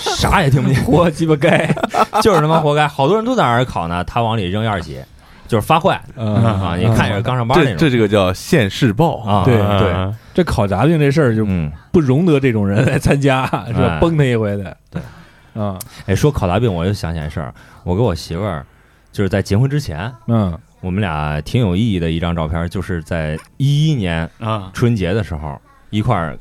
[SPEAKER 9] 啥也听不见，活鸡巴该， 就是他妈活该。好多人都在那儿烤呢，他往里扔一二鞋，就是发坏
[SPEAKER 6] 嗯
[SPEAKER 9] 啊！你看也是刚上班那
[SPEAKER 5] 这
[SPEAKER 9] 种
[SPEAKER 5] 这这个叫现世报
[SPEAKER 9] 啊
[SPEAKER 6] 对
[SPEAKER 5] 啊
[SPEAKER 6] 对这烤炸饼这事儿就
[SPEAKER 9] 嗯，
[SPEAKER 6] 不容得这种人来参加，是吧
[SPEAKER 9] 哎？
[SPEAKER 6] 崩他一回的，
[SPEAKER 9] 对
[SPEAKER 6] 啊，
[SPEAKER 9] 哎，说烤大饼，我又想起来一事儿，我跟我媳妇儿就是在结婚之前，
[SPEAKER 6] 嗯
[SPEAKER 9] 我们俩挺有意义的一张照片，就是在一一年
[SPEAKER 8] 啊，
[SPEAKER 9] 春节的时候一块儿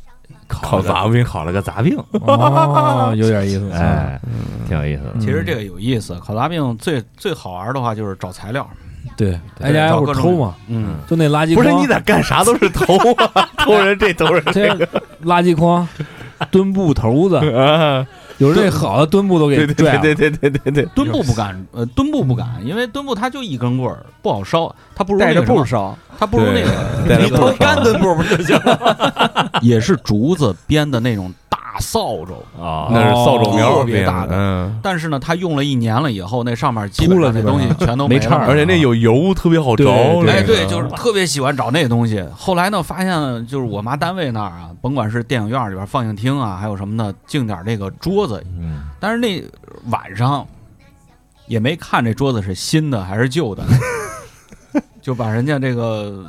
[SPEAKER 5] 烤杂
[SPEAKER 9] 饼，烤了个杂饼，
[SPEAKER 6] 哦，有点意思，
[SPEAKER 9] 哎，挺有意思的。
[SPEAKER 8] 其实这个有意思。烤大饼最最好玩的话就是找材料，
[SPEAKER 6] 对，哎
[SPEAKER 8] 对
[SPEAKER 6] 挨家挨户
[SPEAKER 8] 找各种
[SPEAKER 6] 偷嘛，
[SPEAKER 8] 嗯，
[SPEAKER 6] 就那垃圾
[SPEAKER 5] 不是
[SPEAKER 6] 筐
[SPEAKER 5] 你咋干啥都是偷啊，偷人这偷人
[SPEAKER 6] 这垃圾筐、墩布头子，
[SPEAKER 5] 啊，
[SPEAKER 6] 有人那好的墩布都
[SPEAKER 5] 对
[SPEAKER 6] 给
[SPEAKER 5] 对啊
[SPEAKER 6] 拽
[SPEAKER 5] 对
[SPEAKER 6] 了
[SPEAKER 5] 对对对对对，嗯
[SPEAKER 8] 墩布不敢，呃，墩布不敢，因为墩布它就一根棍儿，不好烧，它不如
[SPEAKER 7] 带
[SPEAKER 8] 那
[SPEAKER 7] 着
[SPEAKER 8] 个什
[SPEAKER 7] 布
[SPEAKER 8] 么，
[SPEAKER 7] 烧，
[SPEAKER 8] 它不如那个，
[SPEAKER 5] 带着
[SPEAKER 8] 你
[SPEAKER 5] 布
[SPEAKER 8] 偷
[SPEAKER 5] 干
[SPEAKER 8] 墩布不就行了？ 也是竹子编的那种大扫帚，
[SPEAKER 9] 啊，
[SPEAKER 5] 那是扫帚苗
[SPEAKER 8] 特别大的
[SPEAKER 5] 嗯，
[SPEAKER 8] 但是呢，它用了一年了以后，那上面基本
[SPEAKER 6] 秃了
[SPEAKER 8] 上那
[SPEAKER 6] 基本
[SPEAKER 8] 东
[SPEAKER 6] 上
[SPEAKER 8] 西全都
[SPEAKER 6] 没
[SPEAKER 8] 了
[SPEAKER 6] 杈儿
[SPEAKER 5] 而且那有油特别好着
[SPEAKER 6] 对，对嗯
[SPEAKER 8] 哎，
[SPEAKER 5] 那个
[SPEAKER 8] 对，就是特别喜欢找那东西。后来呢，发现就是我妈单位那儿啊，甭管是电影院里边放映厅啊，还有什么的，净点那个桌子。
[SPEAKER 9] 嗯，
[SPEAKER 8] 但是那晚上也没看这桌子是新的还是旧的， 就把人家这个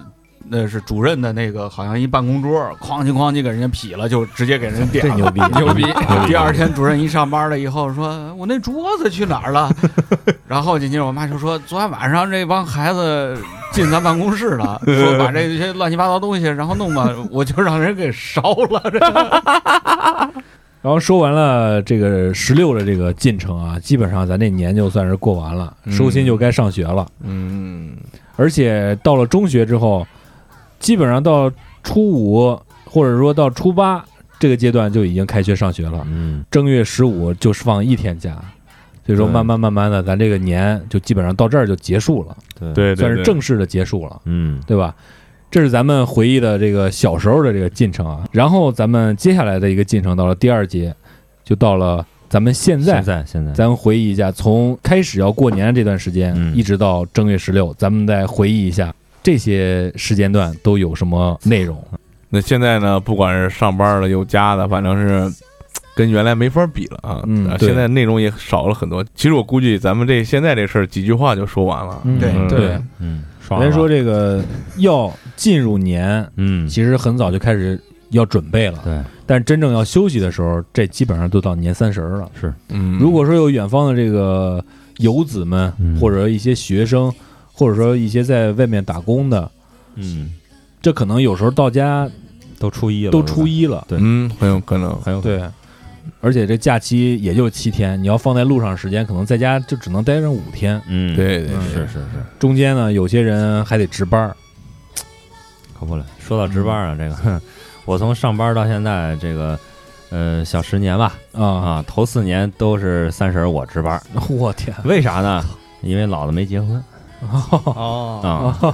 [SPEAKER 8] 那是主任的那个好像一办公桌，哐叽哐叽给人家劈了，就直接给人点
[SPEAKER 6] 这
[SPEAKER 8] 了。
[SPEAKER 6] 牛逼，
[SPEAKER 8] 牛逼！第二天主任一上班了以后说：“我那桌子去哪儿了？” 然后紧接着我妈就说：“昨天晚上这帮孩子进咱办公室 了，说把这些乱七八糟东西，然后弄 吧，我就让人给烧了。这
[SPEAKER 6] 然后说完了这个十六的这个进程啊，基本上咱这年就算是过完了，收心就该上学了。
[SPEAKER 5] 嗯，
[SPEAKER 6] 而且到了中学之后，基本上到初五或者说到初八这个阶段就已经开学上学了。
[SPEAKER 9] 嗯，
[SPEAKER 6] 正月十五就是放一天假，所以说
[SPEAKER 9] 对
[SPEAKER 6] 慢慢慢慢的，咱这个年就基本上到这儿就结束了，
[SPEAKER 9] 对，
[SPEAKER 5] 对对，
[SPEAKER 6] 算是
[SPEAKER 5] 对
[SPEAKER 6] 正式的结束了，
[SPEAKER 9] 嗯，
[SPEAKER 6] 对吧？这是咱们回忆的这个小时候的这个进程啊。然后咱们接下来的一个进程到了第二节，就到了咱们现在
[SPEAKER 9] 现在现在
[SPEAKER 6] 咱们回忆一下，从开始要过年这段时间，
[SPEAKER 9] 嗯
[SPEAKER 6] 一直到正月十六，咱们再回忆一下这些时间段都有什么内容。
[SPEAKER 5] 那现在呢，不管是上班的、有家的，反正是嘖跟原来没法比了啊。
[SPEAKER 6] 嗯
[SPEAKER 5] 啊
[SPEAKER 6] 对
[SPEAKER 5] 现在内容也少了很多。其实我估计咱们这现在这事儿几句话就说完了。
[SPEAKER 8] 对
[SPEAKER 5] 嗯
[SPEAKER 6] 对，
[SPEAKER 9] 嗯，爽了
[SPEAKER 6] 人家说这个要进入年，
[SPEAKER 9] 嗯，
[SPEAKER 6] 其实很早就开始要准备了，
[SPEAKER 9] 对，
[SPEAKER 6] 但真正要休息的时候，这基本上都到年三十儿了。
[SPEAKER 5] 嗯，
[SPEAKER 6] 如果说有远方的这个游子们，
[SPEAKER 9] 嗯
[SPEAKER 6] 或者一些学生，或者说一些在外面打工的，
[SPEAKER 9] 嗯，
[SPEAKER 6] 这可能有时候到家
[SPEAKER 9] 都初一了，
[SPEAKER 6] 都初一了。
[SPEAKER 9] 对
[SPEAKER 5] 嗯，很有可能。
[SPEAKER 9] 很有可能
[SPEAKER 6] 对，而且这假期也就七天，你要放在路上时间，可能在家就只能待上五天。
[SPEAKER 9] 嗯，
[SPEAKER 5] 对对
[SPEAKER 6] 嗯
[SPEAKER 9] 是是是，
[SPEAKER 6] 中间呢，有些人还得值班儿。
[SPEAKER 9] 可不了。说到值班啊，这个哼 我从上班到现在这个。呃，小十年吧，
[SPEAKER 6] 啊！
[SPEAKER 9] 啊，头四年都是三十儿我值班，
[SPEAKER 6] 我天，
[SPEAKER 9] 为啥呢？因为老子没结婚
[SPEAKER 7] 哦，
[SPEAKER 9] 啊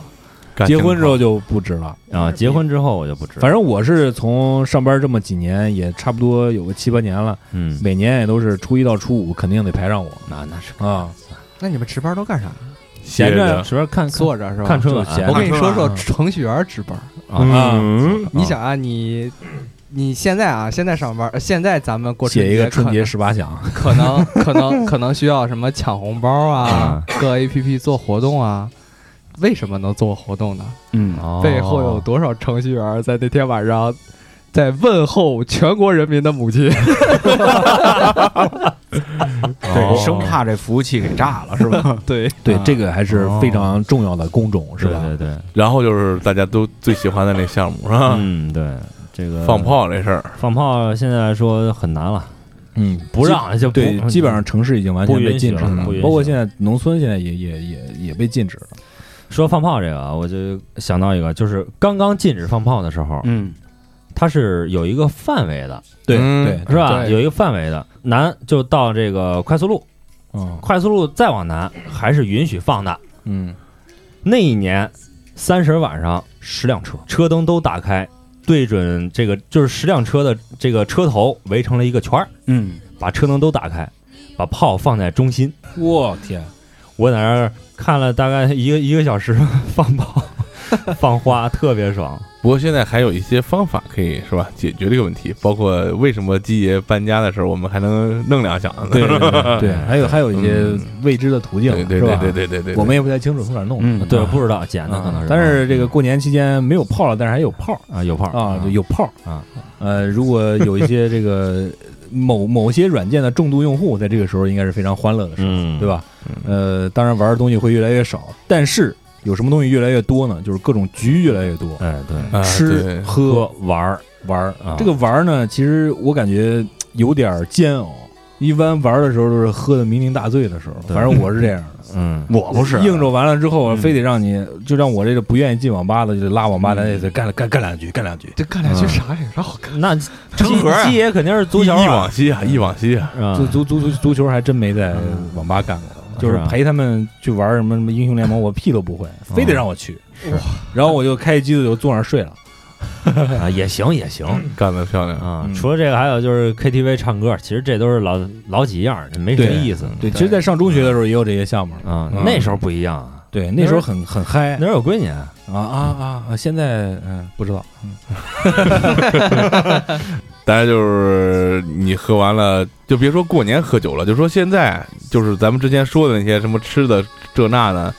[SPEAKER 5] 感情
[SPEAKER 6] 结婚之
[SPEAKER 5] 好
[SPEAKER 6] 后就不值了。
[SPEAKER 9] 啊！结婚之后我就不值，
[SPEAKER 6] 反正我是从上班这么几年，也差不多有个七八年了，
[SPEAKER 9] 嗯，
[SPEAKER 6] 每年也都是初一到初五肯定得排上我
[SPEAKER 9] 那那是
[SPEAKER 6] 啊，
[SPEAKER 7] 那你们值班都干啥？
[SPEAKER 5] 歇
[SPEAKER 6] 闲着
[SPEAKER 5] 着，
[SPEAKER 9] 值班看
[SPEAKER 7] 坐着是吧？
[SPEAKER 9] 看春晚
[SPEAKER 6] 就闲
[SPEAKER 7] 我跟你说说
[SPEAKER 6] 嗯
[SPEAKER 7] 程序员值班，
[SPEAKER 6] 啊
[SPEAKER 5] 嗯，
[SPEAKER 7] 你想啊，你你现在啊，现在上班，呃现在咱们过春
[SPEAKER 6] 写一个春
[SPEAKER 7] 可
[SPEAKER 6] 节十八响，
[SPEAKER 7] 可能可能可能需要什么抢红包啊，各 A P P 做活动啊。为什么能做活动呢？
[SPEAKER 8] 嗯
[SPEAKER 9] 哦
[SPEAKER 7] 背后有多少程序员在那天晚上在问候全国人民的母亲？
[SPEAKER 9] 哦
[SPEAKER 8] 生怕这服务器给炸了是吧？
[SPEAKER 7] 对，
[SPEAKER 6] 对
[SPEAKER 8] 啊，
[SPEAKER 6] 这个还是非常重要的工种，是
[SPEAKER 9] 哦对
[SPEAKER 6] 吧？
[SPEAKER 9] 对对，
[SPEAKER 5] 然后就是大家都最喜欢的那项目啊，
[SPEAKER 9] 嗯对，这个
[SPEAKER 5] 放炮这事儿。
[SPEAKER 9] 放炮现在说很难了，
[SPEAKER 6] 嗯，
[SPEAKER 9] 不让就不
[SPEAKER 6] 对，基本上城市已经完全
[SPEAKER 9] 嗯不允
[SPEAKER 6] 被
[SPEAKER 9] 许
[SPEAKER 6] 禁止
[SPEAKER 9] 了不允许
[SPEAKER 6] 包括
[SPEAKER 9] 了
[SPEAKER 6] 现在农村现在也也也也被禁止了。
[SPEAKER 9] 说放炮这个啊，我就想到一个，就是刚刚禁止放炮的时候，
[SPEAKER 8] 嗯
[SPEAKER 9] 它是有一个范围的，
[SPEAKER 6] 对
[SPEAKER 5] 嗯
[SPEAKER 6] 对，
[SPEAKER 9] 是吧？
[SPEAKER 7] 对
[SPEAKER 9] 有一个范围的，南就到这个快速路，
[SPEAKER 6] 嗯
[SPEAKER 9] 快速路再往南还是允许放的。
[SPEAKER 6] 嗯
[SPEAKER 9] 那一年三十晚上，十辆车，车灯都打开，对准这个就是十辆车的这个车头围成了一个圈儿，
[SPEAKER 8] 嗯，
[SPEAKER 9] 把车灯都打开，把炮放在中心。
[SPEAKER 6] 我天，
[SPEAKER 9] 我在那儿看了大概一个一个小时放炮、 放花，特别爽。
[SPEAKER 5] 不过现在还有一些方法可以是吧解决这个问题，包括为什么鸡爷搬家的时候我们还能弄两响呢？
[SPEAKER 6] 对对对对，还有还有一些未知的途径
[SPEAKER 5] 对，对
[SPEAKER 6] 是
[SPEAKER 5] 对
[SPEAKER 6] 吧？
[SPEAKER 5] 对对对对，
[SPEAKER 6] 我们也不太清楚从哪儿弄的，
[SPEAKER 8] 嗯
[SPEAKER 9] 对，不知道捡的可能
[SPEAKER 6] 啊
[SPEAKER 9] 是，
[SPEAKER 6] 但是这个过年期间没有炮了，但是还有炮
[SPEAKER 9] 啊有炮
[SPEAKER 6] 啊，就有炮
[SPEAKER 9] 啊。
[SPEAKER 6] 呃，如果有一些这个某某些软件的重度用户，在这个时候应该是非常欢乐的时候，
[SPEAKER 9] 嗯
[SPEAKER 6] 对？吧？呃，当然玩的东西会越来越少，但是有什么东西越来越多呢？就是各种局越来越多，
[SPEAKER 9] 哎对，
[SPEAKER 5] 啊
[SPEAKER 6] 吃
[SPEAKER 5] 对
[SPEAKER 6] 喝
[SPEAKER 9] 喝玩儿
[SPEAKER 6] 玩儿
[SPEAKER 9] 啊
[SPEAKER 6] 这个玩儿呢，其实我感觉有点儿煎熬。一般玩儿的时候都是喝的酩酊大醉的时候，
[SPEAKER 9] 对
[SPEAKER 6] 反正我是这样 的。
[SPEAKER 9] 嗯
[SPEAKER 8] 我不是
[SPEAKER 6] 应酬完了之后，啊
[SPEAKER 8] 嗯
[SPEAKER 6] 非得让你就让我这个不愿意进网吧的，就得拉网吧的，咱也得干干干两局，干两局。
[SPEAKER 7] 这看两句啥呀？啥好看？
[SPEAKER 9] 那
[SPEAKER 5] 成盒啊
[SPEAKER 9] 鸡爷肯定是足球
[SPEAKER 5] 忆忆
[SPEAKER 9] 啊
[SPEAKER 5] 往，昔
[SPEAKER 6] 嗯
[SPEAKER 5] 啊，忆往昔啊，
[SPEAKER 9] 啊
[SPEAKER 6] 足足足足足球还真没在网吧干过，就是
[SPEAKER 9] 是啊
[SPEAKER 6] 陪他们去玩什么什么英雄联盟，我屁都不会，非得让我去。然后我就开机子就坐那儿睡了。
[SPEAKER 9] 啊也行也行
[SPEAKER 5] 干得漂亮！
[SPEAKER 9] 啊
[SPEAKER 6] 嗯。
[SPEAKER 9] 除了这个，还有就是 KTV 唱歌，其实这都是老老几样儿，没什么
[SPEAKER 6] 对
[SPEAKER 9] 意思
[SPEAKER 6] 对，其实，在上中学的时候也有这些项目。
[SPEAKER 9] 啊
[SPEAKER 6] 嗯。哎
[SPEAKER 9] 那时候不一样啊，
[SPEAKER 6] 对，那时候很很嗨
[SPEAKER 9] 那时候有闺女啊，
[SPEAKER 6] 啊啊啊啊！现在嗯不知道，
[SPEAKER 5] 当然就是你喝完了，就别说过年喝酒了，就说现在就是咱们之前说的那些什么吃的这那的，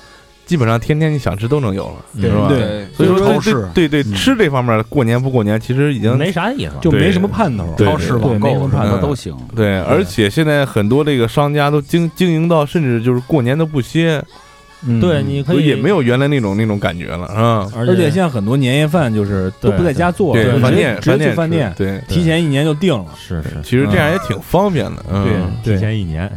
[SPEAKER 5] 基本上天天你想吃都能有了，
[SPEAKER 9] 嗯
[SPEAKER 5] 是吧？
[SPEAKER 6] 对，
[SPEAKER 5] 所以说
[SPEAKER 8] 超
[SPEAKER 5] 对
[SPEAKER 8] 市
[SPEAKER 5] 对对对吃这方面，过年不过年其实已经
[SPEAKER 9] 没啥意思了，
[SPEAKER 6] 就
[SPEAKER 5] 对
[SPEAKER 6] 没什么盼头了。
[SPEAKER 5] 对
[SPEAKER 8] 超市
[SPEAKER 6] 对
[SPEAKER 8] 网
[SPEAKER 6] 没什么
[SPEAKER 8] 购什
[SPEAKER 6] 盼
[SPEAKER 8] 么
[SPEAKER 6] 头
[SPEAKER 5] 嗯
[SPEAKER 8] 的都行。
[SPEAKER 5] 对，而且现在很多这个商家都经经营到，甚至就是过年都不歇，
[SPEAKER 6] 嗯
[SPEAKER 9] 对，你可以
[SPEAKER 5] 也没，有原来那种那种感觉了啊。
[SPEAKER 9] 而
[SPEAKER 6] 而且
[SPEAKER 9] 且
[SPEAKER 6] 现在很多年夜饭就是都
[SPEAKER 9] 对
[SPEAKER 6] 不在家做了，
[SPEAKER 5] 对，
[SPEAKER 6] 直
[SPEAKER 5] 饭
[SPEAKER 6] 接
[SPEAKER 5] 店
[SPEAKER 6] 直接去
[SPEAKER 5] 饭
[SPEAKER 6] 饭店
[SPEAKER 5] 吃，对，
[SPEAKER 9] 对
[SPEAKER 6] 提前一年就定了，
[SPEAKER 9] 是是
[SPEAKER 5] 其实这样也挺方便的。嗯，
[SPEAKER 6] 对
[SPEAKER 9] 提前一年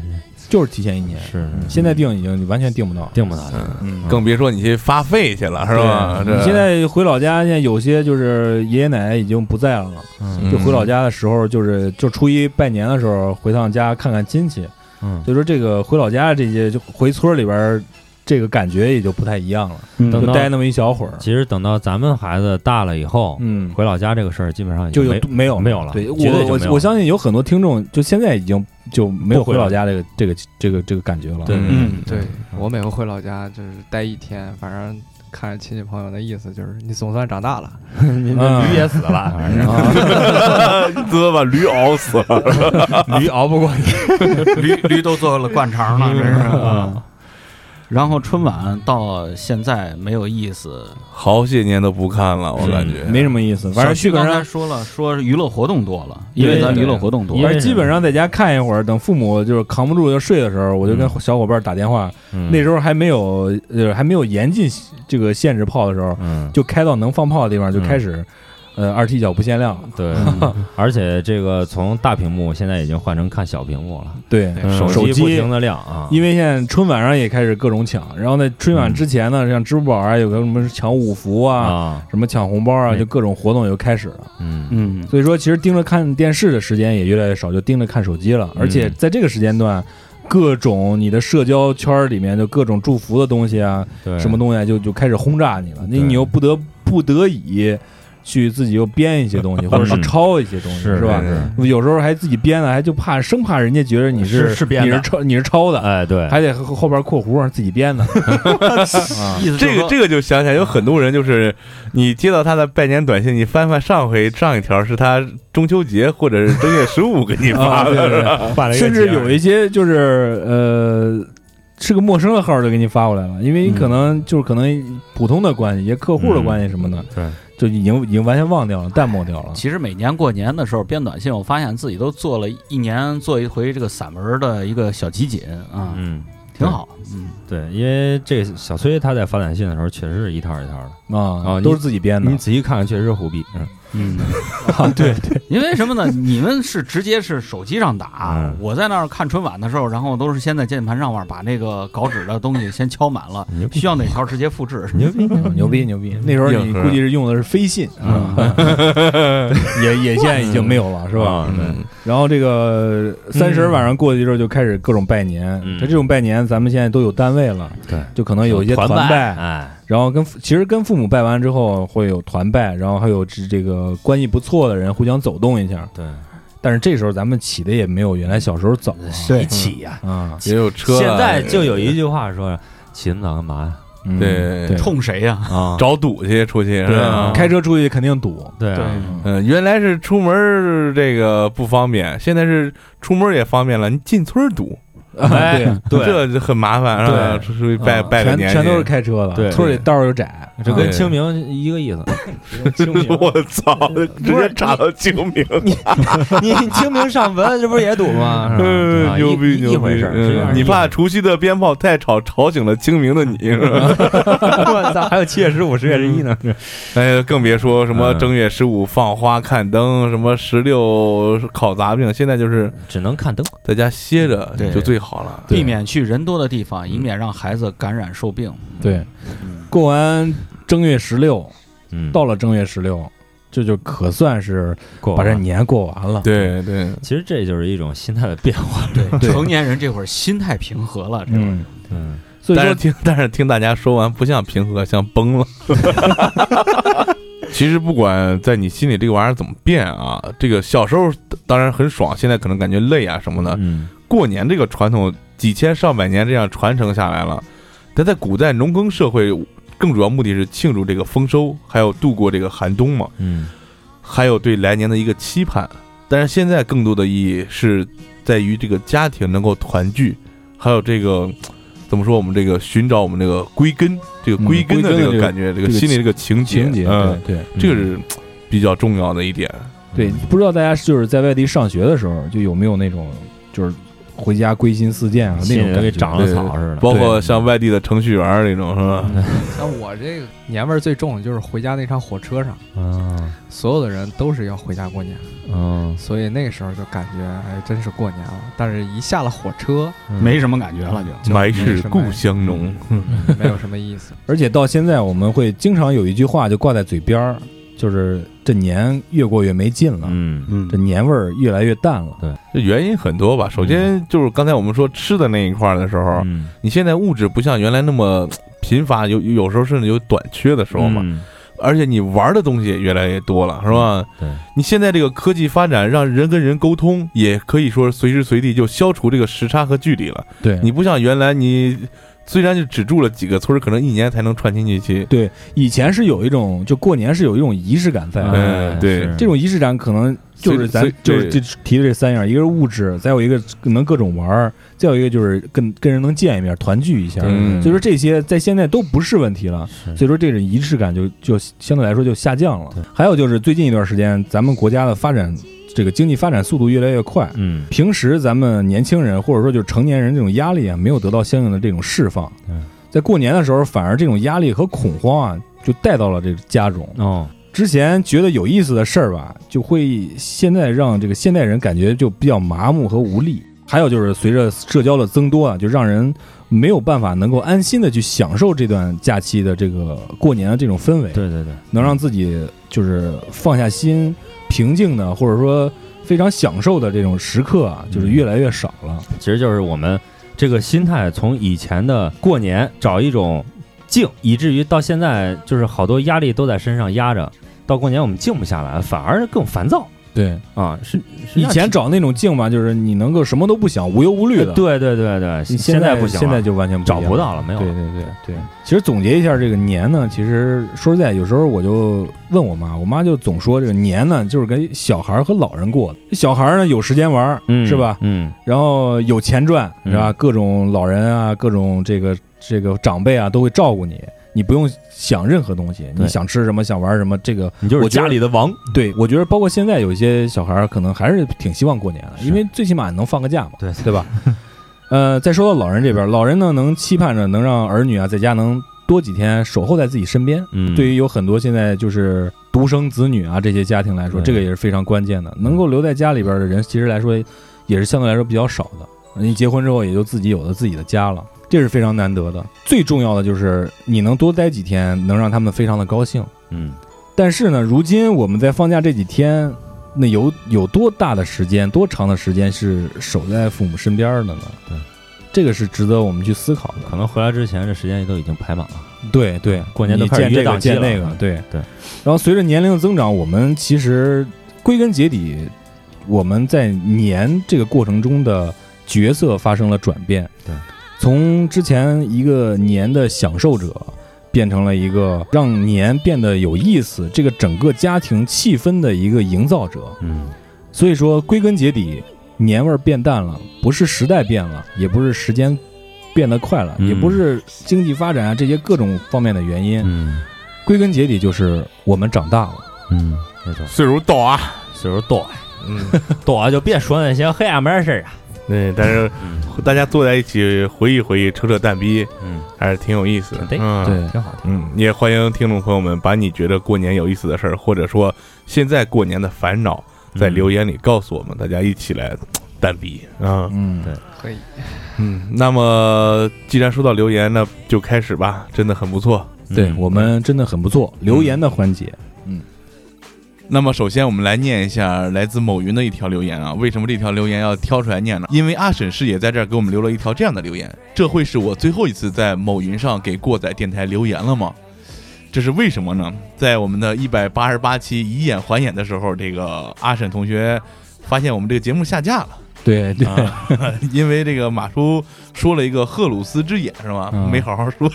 [SPEAKER 6] 就是提前一年。
[SPEAKER 9] 是
[SPEAKER 6] 现在定已经完全定不到了，
[SPEAKER 9] 定不到，
[SPEAKER 6] 嗯
[SPEAKER 5] 更别说你去发费去了，是吧？
[SPEAKER 6] 对啊
[SPEAKER 5] 这
[SPEAKER 6] 你现在回老家，现在有些就是爷爷奶奶已经不在了嘛，
[SPEAKER 9] 嗯
[SPEAKER 6] 就回老家的时候，就是就初一拜年的时候回趟家看看亲戚，
[SPEAKER 9] 嗯，
[SPEAKER 6] 所以说这个回老家这些就回村里边儿，这个感觉也就不太一样了，
[SPEAKER 9] 等
[SPEAKER 6] 就
[SPEAKER 9] 到
[SPEAKER 6] 嗯待那么一小会儿，
[SPEAKER 9] 其实等到咱们孩子大了以后，
[SPEAKER 6] 嗯，
[SPEAKER 9] 回老家这个事儿基本上已
[SPEAKER 6] 就
[SPEAKER 9] 经
[SPEAKER 6] 有
[SPEAKER 9] 没
[SPEAKER 6] 没有
[SPEAKER 9] 没有了
[SPEAKER 6] 对我
[SPEAKER 9] 绝对就没有
[SPEAKER 6] 我我相信有很多听众就现在已经就没有
[SPEAKER 9] 不
[SPEAKER 6] 回
[SPEAKER 9] 回
[SPEAKER 6] 老
[SPEAKER 9] 来
[SPEAKER 6] 家这个这个这个这个感觉了，
[SPEAKER 5] 对
[SPEAKER 8] 嗯
[SPEAKER 7] 对我每回回老家就是待一天，反正看着亲戚朋友那意思就是你总算长大了。
[SPEAKER 9] 您
[SPEAKER 6] 嗯
[SPEAKER 9] 驴也死了，反正
[SPEAKER 5] 这把驴熬死了。
[SPEAKER 9] 驴熬不过你。
[SPEAKER 8] 驴驴都做了灌肠了，真是。 然后春晚到现在没有意思，
[SPEAKER 5] 好些年都不看了，我感觉
[SPEAKER 6] 嗯没什么意思，反正基本
[SPEAKER 8] 小徐刚才
[SPEAKER 6] 上。
[SPEAKER 8] 说了，说娱乐活动多了，因为咱娱乐活动多
[SPEAKER 9] 因
[SPEAKER 6] 反
[SPEAKER 9] 为
[SPEAKER 6] 正基本上在家看一会儿，等父母就是扛不住要睡的时候，我就跟小伙伴打电话，
[SPEAKER 9] 嗯
[SPEAKER 6] 那时候还没有呃还没有严禁这个限制炮的时候，
[SPEAKER 9] 嗯，
[SPEAKER 6] 就开到能放炮的地方就开始，呃二踢脚不限量，
[SPEAKER 9] 对，而且这个从大屏幕现在已经换成看小屏幕了，
[SPEAKER 6] 对，
[SPEAKER 5] 嗯
[SPEAKER 6] 哎手
[SPEAKER 9] 机
[SPEAKER 6] 机
[SPEAKER 9] 不停的亮啊，
[SPEAKER 6] 因为现在春晚上也开始各种抢，然后在春晚之前呢，像支付宝啊有个什么抢五福啊，
[SPEAKER 9] 啊，
[SPEAKER 6] 什么抢红包啊，
[SPEAKER 9] 对
[SPEAKER 6] 就各种活动又开始了。
[SPEAKER 9] 嗯
[SPEAKER 8] 嗯，
[SPEAKER 6] 所以说，其实盯着看电视的时间也越来越少，就盯着看手机了。而且在这个时间段，各种你的社交圈儿里面就各种祝福的东西啊，
[SPEAKER 9] 对，
[SPEAKER 6] 什么东西啊就就开始轰炸你了。那
[SPEAKER 9] 对
[SPEAKER 6] 你又不得不得已去自己又编一些 东西，或者是
[SPEAKER 9] 嗯
[SPEAKER 6] 抄一些东西，
[SPEAKER 9] 是
[SPEAKER 6] 吧？嗯
[SPEAKER 9] 是
[SPEAKER 6] 有时候还自己编的，还就怕生怕人家觉得你
[SPEAKER 9] 是 是编
[SPEAKER 6] 你
[SPEAKER 9] 的
[SPEAKER 6] 是抄你是抄的，
[SPEAKER 9] 哎 对，
[SPEAKER 6] 还得后后边括弧自己编 的。啊
[SPEAKER 8] 意思就是
[SPEAKER 5] 这个
[SPEAKER 8] 说
[SPEAKER 5] 这个就想起来，有很多人就是你接到他的拜年短信，你翻翻上回上一条是他中秋节或者是正月十五给你
[SPEAKER 6] 啊，
[SPEAKER 5] 发
[SPEAKER 6] 对
[SPEAKER 5] 的，
[SPEAKER 6] 对对，
[SPEAKER 9] 换了 一个
[SPEAKER 6] 甚至
[SPEAKER 9] 节日
[SPEAKER 6] 有一些就是呃。是个陌生的号就给你发过来了，因为可能就是可能普通的关系，一些客户的关系什么的，
[SPEAKER 9] 嗯对，
[SPEAKER 6] 就已经已经完全忘掉了，淡漠掉了。
[SPEAKER 8] 其实每年过年的时候编短信，我发现自己都做了一年做一回这个散文的一个小集锦啊，
[SPEAKER 9] 嗯。
[SPEAKER 8] 挺好。嗯，
[SPEAKER 9] 对，因为这个小崔他在发短信的时候，确实是一套一套的。
[SPEAKER 6] 啊
[SPEAKER 9] 啊
[SPEAKER 6] 都
[SPEAKER 9] 你
[SPEAKER 6] 是自己编的
[SPEAKER 9] 你。仔细看看，确实是虎逼。嗯，
[SPEAKER 8] 嗯，
[SPEAKER 6] 啊，对，
[SPEAKER 8] 因为什么呢？你们是直接是手机上打
[SPEAKER 9] 嗯，
[SPEAKER 8] 我在那儿看春晚的时候，然后都是先在键盘上面把那个稿纸的东西先敲满了，
[SPEAKER 9] 牛逼
[SPEAKER 8] 需要哪条直接复制。
[SPEAKER 9] 牛逼，
[SPEAKER 6] 牛逼牛逼！那时候你估计是用的是飞信
[SPEAKER 8] 嗯
[SPEAKER 6] 啊，也也现在已经没有了，是
[SPEAKER 9] 啊
[SPEAKER 6] 吧？
[SPEAKER 1] 嗯，
[SPEAKER 6] 然后这个三十晚上过去之后，就开始各种拜年。
[SPEAKER 9] 嗯
[SPEAKER 6] 这这种拜年，咱们现在都有单位了，
[SPEAKER 9] 对，
[SPEAKER 6] 就可能有一些
[SPEAKER 9] 团
[SPEAKER 6] 拜，
[SPEAKER 9] 哎，
[SPEAKER 6] 然后跟父其实跟父母拜完之后会有团拜，然后还有这这个关系不错的人互相走动一下。
[SPEAKER 9] 对，
[SPEAKER 6] 但是这时候咱们起的也没有原来小时候早
[SPEAKER 9] 一起呀。
[SPEAKER 6] 啊，
[SPEAKER 5] 也有车了，
[SPEAKER 9] 现在就有一句话说，起那么早干嘛呀？
[SPEAKER 6] 嗯
[SPEAKER 5] 对啊
[SPEAKER 6] 对，
[SPEAKER 8] 冲谁呀？
[SPEAKER 9] 啊，
[SPEAKER 5] 找堵去出去是
[SPEAKER 1] 啊
[SPEAKER 5] 吧？
[SPEAKER 6] 开车出去肯定堵，
[SPEAKER 9] 对啊，
[SPEAKER 5] 嗯，原来是出门儿这个不方便，现在是出门儿也方便了。你进村儿堵，
[SPEAKER 6] 哎对啊
[SPEAKER 5] 这就很麻烦，是吧？出去
[SPEAKER 1] 啊
[SPEAKER 5] 拜
[SPEAKER 9] 嗯
[SPEAKER 5] 拜个
[SPEAKER 6] 啊全
[SPEAKER 5] 年去，
[SPEAKER 6] 全都是开车的，
[SPEAKER 9] 对
[SPEAKER 6] 村里道儿又窄，
[SPEAKER 9] 这跟
[SPEAKER 5] 对
[SPEAKER 9] 清明一个意思。
[SPEAKER 5] 我操，直接插到清明，
[SPEAKER 9] 你你清明上坟，这不是也堵吗？是吧
[SPEAKER 5] 嗯
[SPEAKER 9] 啊
[SPEAKER 5] 牛
[SPEAKER 9] 一
[SPEAKER 5] 逼牛逼！
[SPEAKER 9] 一回事儿。
[SPEAKER 5] 嗯
[SPEAKER 9] 是吧
[SPEAKER 5] 你怕除夕的鞭炮太吵吵醒了清明的你，是吧？
[SPEAKER 1] 我操，还有七月十五、十月十一呢，
[SPEAKER 5] 哎，更别说什么
[SPEAKER 9] 嗯
[SPEAKER 5] 正月十五放花看灯，什么十六烤杂饼，现在就是
[SPEAKER 9] 只能看灯，
[SPEAKER 5] 在家歇着
[SPEAKER 8] 对
[SPEAKER 5] 就最好了。
[SPEAKER 6] 对
[SPEAKER 8] 避免去人多的地方，以免让孩子感染受病。
[SPEAKER 6] 对，过完正月十六，
[SPEAKER 9] 嗯
[SPEAKER 6] 到了正月十六，这就可算是
[SPEAKER 9] 过
[SPEAKER 6] 把
[SPEAKER 9] 完
[SPEAKER 6] 这年过完了。
[SPEAKER 5] 对对，
[SPEAKER 9] 其实这就是一种心态的变化。
[SPEAKER 8] 对，成年人这会儿心态平和了，这会儿
[SPEAKER 6] 嗯，
[SPEAKER 9] 嗯，
[SPEAKER 6] 所以
[SPEAKER 5] 但是
[SPEAKER 6] 说
[SPEAKER 5] 听但是听大家说完，不像平和， 像崩了。其实不管在你心里这个玩意儿怎么变啊，这个小时候当然很爽，现在可能感觉累啊什么的。
[SPEAKER 9] 嗯，
[SPEAKER 5] 过年这个传统几千上百年这样传承下来了，但在古代农耕社会，更主要目的是庆祝这个丰收，还有度过这个寒冬嘛，
[SPEAKER 9] 嗯，
[SPEAKER 5] 还有对来年的一个期盼。但是现在更多的意义是在于这个家庭能够团聚，还有这个怎么说，我们这个寻找我们这个归根，这个
[SPEAKER 6] 嗯
[SPEAKER 5] 归根的
[SPEAKER 6] 归
[SPEAKER 5] 这
[SPEAKER 6] 根的这
[SPEAKER 5] 个
[SPEAKER 6] 个
[SPEAKER 5] 感觉，这个
[SPEAKER 6] 这个
[SPEAKER 5] 心里这个情节，
[SPEAKER 6] 情节，
[SPEAKER 5] 嗯，
[SPEAKER 6] 对对
[SPEAKER 5] 这个是比较重要的一点。
[SPEAKER 6] 对，不知道大家就是在外地上学的时候，就有没有那种就是回家归心似箭啊那
[SPEAKER 9] 心
[SPEAKER 6] 种
[SPEAKER 9] 里
[SPEAKER 6] 感
[SPEAKER 9] 跟
[SPEAKER 6] 觉？
[SPEAKER 9] 长了草似的。
[SPEAKER 5] 包括像外地的程序员这种，是吧？
[SPEAKER 7] 那我这个年味儿最重的就是回家那趟火车上，
[SPEAKER 9] 嗯
[SPEAKER 7] 所有的人都是要回家过年，
[SPEAKER 9] 嗯，
[SPEAKER 7] 所以那时候就感觉哎，真是过年了。但是一下了火车，
[SPEAKER 8] 嗯没什么感觉了就。
[SPEAKER 5] 埋是故乡浓，
[SPEAKER 7] 没有什么意 思。
[SPEAKER 6] 而且到现在，我们会经常有一句话就挂在嘴边儿，就是这年越过越没劲了，
[SPEAKER 9] 嗯
[SPEAKER 8] 嗯
[SPEAKER 6] 这年味儿越来越淡了。
[SPEAKER 5] 这原因很多吧。首先就是刚才我们说吃的那一块儿的时候，
[SPEAKER 9] 嗯，
[SPEAKER 5] 你现在物质不像原来那么贫乏，有有时候甚至有短缺的时候嘛。
[SPEAKER 9] 嗯
[SPEAKER 5] 而且你玩的东西也越来越多了，是吧？
[SPEAKER 9] 对，
[SPEAKER 5] 你现在这个科技发展，让人跟人沟通也可以说随时随地就消除这个时差和距离了。
[SPEAKER 6] 对，
[SPEAKER 5] 你不像原来你虽然就只住了几个村儿，可能一年才能串亲戚去。
[SPEAKER 6] 对，以前是有一种，就过年是有一种仪式感在的。
[SPEAKER 5] 嗯
[SPEAKER 9] 哎
[SPEAKER 5] 对
[SPEAKER 9] 是
[SPEAKER 6] 这种仪式感可能就是咱
[SPEAKER 5] 随随
[SPEAKER 6] 就是这
[SPEAKER 5] 对
[SPEAKER 6] 提的这三样，一个是物质，再有一个能各种玩儿，再有一个就是跟跟人能见一面，团聚一下。
[SPEAKER 5] 嗯
[SPEAKER 6] 所以说这些在现在都不是问题了，
[SPEAKER 9] 是
[SPEAKER 6] 所以说这种仪式感就就相对来说就下降了。还有就是最近一段时间，咱们国家的发展这个经济发展速度越来越快，
[SPEAKER 9] 嗯
[SPEAKER 6] 平时咱们年轻人或者说就是成年人这种压力啊，没有得到相应的这种释放
[SPEAKER 9] 嗯，
[SPEAKER 6] 在过年的时候，反而这种压力和恐慌啊，就带到了这个家中。
[SPEAKER 9] 哦，
[SPEAKER 6] 之前觉得有意思的事儿吧，就会现在让这个现代人感觉就比较麻木和无力。还有就是随着社交的增多啊，就让人没有办法能够安心的去享受这段假期的这个过年的这种氛围，
[SPEAKER 9] 对对对，
[SPEAKER 6] 能让自己就是放下心、平静的，或者说非常享受的这种时刻啊，就是越来越少了。
[SPEAKER 9] 其实就是我们这个心态从以前的过年找一种静，以至于到现在就是好多压力都在身上压着，到过年我们静不下来，反而更烦躁
[SPEAKER 6] 对，
[SPEAKER 9] 啊！是是
[SPEAKER 6] 以前找那种静吧，就是你能够什么都不想、无忧无虑的。，
[SPEAKER 9] 呃对对对对，
[SPEAKER 6] 你
[SPEAKER 9] 现
[SPEAKER 6] 在
[SPEAKER 9] 不行了，
[SPEAKER 6] 现在就完全
[SPEAKER 9] 找
[SPEAKER 6] 一样
[SPEAKER 9] 不到了，没有
[SPEAKER 6] 对
[SPEAKER 9] 了。
[SPEAKER 6] 对对对，其实总结一下这个年呢，其实说实在，有时候我就问我妈，我妈就总说这个年呢，就是给小孩儿和老人过的。小孩儿呢有时间玩儿，
[SPEAKER 9] 嗯，
[SPEAKER 6] 是吧？
[SPEAKER 9] 嗯，
[SPEAKER 6] 然后有钱赚，是吧？各种老人啊，各种这个这个长辈啊，都会照顾你，你不用想任何东西，
[SPEAKER 9] 对
[SPEAKER 6] 你想吃什么，想玩什么，这个
[SPEAKER 9] 你就是
[SPEAKER 6] 我觉得
[SPEAKER 9] 家里的王，
[SPEAKER 6] 对我觉得，包括现在有一些小孩儿，可能还是挺希望过年的，因为最起码能放个假嘛，
[SPEAKER 9] 对
[SPEAKER 6] 对吧？呃，再说到老人这边，老人呢能期盼着能让儿女啊在家能多几天守候在自己身边。
[SPEAKER 9] 嗯，
[SPEAKER 6] 对于有很多现在就是独生子女啊这些家庭来说，
[SPEAKER 9] 对嗯
[SPEAKER 6] 这个也是非常关键的。能够留在家里边的人，其实来说也是相对来说比较少的。你结婚之后也就自己有了自己的家了，这是非常难得的。最重要的就是你能多待几天，能让他们非常的高兴。
[SPEAKER 9] 嗯，
[SPEAKER 6] 但是呢，如今我们在放假这几天，那有有多大的时间，多长的时间是守在父母身边的呢？
[SPEAKER 9] 对，
[SPEAKER 6] 这个是值得我们去思考的。
[SPEAKER 9] 可能回来之前这时间都已经排满了。
[SPEAKER 6] 对对，
[SPEAKER 9] 过年都
[SPEAKER 6] 你
[SPEAKER 9] 开始
[SPEAKER 6] 见
[SPEAKER 9] 约
[SPEAKER 6] 这个
[SPEAKER 9] 档期
[SPEAKER 6] 见
[SPEAKER 9] 了
[SPEAKER 6] 那个，对
[SPEAKER 9] 对。
[SPEAKER 6] 然后随着年龄的增长，我们其实归根结底，我们在年这个过程中的角色发生了转变。
[SPEAKER 9] 对，
[SPEAKER 6] 从之前一个年的享受者，变成了一个让年变得有意思，这个整个家庭气氛的一个营造者。
[SPEAKER 9] 嗯，
[SPEAKER 6] 所以说，归根结底，年味儿变淡了，不是时代变了，也不是时间变得快了，
[SPEAKER 9] 嗯
[SPEAKER 6] 也不是经济发展啊这些各种方面的原因。
[SPEAKER 9] 嗯
[SPEAKER 6] 归根结底，就是我们长大了。
[SPEAKER 9] 嗯，没错，
[SPEAKER 5] 岁数到啊，
[SPEAKER 9] 岁数大，嗯， 大就别说那些黑暗面事儿啊。
[SPEAKER 5] 对，但是大家坐在一起回忆回忆，扯扯淡逼，
[SPEAKER 9] 嗯，
[SPEAKER 5] 还是挺有意思的。
[SPEAKER 9] 对
[SPEAKER 5] 嗯，
[SPEAKER 6] 对
[SPEAKER 9] 挺好，挺
[SPEAKER 5] 嗯，也欢迎听众朋友们把你觉得过年有意思的事儿，或者说现在过年的烦恼，在留言里告诉我们，大家一起来蛋逼啊。
[SPEAKER 6] 嗯，
[SPEAKER 9] 对
[SPEAKER 7] 可以，
[SPEAKER 5] 嗯，那么既然说到留言，那就开始吧，真的很不错。
[SPEAKER 6] 对
[SPEAKER 9] 嗯
[SPEAKER 6] 我们真的很不错。留言的环节，
[SPEAKER 5] 那么首先我们来念一下来自某云的一条留言啊，为什么这条留言要挑出来念呢？因为阿婶师也在这儿给我们留了一条这样的留言，这会是我最后一次在某云上给过载电台留言了吗？这是为什么呢？在我们的一百八十八期以眼还眼的时候，这个阿婶同学发现我们这个节目下架了。
[SPEAKER 6] 对对，
[SPEAKER 5] 啊， 因为这个马叔说了一个赫鲁斯之眼是吧？
[SPEAKER 6] 嗯
[SPEAKER 5] 没好好说，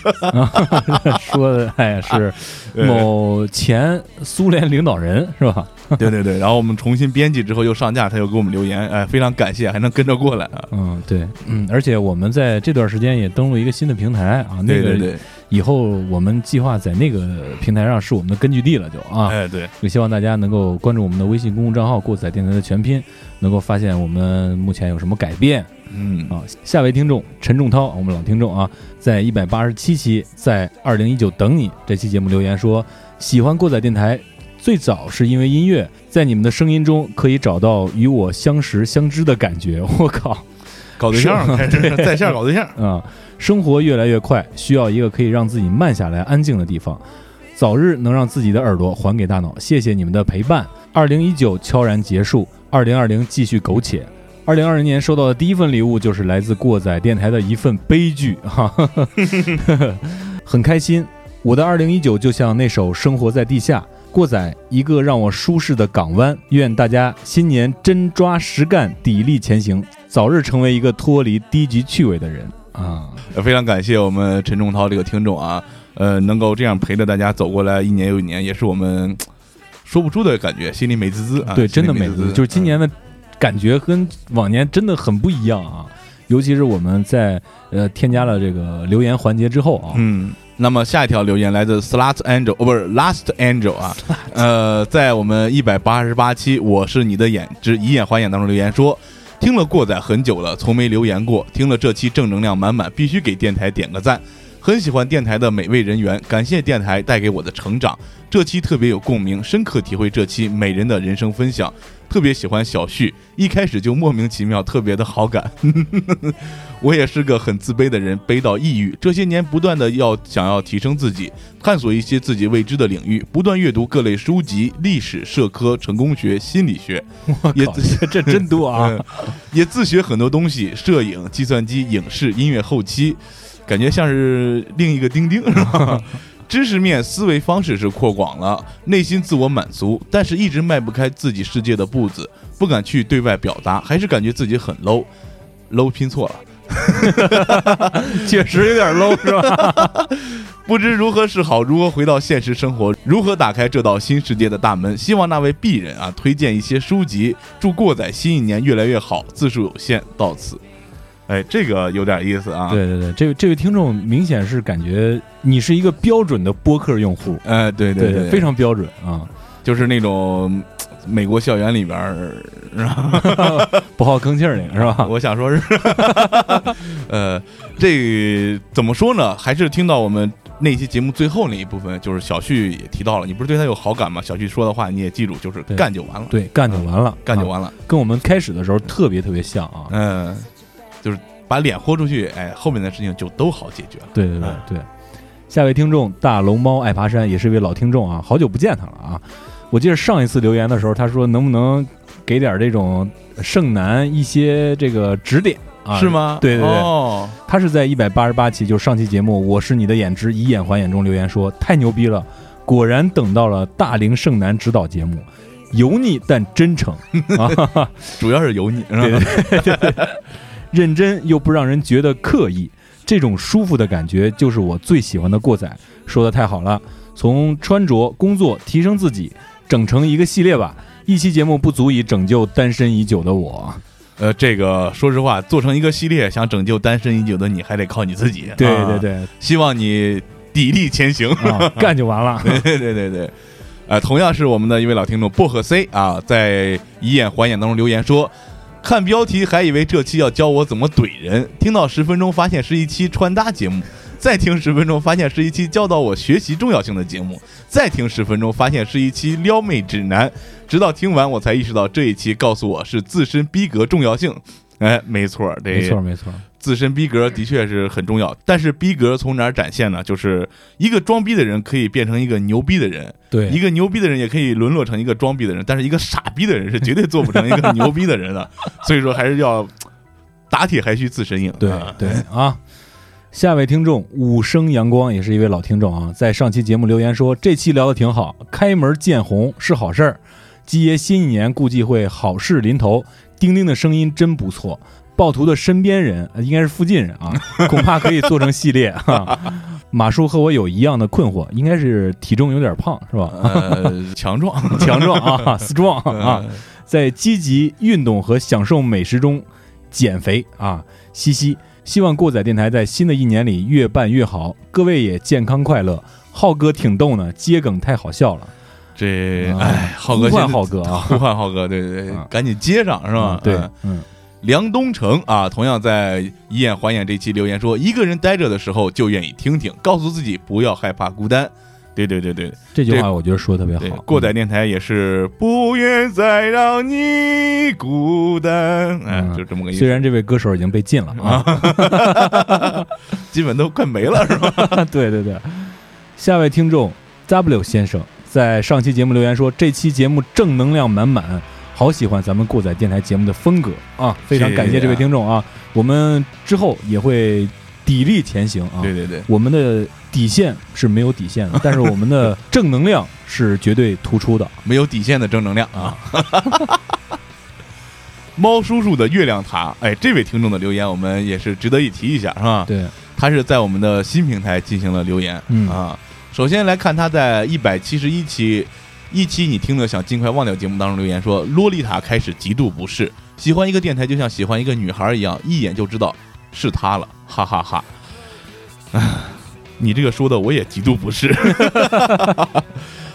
[SPEAKER 6] 说的哎是
[SPEAKER 9] 嗯
[SPEAKER 6] 某前苏联领导人是 吧？
[SPEAKER 5] 对对对，然后我们重新编辑之后又上架，他又给我们留言，哎，非常感谢，还能跟着过来 啊。
[SPEAKER 6] 嗯，对，嗯，而且我们在这段时间也登录一个新的平台啊，那
[SPEAKER 5] 对
[SPEAKER 6] 个
[SPEAKER 5] 对对，
[SPEAKER 6] 以后我们计划在那个平台上是我们的根据地了，就啊，
[SPEAKER 5] 哎对，
[SPEAKER 6] 也希望大家能够关注我们的微信公众账号“过载电台”的全拼，能够发现我们目前有什么改变
[SPEAKER 5] 嗯，
[SPEAKER 6] 啊。下位听众陈仲涛，我们老听众啊，在一百八十七期，在二零一九等你这期节目留言说，喜欢过载电台，最早是因为音乐，在你们的声音中可以找到与我相识相知的感觉。我靠！
[SPEAKER 5] 搞对象了开 始在线搞对象，
[SPEAKER 6] 啊、生活越来越快，需要一个可以让自己慢下来、安静的地方，早日能让自己的耳朵还给大脑。谢谢你们的陪伴。二零一九悄然结束，二零二零继续苟且。二零二零年收到的第一份礼物就是来自过载电台的一份悲剧，哈、哈哈， 很开心。我的二零一九就像那首《生活在地下》，过载一个让我舒适的港湾。愿大家新年真抓实干，砥砺前行，早日成为一个脱离低级趣味的人啊！
[SPEAKER 5] 呃 非常感谢我们陈仲涛这个听众啊，呃，能够这样陪着大家走过来一年又一年，也是我们嘖说不出的感觉，心里美滋滋啊。
[SPEAKER 6] 对，真的
[SPEAKER 5] 心里美
[SPEAKER 6] 美
[SPEAKER 5] 滋嗯
[SPEAKER 6] 就是今年的感觉跟往年真的很不一样啊。尤其是我们在呃添加了这个留言环节之后啊，
[SPEAKER 5] 嗯，那么下一条留言来自 Slut Angel，哦，不是 Last Angel 啊，呃，在我们一百八十八期《我是你的眼之以眼还眼》当中留言说，听了过载很久了，从没留言过，听了这期正能量满满，必须给电台点个赞。很喜欢电台的每位人员，感谢电台带给我的成长。这期特别有共鸣，深刻体会这期每人的人生分享。特别喜欢小旭，一开始就莫名其妙特别的好感。我也是个很自卑的人，悲到抑郁。这些年不断的要想要提升自己，探索一些自己未知的领域，不断阅读各类书籍、历史、社科、成功学、心理学，也
[SPEAKER 6] 靠 这真多 啊！
[SPEAKER 5] 嗯也自学很多东西，摄影、计算机、影视、音乐后期，感觉像是另一个丁丁，是 吧？知识面、思维方式是扩广了，内心自我满足，但是一直迈不开自己世界的步子，不敢去对外表达，还是感觉自己很 low。low 拼 错了，
[SPEAKER 6] 确实有点 low 是吧？
[SPEAKER 5] 不知如何是好，如何回到现实生活，如何打开这道新世界的大门。希望那位鄙人啊，推荐一些书籍。祝过载新一年越来越好，字数有限，到此。哎，这个有点意思啊。，
[SPEAKER 6] 对对对，这位这位听众明显是感觉你是一个标准的播客用户，
[SPEAKER 5] 呃，对
[SPEAKER 6] 对
[SPEAKER 5] 对，
[SPEAKER 6] 非常标准啊，
[SPEAKER 5] 就是那种嘖美国校园里边儿，
[SPEAKER 6] 不好吭气儿那个是吧？
[SPEAKER 5] 我想 说是，呃，这怎么说呢？还是听到我们那期节目最后那一部分，就是小旭也提到了，你不是对他有好感吗？小旭说的话你也记住，就是
[SPEAKER 6] 对
[SPEAKER 5] 干就完了，
[SPEAKER 6] 对，干就完了，
[SPEAKER 5] 嗯干就
[SPEAKER 6] 啊，
[SPEAKER 5] 完了，
[SPEAKER 6] 跟我们开始的时候特别特别像啊。
[SPEAKER 5] 嗯，就是把脸豁出去，哎，后面的事情就都好解决了。
[SPEAKER 6] 对对对对。下位听众大龙猫爱爬山也是一位老听众啊，好久不见他了啊。我记得上一次留言的时候，他说能不能给点这种剩男一些这个指点啊？
[SPEAKER 5] 是？吗？
[SPEAKER 6] 对对对
[SPEAKER 5] 哦，
[SPEAKER 6] 他是在一百八十八期，就是上期节目《我是你的眼之以眼还眼》中留言说太牛逼了，果然等到了大龄剩男指导节目，油腻但真诚啊，哈哈
[SPEAKER 5] 主要是油腻，
[SPEAKER 6] 对
[SPEAKER 5] 是吧
[SPEAKER 6] 认真又不让人觉得刻意，这种舒服的感觉就是我最喜欢的过载。说的太好了，从穿着、工作、提升自己，整成一个系列吧。一期节目不足以拯救单身已久的我。
[SPEAKER 5] 呃，这个说实话，做成一个系列，想拯救单身已久的你，还得靠你自己。
[SPEAKER 6] 对
[SPEAKER 5] 啊
[SPEAKER 6] 对，对，
[SPEAKER 5] 希望你砥砺前行。
[SPEAKER 6] 啊，干就完了。
[SPEAKER 5] 对对对对，呃，同样是我们的一位老听众薄荷 C 啊，在以眼还眼当中留言说。看标题还以为这期要教我怎么怼人，听到十分钟发现是一期穿搭节目，再听十分钟发现是一期教导我学习重要性的节目，再听十分钟发现是一期撩妹指南，直到听完我才意识到这一期告诉我是自身逼格重要性。哎，没错，这
[SPEAKER 6] 没错没错，
[SPEAKER 5] 自身逼格的确是很重要，但是逼格从哪儿展现呢？就是一个装逼的人可以变成一个牛逼的人，
[SPEAKER 6] 对
[SPEAKER 5] 一个牛逼的人也可以沦落成一个装逼的人，但是一个傻逼的人是绝对做不成一个牛逼的人 的。所以说，还是要打铁还需自身 硬。
[SPEAKER 6] 对
[SPEAKER 5] 啊
[SPEAKER 6] 对啊。下位听众五生阳光也是一位老听众啊，在上期节目留言说这期聊的挺好，开门见红是好事儿，基爷新一年估计会好事临头。丁丁的声音真不错，暴徒的身边人呃应该是附近人啊，恐怕可以做成系列哈、马叔和我有一样的困惑，应该是体重有点胖是吧？
[SPEAKER 5] 呃，强壮
[SPEAKER 6] 强壮啊，strong 啊，，
[SPEAKER 5] 呃
[SPEAKER 6] 在积极运动和享受美食中减肥啊，嘻嘻。希望过载电台在新的一年里越办越好，各位也健康快乐。浩哥挺逗呢，接梗太好笑了，
[SPEAKER 5] 这
[SPEAKER 6] 啊
[SPEAKER 5] 哎，浩哥
[SPEAKER 6] 呼
[SPEAKER 5] 现
[SPEAKER 6] 唤
[SPEAKER 5] 在
[SPEAKER 6] 浩哥啊，
[SPEAKER 5] 呼唤浩哥，对对对
[SPEAKER 6] 啊，
[SPEAKER 5] 赶紧接上是吧
[SPEAKER 6] 嗯？对
[SPEAKER 5] 嗯，
[SPEAKER 6] 嗯，
[SPEAKER 5] 梁东城啊，同样在以眼还眼这期留言说，一个人待着的时候就愿意听听，告诉自己不要害怕孤单。对对对对
[SPEAKER 6] 这句
[SPEAKER 5] 这
[SPEAKER 6] 话我觉得说的特
[SPEAKER 5] 对
[SPEAKER 6] 别好。，嗯
[SPEAKER 5] 过载电台也是不愿再让你孤单，哎，
[SPEAKER 6] 嗯
[SPEAKER 5] 就这么个
[SPEAKER 6] 嗯
[SPEAKER 5] 意
[SPEAKER 6] 虽
[SPEAKER 5] 思，
[SPEAKER 6] 然这位歌手已经被禁了啊，
[SPEAKER 5] 基本都快没了是吧？
[SPEAKER 6] 对对对。下位听众 W 先生在上期节目留言说，这期节目正能量满满，好喜欢咱们过载电台节目的风格啊！非常感谢这位听众啊，我们之后也会砥砺前行 啊。
[SPEAKER 5] 对对对，
[SPEAKER 6] 我们的底线是没有底线的，但是我们的正能量是绝对突出的。啊
[SPEAKER 5] 没有底线的正能量啊。 猫叔叔的月亮塔，哎，这位听众的留言我们也是值得一提一下，是吧？
[SPEAKER 6] 对，
[SPEAKER 5] 他是在我们的新平台进行了留言，
[SPEAKER 6] 嗯
[SPEAKER 5] 啊，首先来看他在一百七十一期，一期你听了想尽快忘掉节目当中留言说，洛丽塔开始极度不适，喜欢一个电台就像喜欢一个女孩一样，一眼就知道是她了，哈哈哈唉，你这个说的我也极度不适。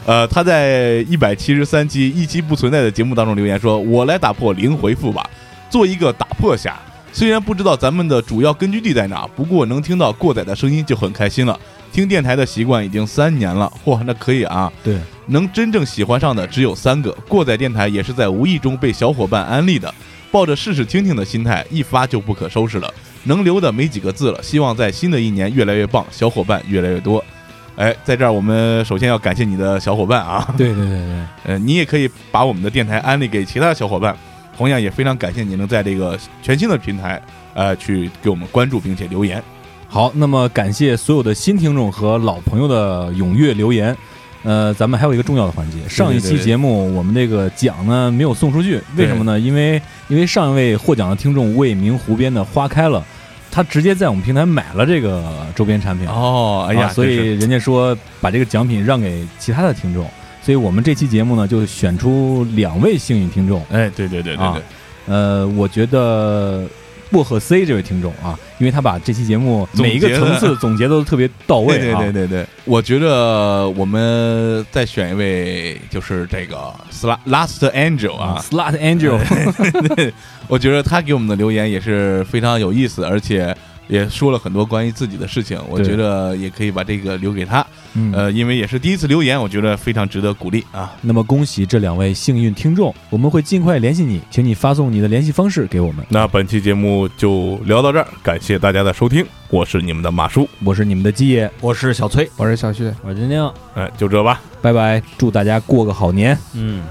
[SPEAKER 5] 呃，他在一百七十三期一期不存在的节目当中留言说：“我来打破零回复吧，做一个打破侠。虽然不知道咱们的主要根据地在哪，不过能听到过载的声音就很开心了。听电台的习惯已经三年了，嚯，那可以啊！
[SPEAKER 6] 对，
[SPEAKER 5] 能真正喜欢上的只有三个。过载电台也是在无意中被小伙伴安利的，抱着试试听听的心态，一发就不可收拾了。能留的没几个字了，希望在新的一年越来越棒，小伙伴越来越多。哎，在这儿我们首先要感谢你的小伙伴啊，
[SPEAKER 6] 对对对对，
[SPEAKER 5] 呃，你也可以把我们的电台安利给其他的小伙伴。同样也非常感谢你能在这个全新的平台，呃，去给我们关注并且留言。
[SPEAKER 6] 好，那么感谢所有的新听众和老朋友的踊跃留言。呃，咱们还有一个重要的环节，上一期节目我们这个奖呢没有送出去，为什么
[SPEAKER 5] 嗯
[SPEAKER 6] 呢？因为因为上一位获奖的听众未名湖边的花开了，他直接在我们平台买了这个周边产品，
[SPEAKER 5] 哦，哎呀，
[SPEAKER 6] 啊所
[SPEAKER 5] 真是
[SPEAKER 6] 以人家说把这个奖品让给其他的听众，所以我们这期节目呢就选出两位幸运听众，
[SPEAKER 5] 哎，对对对对
[SPEAKER 6] 啊
[SPEAKER 5] 对，
[SPEAKER 6] 呃，我觉得薄荷 C 这位听众啊，因为他把这期节目
[SPEAKER 5] 总结
[SPEAKER 6] 每一个层次总结都特别到位、啊，
[SPEAKER 5] 对对对对对，我觉得我们再选一位，就是这个 Sla- Last Angel
[SPEAKER 6] 啊
[SPEAKER 5] 啊，
[SPEAKER 6] ，Slut Angel，
[SPEAKER 5] 我觉得他给我们的留言也是非常有意思，而且也说了很多关于自己的事情，我
[SPEAKER 6] 对
[SPEAKER 5] 觉得也可以把这个留给他。
[SPEAKER 6] 嗯，
[SPEAKER 5] 呃，因为也是第一次留言，我觉得非常值得鼓励啊。
[SPEAKER 6] 那么恭喜这两位幸运听众，我们会尽快联系你，请你发送你的联系方式给我们。
[SPEAKER 5] 那本期节目就聊到这儿，感谢大家的收听，我是你们的马叔，
[SPEAKER 6] 我是你们的鸡爷，
[SPEAKER 8] 我是小崔，
[SPEAKER 7] 我是小旭。
[SPEAKER 9] 我今天
[SPEAKER 5] 哎，就这吧。
[SPEAKER 6] 拜拜，祝大家过个好年。
[SPEAKER 9] 嗯。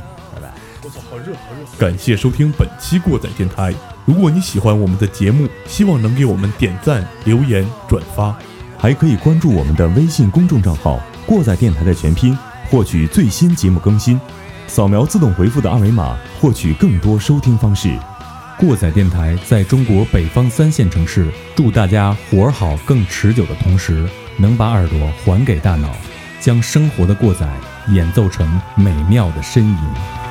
[SPEAKER 2] 感谢收听本期过载电台。如果你喜欢我们的节目，希望能给我们点赞、留言、转发。
[SPEAKER 4] 还可以关注我们的微信公众账号“过载电台”的全拼，获取最新节目更新。扫描自动回复的二维码，获取更多收听方式。
[SPEAKER 2] 过载电台在中国北方三线城市，祝大家活儿好更持久的同时，能把耳朵还给大脑，将生活的过载演奏成美妙的呻吟。